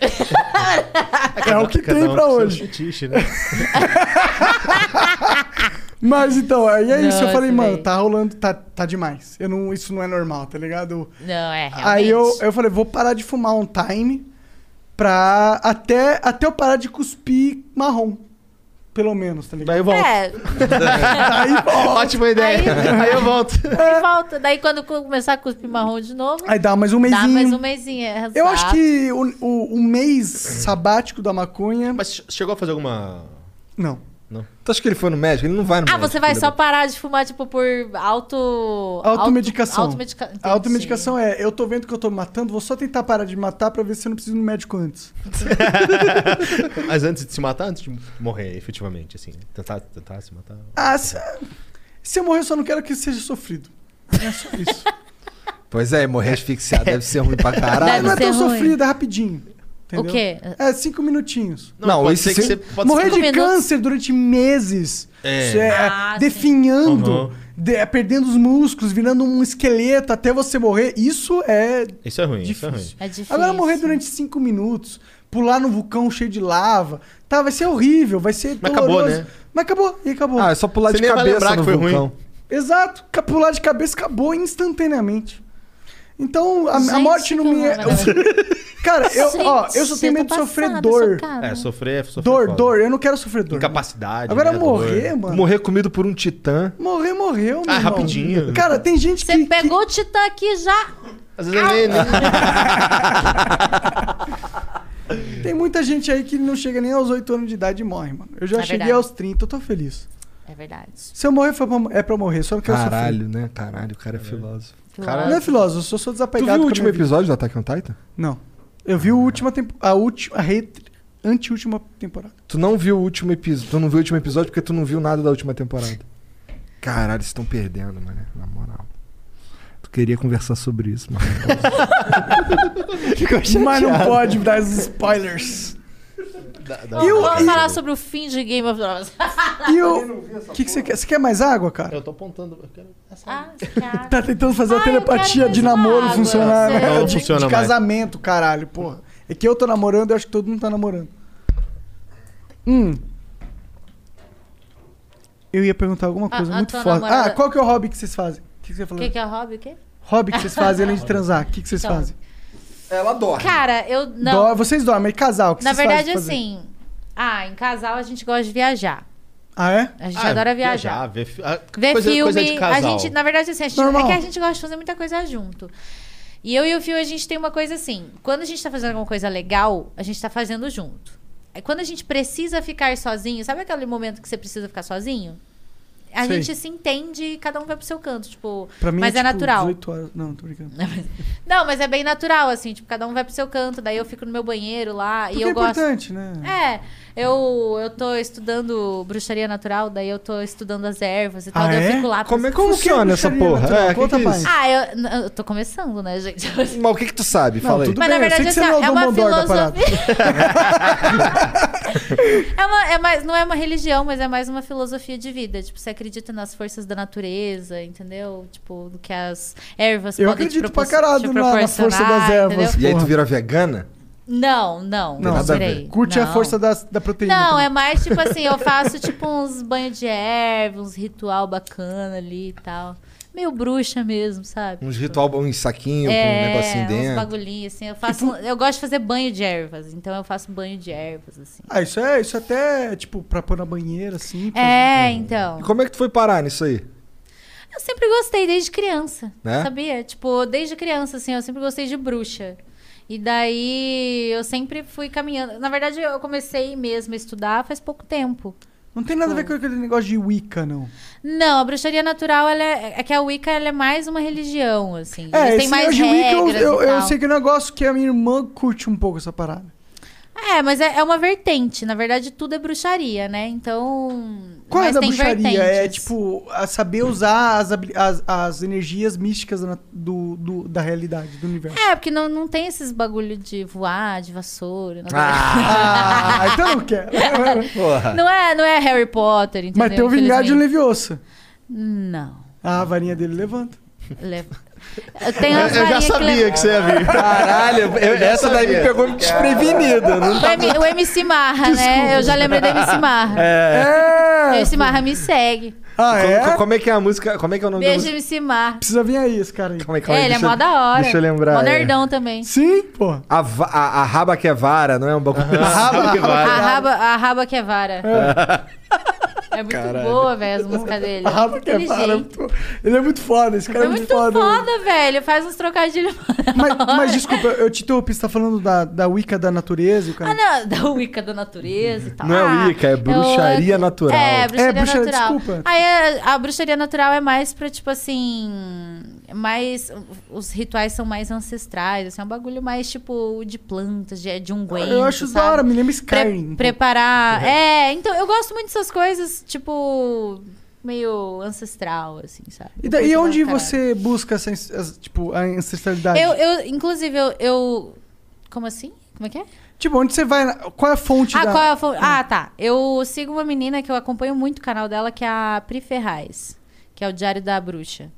[SPEAKER 3] É o que
[SPEAKER 7] Cada
[SPEAKER 3] tem
[SPEAKER 7] um
[SPEAKER 3] pra
[SPEAKER 7] com seu
[SPEAKER 3] hoje.
[SPEAKER 7] fetiche, né?
[SPEAKER 3] Mas então, aí é isso. Eu
[SPEAKER 4] Nossa,
[SPEAKER 3] falei, mano,
[SPEAKER 4] véi.
[SPEAKER 3] tá rolando, tá, tá demais. Eu não, isso não é normal, tá ligado?
[SPEAKER 4] Não, é, realmente.
[SPEAKER 3] Aí eu, eu falei, vou parar de fumar um time. Pra. Até, até eu parar de cuspir marrom. Pelo menos, tá ligado?
[SPEAKER 7] Daí eu volto.
[SPEAKER 4] É,
[SPEAKER 7] Ótima ideia. Aí, eu volto.
[SPEAKER 4] aí volta. Daí quando começar a cuspir marrom de novo,
[SPEAKER 3] Aí dá mais um mêsinho.
[SPEAKER 4] dá mais um mêsinho. é,
[SPEAKER 3] Eu acho
[SPEAKER 4] exato.
[SPEAKER 3] que o, o, o mês sabático da maconha.
[SPEAKER 7] Mas che- chegou a fazer alguma.
[SPEAKER 3] Não.
[SPEAKER 2] Tu acha que ele foi no médico? Ele não vai no
[SPEAKER 4] Ah,
[SPEAKER 2] médico.
[SPEAKER 4] você vai
[SPEAKER 2] Ele- é
[SPEAKER 4] só parar de fumar, tipo, por auto...
[SPEAKER 3] Automedicação.
[SPEAKER 4] Automedica...
[SPEAKER 3] A automedicação é, eu tô vendo que eu tô me matando, vou só tentar parar de me matar pra ver se eu não preciso ir no médico antes.
[SPEAKER 7] Mas antes de se matar, antes de morrer, efetivamente, assim. Tentar, tentar se matar.
[SPEAKER 3] Ah, se, se eu morrer, eu só não quero que seja sofrido. É só isso.
[SPEAKER 2] Pois é, morrer asfixiado deve ser ruim pra
[SPEAKER 3] Ah,
[SPEAKER 2] caralho.
[SPEAKER 3] não é tão
[SPEAKER 4] ser ruim.
[SPEAKER 3] sofrido, é rapidinho. Entendeu?
[SPEAKER 4] O quê?
[SPEAKER 3] É cinco minutinhos.
[SPEAKER 2] Não,
[SPEAKER 7] pode
[SPEAKER 2] esse
[SPEAKER 7] ser que
[SPEAKER 2] sim-
[SPEAKER 7] você pode
[SPEAKER 3] Morrer
[SPEAKER 7] ser...
[SPEAKER 4] cinco
[SPEAKER 3] de
[SPEAKER 4] minutos?
[SPEAKER 3] câncer durante meses.
[SPEAKER 7] É.
[SPEAKER 3] Isso é,
[SPEAKER 4] Ah,
[SPEAKER 3] definhando,
[SPEAKER 7] Uhum.
[SPEAKER 3] de- é, perdendo os músculos, virando um esqueleto até você morrer. Isso é
[SPEAKER 7] Isso é ruim, isso
[SPEAKER 3] difícil.
[SPEAKER 7] é ruim.
[SPEAKER 4] É difícil.
[SPEAKER 3] Agora morrer durante cinco minutos, pular no vulcão cheio de lava, tá, vai ser horrível, vai ser
[SPEAKER 7] Mas acabou,
[SPEAKER 3] doloroso.
[SPEAKER 7] né?
[SPEAKER 3] Mas acabou, e acabou.
[SPEAKER 2] Ah, é só pular
[SPEAKER 7] Você
[SPEAKER 2] de
[SPEAKER 7] nem vai
[SPEAKER 2] cabeça
[SPEAKER 7] lembrar
[SPEAKER 2] no
[SPEAKER 7] que foi
[SPEAKER 2] vulcão.
[SPEAKER 7] ruim.
[SPEAKER 3] Exato, ca- pular de cabeça acabou instantaneamente. Então, a, a
[SPEAKER 4] Gente,
[SPEAKER 3] morte não
[SPEAKER 4] que
[SPEAKER 3] me é...
[SPEAKER 4] horror. né?
[SPEAKER 3] Cara, eu, ó,
[SPEAKER 4] Gente,
[SPEAKER 3] eu só tenho medo de
[SPEAKER 4] tô
[SPEAKER 3] sofrer
[SPEAKER 4] passada,
[SPEAKER 3] dor.
[SPEAKER 4] socada.
[SPEAKER 7] É, sofrer, sofrer.
[SPEAKER 3] Ah, Dor,
[SPEAKER 7] foda.
[SPEAKER 3] dor, eu não quero sofrer dor.
[SPEAKER 7] Incapacidade.
[SPEAKER 3] Agora
[SPEAKER 7] né, dor.
[SPEAKER 3] morrer, mano...
[SPEAKER 2] Morrer comido por um titã.
[SPEAKER 3] Morrer, morreu, meu
[SPEAKER 7] Ah,
[SPEAKER 3] irmão.
[SPEAKER 7] rapidinho.
[SPEAKER 3] Cara, tem gente
[SPEAKER 4] Você
[SPEAKER 3] que...
[SPEAKER 4] pegou o Titã aqui já.
[SPEAKER 7] Às vezes é nem,
[SPEAKER 3] Ah.
[SPEAKER 7] nem...
[SPEAKER 3] que- Tem muita gente aí que não chega nem aos 8 anos de idade e morre, mano. Eu já
[SPEAKER 4] É
[SPEAKER 3] cheguei
[SPEAKER 4] verdade.
[SPEAKER 3] aos 30, eu tô feliz.
[SPEAKER 4] É verdade.
[SPEAKER 3] Se eu morrer, foi pra, é pra morrer, só não quero sofrer.
[SPEAKER 2] Caralho, né? Caralho, o cara é filósofo.
[SPEAKER 3] Não é
[SPEAKER 7] Caralho.
[SPEAKER 3] filósofo, eu sou, sou
[SPEAKER 2] Tu viu
[SPEAKER 3] desapegado.
[SPEAKER 2] o
[SPEAKER 3] com a
[SPEAKER 2] último
[SPEAKER 3] minha vida.
[SPEAKER 2] episódio do Attack on Titan?
[SPEAKER 3] Não. Eu vi o última tempo, a última, a retri- anteúltima temporada.
[SPEAKER 2] Tu não viu o último episódio. Tu não viu o último episódio porque tu não viu nada da última temporada. Caralho, vocês estão perdendo, mano. Na moral. Tu queria conversar sobre isso, mano.
[SPEAKER 3] Mas não pode dar os spoilers.
[SPEAKER 4] Vamos, vamos falar sobre o fim de Game of Thrones.
[SPEAKER 3] E o que, que você quer? Você quer mais água, cara?
[SPEAKER 7] Eu tô apontando. eu quero-
[SPEAKER 4] Ah, cara.
[SPEAKER 3] Tá tentando fazer
[SPEAKER 4] Ah,
[SPEAKER 3] a
[SPEAKER 4] eu
[SPEAKER 3] telepatia
[SPEAKER 4] quero
[SPEAKER 3] de
[SPEAKER 4] mais
[SPEAKER 3] namoro
[SPEAKER 4] água,
[SPEAKER 3] funcionar. né?
[SPEAKER 4] eu sei.
[SPEAKER 7] Não
[SPEAKER 3] de, de
[SPEAKER 7] funciona mais.
[SPEAKER 3] casamento, caralho, porra. É que eu tô namorando, eu acho que todo mundo tá namorando. Hum. Eu ia perguntar alguma
[SPEAKER 4] Ah,
[SPEAKER 3] coisa
[SPEAKER 4] a
[SPEAKER 3] muito
[SPEAKER 4] tua
[SPEAKER 3] foda.
[SPEAKER 4] namorada-
[SPEAKER 3] Ah, qual que é o hobby que vocês fazem? O que, que você
[SPEAKER 4] O
[SPEAKER 3] falou?
[SPEAKER 4] que, que é hobby? O quê?
[SPEAKER 3] Hobby que vocês fazem além de transar? O que, que vocês
[SPEAKER 4] Então,
[SPEAKER 3] fazem?
[SPEAKER 4] Cara, eu não.
[SPEAKER 3] Dó- vocês dormem, e casal, o que
[SPEAKER 4] Na
[SPEAKER 3] vocês
[SPEAKER 4] verdade,
[SPEAKER 3] fazem pra fazer?
[SPEAKER 4] assim. Ah, em casal a gente gosta de viajar.
[SPEAKER 3] Ah, é?
[SPEAKER 4] A gente
[SPEAKER 7] Ah,
[SPEAKER 4] adora viajar.
[SPEAKER 7] ver, fi- ah,
[SPEAKER 4] Ver
[SPEAKER 7] coisa-
[SPEAKER 4] filme.
[SPEAKER 7] coisa de
[SPEAKER 4] a
[SPEAKER 7] casal.
[SPEAKER 4] gente, na verdade, assim, a gente,
[SPEAKER 3] Normal.
[SPEAKER 4] é que a gente gosta de fazer muita coisa junto. E eu e o Fio, a gente tem uma coisa assim. Quando a gente tá fazendo alguma coisa legal, a gente tá fazendo junto. Aí quando a gente precisa ficar sozinho, sabe aquele momento que você precisa ficar sozinho? A
[SPEAKER 3] Sei.
[SPEAKER 4] gente se entende e cada um vai pro seu canto, tipo.
[SPEAKER 3] Pra mim
[SPEAKER 4] mas é,
[SPEAKER 3] tipo,
[SPEAKER 4] natural.
[SPEAKER 3] 18 horas. Não, tô brincando.
[SPEAKER 4] Não, mas é bem natural, assim, tipo, cada um vai pro seu canto, daí eu fico no meu banheiro lá
[SPEAKER 3] Porque
[SPEAKER 4] e eu
[SPEAKER 3] é
[SPEAKER 4] gosto.
[SPEAKER 3] importante, né?
[SPEAKER 4] É, eu, eu tô estudando bruxaria natural, daí eu tô estudando as ervas e tal,
[SPEAKER 3] Ah,
[SPEAKER 4] daí
[SPEAKER 3] é?
[SPEAKER 4] eu fico lá.
[SPEAKER 2] Como é que
[SPEAKER 3] Como que
[SPEAKER 2] funciona
[SPEAKER 3] é
[SPEAKER 2] essa
[SPEAKER 3] bruxaria
[SPEAKER 2] porra?
[SPEAKER 3] natural?
[SPEAKER 2] É, que
[SPEAKER 3] Conta
[SPEAKER 2] que é
[SPEAKER 3] mais.
[SPEAKER 2] isso?
[SPEAKER 4] Ah, eu, n- eu tô começando, né, gente?
[SPEAKER 2] Mas o que que tu sabe? Fala aí.
[SPEAKER 3] tudo
[SPEAKER 4] Mas
[SPEAKER 3] bem,
[SPEAKER 4] na
[SPEAKER 3] eu sei
[SPEAKER 4] verdade,
[SPEAKER 3] que
[SPEAKER 4] assim,
[SPEAKER 3] você não é o
[SPEAKER 4] ó, é uma
[SPEAKER 3] Dumbledore da parada.
[SPEAKER 4] filosofia. é uma, é mais, não é uma religião, mas é mais uma filosofia de vida. Tipo, você acredita nas forças da natureza, entendeu? Tipo, do que as ervas
[SPEAKER 3] Eu
[SPEAKER 4] podem te
[SPEAKER 3] acredito pra
[SPEAKER 4] propor-
[SPEAKER 3] caralho
[SPEAKER 4] te
[SPEAKER 3] na- na força das
[SPEAKER 4] proporcionar,
[SPEAKER 3] ervas.
[SPEAKER 4] entendeu?
[SPEAKER 2] E aí tu
[SPEAKER 3] Porra.
[SPEAKER 2] vira vegana?
[SPEAKER 4] Não, não.
[SPEAKER 3] Não,
[SPEAKER 2] nada a ver.
[SPEAKER 4] peraí.
[SPEAKER 3] Curte a
[SPEAKER 4] Não.
[SPEAKER 3] força da, da proteína.
[SPEAKER 4] Não,
[SPEAKER 3] também.
[SPEAKER 4] é mais tipo assim, eu faço tipo uns banhos de erva, uns ritual bacana ali e tal. Meio bruxa mesmo, sabe?
[SPEAKER 2] Uns ritual, uns saquinhos com um negocinho
[SPEAKER 4] É, uns
[SPEAKER 2] dentro.
[SPEAKER 4] bagulhinhos assim. Eu, faço, eu gosto de fazer banho de ervas, então eu faço banho de ervas, assim.
[SPEAKER 3] Ah, isso é, isso até, tipo, pra pôr na banheira, assim.
[SPEAKER 4] É,
[SPEAKER 2] E
[SPEAKER 4] então.
[SPEAKER 2] como é que tu foi parar nisso aí?
[SPEAKER 4] Eu sempre gostei desde criança,
[SPEAKER 2] Né?
[SPEAKER 4] sabia? Tipo, desde criança, assim, eu sempre gostei de bruxa. E daí eu sempre fui caminhando. Na verdade, eu comecei mesmo a estudar faz pouco tempo.
[SPEAKER 3] Não tem nada a ver com aquele negócio de Wicca, não.
[SPEAKER 4] Não, a bruxaria natural ela é, é que a Wicca ela é mais uma religião, assim.
[SPEAKER 3] É,
[SPEAKER 4] Eles
[SPEAKER 3] esse
[SPEAKER 4] têm mais
[SPEAKER 3] negócio de
[SPEAKER 4] regras
[SPEAKER 3] Wicca, eu, eu,
[SPEAKER 4] e
[SPEAKER 3] eu
[SPEAKER 4] tal.
[SPEAKER 3] sei que é um negócio que a minha irmã curte um pouco essa parada.
[SPEAKER 4] É, mas é, é uma vertente. Na verdade, tudo é bruxaria, né? Então.
[SPEAKER 3] Qual é
[SPEAKER 4] mas
[SPEAKER 3] da
[SPEAKER 4] tem
[SPEAKER 3] bruxaria? É,
[SPEAKER 4] vertentes.
[SPEAKER 3] tipo, a saber usar as, habili- as, as energias místicas na- do, do- da realidade, do universo.
[SPEAKER 4] É, porque não, não tem esses bagulho de voar, de vassoura. Não,
[SPEAKER 3] Ah, então eu não quero.
[SPEAKER 4] não é, não é Harry Potter, entendeu?
[SPEAKER 3] Mas tem o vingar de um
[SPEAKER 4] Infelizmente.
[SPEAKER 3] Leviosa.
[SPEAKER 4] Não.
[SPEAKER 3] Ah, a varinha dele levanta.
[SPEAKER 4] Leva- Tem as
[SPEAKER 7] Eu já
[SPEAKER 4] varinhas que
[SPEAKER 7] sabia
[SPEAKER 4] leva-
[SPEAKER 7] que você ia vir.
[SPEAKER 3] Ah,
[SPEAKER 2] Caralho, eu- essa daí me pegou desprevenido.
[SPEAKER 4] O, M- o MC Marra, né? Eu já lembrei do MC Marra.
[SPEAKER 3] É,
[SPEAKER 4] Esse Marra me segue.
[SPEAKER 3] Ah,
[SPEAKER 6] Como,
[SPEAKER 3] é?
[SPEAKER 6] como é que é a música? Como é que é o nome da
[SPEAKER 4] Beijo,
[SPEAKER 6] música?
[SPEAKER 4] MC Mar.
[SPEAKER 3] Precisa vir aí esse cara aí.
[SPEAKER 6] Como é que
[SPEAKER 4] É, ele é
[SPEAKER 6] Deixa eu-
[SPEAKER 4] mó da hora.
[SPEAKER 6] Deixa eu lembrar.
[SPEAKER 4] Mó
[SPEAKER 6] é.
[SPEAKER 4] nerdão também.
[SPEAKER 3] Sim, pô.
[SPEAKER 6] A, va- a, a raba que é vara, não é um bagulho?
[SPEAKER 3] ah,
[SPEAKER 7] Sabe que vai.
[SPEAKER 4] A raba, a raba que é vara. É, muito boa, velho, as músicas dele.
[SPEAKER 3] A Rafa que é cara, é
[SPEAKER 4] Inteligente.
[SPEAKER 3] muito- Ele é muito foda, esse
[SPEAKER 4] É
[SPEAKER 3] cara é
[SPEAKER 4] muito foda, velho. Faz uns trocadilhos.
[SPEAKER 3] Mas, mas desculpa, eu te interrompi, você tá falando da, da Wicca da natureza, e o cara.
[SPEAKER 4] Ah, não, da Wicca da natureza e tal.
[SPEAKER 6] Não é
[SPEAKER 4] Ah,
[SPEAKER 6] Wicca, é bruxaria natural.
[SPEAKER 4] É, bruxaria
[SPEAKER 3] É, bruxa-
[SPEAKER 4] natural.
[SPEAKER 3] desculpa.
[SPEAKER 4] Aí a, a bruxaria natural é mais pra, tipo assim. Mais. Os rituais são mais ancestrais. Assim, é um bagulho mais, tipo, de plantas, de, de unguento.
[SPEAKER 3] eu acho
[SPEAKER 4] é sabe?
[SPEAKER 3] da hora, me lembra
[SPEAKER 4] Pre-
[SPEAKER 3] Skyrim.
[SPEAKER 4] preparar.
[SPEAKER 3] Uhum.
[SPEAKER 4] É, então, eu gosto muito dessas coisas, tipo, meio ancestral, assim, sabe?
[SPEAKER 3] E,
[SPEAKER 4] Eu
[SPEAKER 3] daí,
[SPEAKER 4] curto
[SPEAKER 3] onde
[SPEAKER 4] pra caralho.
[SPEAKER 3] você busca essa, ins- as- tipo, a ancestralidade?
[SPEAKER 4] Eu, eu, inclusive, eu, eu. Como assim? Como é que é?
[SPEAKER 3] Tipo, onde você vai? na- Qual é a fonte
[SPEAKER 4] Ah,
[SPEAKER 3] da...
[SPEAKER 4] qual é a fo- ah, tá. Eu sigo uma menina que eu acompanho muito o canal dela, que é a Pri Ferraz, que é o Diário da Bruxa.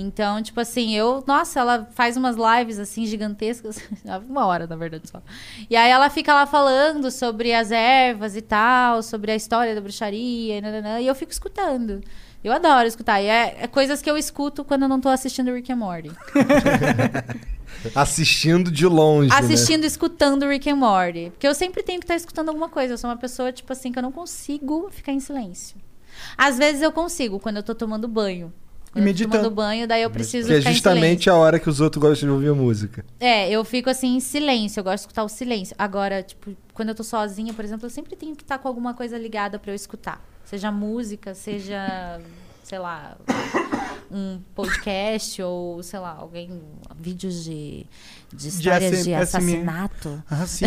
[SPEAKER 4] Então, tipo assim, eu. Nossa, ela faz umas lives assim gigantescas. uma hora, na verdade, só. E aí ela fica lá falando sobre as ervas e tal, sobre a história da bruxaria, e, nananã, e eu fico escutando. Eu adoro escutar. E é, é coisas que eu escuto quando eu não tô assistindo Rick and Morty.
[SPEAKER 6] assim, Assistindo de longe. Né?
[SPEAKER 4] assistindo, escutando Rick and Morty. Porque eu sempre tenho que estar escutando alguma coisa. Eu sou uma pessoa, tipo assim, que eu não consigo ficar em silêncio. Às vezes eu consigo, quando eu tô tomando banho. Quando
[SPEAKER 3] meditando.
[SPEAKER 4] Eu tô tomando banho, daí eu preciso
[SPEAKER 6] Que é
[SPEAKER 4] ficar em
[SPEAKER 6] justamente
[SPEAKER 4] silêncio.
[SPEAKER 6] a hora que os outros gostam de ouvir música.
[SPEAKER 4] É, eu fico assim em silêncio, eu gosto de escutar o silêncio. Agora, tipo, quando eu tô sozinha, por exemplo, eu sempre tenho que estar com alguma coisa ligada pra eu escutar. Seja música, seja, sei lá, um podcast ou, sei lá, alguém. Vídeos de, de histórias de,
[SPEAKER 3] SM.
[SPEAKER 4] assassinato.
[SPEAKER 3] Ah, sim.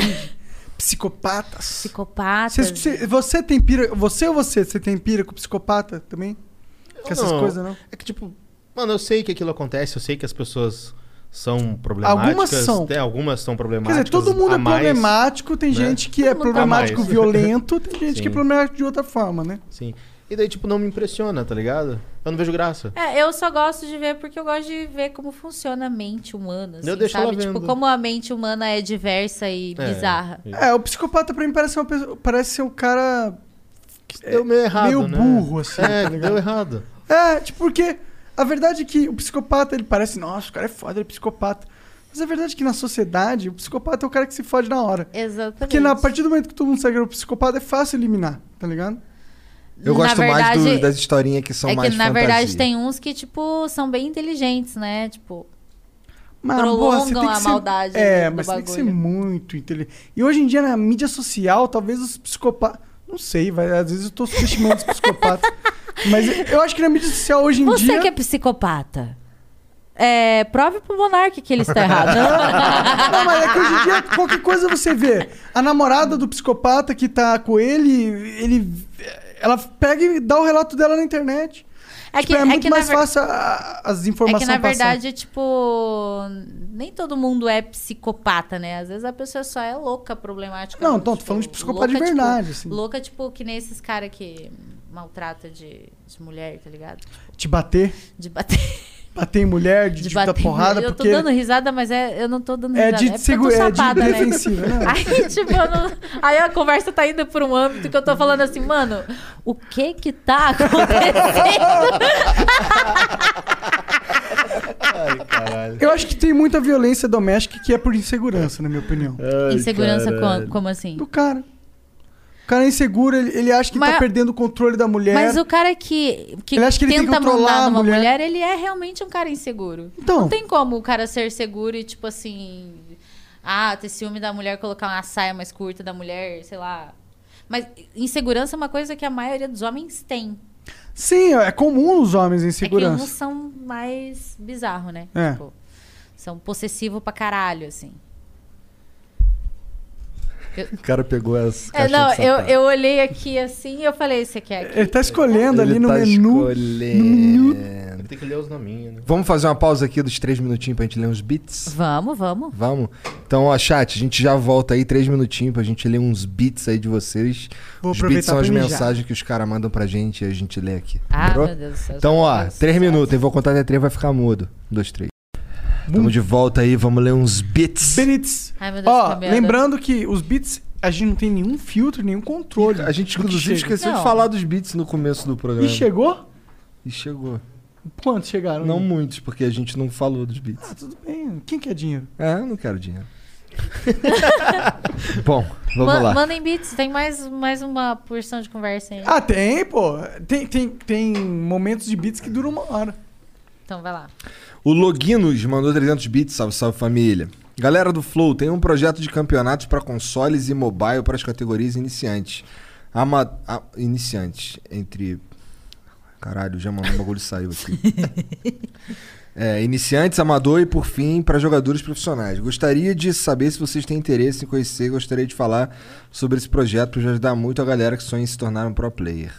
[SPEAKER 3] Psicopatas.
[SPEAKER 4] Psicopatas.
[SPEAKER 3] Vocês- você, você tem pira... Você ou você? Você tem pira com psicopata também? Com essas
[SPEAKER 7] Não.
[SPEAKER 3] coisas, não?
[SPEAKER 7] É que, tipo, mano, eu sei que aquilo acontece, eu sei que as pessoas são problemáticas.
[SPEAKER 3] Algumas são.
[SPEAKER 7] Tem, algumas são
[SPEAKER 3] Quer
[SPEAKER 7] problemáticas.
[SPEAKER 3] dizer, todo mundo
[SPEAKER 7] a
[SPEAKER 3] é
[SPEAKER 7] mais. né?
[SPEAKER 3] problemático, tem gente que é
[SPEAKER 4] Todo mundo é
[SPEAKER 3] problemático
[SPEAKER 7] mais.
[SPEAKER 3] violento, tem gente que é
[SPEAKER 7] Sim.
[SPEAKER 3] problemático de outra forma, né?
[SPEAKER 7] Sim. E daí, tipo, não me impressiona, tá ligado? Eu não vejo graça.
[SPEAKER 4] É, eu só gosto de ver porque eu gosto de ver como funciona a mente humana, assim,
[SPEAKER 7] Eu deixo
[SPEAKER 4] sabe?
[SPEAKER 7] ela vendo.
[SPEAKER 4] Tipo, como a mente humana é diversa e
[SPEAKER 7] É.
[SPEAKER 4] bizarra.
[SPEAKER 3] É, o psicopata pra mim parece, uma pessoa- parece ser um cara
[SPEAKER 7] Deu meio errado,
[SPEAKER 3] meio
[SPEAKER 7] né?
[SPEAKER 3] burro, assim,
[SPEAKER 7] É,
[SPEAKER 3] tá ligado?
[SPEAKER 7] deu errado.
[SPEAKER 3] É, tipo, porque a verdade é que o psicopata, ele parece, nossa, o cara é foda, ele é psicopata. Mas a verdade é que na sociedade, o psicopata é o cara que se fode na hora.
[SPEAKER 4] Exatamente.
[SPEAKER 3] Porque na, a partir do momento que todo mundo segue o psicopata, é fácil eliminar, tá ligado?
[SPEAKER 6] Eu
[SPEAKER 4] Na
[SPEAKER 6] gosto mais
[SPEAKER 4] verdade,
[SPEAKER 6] do- das historinhas que são
[SPEAKER 4] é que,
[SPEAKER 6] mais
[SPEAKER 4] na
[SPEAKER 6] fantasia.
[SPEAKER 4] verdade, tem uns que, tipo, são bem inteligentes, né? Tipo,
[SPEAKER 3] Mas,
[SPEAKER 4] Prolongam
[SPEAKER 3] você tem que
[SPEAKER 4] a
[SPEAKER 3] ser-
[SPEAKER 4] maldade
[SPEAKER 3] É,
[SPEAKER 4] do
[SPEAKER 3] mas tem que ser
[SPEAKER 4] bagulho.
[SPEAKER 3] muito inteligente. E hoje em dia, na mídia social, talvez os psicopatas... Não sei, vai, às vezes eu tô subestimando os psicopatas. Mas eu acho que na mídia social, hoje em
[SPEAKER 4] você
[SPEAKER 3] dia...
[SPEAKER 4] que é psicopata, é, prove pro Monark que ele está errado.
[SPEAKER 3] Não, mas é que hoje em dia qualquer coisa você vê. A namorada do psicopata que tá com ele, ele. Ela pega e dá o relato dela na internet.
[SPEAKER 4] É
[SPEAKER 3] Tipo, é, muito
[SPEAKER 4] na
[SPEAKER 3] mais
[SPEAKER 4] ver-
[SPEAKER 3] fácil a- a- as
[SPEAKER 4] É
[SPEAKER 3] informações
[SPEAKER 4] que, na
[SPEAKER 3] passarem.
[SPEAKER 4] verdade, tipo, nem todo mundo é psicopata, né? Às vezes a pessoa só é louca, problemática.
[SPEAKER 3] Não,
[SPEAKER 4] louca,
[SPEAKER 3] então, tô falando de psicopata de
[SPEAKER 4] tipo,
[SPEAKER 3] verdade, assim.
[SPEAKER 4] Louca, tipo, que nem esses caras que maltrata de, de mulher, tá ligado? Tipo,
[SPEAKER 3] Te bater,
[SPEAKER 4] De bater,
[SPEAKER 3] bater em mulher, de,
[SPEAKER 4] de
[SPEAKER 3] de
[SPEAKER 4] bater.
[SPEAKER 3] dar porrada,
[SPEAKER 4] eu tô
[SPEAKER 3] porque.
[SPEAKER 4] dando risada, mas é, eu não tô dando
[SPEAKER 3] É
[SPEAKER 4] risada.
[SPEAKER 3] de
[SPEAKER 4] porque eu tô
[SPEAKER 3] segu- é de
[SPEAKER 4] safada, né?
[SPEAKER 3] defensiva, né?
[SPEAKER 4] Aí, tipo, eu não- aí a conversa tá indo por um âmbito que eu tô falando assim, mano, o que que tá acontecendo?
[SPEAKER 3] Eu acho que tem muita violência doméstica que é por insegurança, na minha opinião.
[SPEAKER 6] É.
[SPEAKER 4] Insegurança como, como assim?
[SPEAKER 3] Do cara. O cara é inseguro, ele, ele acha que
[SPEAKER 4] Mas-
[SPEAKER 3] tá perdendo o controle da mulher.
[SPEAKER 4] Mas o cara que, que
[SPEAKER 3] É. Ele acha que ele tem que
[SPEAKER 4] tenta
[SPEAKER 3] controlar
[SPEAKER 4] mandar
[SPEAKER 3] a
[SPEAKER 4] numa
[SPEAKER 3] mulher.
[SPEAKER 4] mulher. ele é realmente um cara inseguro.
[SPEAKER 3] Então.
[SPEAKER 4] Não tem como o cara ser seguro e, tipo assim. Ah, ter ciúme da mulher, colocar uma saia mais curta da mulher, sei lá. Mas insegurança é uma coisa que a maioria dos homens tem.
[SPEAKER 3] Sim, é comum os homens
[SPEAKER 4] É que uns
[SPEAKER 3] insegurança.
[SPEAKER 4] são mais bizarro, né?
[SPEAKER 3] É.
[SPEAKER 4] Tipo, são possessivos pra caralho, assim.
[SPEAKER 6] O cara pegou as
[SPEAKER 4] É,
[SPEAKER 6] caixas
[SPEAKER 4] não,
[SPEAKER 6] de
[SPEAKER 4] eu,
[SPEAKER 6] sapato.
[SPEAKER 4] eu olhei aqui assim e eu falei, você quer aqui?
[SPEAKER 3] Ele tá escolhendo ali
[SPEAKER 6] Ele
[SPEAKER 3] no
[SPEAKER 6] tá
[SPEAKER 3] menu.
[SPEAKER 6] escolhendo.
[SPEAKER 7] Ele tem que ler os nominhos, né?
[SPEAKER 6] Vamos fazer uma pausa aqui dos três minutinhos pra gente ler uns beats?
[SPEAKER 4] Vamos, vamos.
[SPEAKER 6] Vamos? Então, ó, chat, a gente já volta aí, três minutinhos pra gente ler uns beats aí de vocês.
[SPEAKER 3] Vou
[SPEAKER 6] os beats
[SPEAKER 3] aproveitar
[SPEAKER 6] são as
[SPEAKER 3] pra mijar.
[SPEAKER 6] mensagens que os caras mandam pra gente e a gente lê aqui.
[SPEAKER 4] Ah,
[SPEAKER 6] Demorou?
[SPEAKER 4] meu Deus do céu.
[SPEAKER 6] Então, ó,
[SPEAKER 4] Nossa,
[SPEAKER 6] três
[SPEAKER 4] nossa.
[SPEAKER 6] minutos. Eu vou contar até três, vai ficar mudo. Um, dois, três. Tamo de volta aí, vamos ler uns beats.
[SPEAKER 3] Benítez.
[SPEAKER 4] Ai, meu Deus,
[SPEAKER 3] Ó,
[SPEAKER 4] que merda.
[SPEAKER 3] lembrando que os beats a gente não tem nenhum filtro, nenhum controle.
[SPEAKER 2] A gente,
[SPEAKER 3] do que
[SPEAKER 2] inclusive,
[SPEAKER 3] chega.
[SPEAKER 2] esqueceu de
[SPEAKER 4] Não.
[SPEAKER 2] falar dos beats no começo do programa.
[SPEAKER 6] é.
[SPEAKER 3] E chegou?
[SPEAKER 2] E chegou.
[SPEAKER 3] Quantos chegaram?
[SPEAKER 2] Não muitos, porque a gente não falou dos beats.
[SPEAKER 3] Ah, tudo bem. Quem quer dinheiro?
[SPEAKER 2] É, eu não quero dinheiro. Bom, vamos
[SPEAKER 4] Ma-
[SPEAKER 2] lá.
[SPEAKER 4] Mandem beats, tem mais, mais uma porção de conversa aí.
[SPEAKER 3] Ah, tem, pô. Tem, tem, tem momentos de beats que duram uma hora.
[SPEAKER 4] Então vai lá.
[SPEAKER 2] O Loginos mandou 300 bits, salve, salve família. Galera do Flow, tem um projeto de campeonatos para consoles e mobile para as categorias iniciantes. Ama... a- Iniciantes, entre... Caralho, já mandou um bagulho e saiu aqui. É, iniciantes, amador e, por fim, para jogadores profissionais. Gostaria de saber se vocês têm interesse em conhecer, gostaria de falar sobre esse projeto, porque já ajudar muito a galera que sonha em se tornar um pro player.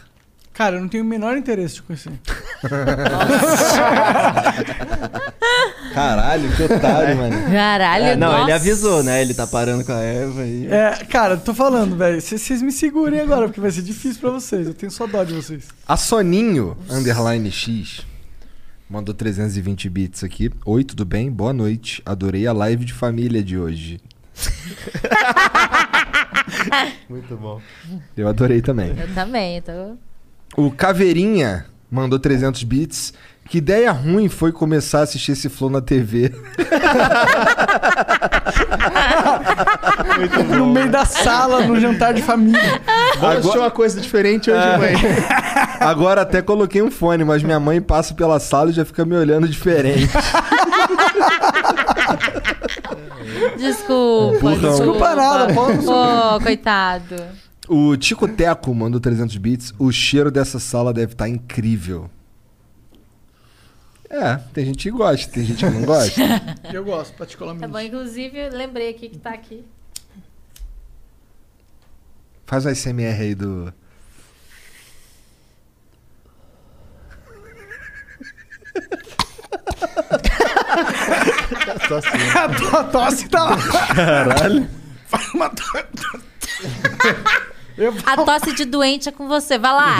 [SPEAKER 3] Cara, eu não tenho o menor interesse de conhecer.
[SPEAKER 2] Caralho, que otário, mano.
[SPEAKER 4] Caralho,
[SPEAKER 5] É, não,
[SPEAKER 4] nossa.
[SPEAKER 5] ele avisou, né? Ele tá parando com a Eva e.
[SPEAKER 3] É, cara, tô falando, velho. Vocês me segurem agora, porque vai ser difícil pra vocês. Eu tenho só dó de vocês.
[SPEAKER 2] A Soninho, underline X, mandou 320 bits aqui. Oi, tudo bem? Boa noite. Adorei a live de família de hoje.
[SPEAKER 7] Muito bom.
[SPEAKER 2] Eu adorei também.
[SPEAKER 4] Eu também, eu tô...
[SPEAKER 2] O Caveirinha mandou 300 bits. Que ideia ruim foi começar a assistir esse flow na TV.
[SPEAKER 3] No meio da sala, no jantar de família.
[SPEAKER 7] Vamos assistir uma coisa diferente hoje,
[SPEAKER 5] É.
[SPEAKER 7] mãe.
[SPEAKER 2] Agora até coloquei um fone, mas minha mãe passa pela sala e já fica me olhando diferente.
[SPEAKER 4] Desculpa,
[SPEAKER 2] Burrão.
[SPEAKER 4] desculpa.
[SPEAKER 3] Desculpa nada, pô.
[SPEAKER 4] Pô, coitado.
[SPEAKER 2] O Tico Teco mandou 300 bits. O cheiro dessa sala deve estar incrível. É, tem gente que gosta, tem gente que não gosta.
[SPEAKER 3] Eu
[SPEAKER 4] Tá
[SPEAKER 3] gosto,
[SPEAKER 4] bom,
[SPEAKER 3] particularmente.
[SPEAKER 4] inclusive, eu lembrei aqui que tá aqui.
[SPEAKER 2] Faz um o SMR aí do.
[SPEAKER 3] A
[SPEAKER 4] então.
[SPEAKER 3] tosse tá lá.
[SPEAKER 2] Caralho.
[SPEAKER 3] Faz uma tosse.
[SPEAKER 4] A tosse de doente é com você, vai lá.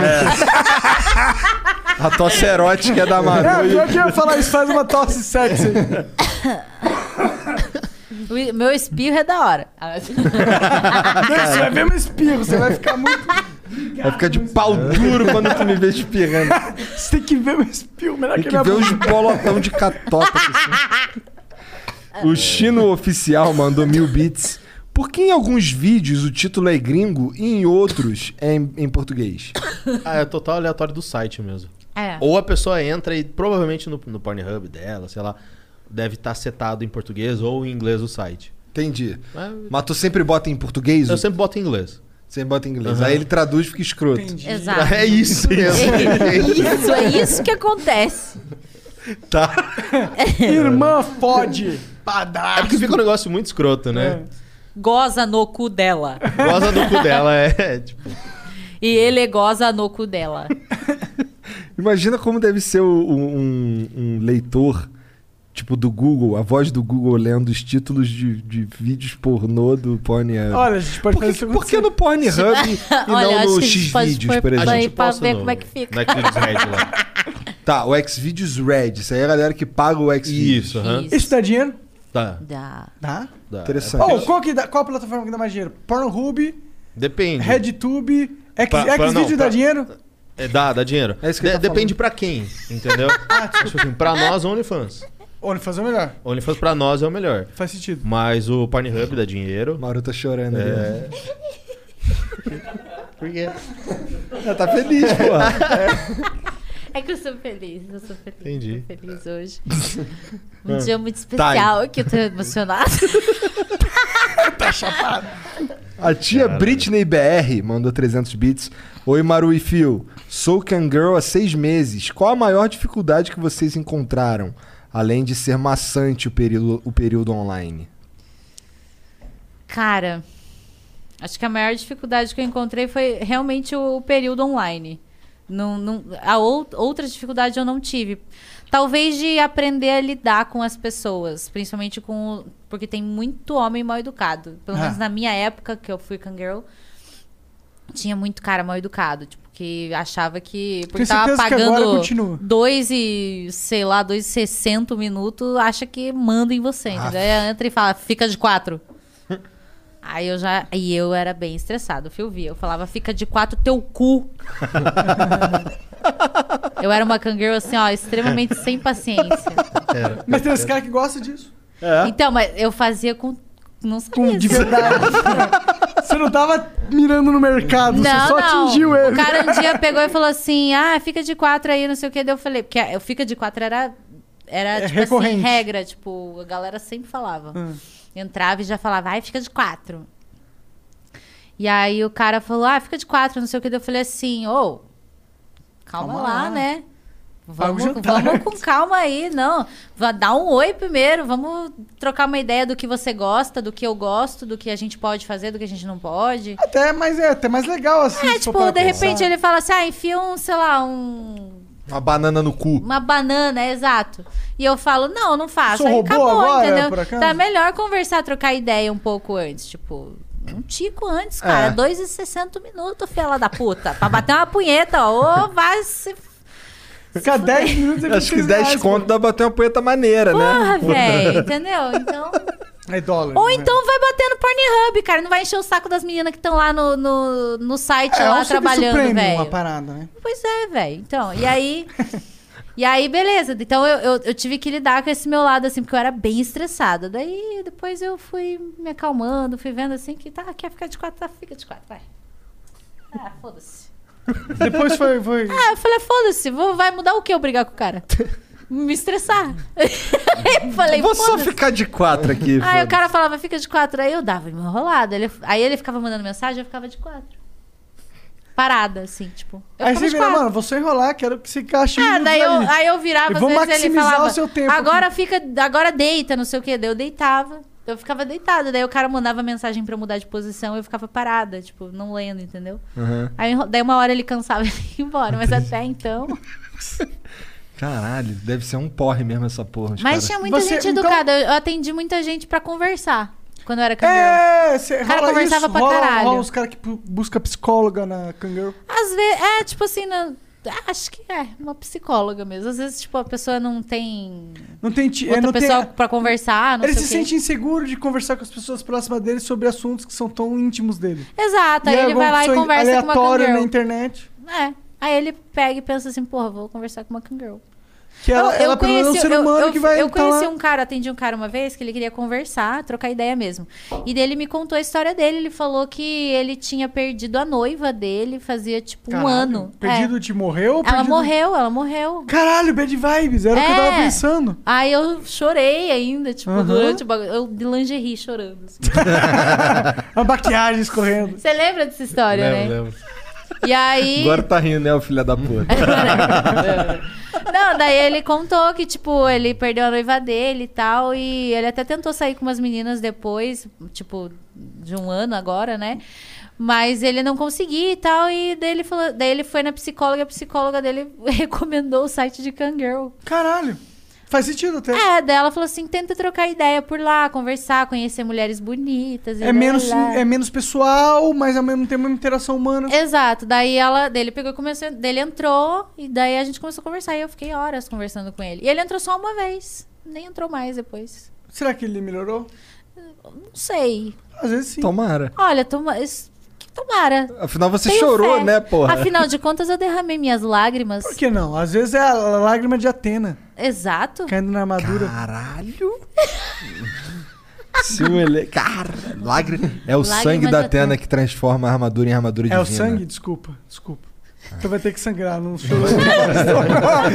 [SPEAKER 2] A tosse erótica é da
[SPEAKER 6] Tá
[SPEAKER 3] É,
[SPEAKER 2] Maru.
[SPEAKER 3] pior que eu ia falar isso, faz uma tosse sexy.
[SPEAKER 4] O- Meu espirro é da hora. Ah,
[SPEAKER 3] Não, você vai ver meu espirro, você vai ficar muito.
[SPEAKER 2] Vai ficar de pau duro quando tu me vê espirrando.
[SPEAKER 3] Você tem que ver meu espirro, melhor
[SPEAKER 2] Tem
[SPEAKER 3] que,
[SPEAKER 2] que
[SPEAKER 3] minha
[SPEAKER 2] ver os
[SPEAKER 3] bunda.
[SPEAKER 2] bolotão de catota. assim. O Chino Oficial mandou mil bits. Por que em alguns vídeos o título é gringo e em outros é em, em português?
[SPEAKER 7] Ah, é total aleatório do site mesmo.
[SPEAKER 4] É.
[SPEAKER 7] Ou a pessoa entra e provavelmente no, no Pornhub dela, sei lá, deve estar setado em português ou em inglês o site.
[SPEAKER 2] Entendi.
[SPEAKER 7] Mas
[SPEAKER 2] Mas tu sempre bota em português?
[SPEAKER 7] eu sempre boto em inglês.
[SPEAKER 2] Sempre bota em inglês. Aí ele traduz e fica escroto.
[SPEAKER 4] Exato.
[SPEAKER 7] É isso mesmo.
[SPEAKER 4] Isso, é isso que acontece.
[SPEAKER 3] Irmã fode. Padar.
[SPEAKER 7] É porque fica um negócio muito escroto, né?
[SPEAKER 4] Goza no cu dela.
[SPEAKER 7] Goza do cu dela, é tipo.
[SPEAKER 4] E ele goza no cu dela.
[SPEAKER 2] Imagina como deve ser o- o- um, um leitor, tipo, do Google, a voz do Google lendo os títulos de, de vídeos pornô do Pornhub.
[SPEAKER 3] Olha, a gente pode
[SPEAKER 2] por
[SPEAKER 3] fazer
[SPEAKER 2] que,
[SPEAKER 3] isso
[SPEAKER 2] por que
[SPEAKER 3] acontecer.
[SPEAKER 2] no Pornhub e
[SPEAKER 4] Olha,
[SPEAKER 2] não
[SPEAKER 4] acho
[SPEAKER 2] no
[SPEAKER 4] que a gente pode
[SPEAKER 2] Xvideos,
[SPEAKER 4] pôr
[SPEAKER 2] por
[SPEAKER 4] pra
[SPEAKER 2] exemplo?
[SPEAKER 4] gente- pra ver
[SPEAKER 7] no-
[SPEAKER 4] como é que fica.
[SPEAKER 7] Na Kids Red lá.
[SPEAKER 2] Tá, o Xvideos Red. Isso aí é a galera que paga o Xvideos.
[SPEAKER 7] Isso, aham.
[SPEAKER 4] Isso.
[SPEAKER 3] Isso dá dinheiro?
[SPEAKER 7] Tá,
[SPEAKER 4] Dá.
[SPEAKER 3] Dá.
[SPEAKER 7] tá.
[SPEAKER 2] Interessante.
[SPEAKER 3] Oh, qual, que dá, qual a plataforma que dá mais dinheiro? Pornhub,
[SPEAKER 7] Depende.
[SPEAKER 3] RedTube, X,
[SPEAKER 7] Pra- pra-
[SPEAKER 3] Xvideo
[SPEAKER 7] não,
[SPEAKER 3] dá
[SPEAKER 7] pra-
[SPEAKER 3] dinheiro?
[SPEAKER 7] É, dá, dá dinheiro.
[SPEAKER 2] É isso que eu
[SPEAKER 7] De-
[SPEAKER 2] tava
[SPEAKER 7] depende pra quem, entendeu? tipo assim, pra nós, OnlyFans.
[SPEAKER 3] OnlyFans é o melhor.
[SPEAKER 7] OnlyFans pra nós é o melhor.
[SPEAKER 3] Faz sentido.
[SPEAKER 7] Mas o Pornhub dá dinheiro.
[SPEAKER 2] O Maru tá chorando ali.
[SPEAKER 7] É. Por quê?
[SPEAKER 2] Ela tá feliz, porra.
[SPEAKER 4] É que eu sou feliz, eu sou feliz.
[SPEAKER 7] Entendi.
[SPEAKER 4] Tô feliz hoje. Um dia muito especial que eu tô emocionada.
[SPEAKER 2] A tia Britney BR mandou 300 bits. Oi, Maru e Phil. Sou Kangirl há seis meses. Qual a maior dificuldade que vocês encontraram? Além de ser maçante o período, o período online.
[SPEAKER 4] Cara, acho que a maior dificuldade que eu encontrei foi realmente o, o período online. Não, não, a ou- outra dificuldade eu não tive. Talvez de aprender a lidar com as pessoas, principalmente com. o- Porque tem muito homem mal educado. Pelo
[SPEAKER 3] Ah.
[SPEAKER 4] menos na minha época, que eu fui Kangirl, tinha muito cara mal educado. Tipo, que achava que. Porque
[SPEAKER 3] Tenho
[SPEAKER 4] tava
[SPEAKER 3] certeza que agora
[SPEAKER 4] pagando
[SPEAKER 3] continua.
[SPEAKER 4] dois e, sei lá, dois e
[SPEAKER 3] Ah.
[SPEAKER 4] sessenta minutos, acha que manda em você. Entendeu? Aí entra e fala, fica de quatro. Aí eu já. E eu era bem estressado, fio via. Eu falava, fica de quatro teu cu. eu era uma cangueira assim, ó, extremamente sem paciência.
[SPEAKER 7] Era.
[SPEAKER 3] Mas tem esse cara que gosta disso.
[SPEAKER 4] Então, mas eu fazia com. Não sabia.
[SPEAKER 3] De
[SPEAKER 4] disso.
[SPEAKER 3] verdade. você não tava mirando no mercado, você só atingiu ele.
[SPEAKER 4] O cara um dia pegou e falou assim: ah, fica de quatro aí, não sei o que. Daí eu falei, porque eu fica de quatro era, era
[SPEAKER 3] É
[SPEAKER 4] tipo assim,
[SPEAKER 3] recorrente. Ah.
[SPEAKER 4] regra, tipo, a galera sempre falava. Entrava e já falava, ai, fica de quatro. E aí o cara falou, ah, fica de quatro, não sei o que. Daí eu falei assim, ô, calma,
[SPEAKER 3] Calma
[SPEAKER 4] lá,
[SPEAKER 3] lá.
[SPEAKER 4] né? Vamos,
[SPEAKER 3] Vamos jantar
[SPEAKER 4] vamos
[SPEAKER 3] antes.
[SPEAKER 4] com calma aí, não. Vá dar um oi primeiro, vamos trocar uma ideia do que você gosta, do que eu gosto, do que a gente pode fazer, do que a gente não pode.
[SPEAKER 3] Até mais, é, até mais legal, assim.
[SPEAKER 4] É,
[SPEAKER 3] se for
[SPEAKER 4] tipo,
[SPEAKER 3] para
[SPEAKER 4] de
[SPEAKER 3] pensar.
[SPEAKER 4] repente ele fala assim, ah, enfia um, sei lá, um...
[SPEAKER 2] Uma banana no cu.
[SPEAKER 4] Uma banana, é exato. E eu falo, não, não faço.
[SPEAKER 3] Sou
[SPEAKER 4] Aí
[SPEAKER 3] robô
[SPEAKER 4] acabou,
[SPEAKER 3] agora,
[SPEAKER 4] entendeu?
[SPEAKER 3] por acaso?
[SPEAKER 4] Tá melhor conversar, trocar ideia um pouco antes, tipo... Um tico antes,
[SPEAKER 2] É.
[SPEAKER 4] cara. 2,60 minutos, fela da puta. Pra bater uma punheta, ó. Ô, vai se...
[SPEAKER 3] Ficar 10 minutos ele
[SPEAKER 2] Acho que
[SPEAKER 3] fez
[SPEAKER 2] 10
[SPEAKER 3] reais,
[SPEAKER 2] conto dá pra bater uma poeta maneira, né?
[SPEAKER 4] Porra, velho. Entendeu? Então...
[SPEAKER 3] É dólar.
[SPEAKER 4] Ou
[SPEAKER 3] né?
[SPEAKER 4] então vai bater no Pornhub, cara. Não vai encher o saco das meninas que estão lá no, no, no site,
[SPEAKER 3] é, é um
[SPEAKER 4] lá
[SPEAKER 3] serviço
[SPEAKER 4] trabalhando,
[SPEAKER 3] premium,
[SPEAKER 4] velho.
[SPEAKER 3] uma parada, né?
[SPEAKER 4] Pois é, velho. Então, e aí. E aí, beleza. Então eu, eu, eu tive que lidar com esse meu lado, assim, porque eu era bem estressada. Daí depois eu fui me acalmando, fui vendo assim que tá, quer ficar de quatro, tá, fica de quatro, vai. Ah, foda-se.
[SPEAKER 3] Depois foi. foi...
[SPEAKER 4] Ah, eu falei, foda-se, vou- vai mudar o que eu brigar com o cara? Me estressar. eu falei,
[SPEAKER 2] Vou só
[SPEAKER 4] foda-se.
[SPEAKER 2] ficar de quatro aqui.
[SPEAKER 4] Aí
[SPEAKER 2] foda-se.
[SPEAKER 4] o cara falava, fica de quatro. Aí eu dava uma enrolada. Ele- aí ele ficava mandando mensagem, eu ficava de quatro. Parada, assim, tipo. Eu
[SPEAKER 3] Aí
[SPEAKER 4] ficava
[SPEAKER 3] você
[SPEAKER 4] de
[SPEAKER 3] vira,
[SPEAKER 4] quatro.
[SPEAKER 3] mano, vou só enrolar, quero que você encaixe um
[SPEAKER 4] É,
[SPEAKER 3] minuto
[SPEAKER 4] daí eu,
[SPEAKER 3] ali.
[SPEAKER 4] aí eu virava,
[SPEAKER 3] Eu
[SPEAKER 4] às
[SPEAKER 3] vou
[SPEAKER 4] vezes ele
[SPEAKER 3] maximizar
[SPEAKER 4] falava,
[SPEAKER 3] o seu tempo né?"
[SPEAKER 4] agora fica, agora deita, não sei o quê. Daí eu deitava, eu ficava deitada. Daí o cara mandava mensagem pra eu mudar de posição, eu ficava parada, tipo, não lendo, entendeu? Aí, eu enro- daí uma hora ele cansava e ia embora, mas até então...
[SPEAKER 2] Caralho, deve ser um porre mesmo essa porra. os
[SPEAKER 4] Mas
[SPEAKER 2] caras.
[SPEAKER 4] tinha muita
[SPEAKER 3] Você-
[SPEAKER 4] gente
[SPEAKER 3] então-
[SPEAKER 4] educada, eu- eu atendi muita gente pra conversar, quando eu era cangueira.
[SPEAKER 3] É, você
[SPEAKER 4] cara
[SPEAKER 3] rola
[SPEAKER 4] conversava
[SPEAKER 3] isso,
[SPEAKER 4] pra
[SPEAKER 3] rola,
[SPEAKER 4] caralho.
[SPEAKER 3] Rola os caras que pu- busca psicóloga na Kangaroo.
[SPEAKER 4] Às vezes, é, tipo assim, na- acho que é, uma psicóloga mesmo. Às vezes, tipo, a pessoa não tem
[SPEAKER 3] Não tem. ti- é,
[SPEAKER 4] outra
[SPEAKER 3] não tem-
[SPEAKER 4] pessoa pra conversar, não
[SPEAKER 3] Ele
[SPEAKER 4] sei o
[SPEAKER 3] se
[SPEAKER 4] quê.
[SPEAKER 3] sente inseguro de conversar com as pessoas próximas dele sobre assuntos que são tão íntimos dele.
[SPEAKER 4] Exato, aí
[SPEAKER 3] é
[SPEAKER 4] Tá, ele
[SPEAKER 3] alguma
[SPEAKER 4] vai lá e
[SPEAKER 3] pessoa
[SPEAKER 4] conversa com uma
[SPEAKER 3] aleatória
[SPEAKER 4] cangueira.
[SPEAKER 3] na internet.
[SPEAKER 4] É. Aí ele pega e pensa assim, porra, vou conversar com uma cangirl.
[SPEAKER 3] Que ela, ela pelo menos é um ser humano
[SPEAKER 4] eu- eu-
[SPEAKER 3] que vai
[SPEAKER 4] eu
[SPEAKER 3] tá
[SPEAKER 4] conheci
[SPEAKER 3] lá.
[SPEAKER 4] um cara, atendi um cara uma vez que ele queria conversar, trocar ideia mesmo. E dele me contou a história dele. Ele falou que ele tinha perdido a noiva dele, fazia tipo um
[SPEAKER 3] Caralho,
[SPEAKER 4] ano.
[SPEAKER 3] Perdido
[SPEAKER 4] É.
[SPEAKER 3] de morreu? ou
[SPEAKER 4] Ela
[SPEAKER 3] perdido-
[SPEAKER 4] morreu, ela morreu.
[SPEAKER 3] Caralho, bad vibes, era o que eu tava
[SPEAKER 4] É.
[SPEAKER 3] pensando.
[SPEAKER 4] Aí eu chorei ainda, tipo,
[SPEAKER 3] Aham.
[SPEAKER 4] durante o bagulho. Eu de lingerie chorando. assim.
[SPEAKER 3] A maquiagem escorrendo.
[SPEAKER 4] Você lembra dessa história, né?
[SPEAKER 2] Lembro, lembro.
[SPEAKER 4] E aí.
[SPEAKER 2] Agora tá rindo, né, o filho da puta?
[SPEAKER 4] Não, daí ele contou que, tipo, ele perdeu a noiva dele e tal. E ele até tentou sair com umas meninas depois, tipo, de um ano agora, né? Mas ele não conseguia e tal. E daí ele, falou, daí ele foi na psicóloga. A psicóloga dele recomendou o site de Kangirl.
[SPEAKER 3] Caralho. Faz sentido até.
[SPEAKER 4] É, daí ela falou assim: tenta trocar ideia por lá, conversar, conhecer mulheres bonitas. e blá,
[SPEAKER 3] É menos,
[SPEAKER 4] blá, blá."
[SPEAKER 3] é menos pessoal, mas ao mesmo tempo é uma interação humana.
[SPEAKER 4] Exato, daí ela, daí ele pegou e começou, daí ele entrou e daí a gente começou a conversar e eu fiquei horas conversando com ele. E ele entrou só uma vez, nem entrou mais depois.
[SPEAKER 3] Será que ele melhorou?
[SPEAKER 4] Não sei.
[SPEAKER 3] Às vezes sim.
[SPEAKER 2] Tomara.
[SPEAKER 4] Olha, toma, es- que tomara.
[SPEAKER 2] Afinal, você
[SPEAKER 4] Tenho
[SPEAKER 2] chorou,
[SPEAKER 4] fé.
[SPEAKER 2] né, porra?
[SPEAKER 4] Afinal de contas, eu derramei minhas lágrimas.
[SPEAKER 3] Por que não? Às vezes é a lágrima de Atena
[SPEAKER 4] Exato.
[SPEAKER 3] caindo na armadura.
[SPEAKER 2] Caralho. Se o ele... Cara, lágrima... É o
[SPEAKER 4] Lágrima
[SPEAKER 2] sangue da Atena
[SPEAKER 4] de Atena.
[SPEAKER 2] que transforma a armadura em armadura
[SPEAKER 3] é
[SPEAKER 2] divina.
[SPEAKER 3] o sangue? Desculpa, desculpa. Então vai ter que sangrar, não
[SPEAKER 7] Então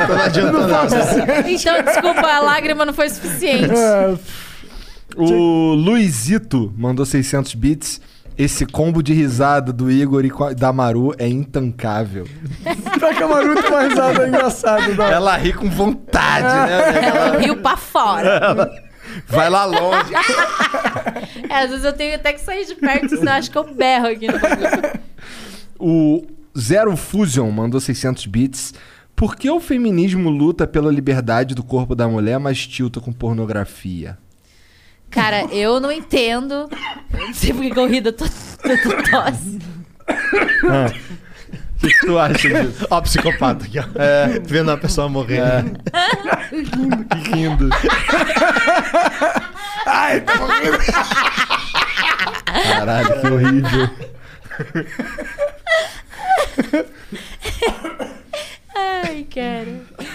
[SPEAKER 7] não adianta nada.
[SPEAKER 4] Então, desculpa, a lágrima não foi suficiente.
[SPEAKER 3] É,
[SPEAKER 2] O Luizito mandou 600 bits. Esse combo de risada do Igor e com a- da Maru é intancável.
[SPEAKER 3] Pra camaruto com uma risada engraçada. Dá.
[SPEAKER 2] Ela ri com
[SPEAKER 4] Ah,
[SPEAKER 2] vontade, né?
[SPEAKER 4] Ela riu pra fora.
[SPEAKER 2] Vai lá longe.
[SPEAKER 4] É, às vezes eu tenho até que sair de perto, senão eu acho que eu berro aqui no bagulho.
[SPEAKER 2] O Zero Fusion mandou 600 bits. Por que o feminismo luta pela liberdade do corpo da mulher, mas tilta com pornografia?
[SPEAKER 4] Cara, eu não entendo. Eu não sei porque que eu ri da tua, da tua tosse.
[SPEAKER 2] O que tu acha disso?
[SPEAKER 7] Ó, o psicopata aqui, ó. É, vendo a pessoa morrer.
[SPEAKER 2] É. Que lindo. Caralho, que horrível.
[SPEAKER 4] Ai, cara.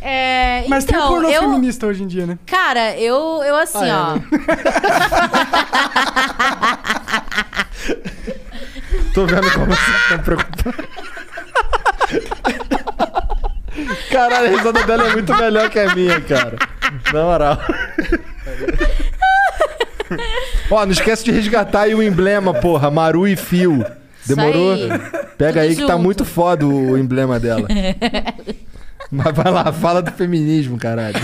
[SPEAKER 4] É,
[SPEAKER 3] Mas tem
[SPEAKER 4] então,
[SPEAKER 3] pornô
[SPEAKER 4] eu,
[SPEAKER 3] feminista hoje em dia, né?
[SPEAKER 4] Cara, eu, eu assim, ó.
[SPEAKER 2] Tô vendo como vocês
[SPEAKER 7] tá
[SPEAKER 2] estão preocupados. Caralho, a risada dela é muito melhor que a minha, cara. Na moral. Ó, não esquece de resgatar aí o emblema, porra. Maru e Fio. Demorou?
[SPEAKER 4] Isso aí.
[SPEAKER 2] Pega
[SPEAKER 4] Tudo
[SPEAKER 2] aí que tá
[SPEAKER 4] junto.
[SPEAKER 2] muito foda o emblema dela. Mas vai lá, fala do feminismo, caralho.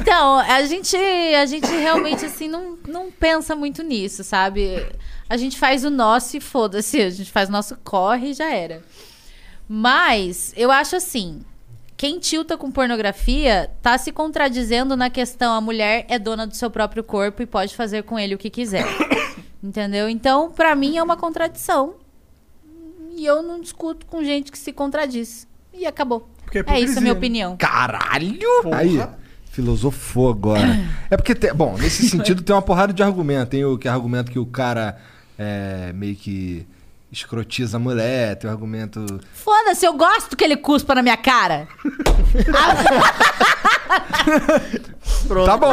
[SPEAKER 4] Então, a gente, a gente realmente, assim, não, não pensa muito nisso, sabe? A gente faz o nosso e foda-se. A gente faz o nosso corre e já era. Mas, eu acho assim... Quem tilta com pornografia tá se contradizendo na questão a mulher é dona do seu próprio corpo e pode fazer com ele o que quiser. Entendeu? Então, pra mim é uma contradição. E eu não discuto com gente que se contradiz. E acabou.
[SPEAKER 3] Porque é
[SPEAKER 4] É isso a minha
[SPEAKER 3] hipocrisia, né?
[SPEAKER 4] opinião.
[SPEAKER 2] Aí, filosofou agora. É porque, tem- bom, nesse sentido tem uma porrada de argumento. Tem o que é argumento que o cara é, meio que escrotiza a mulher, tem o argumento.
[SPEAKER 4] Foda-se, eu gosto que ele cuspa na minha cara.
[SPEAKER 2] Tá bom,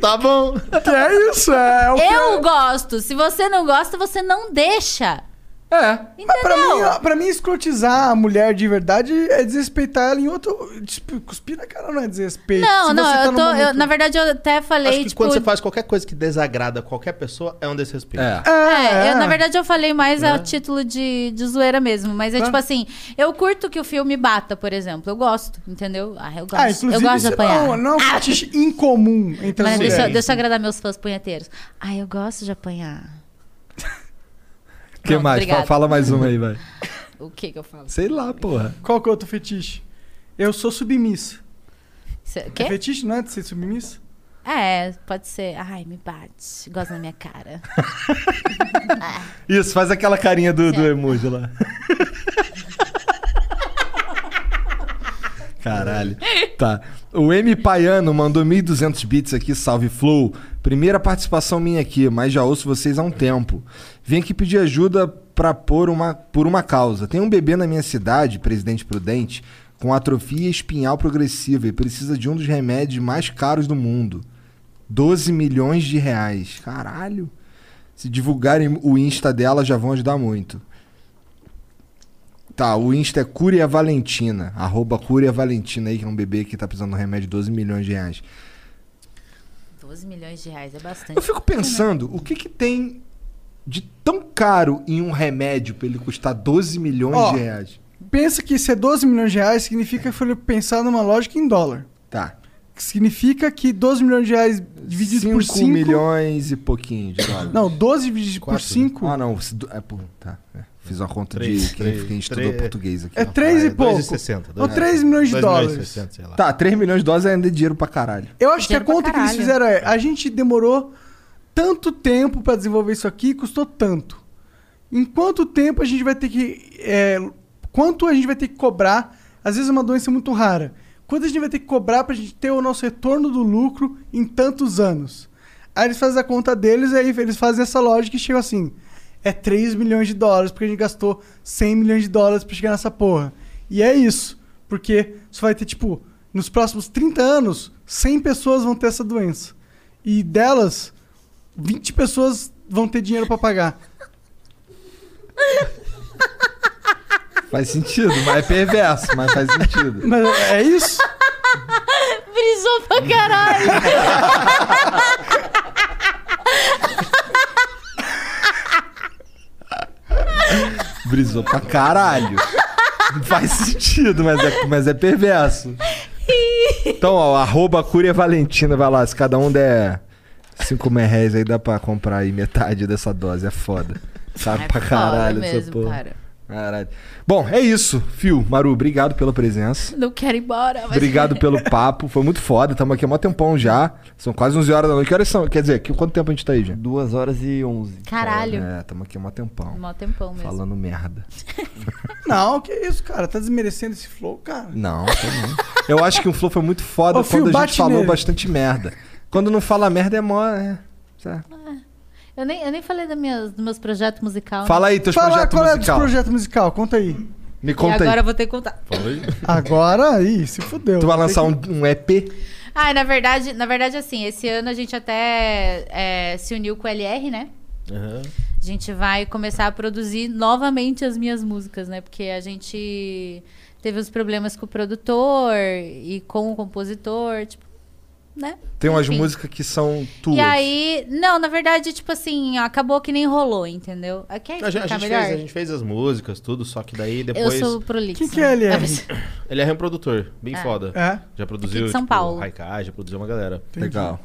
[SPEAKER 7] Tá bom.
[SPEAKER 3] Que é isso, é. o-
[SPEAKER 4] Eu gosto. Se você não gosta, você não deixa.
[SPEAKER 2] é.
[SPEAKER 4] Entendeu?
[SPEAKER 3] Mas Ah, pra mim, pra mim, escrotizar a mulher de verdade é desrespeitar ela em outro. Tipo, cuspir na cara não é desrespeito.
[SPEAKER 4] não,
[SPEAKER 3] Se
[SPEAKER 4] não,
[SPEAKER 3] você tá
[SPEAKER 4] eu
[SPEAKER 3] num
[SPEAKER 4] tô.
[SPEAKER 3] momento-
[SPEAKER 4] eu- na verdade, eu até falei,
[SPEAKER 7] Acho que
[SPEAKER 4] tipo.
[SPEAKER 7] quando você faz qualquer coisa que desagrada qualquer pessoa, é um desrespeito.
[SPEAKER 2] É.
[SPEAKER 4] É, eu, na verdade eu falei mais a título de, de zoeira mesmo. Mas é tipo assim, eu curto que o filme bata, por exemplo. Eu gosto, entendeu? Ah, eu gosto.
[SPEAKER 3] Ah,
[SPEAKER 4] eu
[SPEAKER 3] inclusive,
[SPEAKER 4] gosto de
[SPEAKER 3] isso
[SPEAKER 4] apanhar. Ah,
[SPEAKER 3] não, assim. não é um fetiche incomum entre as
[SPEAKER 4] Mas é deixa, eu-
[SPEAKER 3] mulheres.
[SPEAKER 4] deixa eu agradar meus fãs punheteiros. Ah, eu gosto de apanhar.
[SPEAKER 2] O que
[SPEAKER 4] Pronto,
[SPEAKER 2] mais? Fa-
[SPEAKER 4] obrigada.
[SPEAKER 2] Fala, mais uma aí, vai.
[SPEAKER 4] O que que eu falo?
[SPEAKER 2] Sei lá, porra.
[SPEAKER 3] Qual que é outro fetiche? Eu sou submissa.
[SPEAKER 4] Cê, o
[SPEAKER 3] É
[SPEAKER 4] quê?
[SPEAKER 3] fetiche não é de ser submissa?
[SPEAKER 4] É, pode ser. Ai, me bate. Gosta na minha cara.
[SPEAKER 2] Isso, faz aquela carinha do, do emoji lá. Caralho. Tá. O M Paiano mandou 1.200 bits aqui, salve Flow. Primeira participação minha aqui, mas já ouço vocês há um tempo. Vim aqui pedir ajuda pra pôr uma, por uma causa. Tem um bebê na minha cidade, Presidente Prudente, com atrofia espinhal progressiva e precisa de um dos remédios mais caros do mundo. 12 milhões de reais. Caralho. Se divulgarem o Insta dela, já vão ajudar muito. Tá, o Insta é Cúria Valentina. Arroba Cúria Valentina aí, que é um bebê que tá precisando de um remédio de 12 milhões de reais.
[SPEAKER 4] 12 milhões de reais é bastante.
[SPEAKER 2] Eu fico pensando, o que que tem de tão caro em um remédio pra ele custar 12 milhões
[SPEAKER 3] Ó.
[SPEAKER 2] de reais?
[SPEAKER 3] Pensa que ser 12 milhões de reais significa que foi pensar numa lógica em dólar.
[SPEAKER 2] Tá.
[SPEAKER 3] Que significa que 12 milhões de reais dividido por 5...
[SPEAKER 2] milhões e pouquinho de dólares.
[SPEAKER 3] Não, 12 dividido por
[SPEAKER 7] Quatro, né?
[SPEAKER 3] 5
[SPEAKER 2] Ah, não. se do- É, por- tá, é. Fiz uma conta
[SPEAKER 7] Três,
[SPEAKER 2] de quem,
[SPEAKER 7] três,
[SPEAKER 2] quem estudou
[SPEAKER 7] três.
[SPEAKER 2] português aqui.
[SPEAKER 3] é 3 e pouco.
[SPEAKER 7] 2,60.
[SPEAKER 3] Ou 3 milhões de dólares.
[SPEAKER 7] sei lá.
[SPEAKER 2] Tá, 3 milhões de dólares ainda é dinheiro pra caralho.
[SPEAKER 3] Eu acho que a
[SPEAKER 4] Dinheiro pra
[SPEAKER 3] conta que eles
[SPEAKER 4] caralho.
[SPEAKER 3] fizeram é: a gente demorou tanto tempo pra desenvolver isso aqui e custou tanto. Em quanto tempo a gente vai ter que. é, quanto a gente vai ter que cobrar? Às vezes é uma doença muito rara. Quanto a gente vai ter que cobrar pra gente ter o nosso retorno do lucro em tantos anos? Aí eles fazem a conta deles e aí eles fazem essa lógica e chegam assim: é 3 milhões de dólares, porque a gente gastou 100 milhões de dólares pra chegar nessa porra. E é isso. Porque você vai ter, tipo, nos próximos 30 anos, 100 pessoas vão ter essa doença. E delas, 20 pessoas vão ter dinheiro pra pagar.
[SPEAKER 2] Faz sentido, mas é perverso, mas faz sentido.
[SPEAKER 3] Mas é isso?
[SPEAKER 4] Brisou pra caralho.
[SPEAKER 2] Brisou pra caralho. Faz sentido, mas é, mas é perverso. Então, ó, arroba Cúria Valentina, vai lá. Se cada um der 5 mil reais aí, dá pra comprar aí metade dessa dose. É foda. Sabe
[SPEAKER 4] É
[SPEAKER 2] pra
[SPEAKER 4] foda
[SPEAKER 2] caralho essa
[SPEAKER 4] mesmo,
[SPEAKER 2] porra.
[SPEAKER 4] cara.
[SPEAKER 2] Caralho. Bom, é isso, Fio. Maru, obrigado pela presença.
[SPEAKER 4] Não quero ir embora. Mas...
[SPEAKER 2] Obrigado pelo papo, foi muito foda. Estamos aqui há mó tempão já. São quase 11 horas da noite. Que horas são? Quer dizer, que, quanto tempo a gente tá aí já?
[SPEAKER 5] 2 horas e 11.
[SPEAKER 4] Caralho.
[SPEAKER 2] É, estamos aqui há mó tempão.
[SPEAKER 4] Mó tempão mesmo.
[SPEAKER 2] Falando merda.
[SPEAKER 3] Não, que isso, cara. Tá desmerecendo esse flow, cara.
[SPEAKER 2] Não, tá não. Eu acho que o Flow foi muito foda
[SPEAKER 3] Ô, Fio,
[SPEAKER 2] quando a gente
[SPEAKER 3] bate
[SPEAKER 2] falou
[SPEAKER 3] nele.
[SPEAKER 2] bastante merda. Quando não fala merda é mó. É, sabe?
[SPEAKER 4] Eu nem, eu nem falei da minha- dos meus projetos musicais.
[SPEAKER 2] Fala aí teus
[SPEAKER 3] Fala,
[SPEAKER 2] projetos
[SPEAKER 3] qual é dos
[SPEAKER 2] musical.
[SPEAKER 3] projeto musical? Conta aí.
[SPEAKER 2] Me
[SPEAKER 4] E
[SPEAKER 2] conta
[SPEAKER 4] agora
[SPEAKER 2] aí.
[SPEAKER 4] eu vou ter que contar.
[SPEAKER 3] Agora, aí, se fudeu.
[SPEAKER 2] Tu vai lançar um, um EP?
[SPEAKER 4] Ah, na verdade, na verdade, assim, esse ano a gente até é, se uniu com o LR, né?
[SPEAKER 7] Aham.
[SPEAKER 4] A gente vai começar a produzir novamente as minhas músicas, né? Porque a gente teve os problemas com o produtor e com o compositor, tipo, né?
[SPEAKER 2] Tem umas
[SPEAKER 4] Enfim.
[SPEAKER 2] músicas que são tuas.
[SPEAKER 4] E aí, não, na verdade, tipo assim, ó, acabou que nem rolou, entendeu? Aqui é
[SPEAKER 7] A, gente, a gente
[SPEAKER 4] melhor.
[SPEAKER 7] fez, a gente fez as músicas, tudo, só que daí depois.
[SPEAKER 4] Eu sou prolixo. né?
[SPEAKER 3] Quem que é LR?
[SPEAKER 7] Ele é um produtor, bem foda.
[SPEAKER 3] É?
[SPEAKER 7] Já produziu.
[SPEAKER 4] Aqui de São Paulo.
[SPEAKER 7] Haikai, já produziu uma galera.
[SPEAKER 2] Legal.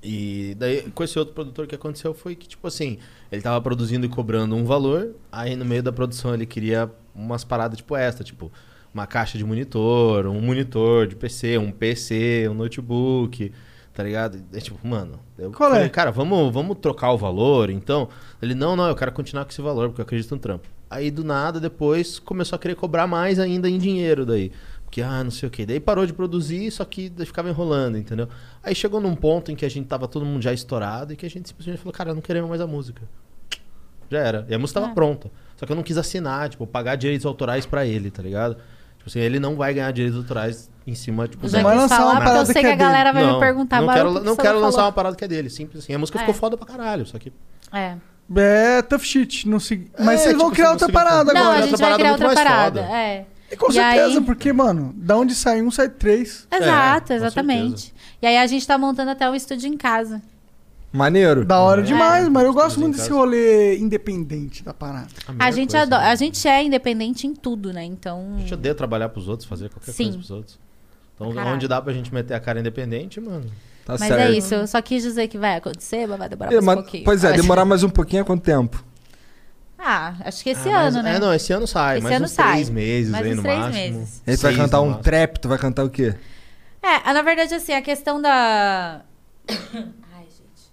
[SPEAKER 7] E daí, com esse outro produtor, o que aconteceu foi que, tipo assim, ele tava produzindo e cobrando um valor, aí no meio da produção ele queria umas paradas tipo esta, tipo, uma caixa de monitor, um monitor de PC, um PC, um notebook, tá ligado? É tipo, mano, eu
[SPEAKER 3] Qual é?
[SPEAKER 7] falei, cara, vamos, vamos trocar o valor, então? Ele, não, não, eu quero continuar com esse valor, porque eu acredito no trampo. Aí, do nada, depois, começou a querer cobrar mais ainda em dinheiro daí. Porque, ah, não sei o quê. Daí parou de produzir, só que daí ficava enrolando, entendeu? Aí chegou num ponto em que a gente tava todo mundo já estourado e que a gente simplesmente falou, cara, não queremos mais a música. Já era. E a música tava pronta. Só que eu não quis assinar, tipo, pagar direitos autorais pra ele, tá ligado? Tipo assim, ele não vai ganhar direitos autorais em cima, tipo,
[SPEAKER 4] Já
[SPEAKER 7] dela.
[SPEAKER 3] Vai
[SPEAKER 4] quis
[SPEAKER 3] lançar
[SPEAKER 4] falar,
[SPEAKER 3] uma
[SPEAKER 4] "Ah, porque eu
[SPEAKER 3] parada
[SPEAKER 4] sei
[SPEAKER 3] que
[SPEAKER 4] que
[SPEAKER 3] é
[SPEAKER 4] a galera vai me
[SPEAKER 7] Não,
[SPEAKER 4] perguntar.
[SPEAKER 7] Não
[SPEAKER 4] "Baru,
[SPEAKER 7] quero,
[SPEAKER 4] por que
[SPEAKER 7] não
[SPEAKER 4] você
[SPEAKER 7] quero lançar
[SPEAKER 4] falou?"
[SPEAKER 7] uma parada que é dele, simples assim. A música
[SPEAKER 4] É.
[SPEAKER 7] ficou foda pra caralho, só que.
[SPEAKER 4] É.
[SPEAKER 3] É, tough shit. Não se... Mas
[SPEAKER 7] É,
[SPEAKER 3] vocês vão
[SPEAKER 7] tipo,
[SPEAKER 3] criar
[SPEAKER 7] se
[SPEAKER 3] outra
[SPEAKER 7] você-
[SPEAKER 3] parada
[SPEAKER 4] Não,
[SPEAKER 7] Agora,
[SPEAKER 4] a
[SPEAKER 3] agora.
[SPEAKER 4] gente
[SPEAKER 7] outra
[SPEAKER 4] vai
[SPEAKER 7] parada é
[SPEAKER 4] criar
[SPEAKER 7] muito
[SPEAKER 4] outra
[SPEAKER 7] mais
[SPEAKER 4] parada.
[SPEAKER 7] foda.
[SPEAKER 4] É.
[SPEAKER 3] E com
[SPEAKER 4] E
[SPEAKER 3] certeza,
[SPEAKER 4] aí-
[SPEAKER 3] porque, mano, da onde sai um, sai três.
[SPEAKER 4] Exato,
[SPEAKER 7] É, com
[SPEAKER 4] exatamente. E aí a gente tá montando até um estúdio em casa.
[SPEAKER 2] Maneiro.
[SPEAKER 3] Da hora demais,
[SPEAKER 4] É.
[SPEAKER 3] mano. Eu gosto muito
[SPEAKER 7] Em
[SPEAKER 3] desse
[SPEAKER 7] casa.
[SPEAKER 3] rolê independente da parada.
[SPEAKER 4] A gente, adora-
[SPEAKER 7] né?
[SPEAKER 4] a gente é independente em tudo, né? Então.
[SPEAKER 7] A gente odeia trabalhar pros outros, fazer qualquer
[SPEAKER 4] Sim.
[SPEAKER 7] coisa pros outros. Então,
[SPEAKER 4] Caralho.
[SPEAKER 7] onde dá pra gente meter a cara independente, mano.
[SPEAKER 2] Tá
[SPEAKER 4] Mas
[SPEAKER 2] certo.
[SPEAKER 4] é isso, eu só quis dizer que vai acontecer, mas vai demorar
[SPEAKER 2] É,
[SPEAKER 4] mais
[SPEAKER 2] mas-
[SPEAKER 4] um pouquinho.
[SPEAKER 2] pois é, demorar mais um pouquinho é quanto tempo?
[SPEAKER 4] Ah, acho que esse
[SPEAKER 7] Ah, mas-
[SPEAKER 4] ano, né?
[SPEAKER 7] É, não, esse ano sai.
[SPEAKER 4] Esse
[SPEAKER 7] mais
[SPEAKER 4] ano
[SPEAKER 7] uns
[SPEAKER 4] sai.
[SPEAKER 7] três meses
[SPEAKER 4] Mais
[SPEAKER 7] aí
[SPEAKER 4] uns
[SPEAKER 7] no
[SPEAKER 4] três
[SPEAKER 7] máximo.
[SPEAKER 4] meses.
[SPEAKER 2] Aí tu vai
[SPEAKER 7] Seis
[SPEAKER 2] cantar
[SPEAKER 7] no
[SPEAKER 2] um
[SPEAKER 7] máximo.
[SPEAKER 2] trap, tu vai cantar o quê?
[SPEAKER 4] É, ah, na verdade, assim, a questão da. Ai, gente.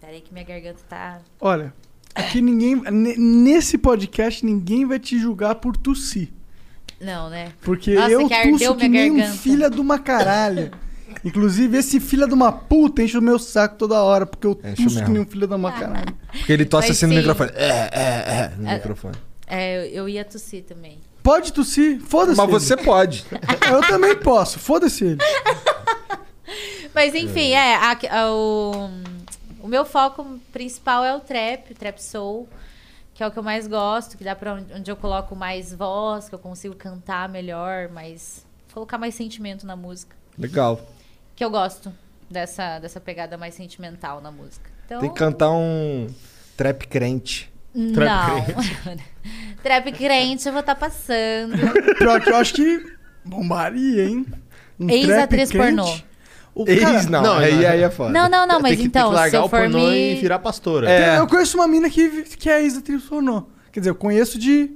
[SPEAKER 4] Peraí que minha garganta tá.
[SPEAKER 3] Olha, aqui ninguém. ne- Nesse podcast, ninguém vai te julgar por tossir.
[SPEAKER 4] Não, né?
[SPEAKER 3] Porque
[SPEAKER 4] Nossa,
[SPEAKER 3] eu
[SPEAKER 4] que ardeu
[SPEAKER 3] tuço que
[SPEAKER 4] minha
[SPEAKER 3] nem um
[SPEAKER 4] garganta.
[SPEAKER 3] filha de uma caralho. Inclusive, esse filha de uma puta enche o meu saco toda hora, porque eu
[SPEAKER 2] Enche
[SPEAKER 3] tuço que
[SPEAKER 2] mesmo.
[SPEAKER 3] nem um filho de uma caralho.
[SPEAKER 2] Porque ele tosse
[SPEAKER 4] Mas
[SPEAKER 2] assim no
[SPEAKER 4] sim.
[SPEAKER 2] microfone. É, é, é. No microfone.
[SPEAKER 4] É, eu, eu ia tossir também.
[SPEAKER 3] Pode tossir? Foda-se.
[SPEAKER 2] Mas
[SPEAKER 3] ele.
[SPEAKER 2] você pode.
[SPEAKER 3] Eu também posso, foda-se ele.
[SPEAKER 4] Mas enfim, é. a- a- o, o meu foco principal é o trap, trap soul, que é o que eu mais gosto, que dá pra onde, onde eu coloco mais voz, que eu consigo cantar melhor, mais. colocar mais sentimento na música.
[SPEAKER 2] Legal.
[SPEAKER 4] Que eu gosto dessa, dessa pegada mais sentimental na música. Então,
[SPEAKER 2] Tem que cantar um trap crente.
[SPEAKER 4] Não. Trap crente eu vou estar passando.
[SPEAKER 3] Pior que eu acho que bombaria, hein? Um
[SPEAKER 4] Ex-atriz
[SPEAKER 3] trap
[SPEAKER 4] pornô.
[SPEAKER 3] quente. O
[SPEAKER 2] Ex,
[SPEAKER 3] cara,
[SPEAKER 2] não.
[SPEAKER 7] não,
[SPEAKER 2] aí,
[SPEAKER 7] não.
[SPEAKER 2] aí é foda.
[SPEAKER 4] Não, não, não, mas
[SPEAKER 7] Tem que,
[SPEAKER 4] então,
[SPEAKER 7] tem que largar
[SPEAKER 4] se eu
[SPEAKER 7] o
[SPEAKER 4] for
[SPEAKER 7] pornô
[SPEAKER 4] me...
[SPEAKER 7] e virar pastora.
[SPEAKER 2] É.
[SPEAKER 3] Eu conheço uma mina que, que é ex-atriz pornô. Quer dizer, eu conheço de.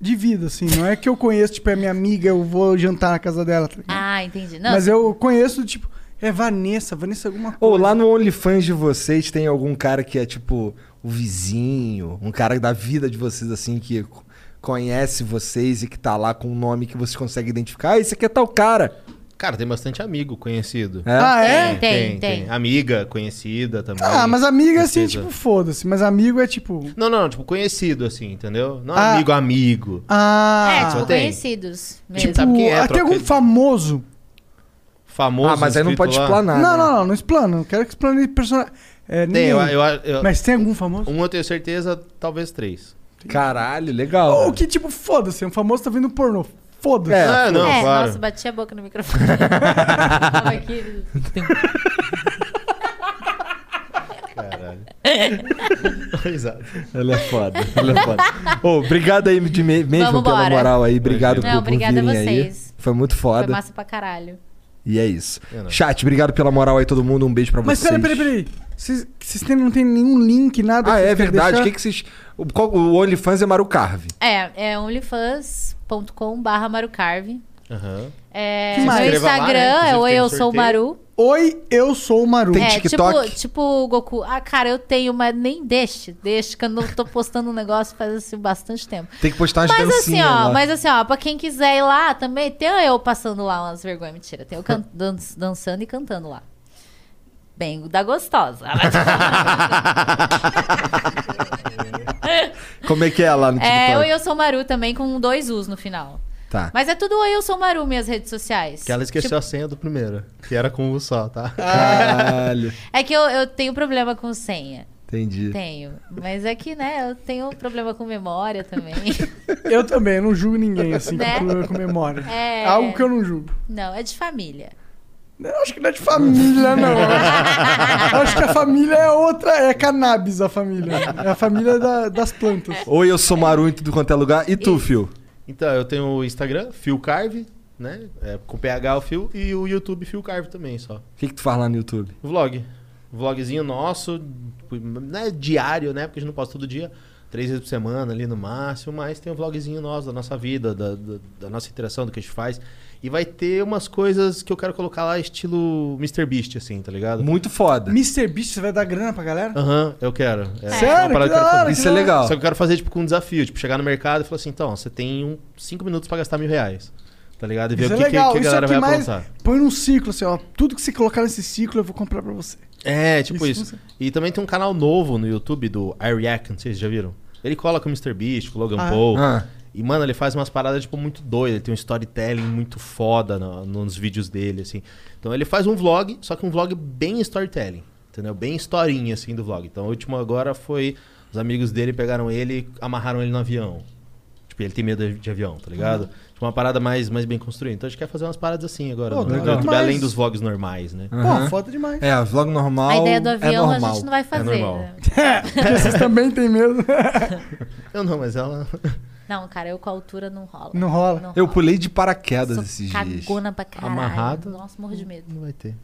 [SPEAKER 3] De vida, assim. Não é que eu conheço, tipo, é minha amiga, eu vou jantar na casa dela. Tá ligado?
[SPEAKER 4] Ah, entendi. Não,
[SPEAKER 3] Mas eu conheço, tipo, é Vanessa, Vanessa alguma coisa.
[SPEAKER 2] Ou lá no OnlyFans de vocês tem algum cara que é tipo o vizinho, um cara da vida de vocês, assim, que co- conhece vocês e que tá lá com um nome que vocês conseguem identificar. Ah, esse aqui é tal cara.
[SPEAKER 7] Cara, tem bastante amigo conhecido.
[SPEAKER 2] É.
[SPEAKER 3] Ah, é?
[SPEAKER 4] Tem, tem, tem.
[SPEAKER 7] Amiga conhecida também.
[SPEAKER 3] Ah, mas amiga, assim,
[SPEAKER 7] Certeza.
[SPEAKER 3] tipo, foda-se. Mas amigo é tipo.
[SPEAKER 7] Não, não, tipo, conhecido, assim, entendeu? Não
[SPEAKER 3] Ah.
[SPEAKER 7] amigo, amigo.
[SPEAKER 3] Ah,
[SPEAKER 4] É, tipo,
[SPEAKER 7] só tem.
[SPEAKER 4] conhecidos mesmo.
[SPEAKER 7] Tipo, sabe quem é,
[SPEAKER 3] até
[SPEAKER 7] troca
[SPEAKER 3] algum
[SPEAKER 7] ele.
[SPEAKER 3] famoso.
[SPEAKER 7] Famoso.
[SPEAKER 2] Ah, mas aí não
[SPEAKER 7] escrito
[SPEAKER 2] pode
[SPEAKER 7] lá.
[SPEAKER 2] explanar.
[SPEAKER 3] não,
[SPEAKER 2] né?
[SPEAKER 3] não, não, não explana. Não quero que explane personagem. É,
[SPEAKER 7] Tem,
[SPEAKER 3] ninguém.
[SPEAKER 7] eu, eu, eu-
[SPEAKER 3] Mas tem algum famoso?
[SPEAKER 7] um eu tenho certeza, talvez três.
[SPEAKER 2] Caralho, legal.
[SPEAKER 3] Ou que, tipo, foda-se, um famoso tá vindo pornô. Foda-se.
[SPEAKER 2] É.
[SPEAKER 7] ah, não,
[SPEAKER 4] é,
[SPEAKER 7] claro.
[SPEAKER 4] nossa, bati a boca no microfone. Tava aqui.
[SPEAKER 7] Caralho. Exato.
[SPEAKER 2] Ela é foda. Ela é foda. Ô, obrigado aí de me- mesmo
[SPEAKER 4] Vamos
[SPEAKER 2] pela
[SPEAKER 4] embora.
[SPEAKER 2] moral aí. Obrigado
[SPEAKER 4] Não,
[SPEAKER 2] por, por
[SPEAKER 4] obrigada a
[SPEAKER 2] virem aí.
[SPEAKER 4] vocês.
[SPEAKER 2] Foi muito
[SPEAKER 4] Foi
[SPEAKER 2] foda.
[SPEAKER 4] massa pra caralho.
[SPEAKER 2] E é isso.
[SPEAKER 7] É nóis.
[SPEAKER 2] Chat, obrigado pela moral aí, todo mundo. Um beijo pra
[SPEAKER 3] Mas
[SPEAKER 2] vocês.
[SPEAKER 3] peraí, peraí, peraí. Vocês vocês tem- não tem nenhum link, nada?
[SPEAKER 2] Ah,
[SPEAKER 3] que
[SPEAKER 2] é
[SPEAKER 3] vocês querem
[SPEAKER 2] verdade. O
[SPEAKER 3] deixar?
[SPEAKER 2] que, que vocês. O, qual- o OnlyFans é Maru Carve.
[SPEAKER 4] É, é onlyfans.com.br marucarve.
[SPEAKER 7] Aham.
[SPEAKER 4] É,
[SPEAKER 3] Que mais?
[SPEAKER 4] meu
[SPEAKER 7] Escreva lá, né?
[SPEAKER 4] Instagram é
[SPEAKER 7] Inclusive
[SPEAKER 4] o
[SPEAKER 7] tem um
[SPEAKER 4] Eu Sou o
[SPEAKER 7] sorteio.
[SPEAKER 4] Maru.
[SPEAKER 3] Oi, eu sou o Maru.
[SPEAKER 2] Tem
[SPEAKER 4] é,
[SPEAKER 2] TikTok?
[SPEAKER 4] Tipo, tipo o Goku. Ah, cara, eu tenho, mas nem deixe. Deixe, que eu não tô postando um negócio faz assim, bastante tempo.
[SPEAKER 2] Tem que postar umas
[SPEAKER 4] Mas assim,
[SPEAKER 2] dancinhas.
[SPEAKER 4] ó,
[SPEAKER 2] lá.
[SPEAKER 4] mas assim, ó, pra quem quiser ir lá também, tem eu passando lá umas vergonhas, mentira. Tem eu can- dan- dançando e cantando lá. Bem, o da gostosa.
[SPEAKER 2] Como é que é lá no
[SPEAKER 4] é,
[SPEAKER 2] TikTok?
[SPEAKER 4] Oi, eu sou Maru também, com dois Us no final.
[SPEAKER 2] Tá.
[SPEAKER 4] Mas é tudo Oi, eu sou Maru, minhas redes sociais.
[SPEAKER 7] Que ela esqueceu a senha do primeiro. Que era com o só, tá?
[SPEAKER 2] Caralho.
[SPEAKER 4] É que eu, eu tenho problema com senha.
[SPEAKER 2] Entendi.
[SPEAKER 4] Tenho. Mas é que, né, eu tenho problema com memória também.
[SPEAKER 3] É, Eu também, eu não julgo ninguém, assim,
[SPEAKER 4] Né?
[SPEAKER 3] com, problema com memória.
[SPEAKER 4] É.
[SPEAKER 3] Algo que eu não julgo.
[SPEAKER 4] Não, é de família.
[SPEAKER 3] Eu acho que não é de família, não. Eu acho que a família é outra, é cannabis a família. É a família da- das plantas.
[SPEAKER 2] Oi, eu sou Maru em tudo quanto é lugar. E tu, Fio?
[SPEAKER 7] Então, eu tenho o Instagram, Phil Carve, né? É, com PH o Phil, e o YouTube Phil Carve também, só.
[SPEAKER 2] O que, que tu faz lá no YouTube?
[SPEAKER 7] Vlog. Vlogzinho nosso, né, diário, né? Porque a gente não posta todo dia. Três vezes por semana ali no máximo, mas tem um vlogzinho nosso, da nossa vida, da, da- da nossa interação, do que a gente faz. E vai ter umas coisas que eu quero colocar lá, estilo Mr. Beast, assim, tá ligado?
[SPEAKER 2] Muito foda.
[SPEAKER 3] Mr. Beast, você vai dar grana pra galera?
[SPEAKER 7] Aham, eu quero. É, uma
[SPEAKER 3] Sério? Que
[SPEAKER 7] parada que eu quero
[SPEAKER 3] da hora,
[SPEAKER 7] fazer.
[SPEAKER 2] Isso é legal.
[SPEAKER 7] Só que eu quero fazer, tipo, com um desafio. Tipo, chegar no mercado e falar assim, então, você tem um, cinco minutos pra gastar mil reais. Tá ligado? E ver
[SPEAKER 3] Isso
[SPEAKER 7] o
[SPEAKER 3] é
[SPEAKER 7] que, que-
[SPEAKER 3] legal,
[SPEAKER 7] que a
[SPEAKER 3] isso é
[SPEAKER 7] galera
[SPEAKER 3] o que
[SPEAKER 7] vai
[SPEAKER 3] mais-
[SPEAKER 7] apontar.
[SPEAKER 3] Põe num ciclo, assim, ó. Tudo que você colocar nesse ciclo, eu vou comprar pra você.
[SPEAKER 7] É, tipo
[SPEAKER 3] Isso
[SPEAKER 7] isso. E também tem um canal novo no YouTube do iReact, não sei se vocês já viram. Ele coloca o Mr. Beast, com o Logan
[SPEAKER 3] Ah.
[SPEAKER 7] Paul.
[SPEAKER 2] Ah.
[SPEAKER 7] E, mano, ele faz umas paradas, tipo, muito doidas. Ele tem um storytelling muito foda no- nos vídeos dele, assim. Então, ele faz um vlog, só que um vlog bem storytelling, entendeu? Bem historinha, assim, do vlog. Então, o último agora foi... Os amigos dele pegaram ele e amarraram ele no avião. Tipo, ele tem medo de de avião, tá ligado? Tipo, uma parada mais, mais bem construída. Então, a gente quer fazer umas paradas assim agora.
[SPEAKER 3] Uhum. Pô,
[SPEAKER 7] no- no
[SPEAKER 3] legal.
[SPEAKER 7] YouTube,
[SPEAKER 3] Mas- Uhum.
[SPEAKER 7] além dos vlogs normais, né?
[SPEAKER 2] Aham.
[SPEAKER 3] Pô, foda demais.
[SPEAKER 2] É, vlog normal.
[SPEAKER 4] a ideia do
[SPEAKER 2] é
[SPEAKER 4] avião
[SPEAKER 2] normal.
[SPEAKER 4] a gente não vai fazer.
[SPEAKER 7] normal.
[SPEAKER 4] né?
[SPEAKER 3] Porque vocês também têm medo.
[SPEAKER 7] Eu não, mas ela...
[SPEAKER 4] Não, cara, eu com a altura não rola.
[SPEAKER 3] Não rola.
[SPEAKER 2] Eu pulei de paraquedas
[SPEAKER 4] Sou
[SPEAKER 2] esses dias.
[SPEAKER 4] cagona pra caralho.
[SPEAKER 7] Amarrado?
[SPEAKER 4] Nossa, morro de medo.
[SPEAKER 7] Não vai ter.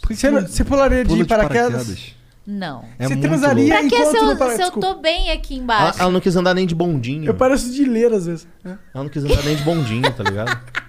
[SPEAKER 2] Por que
[SPEAKER 3] Você,
[SPEAKER 2] que
[SPEAKER 3] não- você pularia de
[SPEAKER 2] pula
[SPEAKER 3] paraquedas?
[SPEAKER 4] Não.
[SPEAKER 2] É
[SPEAKER 3] Você
[SPEAKER 2] muito
[SPEAKER 3] transaria?
[SPEAKER 2] louco.
[SPEAKER 4] Pra que se
[SPEAKER 3] enquanto não
[SPEAKER 4] eu,
[SPEAKER 3] para-
[SPEAKER 4] se eu
[SPEAKER 3] desculpa.
[SPEAKER 4] tô bem aqui
[SPEAKER 7] Ela,
[SPEAKER 4] embaixo?
[SPEAKER 2] Ah,
[SPEAKER 7] ela não quis andar nem de bondinho.
[SPEAKER 3] Eu pareço de ler às vezes. né?
[SPEAKER 7] Ela não quis andar nem de bondinho, tá ligado?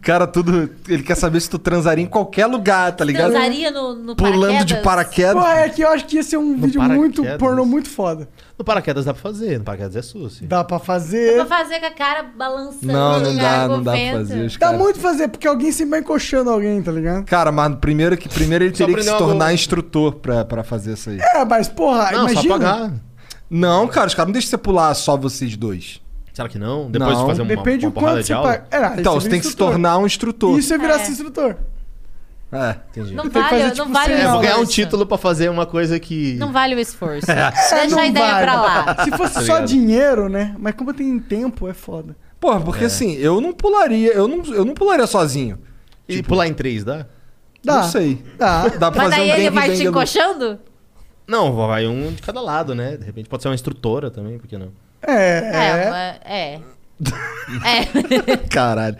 [SPEAKER 2] Cara, tudo. Ele quer saber se tu transaria em qualquer lugar, tá ligado?
[SPEAKER 4] Transaria no, no
[SPEAKER 2] Pulando de paraquedas.
[SPEAKER 3] Pô, é que eu acho que ia ser um vídeo muito
[SPEAKER 7] paraquedas.
[SPEAKER 3] pornô muito foda.
[SPEAKER 7] No paraquedas dá pra fazer, no paraquedas é sushi.
[SPEAKER 3] Dá pra
[SPEAKER 4] Pra
[SPEAKER 3] fazer.
[SPEAKER 4] fazer com a cara balançando.
[SPEAKER 2] Não, não
[SPEAKER 4] cara,
[SPEAKER 2] dá,
[SPEAKER 4] com
[SPEAKER 2] não dá pra
[SPEAKER 4] vento.
[SPEAKER 2] fazer. os
[SPEAKER 3] Dá
[SPEAKER 2] caras-
[SPEAKER 3] muito pra fazer, porque alguém sempre vai encoxando alguém, tá ligado?
[SPEAKER 2] Cara, mas primeiro que primeiro ele
[SPEAKER 7] Só
[SPEAKER 2] teria que se
[SPEAKER 7] aprendeu
[SPEAKER 2] tornar
[SPEAKER 7] algo.
[SPEAKER 2] instrutor pra, pra fazer isso aí.
[SPEAKER 3] É, mas porra,
[SPEAKER 7] Não,
[SPEAKER 3] imagina.
[SPEAKER 7] só pagar.
[SPEAKER 2] Não, cara, os caras não deixam você pular só vocês dois.
[SPEAKER 7] Será que não? Depois
[SPEAKER 2] Não.
[SPEAKER 7] de fazer uma,
[SPEAKER 3] Depende
[SPEAKER 7] uma
[SPEAKER 3] o quanto
[SPEAKER 7] porrada de
[SPEAKER 3] você
[SPEAKER 7] aula?
[SPEAKER 3] paga. É, não,
[SPEAKER 2] Então,
[SPEAKER 3] isso
[SPEAKER 2] você
[SPEAKER 3] é
[SPEAKER 2] tem que se
[SPEAKER 3] instrutor.
[SPEAKER 2] tornar um instrutor.
[SPEAKER 3] Isso é virar
[SPEAKER 4] É.
[SPEAKER 3] ser instrutor.
[SPEAKER 2] É.
[SPEAKER 7] Entendi.
[SPEAKER 4] Não
[SPEAKER 3] Tem que
[SPEAKER 4] vale,
[SPEAKER 3] fazer,
[SPEAKER 4] eu-
[SPEAKER 3] tipo,
[SPEAKER 4] não vale
[SPEAKER 3] sem-
[SPEAKER 4] o
[SPEAKER 7] É,
[SPEAKER 4] esforço.
[SPEAKER 7] vou ganhar um título pra fazer uma coisa que...
[SPEAKER 4] Não vale o esforço.
[SPEAKER 2] É.
[SPEAKER 4] Deixa
[SPEAKER 3] É, não
[SPEAKER 4] a ideia
[SPEAKER 3] vale. tá?
[SPEAKER 4] pra lá.
[SPEAKER 3] Se fosse só
[SPEAKER 7] Tá ligado?
[SPEAKER 3] dinheiro, né? Mas como tem tempo, é foda.
[SPEAKER 2] Porra, porque assim, eu não pularia, eu não, eu não pularia sozinho.
[SPEAKER 7] E
[SPEAKER 3] Tipo.
[SPEAKER 7] pular tipo, em três, dá?
[SPEAKER 3] Dá.
[SPEAKER 2] Não sei.
[SPEAKER 3] Dá.
[SPEAKER 2] Dá pra
[SPEAKER 4] Mas
[SPEAKER 2] fazer
[SPEAKER 4] daí
[SPEAKER 2] um
[SPEAKER 4] ele
[SPEAKER 2] gangue,
[SPEAKER 4] vai
[SPEAKER 2] gangue
[SPEAKER 4] te
[SPEAKER 2] no-
[SPEAKER 4] encoxando?
[SPEAKER 7] Não, vai um de cada lado, né? De repente pode ser uma instrutora também, por que não?
[SPEAKER 4] É,
[SPEAKER 3] É. é.
[SPEAKER 4] uma- é. É.
[SPEAKER 2] Caralho.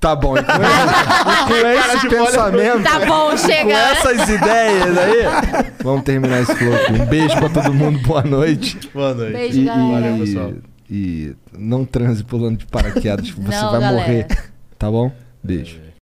[SPEAKER 2] Tá bom, então, com esse pensamento,
[SPEAKER 4] Tá bom,
[SPEAKER 2] com
[SPEAKER 4] chega.
[SPEAKER 2] essas ideias aí, vamos terminar esse flow. aqui. Um beijo pra todo mundo, boa noite.
[SPEAKER 7] Boa noite.
[SPEAKER 4] Beijo,
[SPEAKER 2] e,
[SPEAKER 4] galera.
[SPEAKER 2] e-
[SPEAKER 7] pessoal.
[SPEAKER 2] e não transe pulando de paraquedas, você
[SPEAKER 4] Não,
[SPEAKER 2] vai
[SPEAKER 4] galera.
[SPEAKER 2] morrer. Tá bom? Beijo.